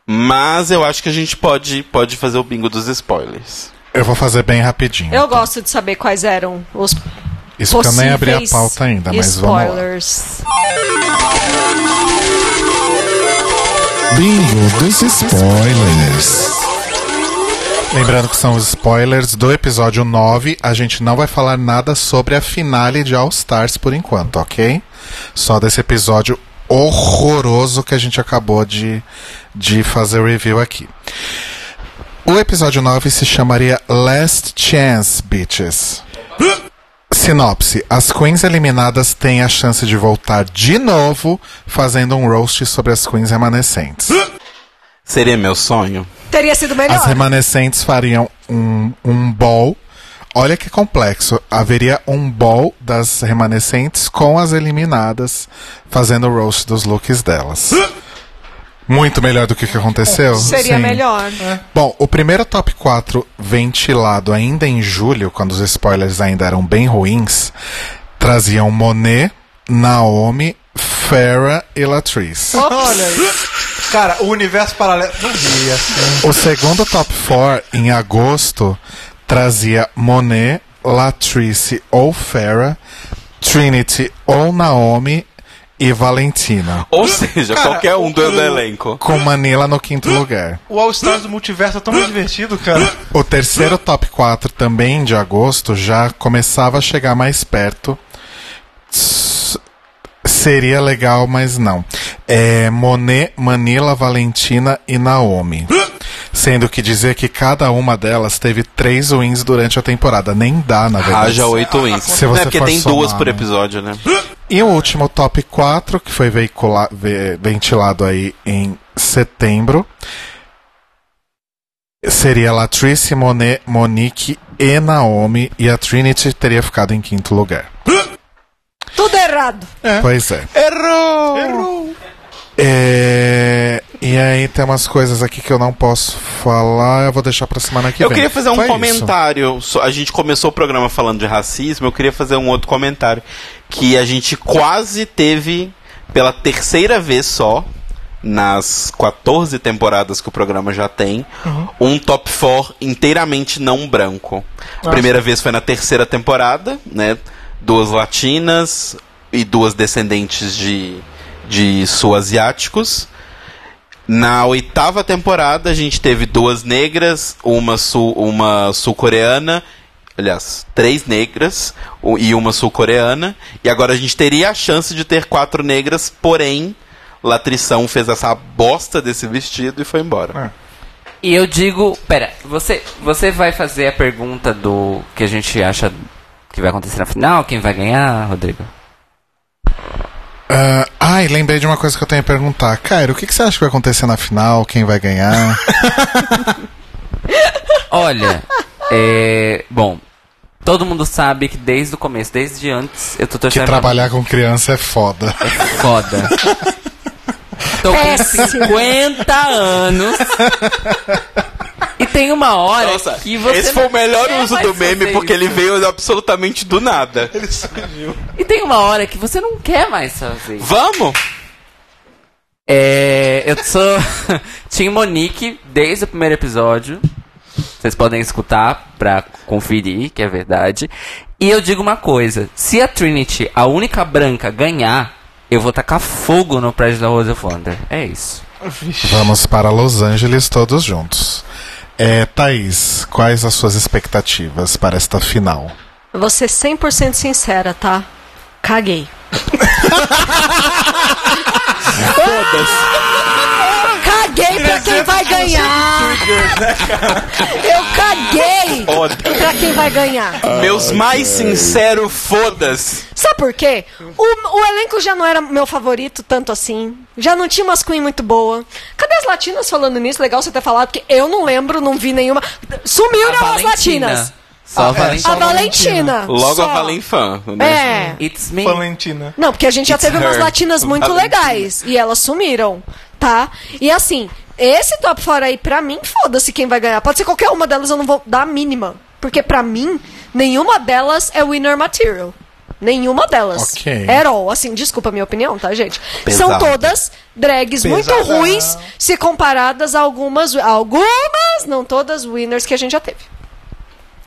Speaker 3: mas eu acho que a gente pode, pode fazer o bingo dos spoilers.
Speaker 2: Eu vou fazer bem rapidinho.
Speaker 9: Eu gosto de saber quais eram os
Speaker 2: Isso porque eu
Speaker 9: possíveis
Speaker 2: nem abri a pauta ainda, mas vamos lá.
Speaker 9: spoilers.
Speaker 2: Bingo dos spoilers. Lembrando que são os spoilers do episódio 9. A gente não vai falar nada sobre a finale de All Stars por enquanto, ok? Só desse episódio horroroso que a gente acabou de, de fazer review aqui. O episódio 9 se chamaria Last Chance, Bitches. Sinopse: As queens eliminadas têm a chance de voltar de novo, fazendo um roast sobre as queens remanescentes.
Speaker 3: Seria meu sonho.
Speaker 9: Teria sido melhor.
Speaker 2: As remanescentes fariam um, um ball. Olha que complexo. Haveria um ball das remanescentes com as eliminadas, fazendo o roast dos looks delas. Muito melhor do que o que aconteceu?
Speaker 9: É, Seria
Speaker 2: Sim. É.
Speaker 9: melhor.
Speaker 2: Bom, o primeiro top 4 ventilado ainda em julho, quando os spoilers ainda eram bem ruins, traziam Monet, Naomi, Farah e Latrice.
Speaker 8: Olha aí. Cara, o universo paralelo. Não vi assim.
Speaker 2: O segundo top 4 em agosto trazia Monet, Latrice ou Farah, Trinity ou Naomi e Valentina,
Speaker 3: Ou seja,
Speaker 8: Cara,
Speaker 3: qualquer um do
Speaker 8: o-
Speaker 3: do elenco.
Speaker 2: com Manila no quinto lugar.
Speaker 8: O All Stars do Multiverso é tão divertido, cara.
Speaker 2: O terceiro top 4 também de agosto já começava a chegar mais perto. S- Seria legal, mas não. É Monet, Manila, Valentina e Naomi. Sendo que dizer que cada uma delas teve três wins durante a temporada. Nem dá, na verdade.
Speaker 3: Haja oito wins.
Speaker 2: Se
Speaker 3: Não
Speaker 2: você
Speaker 3: é porque
Speaker 2: for
Speaker 3: tem
Speaker 2: somar,
Speaker 3: duas por
Speaker 2: né?
Speaker 3: episódio, né?
Speaker 2: E o último top 4, que foi veicula- ve- ventilado aí em setembro, seria Latrice, Monet, Monique e Naomi, e a Trinity teria ficado em quinto lugar.
Speaker 9: Tudo errado.
Speaker 2: Pois é.
Speaker 8: Errou!
Speaker 2: É, E aí tem umas coisas aqui que eu não posso falar, eu vou deixar pra semana que
Speaker 3: eu
Speaker 2: vem.
Speaker 3: queria fazer um
Speaker 2: Foi isso.
Speaker 3: comentário. Só- A gente começou o programa falando de racismo, eu queria fazer um outro comentário. Que a gente quase teve, pela terceira vez só, nas 14 temporadas que o programa já tem,
Speaker 2: Uhum.
Speaker 3: um top 4 inteiramente não branco. A primeira vez foi na terceira temporada, né? Duas latinas e duas descendentes de, de sul-asiáticos. Na oitava temporada, a gente teve duas negras, uma, sul, uma sul-coreana, aliás, três negras u- e uma sul-coreana. E agora a gente teria a chance de ter quatro negras, porém, Latrição fez essa bosta desse vestido e foi embora.
Speaker 1: E eu digo, pera, você, você vai fazer a pergunta do que a gente acha que vai acontecer na final, quem vai ganhar, Rodrigo?
Speaker 2: Ah, ai, lembrei de uma coisa que eu tenho a perguntar. Cairo, o que, que você acha que vai acontecer na final? Quem vai
Speaker 3: [LAUGHS]
Speaker 2: ganhar?
Speaker 1: Olha, [LAUGHS] é, bom, todo mundo sabe que desde o começo, desde antes, eu tô
Speaker 2: que
Speaker 1: torcendo pra-
Speaker 2: trabalhar com criança é foda.
Speaker 1: foda. [LAUGHS] Tô com 50 anos. E tem uma hora
Speaker 3: Nossa,
Speaker 1: que você
Speaker 3: esse foi o melhor
Speaker 1: não
Speaker 3: uso
Speaker 1: quer
Speaker 3: do
Speaker 1: mais
Speaker 3: meme
Speaker 1: fazer
Speaker 3: porque
Speaker 1: isso.
Speaker 3: ele veio absolutamente do nada.
Speaker 1: E tem uma hora que você não quer mais fazer.
Speaker 3: Vamos?
Speaker 1: É, eu sou [LAUGHS] Team Monique desde o primeiro episódio. Vocês podem escutar pra conferir que é verdade. E eu digo uma coisa: se a Trinity, a única branca, ganhar, eu vou tacar fogo no prédio da Rose of Wonder. É isso.
Speaker 2: Vamos para Los Angeles todos juntos. É, Thaís, quais as suas expectativas para esta final?
Speaker 9: Vou ser 100% sincera, tá?
Speaker 3: [LAUGHS]
Speaker 9: Caguei. Caguei pra quem vai ganhar!
Speaker 3: né,
Speaker 9: Eu caguei pra quem vai ganhar!
Speaker 3: Meus mais sinceros fodas.
Speaker 9: Sabe por quê? O, o elenco já não era meu favorito tanto assim. Já não tinha umas queen muito boa. Cadê as latinas falando nisso? Legal você ter falado, porque eu não lembro, não vi nenhuma. Sumiu né, as latinas.
Speaker 1: Só a Valentina.
Speaker 9: a Valentina.
Speaker 3: Logo
Speaker 9: só.
Speaker 3: a Valenfã. Né?
Speaker 9: É.
Speaker 1: It's me.
Speaker 8: Valentina.
Speaker 9: Não, porque a gente já
Speaker 3: It's
Speaker 9: teve umas
Speaker 3: her.
Speaker 9: latinas muito
Speaker 3: Valentina.
Speaker 9: legais. E elas sumiram, tá? E assim, esse top 4 aí, pra mim, foda-se quem vai ganhar. Pode ser qualquer uma delas, eu não vou dar a mínima. Porque pra mim, nenhuma delas é winner material. Nenhuma delas.
Speaker 2: Ok.
Speaker 9: At all. Assim, desculpa a minha opinião, tá, gente?
Speaker 3: Pesado.
Speaker 9: São todas drags
Speaker 8: Pesadão.
Speaker 9: muito ruins se comparadas a algumas, a algumas, não todas, winners que a gente já teve.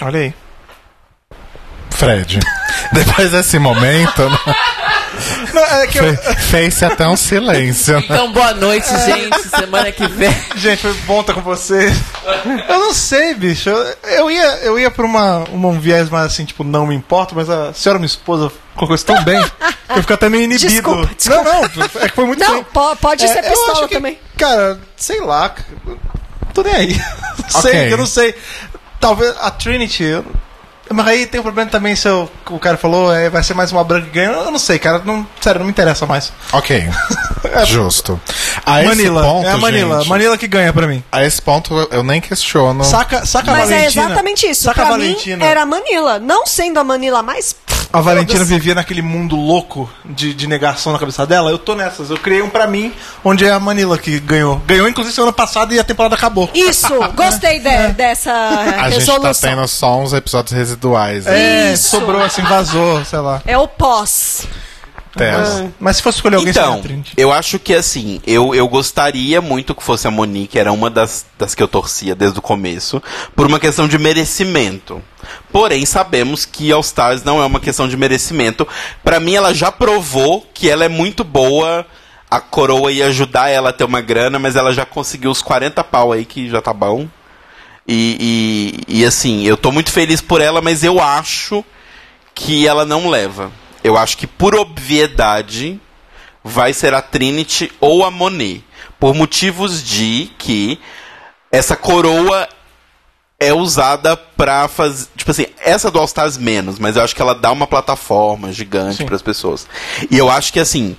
Speaker 8: Olha aí.
Speaker 2: [LAUGHS] Fred, depois desse momento, né,
Speaker 8: Não, é [LAUGHS] que eu-
Speaker 2: Fe- Fez-se até um silêncio.
Speaker 8: [LAUGHS]
Speaker 2: né?
Speaker 1: Então, boa noite, gente. Semana que vem.
Speaker 8: Gente, foi bom estar com
Speaker 9: [LAUGHS]
Speaker 8: você. Eu não sei, bicho. Eu, eu ia, eu ia pra uma, uma- um viés mais assim, tipo, não me importo, mas a senhora, minha esposa, colocou isso tão
Speaker 9: [LAUGHS]
Speaker 8: bem. que Eu fico até meio inibido.
Speaker 9: Desculpa, desculpa.
Speaker 8: Não, não. É que foi muito
Speaker 9: Não,
Speaker 8: bem.
Speaker 9: po- pode ser
Speaker 8: É, eu
Speaker 9: pistola
Speaker 8: acho que,
Speaker 9: também.
Speaker 8: Cara, sei lá. cara, eu Tô nem aí. [LAUGHS] Não sei,
Speaker 2: Ok.
Speaker 8: eu não sei. Talvez a Trinity. eu- Mas aí tem um problema também se eu- o cara falou, é, vai ser mais uma branca que ganha. Eu não sei, cara. Não, sério, não me interessa mais.
Speaker 2: ok. É Justo. A esse
Speaker 8: Manila,
Speaker 2: ponto,
Speaker 8: é a Manila.
Speaker 2: gente,
Speaker 8: Manila que ganha pra mim.
Speaker 2: A esse ponto eu- eu nem questiono.
Speaker 8: Saca, saca a
Speaker 9: Mas é
Speaker 8: Valentina.
Speaker 9: exatamente isso.
Speaker 8: Saca a
Speaker 9: pra mim,
Speaker 8: Valentina.
Speaker 9: era Manila. Não sendo a Manila mais...
Speaker 8: A Valentina vivia naquele mundo louco de, de negação na cabeça dela. Eu tô nessas. Eu criei um pra mim, onde é a Manila que ganhou. Ganhou, inclusive, semana passada e a temporada acabou. [LAUGHS]
Speaker 9: Isso, gostei de-
Speaker 8: É.
Speaker 9: dessa
Speaker 2: A gente tá
Speaker 9: resolução.
Speaker 2: tendo só uns episódios residuais. né?
Speaker 8: É,
Speaker 9: Isso.
Speaker 8: sobrou assim, vazou, sei lá.
Speaker 9: É o pós.
Speaker 2: Tela.
Speaker 9: Ah.
Speaker 8: Mas se fosse escolher alguém, seria a
Speaker 3: Então,
Speaker 8: Trinity.
Speaker 3: eu acho que assim, eu, eu gostaria muito que fosse a Monique, era uma das, das que eu torcia desde o começo, por uma questão de merecimento. Porém, sabemos que All Stars não é uma questão de merecimento. Pra mim, ela já provou que ela é muito boa. A coroa ia ajudar ela a ter uma grana, mas ela já conseguiu os 40 pau aí, que já tá bom. E, e, e, assim, eu tô muito feliz por ela, mas eu acho que ela não leva. Eu acho que por obviedade vai ser a Trinity ou a Monet. Por motivos de que essa coroa é usada pra fazer. Tipo assim, essa do All Stars menos, mas eu acho que ela dá uma plataforma gigante pras pessoas. E eu acho que assim,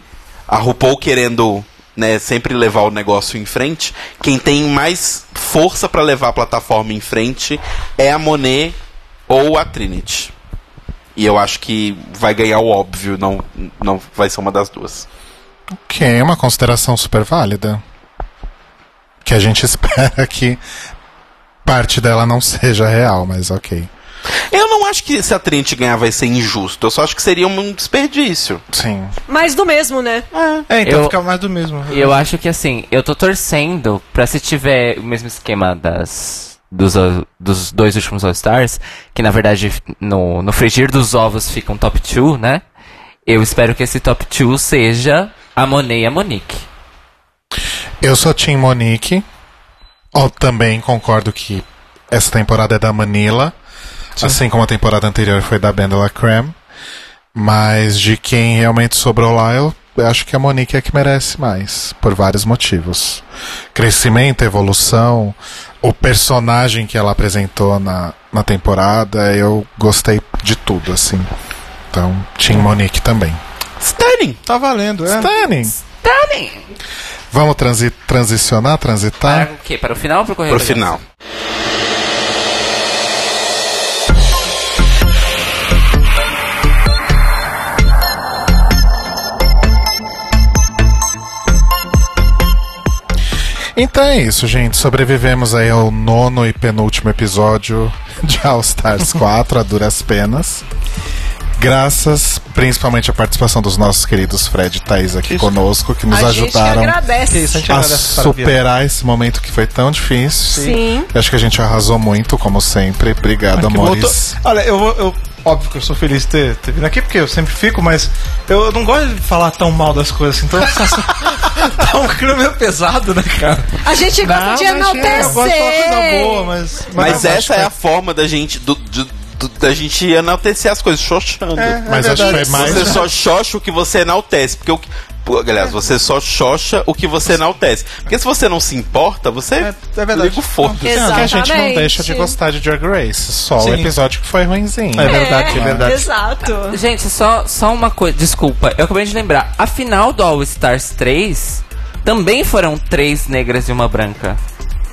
Speaker 3: a RuPaul querendo né, sempre levar o negócio em frente, quem tem mais força pra levar a plataforma em frente é a Monet ou a Trinity. E eu acho que vai ganhar o óbvio, não, não vai ser uma das duas.
Speaker 2: Que é uma consideração super válida. Que a gente [LAUGHS] espera que parte dela não seja real, mas ok.
Speaker 3: Eu não acho que se a Trinity ganhar vai ser injusto, eu só acho que seria um desperdício.
Speaker 2: Sim.
Speaker 9: Mas do mesmo, né?
Speaker 8: É, então
Speaker 1: eu-
Speaker 8: fica mais do mesmo.
Speaker 1: Eu acho que assim, eu tô torcendo pra se tiver o mesmo esquema das. Dos, o- dos dois últimos All-Stars, que na verdade no, no frigir dos ovos ficam top 2, né? Eu espero que esse top 2 seja a Monet e a Monique.
Speaker 2: Eu sou Tim Monique. Ó, também concordo que essa temporada é da Manila. Assim como a temporada anterior foi da Bandela Cram. Mas de quem realmente sobrou lá, eu eu acho que a Monique é que merece mais. Por vários motivos: crescimento, evolução, o personagem que ela apresentou na, na temporada. Eu gostei de tudo, assim. Então, Tim Monique também.
Speaker 3: Stunning!
Speaker 8: Tá valendo, é.
Speaker 2: Stunning!
Speaker 1: Stunning!
Speaker 2: Vamos transi transicionar, transitar?
Speaker 9: É.
Speaker 1: Para o quê? Para o final ou para o correio?
Speaker 3: Pro final.
Speaker 2: Então é isso, gente. Sobrevivemos aí ao nono e penúltimo episódio de All
Speaker 9: [LAUGHS]
Speaker 2: Stars 4, a duras penas. Graças principalmente à participação dos nossos queridos Fred e Thaís aqui conosco, que nos
Speaker 9: a gente
Speaker 2: ajudaram
Speaker 9: que agradece.
Speaker 8: Que isso, a gente
Speaker 2: a
Speaker 8: agradece para a Bia.
Speaker 2: superar esse momento que foi tão difícil.
Speaker 9: Sim. Ah,
Speaker 2: Eu Acho que a gente arrasou muito, como sempre. Obrigado,
Speaker 8: Que
Speaker 2: amores.
Speaker 8: botou- Olha, eu, vou- eu. Óbvio que eu sou feliz de ter, ter vindo aqui, porque eu sempre fico, mas eu não gosto de falar tão mal das coisas, então. [LAUGHS] tá um clima meio pesado, né, cara?
Speaker 9: A gente gosta de enaltecer.
Speaker 8: Eu gosto de falar coisa boa, mas.
Speaker 3: Mas
Speaker 8: eu acho
Speaker 3: essa
Speaker 8: que-
Speaker 3: é a forma da gente. do- do- do- da gente enaltecer as coisas, xoxando.
Speaker 8: É,
Speaker 2: Mas acho que foi mais.
Speaker 3: Você só xoxa o que você enaltece. Porque o que. Pô, Aliás, você só xoxa o que você enaltece. Porque se você não se importa, você
Speaker 8: É, é verdade.
Speaker 3: liga o foda.
Speaker 2: Não, que a gente não deixa de
Speaker 9: Exatamente.
Speaker 2: gostar de Drag Race. Só o
Speaker 8: Sim.
Speaker 2: episódio que foi ruimzinho.
Speaker 8: É verdade, é verdade.
Speaker 9: Exato.
Speaker 1: Gente, só, só uma coisa. Desculpa, eu acabei de lembrar. A final do All Stars 3 também foram três negras e uma branca.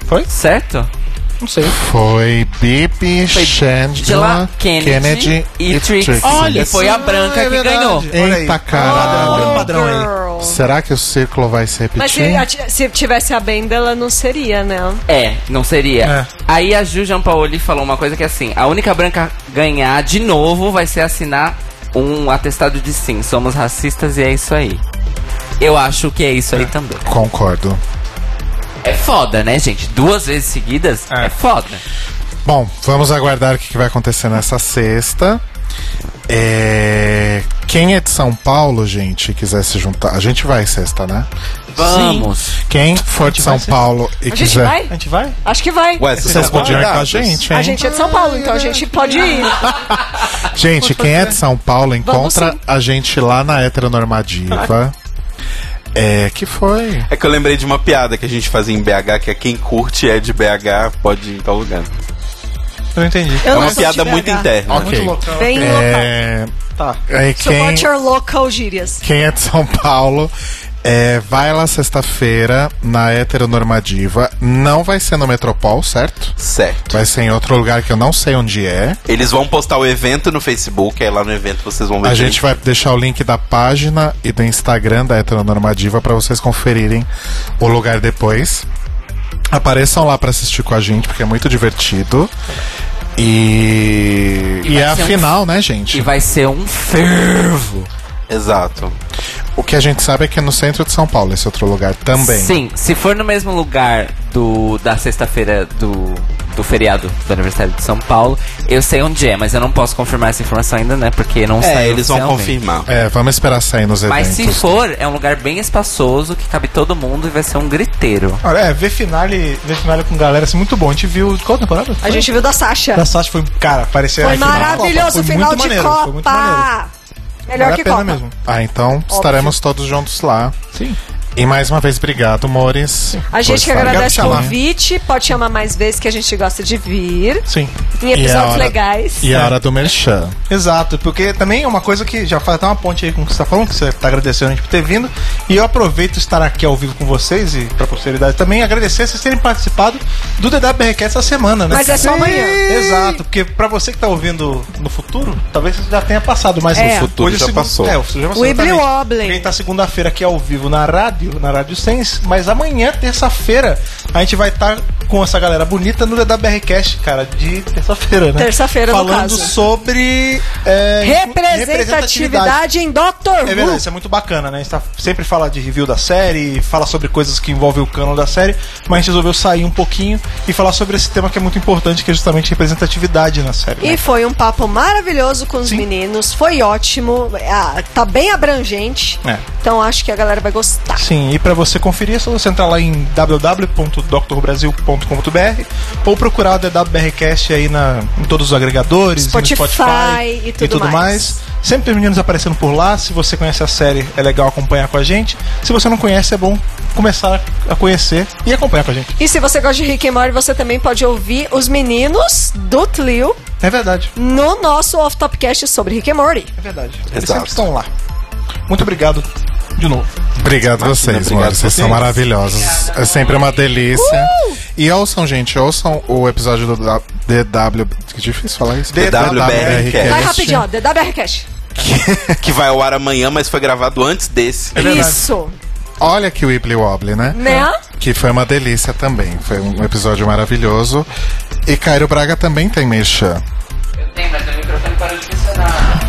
Speaker 8: Foi?
Speaker 1: Certo?
Speaker 8: Não
Speaker 9: É.
Speaker 8: sei.
Speaker 2: Foi Bibi,
Speaker 1: Foi
Speaker 2: Chandler,
Speaker 1: Angela Kennedy, e, Trixie. é
Speaker 2: Olha,
Speaker 1: E foi a
Speaker 8: é
Speaker 1: branca
Speaker 9: É
Speaker 1: que ganhou.
Speaker 2: Eita, caralho.
Speaker 8: Olha Tá o padrão aí.
Speaker 2: será que o círculo vai se repetir?
Speaker 9: Oh, Mas é se, a ti- se tivesse a Benda, ela não seria, né?
Speaker 1: É, não seria.
Speaker 8: É.
Speaker 1: Aí a Ju Giampaoli falou uma coisa que é assim: a única branca a ganhar de novo vai ser assinar um atestado de sim, somos racistas e é isso aí. Eu acho que é isso aí também.
Speaker 2: Concordo.
Speaker 1: É foda, né, gente? Duas vezes seguidas é, foda.
Speaker 2: Bom, vamos aguardar o que que vai acontecer nessa sexta. É, Quem é de São Paulo, gente, e quiser se juntar, a gente vai sexta, né?
Speaker 10: Vamos.
Speaker 2: Quem for de São Paulo e
Speaker 9: A gente
Speaker 2: quiser.
Speaker 9: vai?
Speaker 8: A gente vai?
Speaker 9: Acho que vai.
Speaker 3: Ué, vocês
Speaker 2: Vocês
Speaker 3: são
Speaker 2: podiam ir com a
Speaker 3: convidados.
Speaker 2: gente,
Speaker 9: A
Speaker 2: hein?
Speaker 9: gente é de São Paulo, então a gente pode ir.
Speaker 8: Ah, tá
Speaker 2: Gente, quem é de São Paulo encontra
Speaker 9: sim.
Speaker 2: a gente lá na heteronormativa. É, que foi?
Speaker 3: É que eu lembrei de uma piada que a gente fazia em BH, que é quem curte é de BH, pode ir em tal lugar.
Speaker 8: Eu não entendi.
Speaker 9: Eu
Speaker 3: é
Speaker 9: não
Speaker 3: uma
Speaker 9: sou de
Speaker 3: piada
Speaker 9: BH.
Speaker 3: muito interna.
Speaker 8: Tá Muito
Speaker 2: Ok.
Speaker 8: loucão.
Speaker 9: Bem local.
Speaker 2: É,
Speaker 8: Tá.
Speaker 2: é, quem,
Speaker 9: Support your local gírias.
Speaker 2: quem é de São Paulo, é, vai lá sexta-feira na heteronormativa. Não vai ser no Metropol, certo?
Speaker 3: Certo.
Speaker 2: Vai ser em outro lugar que eu não sei onde é.
Speaker 3: Eles vão postar o evento no Facebook, aí lá no evento vocês vão ver.
Speaker 2: A gente vai deixar o link da página e do Instagram da Heteronormativa para vocês conferirem o lugar depois. Apareçam lá para assistir com a gente, porque é muito divertido. E, e,
Speaker 1: vai
Speaker 2: é a
Speaker 1: ser um-
Speaker 2: final, né,
Speaker 1: E
Speaker 2: gente?
Speaker 1: vai ser um fervo.
Speaker 3: Exato.
Speaker 2: O que a gente sabe é que é no centro de São Paulo, esse outro lugar também.
Speaker 3: né?
Speaker 1: Sim, se for no mesmo lugar do da sexta-feira do, do feriado do aniversário de São Paulo, eu sei onde é, mas eu não posso confirmar essa informação ainda, né? Porque não
Speaker 3: É,
Speaker 1: saiu
Speaker 3: eles vão
Speaker 1: oficialmente.
Speaker 3: confirmar.
Speaker 2: É, vamos esperar sair nos
Speaker 1: Mas
Speaker 2: eventos.
Speaker 1: se for, é um lugar bem espaçoso que cabe todo mundo e vai ser um griteiro.
Speaker 8: Olha, é, ver finale, ver finale com galera assim, muito bom. A gente viu. Qual temporada?
Speaker 9: A gente viu
Speaker 8: [LAUGHS]
Speaker 9: da Sasha.
Speaker 8: Da Sasha foi. Cara, parecia.
Speaker 9: Foi
Speaker 8: a final da Copa.
Speaker 9: maravilhoso
Speaker 8: Foi
Speaker 9: o final
Speaker 8: muito
Speaker 9: de
Speaker 8: maneiro, Foi muito maneiro.
Speaker 9: Copa. Melhor
Speaker 8: Vale
Speaker 9: que
Speaker 8: a pena
Speaker 9: Copa.
Speaker 8: mesmo.
Speaker 2: Ah, então estaremos todos juntos lá.
Speaker 8: Sim.
Speaker 2: E mais uma vez, obrigado, Mores.
Speaker 9: A gente que
Speaker 2: Por estar-
Speaker 9: agradece o
Speaker 8: Obrigado por chamar.
Speaker 9: convite, pode chamar mais vezes que a gente gosta de vir.
Speaker 8: Sim.
Speaker 9: Em
Speaker 2: E a
Speaker 9: episódios
Speaker 2: hora-
Speaker 9: legais.
Speaker 2: E a hora do Merchan.
Speaker 8: Exato, porque também é uma coisa que já faz até uma ponte aí com o que você tá falando, que você tá agradecendo a gente por ter vindo. E eu aproveito estar aqui ao vivo com vocês e pra posteridade também agradecer vocês terem participado do DWRQ essa semana, né?
Speaker 9: Mas é só amanhã.
Speaker 8: Exato, porque pra você que tá ouvindo no futuro, talvez isso já tenha passado, mas
Speaker 9: É.
Speaker 3: No futuro
Speaker 8: hoje é
Speaker 3: já
Speaker 8: segunda-
Speaker 3: passou.
Speaker 8: É, o futuro já passou.
Speaker 9: Wibbly
Speaker 8: exatamente.
Speaker 9: wobbly.
Speaker 8: Quem tá segunda-feira aqui ao vivo na rádio, na Rádio Sense, mas amanhã, terça-feira, a gente vai estar com essa galera bonita no DWRcast, cara, de terça-feira, né?
Speaker 9: Terça-feira, no
Speaker 8: Falando
Speaker 9: caso.
Speaker 8: sobre é,
Speaker 9: Representatividade em Doctor
Speaker 8: É
Speaker 9: Who.
Speaker 8: verdade, isso é muito bacana, né? A gente tá, sempre fala de review da série, fala sobre coisas que envolvem o cano da série, mas a gente resolveu sair um pouquinho e falar sobre esse tema que é muito importante, que é justamente representatividade na série. né?
Speaker 9: E foi um papo maravilhoso com os
Speaker 8: Sim.
Speaker 9: meninos, foi ótimo, ah, tá bem abrangente,
Speaker 8: É.
Speaker 9: então acho que a galera vai gostar.
Speaker 8: Sim, e pra você conferir é só você entrar lá em www.doctorbrasil.com.br ou procurar o DWRcast aí na, em todos os agregadores,
Speaker 9: Spotify
Speaker 8: no Spotify
Speaker 9: e tudo mais.
Speaker 8: Sempre tem os meninos aparecendo por lá. Se você conhece a série, é legal acompanhar com a gente. Se você não conhece, é bom começar a conhecer e acompanhar com a gente.
Speaker 9: E se você gosta de Rick and Morty, você também pode ouvir os meninos do Tlio
Speaker 8: É verdade,
Speaker 9: no nosso Off Topcast sobre Rick and Morty.
Speaker 8: é verdade. Eles
Speaker 3: Exato.
Speaker 8: sempre estão lá. Muito obrigado de novo.
Speaker 2: Obrigado a vocês,
Speaker 3: obrigado
Speaker 2: mano. Vocês são
Speaker 3: vocês.
Speaker 2: maravilhosos. É sempre uma delícia. E ouçam, gente, ouçam o episódio do da- DW. Que difícil falar isso.
Speaker 3: DWRcast.
Speaker 9: Vai
Speaker 8: É
Speaker 3: Este-
Speaker 9: rapidinho, ó, DWRcast.
Speaker 3: Que vai ao ar amanhã, mas foi gravado antes desse.
Speaker 8: verdade.
Speaker 9: Isso,
Speaker 2: Olha que Wibbly Wobbly, né?
Speaker 9: né?
Speaker 2: Que foi uma delícia também. Foi um episódio maravilhoso. E Cairo Braga também tem merchan.
Speaker 1: Eu tenho, mas meu microfone parou de funcionar.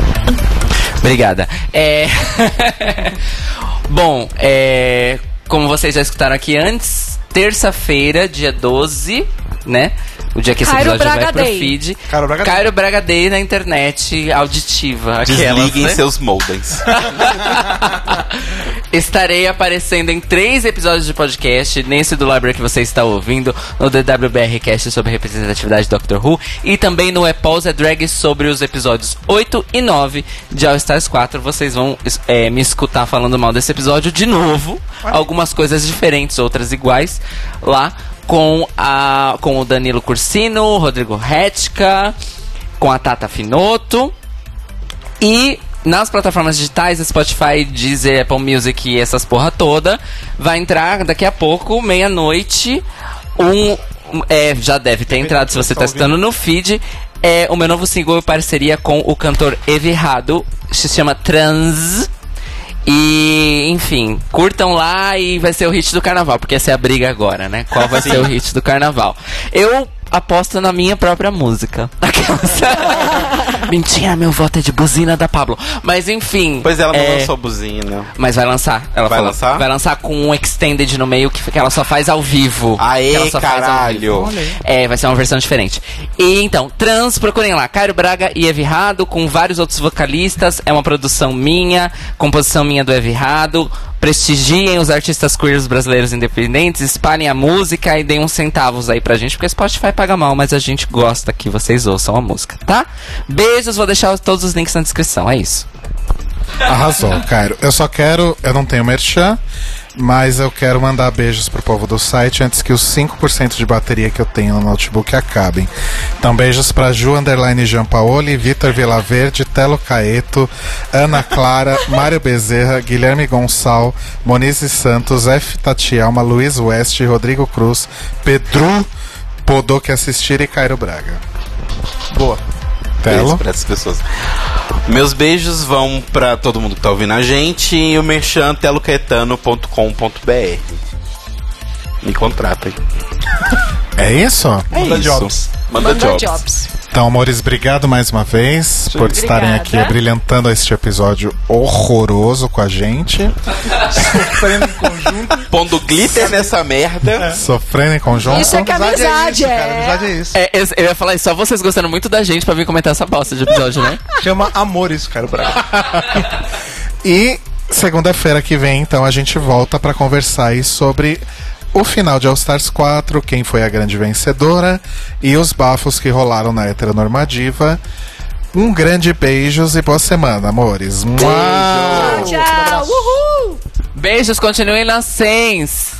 Speaker 1: Obrigada. É... [LAUGHS] Bom, é... como vocês já escutaram aqui antes, terça-feira, dia 12, né? O dia que esse
Speaker 9: Cairo
Speaker 1: episódio
Speaker 9: Braga
Speaker 1: vai pro
Speaker 9: Day.
Speaker 1: feed.
Speaker 8: Cairo Braga Day.
Speaker 1: Cairo Braga Day na internet auditiva. aquelas,
Speaker 3: Desliguem
Speaker 1: né?
Speaker 3: seus moldens.
Speaker 1: Estarei aparecendo em três episódios de podcast, nesse do Library que você está ouvindo, no DWBR Cast sobre representatividade do Doctor Who, e também no Epos é Drag sobre os episódios 8 e 9 de All Stars 4. Vocês vão es- é, me escutar falando mal desse episódio de novo, algumas coisas diferentes, outras iguais, lá com, a, com o Danilo Cursino, o Rodrigo Retka, com a Tata Finoto. E nas plataformas digitais, Spotify, Deezer, Apple Music e essas porra toda, vai entrar daqui a pouco, meia-noite, um. um- É, já deve ter entrado se você tá escutando no feed. É o meu novo single em parceria com o cantor Everrado, se chama Trans. E, enfim, curtam lá e vai ser o hit do carnaval, porque essa é a briga agora, né? Qual vai ser o hit do carnaval? Eu aposto na minha própria música. [LAUGHS] Aquelas- Mentira, meu voto é de buzina da Pablo. Mas enfim.
Speaker 3: Pois ela um não
Speaker 1: é,
Speaker 3: lançou buzina.
Speaker 1: Mas vai lançar. Ela
Speaker 3: Vai
Speaker 1: falou.
Speaker 3: lançar?
Speaker 1: Vai lançar com um extended no meio que, que ela só faz ao vivo.
Speaker 3: Aê,
Speaker 1: Que ela só faz ao
Speaker 3: caralho.
Speaker 1: vivo. É, vai ser uma versão diferente. E então, Trans, procurem lá. Cairo Braga e Everrado, com vários outros vocalistas. É uma produção minha, composição minha do Everrado. Prestigiem os artistas queers brasileiros independentes, espalhem a música e deem uns centavos aí pra gente, porque Spotify paga mal, mas a gente gosta que vocês ouçam a música, tá? Beijos, vou deixar todos os links na descrição, é isso.
Speaker 2: Arrasou, Cairo. Eu só quero. Eu não tenho merchan, mas eu quero mandar beijos pro povo do site antes que os 5% de bateria que eu tenho no notebook acabem. Então, beijos pra Ju Underline Giampaoli, Vitor Vilaverde, Telo Caeto, Ana Clara, Mário Bezerra, Guilherme Gonçal, Monize Santos, F. Tatielma, Luiz West, Rodrigo Cruz, Pedro Podô que é assistir e Cairo Braga.
Speaker 8: Boa.
Speaker 3: Beijo
Speaker 2: Telo?
Speaker 3: pra essas pessoas. Meus beijos vão pra todo mundo que tá ouvindo a gente e o merchan telocaetano.com.br. Me contratem.
Speaker 2: É isso?
Speaker 8: Manda jobs.
Speaker 3: Manda,
Speaker 9: Manda
Speaker 3: jobs.
Speaker 9: jobs.
Speaker 2: Então, amores, obrigado mais uma vez por estarem aqui
Speaker 9: Obrigada.
Speaker 2: abrilhantando este episódio horroroso com a gente,
Speaker 8: Sofrendo em conjunto.
Speaker 3: Pondo glitter nessa
Speaker 2: É.
Speaker 3: merda.
Speaker 2: sofrendo em conjunto.
Speaker 9: É. Isso é que é amizade,
Speaker 8: é. isso, cara,
Speaker 9: é.
Speaker 8: Amizade é isso.
Speaker 1: É, eu, eu ia falar isso, só vocês gostando muito da gente pra vir comentar essa bosta de episódio, né?
Speaker 8: Chama amor isso, cara, Braga.
Speaker 2: E segunda-feira que vem, então, a gente volta pra conversar aí sobre o final de All Stars 4, quem foi a grande vencedora e os bafos que rolaram na heteronormativa. Um grande beijos e boa semana, amores. Mua!
Speaker 9: Tchau. Uhul.
Speaker 1: Beijos, continuem na Sense.